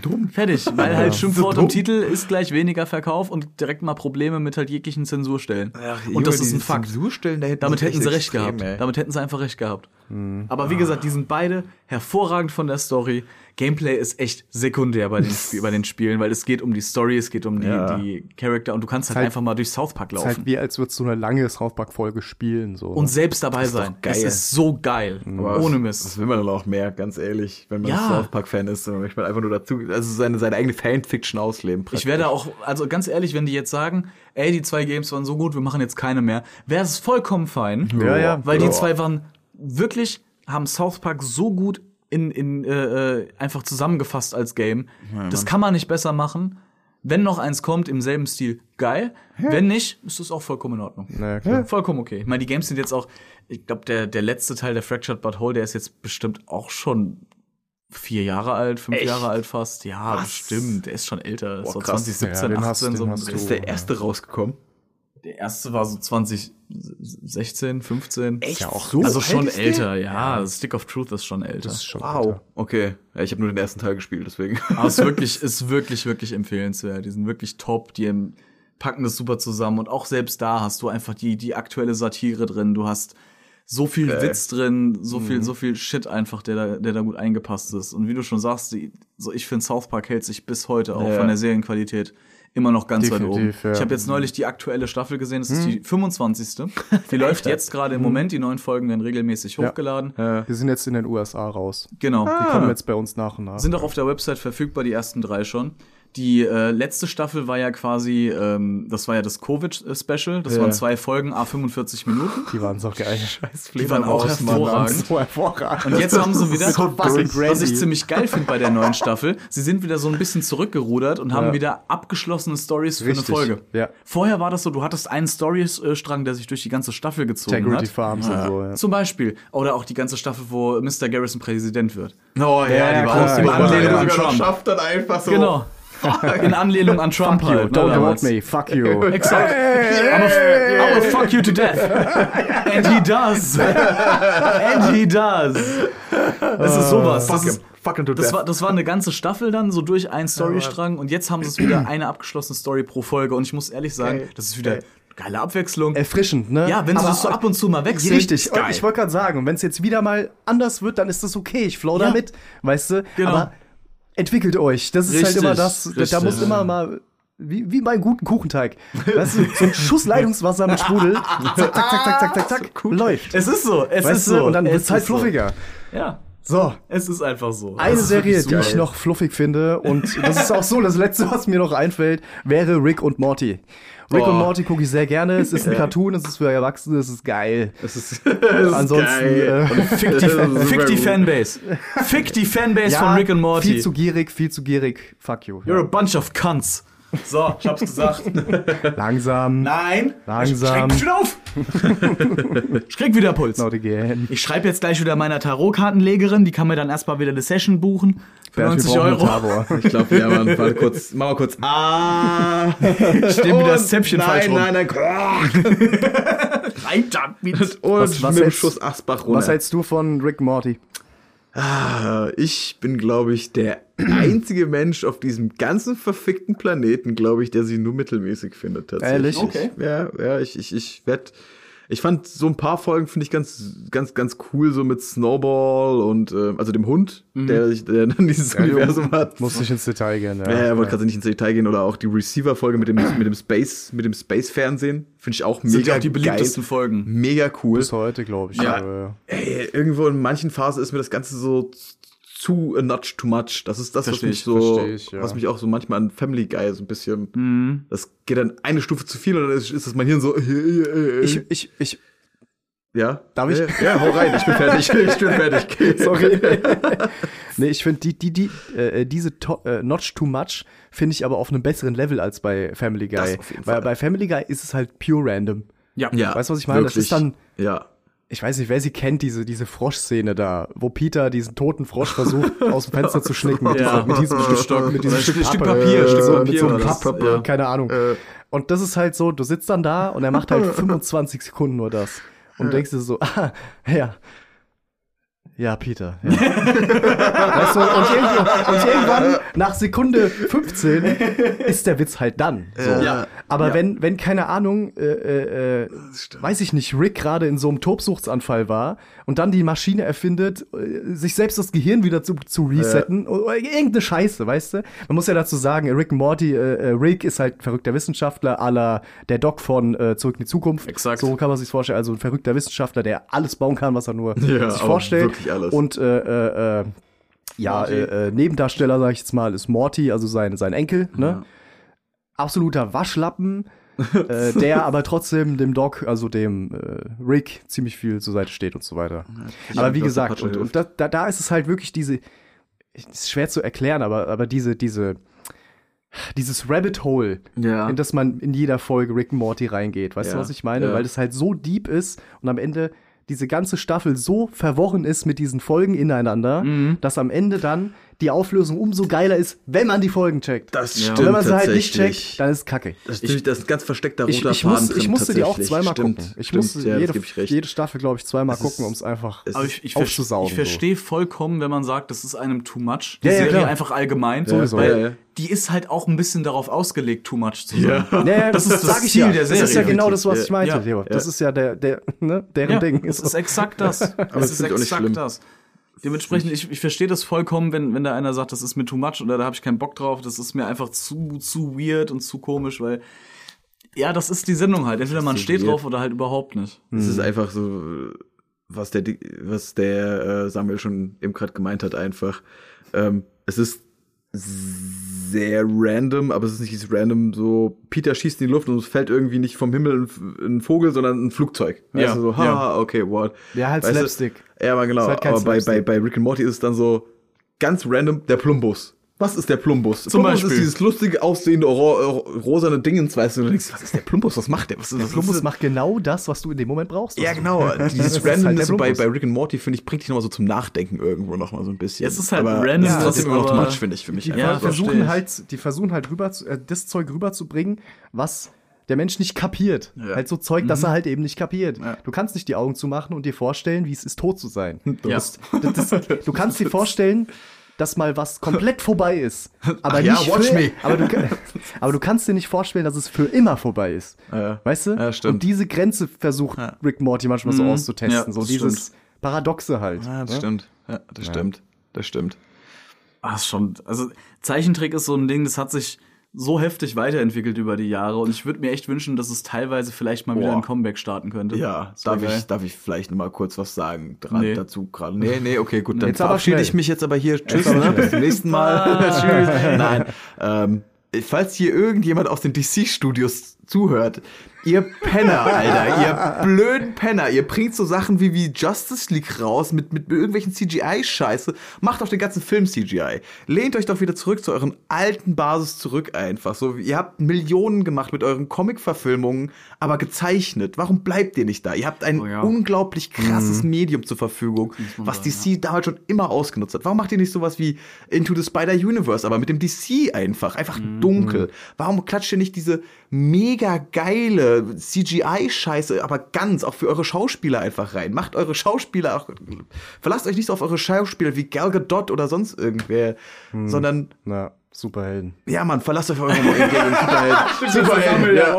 Speaker 4: dumm. Fertig. Weil halt Schimpfwort im Titel ist gleich weniger Verkauf und direkt mal Probleme mit halt jeglichen Zensurstellen. und das ist ein Fakt.
Speaker 7: Zensurstellen, da hätten
Speaker 4: Damit
Speaker 7: sie
Speaker 4: hätten sie
Speaker 7: echt
Speaker 4: recht
Speaker 7: extrem,
Speaker 4: gehabt.
Speaker 7: ey. Hm.
Speaker 4: Damit hätten sie einfach recht gehabt. Aber wie gesagt, die sind beide hervorragend von der Story. Gameplay ist echt sekundär bei den, Sp bei den Spielen, weil es geht um die Story, es geht um die,
Speaker 7: Ja.
Speaker 4: die Charakter und du kannst halt,
Speaker 5: halt-
Speaker 4: einfach mal durch South Park
Speaker 5: Ist
Speaker 4: laufen.
Speaker 5: halt wie als würdest du eine lange South Park-Folge spielen. So.
Speaker 4: und selbst dabei sein.
Speaker 7: geil.
Speaker 4: Es ist so geil.
Speaker 7: Aber
Speaker 4: Ohne
Speaker 7: was-
Speaker 4: Mist.
Speaker 7: Was will man dann auch mehr, ganz ehrlich, wenn man
Speaker 4: Ja.
Speaker 7: South Park-Fan ist. Dann möchte man einfach nur dazu, also seine, seine eigene Fanfiction ausleben.
Speaker 4: Ich werde auch, also ganz ehrlich, wenn die jetzt sagen, ey, die zwei Games waren so gut, wir machen jetzt keine mehr, wäre es vollkommen fein.
Speaker 5: Ja, ja.
Speaker 4: Weil die
Speaker 7: Ja.
Speaker 4: zwei waren wirklich, haben South Park so gut in, in, äh, äh, einfach zusammengefasst als Game. das kann man nicht besser machen. Wenn noch eins kommt im selben Stil, geil. Wenn nicht, ist das auch vollkommen in Ordnung.
Speaker 5: Naja, klar.
Speaker 4: Vollkommen okay. Ich meine, die Games sind jetzt auch, ich glaube, der, der letzte Teil der Fractured But Whole, der ist jetzt bestimmt auch schon vier Jahre alt, fünf Jahre alt fast. Ja, bestimmt. Der ist schon älter. so
Speaker 7: krass.
Speaker 4: 2017,
Speaker 5: Ja, den
Speaker 4: 18,
Speaker 5: hast-
Speaker 4: so
Speaker 5: den
Speaker 4: ein
Speaker 5: hast
Speaker 4: Dreh.
Speaker 7: ist der erste rausgekommen.
Speaker 4: Der erste war so 2016, 15.
Speaker 7: Echt?
Speaker 5: ja auch
Speaker 7: so
Speaker 4: Also schon
Speaker 7: alt ist der?
Speaker 4: älter, ja. Stick of Truth ist schon älter.
Speaker 5: Das ist schon
Speaker 7: Wow. Okay. Ja, ich habe nur den ersten Teil gespielt, deswegen.
Speaker 4: Aber es ist wirklich, ist wirklich, wirklich empfehlenswert. Die sind wirklich top, die ähm, packen das super zusammen. Und auch selbst da hast du einfach die, die aktuelle Satire drin. Du hast so viel Witz drin, so
Speaker 5: Mhm.
Speaker 4: viel, so viel Shit einfach, der da, der da gut eingepasst ist. Und wie du schon sagst, die, so ich finde South Park hält sich bis heute auch
Speaker 7: Ja.
Speaker 4: von der Serienqualität immer noch ganz weit oben.
Speaker 5: Definitiv, ja. Mhm.
Speaker 4: Ich habe jetzt neulich die aktuelle Staffel gesehen, das ist die 25. Die läuft jetzt gerade im Moment, die neuen Folgen werden regelmäßig hochgeladen.
Speaker 5: Wir sind jetzt in den USA raus.
Speaker 4: Genau.
Speaker 5: Ah. Die kommen jetzt bei uns nach und nach.
Speaker 4: Sind auch auf der Website verfügbar, die ersten drei schon. Die äh, letzte Staffel war ja quasi, ähm, das war ja das Covid-Special. Das
Speaker 5: Ja.
Speaker 4: waren zwei Folgen, a 45 Minuten.
Speaker 5: Die waren so geil. Scheiß
Speaker 4: Die waren auch hervorragend.
Speaker 5: So hervorragend.
Speaker 4: Und jetzt haben sie wieder,
Speaker 5: so
Speaker 4: was,
Speaker 5: fucking
Speaker 4: was ich
Speaker 5: crazy.
Speaker 4: ziemlich geil finde bei der neuen Staffel, sie sind wieder so ein bisschen zurückgerudert und haben
Speaker 5: Ja.
Speaker 4: wieder abgeschlossene Stories für
Speaker 5: Richtig,
Speaker 4: eine Folge.
Speaker 5: ja.
Speaker 4: Vorher war das so, du hattest einen Storystrang, der sich durch die ganze Staffel gezogen
Speaker 5: Integrity
Speaker 4: hat.
Speaker 5: Farms und so, ja.
Speaker 4: Zum Beispiel. Oder auch die ganze Staffel, wo Mr. Garrison Präsident wird.
Speaker 7: Oh ja,
Speaker 5: ja,
Speaker 7: die war
Speaker 5: klar.
Speaker 7: auch
Speaker 5: Die
Speaker 7: super.
Speaker 4: Anlehnung
Speaker 7: Ja,
Speaker 4: an
Speaker 7: sogar noch
Speaker 4: Trump.
Speaker 7: schafft dann einfach so.
Speaker 4: Genau. In Anlehnung an Trump
Speaker 5: Fuck you,
Speaker 4: halt. ne,
Speaker 5: don't
Speaker 4: damals.
Speaker 5: want me, fuck you.
Speaker 4: Exakt. I'm, a, I'm a fuck you to death. And he does. And he does. Es ist sowas. Das, ist,
Speaker 6: Fucking to
Speaker 4: das,
Speaker 6: death.
Speaker 4: war, das war eine ganze Staffel dann, so durch einen Storystrang. Und jetzt haben sie es wieder eine abgeschlossene Story pro Folge. Und ich muss ehrlich sagen, das ist wieder geile Abwechslung.
Speaker 5: Erfrischend, ne?
Speaker 4: Ja, wenn sie
Speaker 5: Aber-
Speaker 4: es so ab und zu mal wechseln.
Speaker 5: Richtig,
Speaker 4: ist geil.
Speaker 5: ich wollte gerade sagen, und wenn es jetzt wieder mal anders wird, dann ist das okay, ich flow
Speaker 4: Ja.
Speaker 5: damit, weißt du?
Speaker 4: Genau.
Speaker 5: Aber entwickelt euch, das ist halt
Speaker 4: Richtig,
Speaker 5: immer das, da- da
Speaker 4: richtig.
Speaker 5: muss immer mal, wie, wie bei einem guten Kuchenteig, weißt du, so ein Schuss Leitungswasser mit Sprudel, zack, zack, zack, zack, zack, zack, läuft,
Speaker 4: es ist so, es ist
Speaker 5: weißt
Speaker 4: so.
Speaker 5: du, und dann
Speaker 4: es
Speaker 5: wird's halt
Speaker 4: ist so.
Speaker 5: fluffiger.
Speaker 4: Ja,
Speaker 5: So,
Speaker 4: es ist einfach so.
Speaker 5: eine
Speaker 4: Es ist
Speaker 5: Serie,
Speaker 4: wirklich
Speaker 5: die ich noch fluffig finde, und das ist auch so, das letzte, was mir noch einfällt, wäre Rick und Morty. Rick
Speaker 4: Oh.
Speaker 7: Boah.
Speaker 5: und Morty gucke ich sehr gerne, es ist ein Cartoon, es ist für Erwachsene, es ist geil.
Speaker 7: Das ist, das ist
Speaker 5: Ansonsten,
Speaker 7: geil.
Speaker 5: äh,
Speaker 4: Fick die, fick die Fanbase. Fick die Fanbase von Rick und Morty.
Speaker 5: Viel zu gierig, viel zu gierig. Fuck you.
Speaker 4: You're a bunch of cunts. So, ich hab's gesagt.
Speaker 5: Langsam.
Speaker 4: Nein.
Speaker 5: Langsam.
Speaker 4: Schreck schon auf. ich krieg wieder Puls.
Speaker 5: Not again.
Speaker 4: Ich schreibe jetzt gleich wieder meiner Tarotkartenlegerin, die kann mir dann erstmal wieder eine Session buchen. Für 90 Euro.
Speaker 5: Tabor.
Speaker 7: Ich glaube, ja, Mann, warte kurz, mach mal kurz. Ah!
Speaker 4: Ich nehme wieder das Zäpfchen falsch rum.
Speaker 7: nein, nein.
Speaker 4: Nein, dann wieder.
Speaker 7: Und
Speaker 5: Was- was
Speaker 7: mit dem
Speaker 5: hältst-
Speaker 7: Schuss Asbach runter.
Speaker 5: Was hältst du von Rick Morty?
Speaker 7: Äh, Ich bin, glaube ich, der einzige Mensch auf diesem ganzen verfickten Planeten, glaube ich, der sie nur mittelmäßig findet. Tatsächlich.
Speaker 5: Ehrlich?
Speaker 4: Okay.
Speaker 7: Ja, ja, ich, ich, ich werd. Ich fand so ein paar Folgen finde ich ganz, ganz, ganz cool, so mit Snowball und ähm, also dem Hund,
Speaker 4: Mhm.
Speaker 7: der, sich- der dann dieses Universum hat.
Speaker 5: Muss nicht ins Detail gehen. Ja,
Speaker 7: Ja, ja, wollte gerade nicht ins Detail gehen oder auch die Receiver-Folge mit dem, mit dem Space, mit dem Space-Fernsehen. Finde ich auch mega
Speaker 4: Sind ja auch die
Speaker 7: geil.
Speaker 4: beliebtesten Folgen.
Speaker 7: Mega cool.
Speaker 5: Bis heute, glaube ich. Äh,
Speaker 7: Ja.
Speaker 5: Aber-
Speaker 7: Ey, irgendwo in manchen Phasen ist mir das Ganze so zu a notch too much. Das ist das, was
Speaker 4: Versteh
Speaker 7: mich
Speaker 4: ich,
Speaker 7: so,
Speaker 5: versteh ich, ja. Mhm.
Speaker 7: was mich auch so manchmal an Family Guy so ein bisschen, das geht dann eine Stufe zu viel und dann ist, ist das mein Hirn so, äh, äh, äh,
Speaker 5: Ich, ich, ich,
Speaker 7: ja.
Speaker 5: darf ich?
Speaker 7: Äh, Ja, hau rein, ich bin fertig, ich bin fertig.
Speaker 5: sorry. nee, ich finde die, die, die, äh, diese to äh, Notch Too Much finde ich aber auf einem besseren Level als bei Family Guy.
Speaker 7: Das auf jeden
Speaker 5: Weil
Speaker 7: Fall.
Speaker 5: bei Family Guy ist es halt pure random.
Speaker 4: Ja.
Speaker 5: Weißt du, was ich meine? Das ist dann-
Speaker 7: ja.
Speaker 5: ich weiß nicht, wer sie kennt, diese, diese Froschszene da, wo Peter diesen toten Frosch versucht, aus dem Fenster zu schnicken mit,
Speaker 4: Ja.
Speaker 5: dieser, mit diesem Stück, Stock, mit diesem
Speaker 4: Oder
Speaker 5: Stück,
Speaker 4: Stück
Speaker 5: Pappe,
Speaker 4: Papier,
Speaker 5: äh,
Speaker 4: Stück
Speaker 5: so,
Speaker 4: Papier
Speaker 5: mit so einem
Speaker 4: war das,
Speaker 5: Papp,
Speaker 4: ja.
Speaker 5: keine Ahnung. Und das ist halt so, du sitzt dann da und er macht halt 25 Sekunden nur das. Und denkst dir so, ah, ja. Ja, Peter. Ja. weißt du, und, irgendwo, und irgendwann, nach Sekunde 15, ist der Witz halt dann. So.
Speaker 7: Ja.
Speaker 5: Aber
Speaker 7: Ja.
Speaker 5: wenn, wenn, keine Ahnung, äh, äh, äh, weiß ich nicht, Rick gerade in so einem Tobsuchtsanfall war und dann die Maschine erfindet, äh, sich selbst das Gehirn wieder zu, zu resetten, oder irgendeine Scheiße, weißt du? Man muss ja dazu sagen, Rick und Morty, äh, äh, Rick ist halt ein verrückter Wissenschaftler, aller der Doc von äh, Zurück in die Zukunft.
Speaker 4: Exakt.
Speaker 5: So kann man sich vorstellen. Also ein verrückter Wissenschaftler, der alles bauen kann, was er nur
Speaker 7: Ja, aber
Speaker 5: sich vorstellt.
Speaker 7: wirklich alles.
Speaker 5: Und äh, äh, äh, ja, äh, äh, Nebendarsteller, sag ich jetzt mal, ist Morty, also sein, sein Enkel, ne? Absoluter Waschlappen, äh, der aber trotzdem dem Doc, also dem äh, Rick, ziemlich viel zur Seite steht und so weiter. aber wie
Speaker 7: glaub, der
Speaker 5: gesagt,
Speaker 7: Patsche
Speaker 5: und,
Speaker 7: hilft.
Speaker 5: und da, da, da ist es halt wirklich diese, ist schwer zu erklären, aber, aber diese, diese, dieses Rabbit Hole,
Speaker 7: Ja.
Speaker 5: in das man in jeder Folge Rick and Morty reingeht. Weißt du,
Speaker 7: Ja,
Speaker 5: was ich meine?
Speaker 7: ja.
Speaker 5: Weil das halt so deep ist und am Ende diese ganze Staffel so verworren ist mit diesen Folgen ineinander,
Speaker 7: Mhm.
Speaker 5: dass am Ende dann die Auflösung umso geiler ist, wenn man die Folgen checkt.
Speaker 7: Das
Speaker 5: und wenn man sie halt nicht
Speaker 7: tatsächlich.
Speaker 5: checkt, dann ist Kacke.
Speaker 7: Das ist, das ist ein ganz versteckter roter
Speaker 5: Ich, ich,
Speaker 7: Faden
Speaker 5: muss,
Speaker 7: drin,
Speaker 5: ich musste die auch
Speaker 7: tatsächlich.
Speaker 5: zweimal
Speaker 7: stimmt,
Speaker 5: gucken. Ich
Speaker 7: stimmt,
Speaker 5: musste
Speaker 7: ja, das
Speaker 5: jede,
Speaker 7: gebe ich recht.
Speaker 5: jede Staffel, glaube ich, zweimal gucken, um es einfach
Speaker 7: es
Speaker 4: Aber ich, ich, ver
Speaker 5: aufzusaugen.
Speaker 4: ich verstehe vollkommen, wenn man sagt, das ist einem too much. Die
Speaker 5: Ja, ja,
Speaker 4: Serie
Speaker 5: klar.
Speaker 4: einfach allgemein.
Speaker 5: Sowieso.
Speaker 4: Weil
Speaker 7: Ja, ja.
Speaker 4: die ist halt auch ein bisschen darauf ausgelegt, too much zu sein.
Speaker 5: So. Ja, ja,
Speaker 4: Das ist das
Speaker 5: sag ich
Speaker 4: Ziel
Speaker 5: ja.
Speaker 4: der
Speaker 5: Das ist ja
Speaker 4: Serie.
Speaker 5: genau das, was ich meinte.
Speaker 4: Ja.
Speaker 5: Theo. Das ist ja der, der, ne, deren
Speaker 4: Ja,
Speaker 5: Ding.
Speaker 4: Es ist exakt das.
Speaker 7: das
Speaker 4: es ist
Speaker 7: finde ich auch nicht schlimm.
Speaker 4: exakt das. Dementsprechend, ich, ich verstehe das vollkommen, wenn, wenn da einer sagt, das ist mir too much oder da habe ich keinen Bock drauf, das ist mir einfach zu, zu weird und zu komisch, weil ja, das ist die Sendung halt. Entweder man
Speaker 7: so
Speaker 4: steht
Speaker 7: weird.
Speaker 4: drauf oder halt überhaupt nicht.
Speaker 7: Es ist einfach so, was der, was der äh, Samuel schon eben gerade gemeint hat, einfach. Ähm, es ist sehr random, aber es ist nicht dieses random, so Peter schießt in die Luft und es fällt irgendwie nicht vom Himmel ein F- ein Vogel, sondern ein Flugzeug.
Speaker 4: Ja,
Speaker 7: du, so, haha,
Speaker 4: ja.
Speaker 7: okay, what?
Speaker 5: Ja, halt
Speaker 7: Weißt du,
Speaker 5: Slapstick.
Speaker 7: Ja, aber genau.
Speaker 5: Ist halt kein
Speaker 7: aber bei, bei,
Speaker 5: Slapstick.
Speaker 7: bei Rick and Morty ist es dann so ganz random der Plumbus. Was ist der Plumbus? Zum Plumbus
Speaker 4: Beispiel.
Speaker 7: ist dieses lustige, aussehende, oro- oro- rosane Dingens, weißt du, du denkst, was ist der Plumbus? Was macht der? Was ist der
Speaker 5: Plumbus macht genau das, was du in dem Moment brauchst.
Speaker 7: ja,
Speaker 5: Also,
Speaker 7: genau.
Speaker 5: Das
Speaker 7: Dieses
Speaker 5: ist halt der
Speaker 7: Randomness bei,
Speaker 5: Plumbus.
Speaker 7: bei Rick and Morty, finde ich, bringt dich nochmal so zum Nachdenken irgendwo nochmal so ein bisschen.
Speaker 4: Es ist halt
Speaker 7: aber
Speaker 4: random,
Speaker 7: Es ist
Speaker 4: ja,
Speaker 7: trotzdem
Speaker 4: das
Speaker 7: immer noch too
Speaker 4: aber-
Speaker 7: much, finde ich, für mich.
Speaker 5: Die
Speaker 4: Ja,
Speaker 5: ver- versuchen
Speaker 4: versteh ich.
Speaker 5: halt, die versuchen halt rüber zu, äh, das Zeug rüberzubringen, was der Mensch nicht kapiert. Halt so Zeug,
Speaker 7: Mhm.
Speaker 5: das er halt eben nicht kapiert. Du kannst nicht die Augen zumachen und dir vorstellen, wie es ist, tot zu sein. Du,
Speaker 4: Ja.
Speaker 5: bist- das, das, du kannst dir vorstellen, dass mal was komplett vorbei ist. Aber
Speaker 7: Ach
Speaker 5: nicht
Speaker 7: ja, watch
Speaker 5: für,
Speaker 7: me.
Speaker 5: Aber du, kann- aber du kannst dir nicht vorstellen, dass es für immer vorbei ist.
Speaker 7: Ja.
Speaker 5: Weißt du?
Speaker 7: Ja, stimmt. Mhm.
Speaker 5: Und diese Grenze versucht Rick Morty manchmal so auszutesten.
Speaker 7: Ja,
Speaker 5: so
Speaker 7: das
Speaker 5: dieses Paradoxe halt.
Speaker 7: Ah, das
Speaker 5: ne?
Speaker 7: stimmt. Ja, das stimmt. Das stimmt.
Speaker 4: Ah, ist schon. Also, Zeichentrick ist so ein Ding, das hat sich so heftig weiterentwickelt über die Jahre und ich würde mir echt wünschen, dass es teilweise vielleicht mal wieder
Speaker 7: Boah.
Speaker 4: ein Comeback starten könnte.
Speaker 7: Ja,
Speaker 4: Das wär
Speaker 7: darf
Speaker 4: geil.
Speaker 7: ich, darf ich vielleicht nochmal kurz was sagen dran,
Speaker 4: Nee.
Speaker 7: dazu gerade? Nee, nee, okay, gut, dann
Speaker 5: Jetzt aber
Speaker 7: verabschiede
Speaker 5: schnell.
Speaker 7: ich mich jetzt aber hier. Tschüss, ne? bis zum nächsten Mal. Tschüss. Nein, ähm, falls hier irgendjemand aus den DC-Studios zuhört, ihr Penner, Alter, ihr blöden Penner, ihr bringt so Sachen wie, wie Justice League raus mit, mit irgendwelchen CGI-Scheiße, macht doch den ganzen Film CGI. Lehnt euch doch wieder zurück zu euren alten Basis zurück einfach. So, ihr habt Millionen gemacht mit euren Comic-Verfilmungen, aber gezeichnet. Warum bleibt ihr nicht da? Ihr habt ein
Speaker 4: Oh ja.
Speaker 7: unglaublich krasses Medium zur Verfügung, was
Speaker 4: sagen,
Speaker 7: DC damals schon immer ausgenutzt hat. Warum macht ihr nicht sowas wie Into the Spider-Universe, aber mit dem DC einfach, einfach dunkel? Warum klatscht ihr nicht diese mega geile CGI-Scheiße, aber ganz auch für eure Schauspieler einfach rein? Macht eure Schauspieler auch, verlasst euch nicht so auf eure Schauspieler wie Gal Gadot oder sonst irgendwer, sondern
Speaker 5: Na, Superhelden.
Speaker 7: ja, Mann, verlasst euch auf eure Superhelden. Superhelden, ja.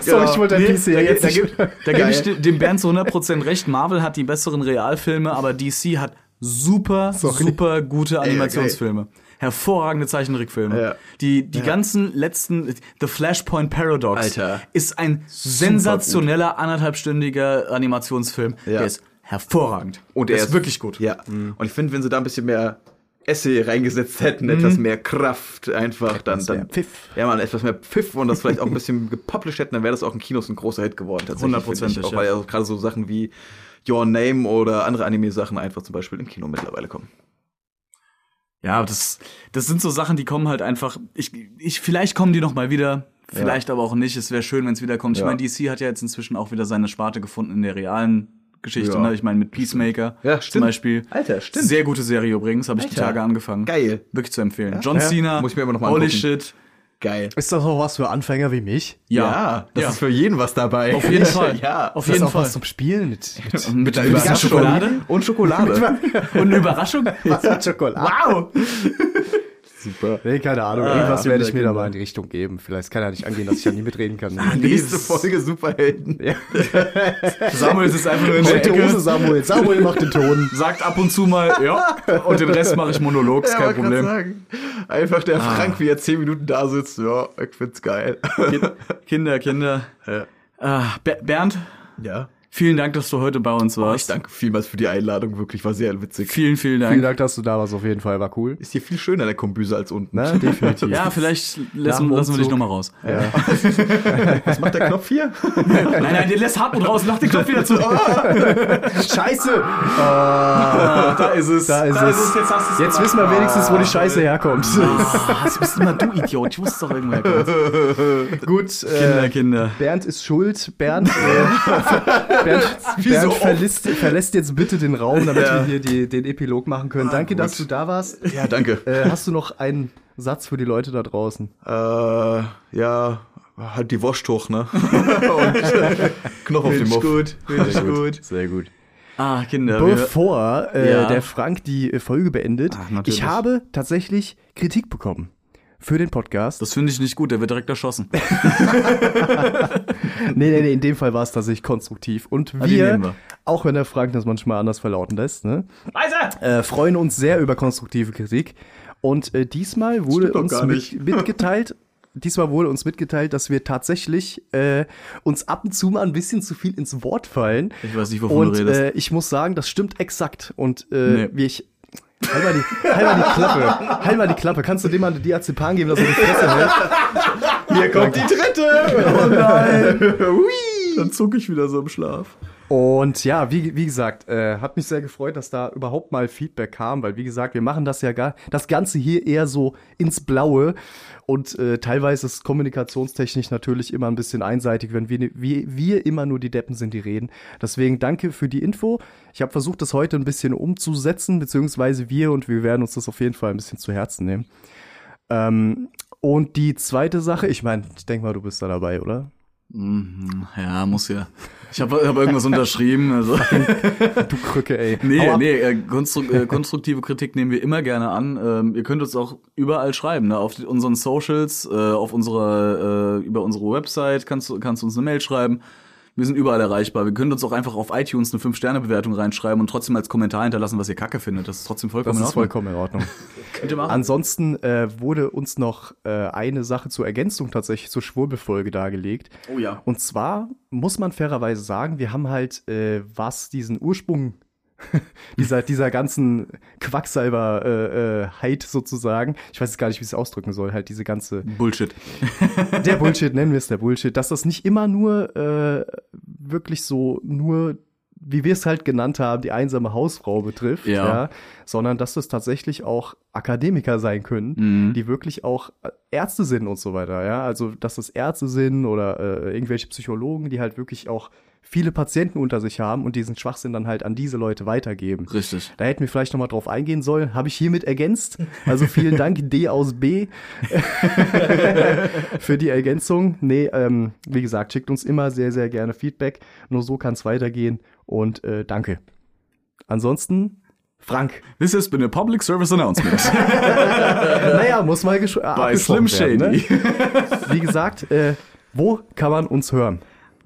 Speaker 5: Sorry, ich wollte ein PC
Speaker 7: da,
Speaker 5: jetzt
Speaker 7: da,
Speaker 5: nicht-
Speaker 7: da, da
Speaker 4: Da
Speaker 7: gebe
Speaker 4: gebe
Speaker 7: ich
Speaker 4: ich de- dem Bernd zu 100% recht. Marvel hat die besseren Realfilme, aber DC hat super, super gute Animationsfilme. Hervorragende Zeichentrickfilme.
Speaker 7: Ja.
Speaker 4: Die, die ganzen letzten, The Flashpoint Paradox
Speaker 7: Alter.
Speaker 4: ist ein sensationeller, anderthalbstündiger Animationsfilm.
Speaker 7: Ja.
Speaker 4: Der ist hervorragend.
Speaker 7: Und
Speaker 4: der
Speaker 7: er
Speaker 4: ist wirklich gut. Mhm.
Speaker 7: Ja. Und ich finde, wenn sie da ein bisschen mehr Essay reingesetzt hätten, etwas mehr Kraft einfach, dann, dann
Speaker 5: mehr Pfiff.
Speaker 7: Ja, man, etwas mehr Pfiff und das vielleicht auch ein bisschen gepublished hätten, dann wäre das auch in Kinos ein großer Hit geworden. Tatsächlich,
Speaker 4: Hundertprozentig,
Speaker 7: finde ich. Auch
Speaker 4: ja.
Speaker 7: weil ja auch gerade so Sachen wie Your Name oder andere Anime-Sachen einfach zum Beispiel im Kino mittlerweile kommen.
Speaker 4: Ja, das, das sind so Sachen, die kommen halt einfach. Ich, ich, vielleicht kommen die noch mal wieder, vielleicht aber auch nicht. Es wäre schön, wenn es wiederkommt.
Speaker 7: Ja.
Speaker 4: Ich meine, DC hat ja jetzt inzwischen auch wieder seine Sparte gefunden in der realen Geschichte.
Speaker 7: Ja.
Speaker 4: Ne? Ich meine, mit Peacemaker
Speaker 7: Ja,
Speaker 4: zum
Speaker 7: stimmt.
Speaker 4: Beispiel.
Speaker 7: Alter, stimmt.
Speaker 4: Sehr gute Serie übrigens, habe ich die
Speaker 7: Alter.
Speaker 4: Tage angefangen.
Speaker 7: Geil.
Speaker 4: Wirklich zu empfehlen. John
Speaker 7: Ja.
Speaker 4: Cena.
Speaker 7: Muss ich mir immer noch mal
Speaker 4: Holy
Speaker 7: angucken.
Speaker 4: shit.
Speaker 7: Geil.
Speaker 5: Ist das auch was für Anfänger wie mich?
Speaker 4: Ja.
Speaker 7: das ist für jeden was dabei.
Speaker 4: Auf jeden Fall.
Speaker 7: ja.
Speaker 4: Auf
Speaker 5: Ist das
Speaker 4: jeden
Speaker 5: auch
Speaker 4: Fall.
Speaker 5: was zum Spielen mit, mit
Speaker 4: mit der
Speaker 7: Überraschung.
Speaker 4: Überraschung. Schokolade
Speaker 7: Und Schokolade.
Speaker 4: und eine Überraschung.
Speaker 5: Wasser Schokolade?
Speaker 4: Wow.
Speaker 7: Super.
Speaker 5: Nee, keine Ahnung. Irgendwas
Speaker 7: ja.
Speaker 5: werde ich mir da mal in die Richtung geben. Vielleicht kann er nicht angehen, dass ich da nie mitreden kann.
Speaker 7: Nächste Folge Superhelden.
Speaker 4: Samuel sitzt einfach nur in der
Speaker 5: Rote Hose,
Speaker 4: Ecke,
Speaker 5: Samuel. Samuel macht den Ton.
Speaker 4: sagt ab und zu mal, ja, und den Rest mache ich Monolog, ist kein
Speaker 7: wollte grad
Speaker 4: Problem.
Speaker 7: Sagen. Einfach der Frank, wie er zehn Minuten da sitzt. Ja, ich find's geil.
Speaker 4: Kind- Kinder, Kinder.
Speaker 7: Ja.
Speaker 4: Ah, Ber- Bernd,
Speaker 7: ja.
Speaker 4: vielen Dank, dass du heute bei
Speaker 5: Oh,
Speaker 4: uns
Speaker 7: Ich
Speaker 4: warst.
Speaker 7: danke vielmals für die Einladung. Wirklich, war sehr witzig.
Speaker 4: vielen, vielen Dank.
Speaker 5: Vielen Dank, dass du da warst. Auf jeden Fall war cool.
Speaker 7: Ist hier viel schöner der Kombüse als unten.
Speaker 5: Ne? Definitiv.
Speaker 4: Ja, vielleicht
Speaker 5: Nach
Speaker 4: lassen,
Speaker 5: dem
Speaker 4: lassen wir dich
Speaker 5: Umzug.
Speaker 4: nochmal raus.
Speaker 7: Was macht der Knopf hier?
Speaker 4: Nein, nein, den lässt Hartmut raus, mach den Knopf wieder zu.
Speaker 5: Oh, Scheiße!
Speaker 4: da ist es.
Speaker 5: Ah. Da ist es.
Speaker 4: Jetzt, hast du
Speaker 5: Jetzt wissen wir wenigstens, wo die Scheiße herkommt.
Speaker 4: Ah, das bist immer du, Idiot. Ich wusste doch irgendwer. kommt.
Speaker 5: Gut,
Speaker 4: Kinder,
Speaker 5: äh,
Speaker 4: Kinder.
Speaker 5: Bernd ist schuld. Bernd, äh, Bernd, Bernd verlässt, verlässt jetzt bitte den Raum, damit wir hier die, den Epilog machen können. Danke, dass du da warst.
Speaker 7: Ja, danke.
Speaker 5: Äh, hast du noch einen Satz für die Leute da draußen?
Speaker 7: Äh, ja, halt die Waschtuch, ne? Und äh, Knopf auf den Muff. gut, gut, gut.
Speaker 5: Sehr gut.
Speaker 4: Ah, Kinder. Wir,
Speaker 5: Bevor äh,
Speaker 4: Ja.
Speaker 5: der Frank die äh, Folge beendet,
Speaker 4: Ach, natürlich.
Speaker 5: ich habe tatsächlich Kritik bekommen für den Podcast.
Speaker 4: das finde ich nicht gut, der wird direkt erschossen.
Speaker 5: nee, nee, nee, in dem Fall war es tatsächlich konstruktiv. Und
Speaker 4: die
Speaker 5: wir,
Speaker 4: nehmen wir.
Speaker 5: auch wenn der Frank das manchmal anders verlauten lässt, ne, äh, freuen uns sehr über konstruktive Kritik. Und äh, diesmal wurde
Speaker 7: doch
Speaker 5: uns
Speaker 7: gar
Speaker 5: mit, mitgeteilt, diesmal wurde uns mitgeteilt, dass wir tatsächlich äh, uns ab und zu mal ein bisschen zu viel ins Wort fallen.
Speaker 4: Ich weiß nicht, wovon
Speaker 5: Und
Speaker 4: du redest.
Speaker 5: äh, ich muss sagen, das stimmt exakt. Und äh,
Speaker 4: Nee.
Speaker 5: wie ich Halt mal die, halt mal die Klappe. Halt mal die Klappe. Kannst du dem mal eine Diazepan geben, dass er die Fresse hält?
Speaker 7: Hier kommt die dritte!
Speaker 6: Oh nein! Hui! Dann zucke ich wieder so im Schlaf.
Speaker 5: Und ja, wie, wie gesagt, äh, hat mich sehr gefreut, dass da überhaupt mal Feedback kam, weil wie gesagt, wir machen das ja gar, das Ganze hier eher so ins Blaue und äh, teilweise ist kommunikationstechnisch natürlich immer ein bisschen einseitig, wenn wir, wir, wir immer nur die Deppen sind, die reden. Deswegen danke für die Info. Ich habe versucht, das heute ein bisschen umzusetzen, beziehungsweise wir und wir werden uns das auf jeden Fall ein bisschen zu Herzen nehmen. Ähm, und die zweite Sache, ich meine, ich denke mal, du bist da dabei, oder?
Speaker 4: Mhm, ja, muss ja. Ich habe hab irgendwas unterschrieben. Also.
Speaker 5: Du Krücke, ey.
Speaker 4: Nee,
Speaker 5: Hau ab.
Speaker 4: nee, äh, konstru äh, konstruktive Kritik nehmen wir immer gerne an. Ähm, ihr könnt uns auch überall schreiben, ne? auf die, unseren Socials, äh, auf unserer, äh, über unsere Website kannst du kannst du uns eine Mail schreiben. Wir sind überall erreichbar. Wir können uns auch einfach auf iTunes eine 5-Sterne-Bewertung reinschreiben und trotzdem als Kommentar hinterlassen, was ihr Kacke findet. Das ist trotzdem vollkommen
Speaker 5: Das ist
Speaker 4: in Ordnung.
Speaker 5: vollkommen in Ordnung.
Speaker 4: Könnt ihr machen.
Speaker 5: Ansonsten äh, wurde uns noch äh, eine Sache zur Ergänzung tatsächlich zur Schwurbelfolge dargelegt.
Speaker 7: Oh ja.
Speaker 5: Und zwar muss man fairerweise sagen, wir haben halt, äh, was diesen Ursprung dieser, dieser ganzen Quacksalber-Heit sozusagen, ich weiß jetzt gar nicht, wie ich es ausdrücken soll, halt diese ganze
Speaker 4: Bullshit.
Speaker 5: der Bullshit, nennen wir es der Bullshit, dass das nicht immer nur äh, wirklich so nur, wie wir es halt genannt haben, die einsame Hausfrau betrifft,
Speaker 4: Ja.
Speaker 5: ja. sondern dass das tatsächlich auch Akademiker sein können, die wirklich auch Ärzte sind und so weiter, ja. Also dass das Ärzte sind oder äh, irgendwelche Psychologen, die halt wirklich auch viele Patienten unter sich haben und diesen Schwachsinn dann halt an diese Leute weitergeben.
Speaker 4: Richtig.
Speaker 5: Da hätten wir vielleicht nochmal drauf eingehen sollen. Habe ich hiermit ergänzt. Also vielen Dank, D aus B, für die Ergänzung. Nee, ähm, wie gesagt, schickt uns immer sehr, sehr gerne Feedback. Nur so kann es weitergehen. Und äh, danke. Ansonsten, Frank.
Speaker 4: This has been a public service announcement
Speaker 5: Naja, muss mal gesch- äh,
Speaker 4: by Slim
Speaker 5: abgesprochen
Speaker 4: Shady.
Speaker 5: werden, Ne? Wie gesagt, äh, wo kann man uns hören?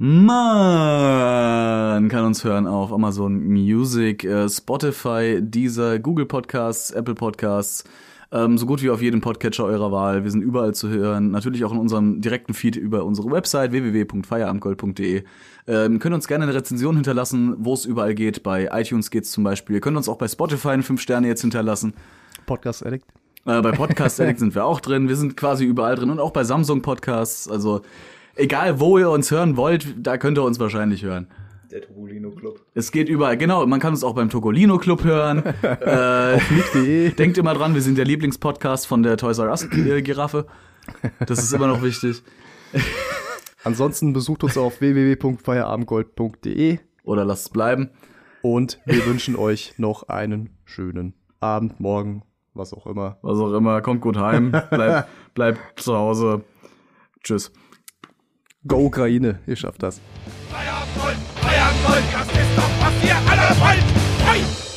Speaker 4: Man kann uns hören auf Amazon Music, äh, Spotify, Deezer, Google Podcasts, Apple Podcasts, ähm, so gut wie auf jedem Podcatcher eurer Wahl. Wir sind überall zu hören. Natürlich auch in unserem direkten Feed über unsere Website www.feierabendgold.de. Ähm, könnt uns gerne eine Rezension hinterlassen, wo es überall geht. Bei iTunes geht's zum Beispiel. Ihr könnt uns auch bei Spotify eine 5 Sterne jetzt hinterlassen.
Speaker 5: Podcast Addict.
Speaker 4: Äh, bei Podcast Addict sind wir auch drin. Wir sind quasi überall drin und auch bei Samsung Podcasts. Also egal, wo ihr uns hören wollt, da könnt ihr uns wahrscheinlich hören.
Speaker 7: Der Togolino Club.
Speaker 4: Es geht überall. Genau, man kann uns auch beim Togolino Club hören. äh, denkt immer dran, wir sind der Lieblingspodcast von der Toys R Us äh, Giraffe. Das ist immer noch wichtig.
Speaker 5: Ansonsten besucht uns auf www.feierabendgold.de
Speaker 4: Oder lasst es bleiben.
Speaker 5: und wir wünschen euch noch einen schönen Abend, morgen, was auch immer.
Speaker 4: Was auch immer. Kommt gut heim. Bleibt bleibt zu Hause. Tschüss.
Speaker 5: Go Ukraine, ihr schafft das.
Speaker 2: Feierabend, Gold, Feierabend, Gold, das ist doch, was wir alle wollen. Frei!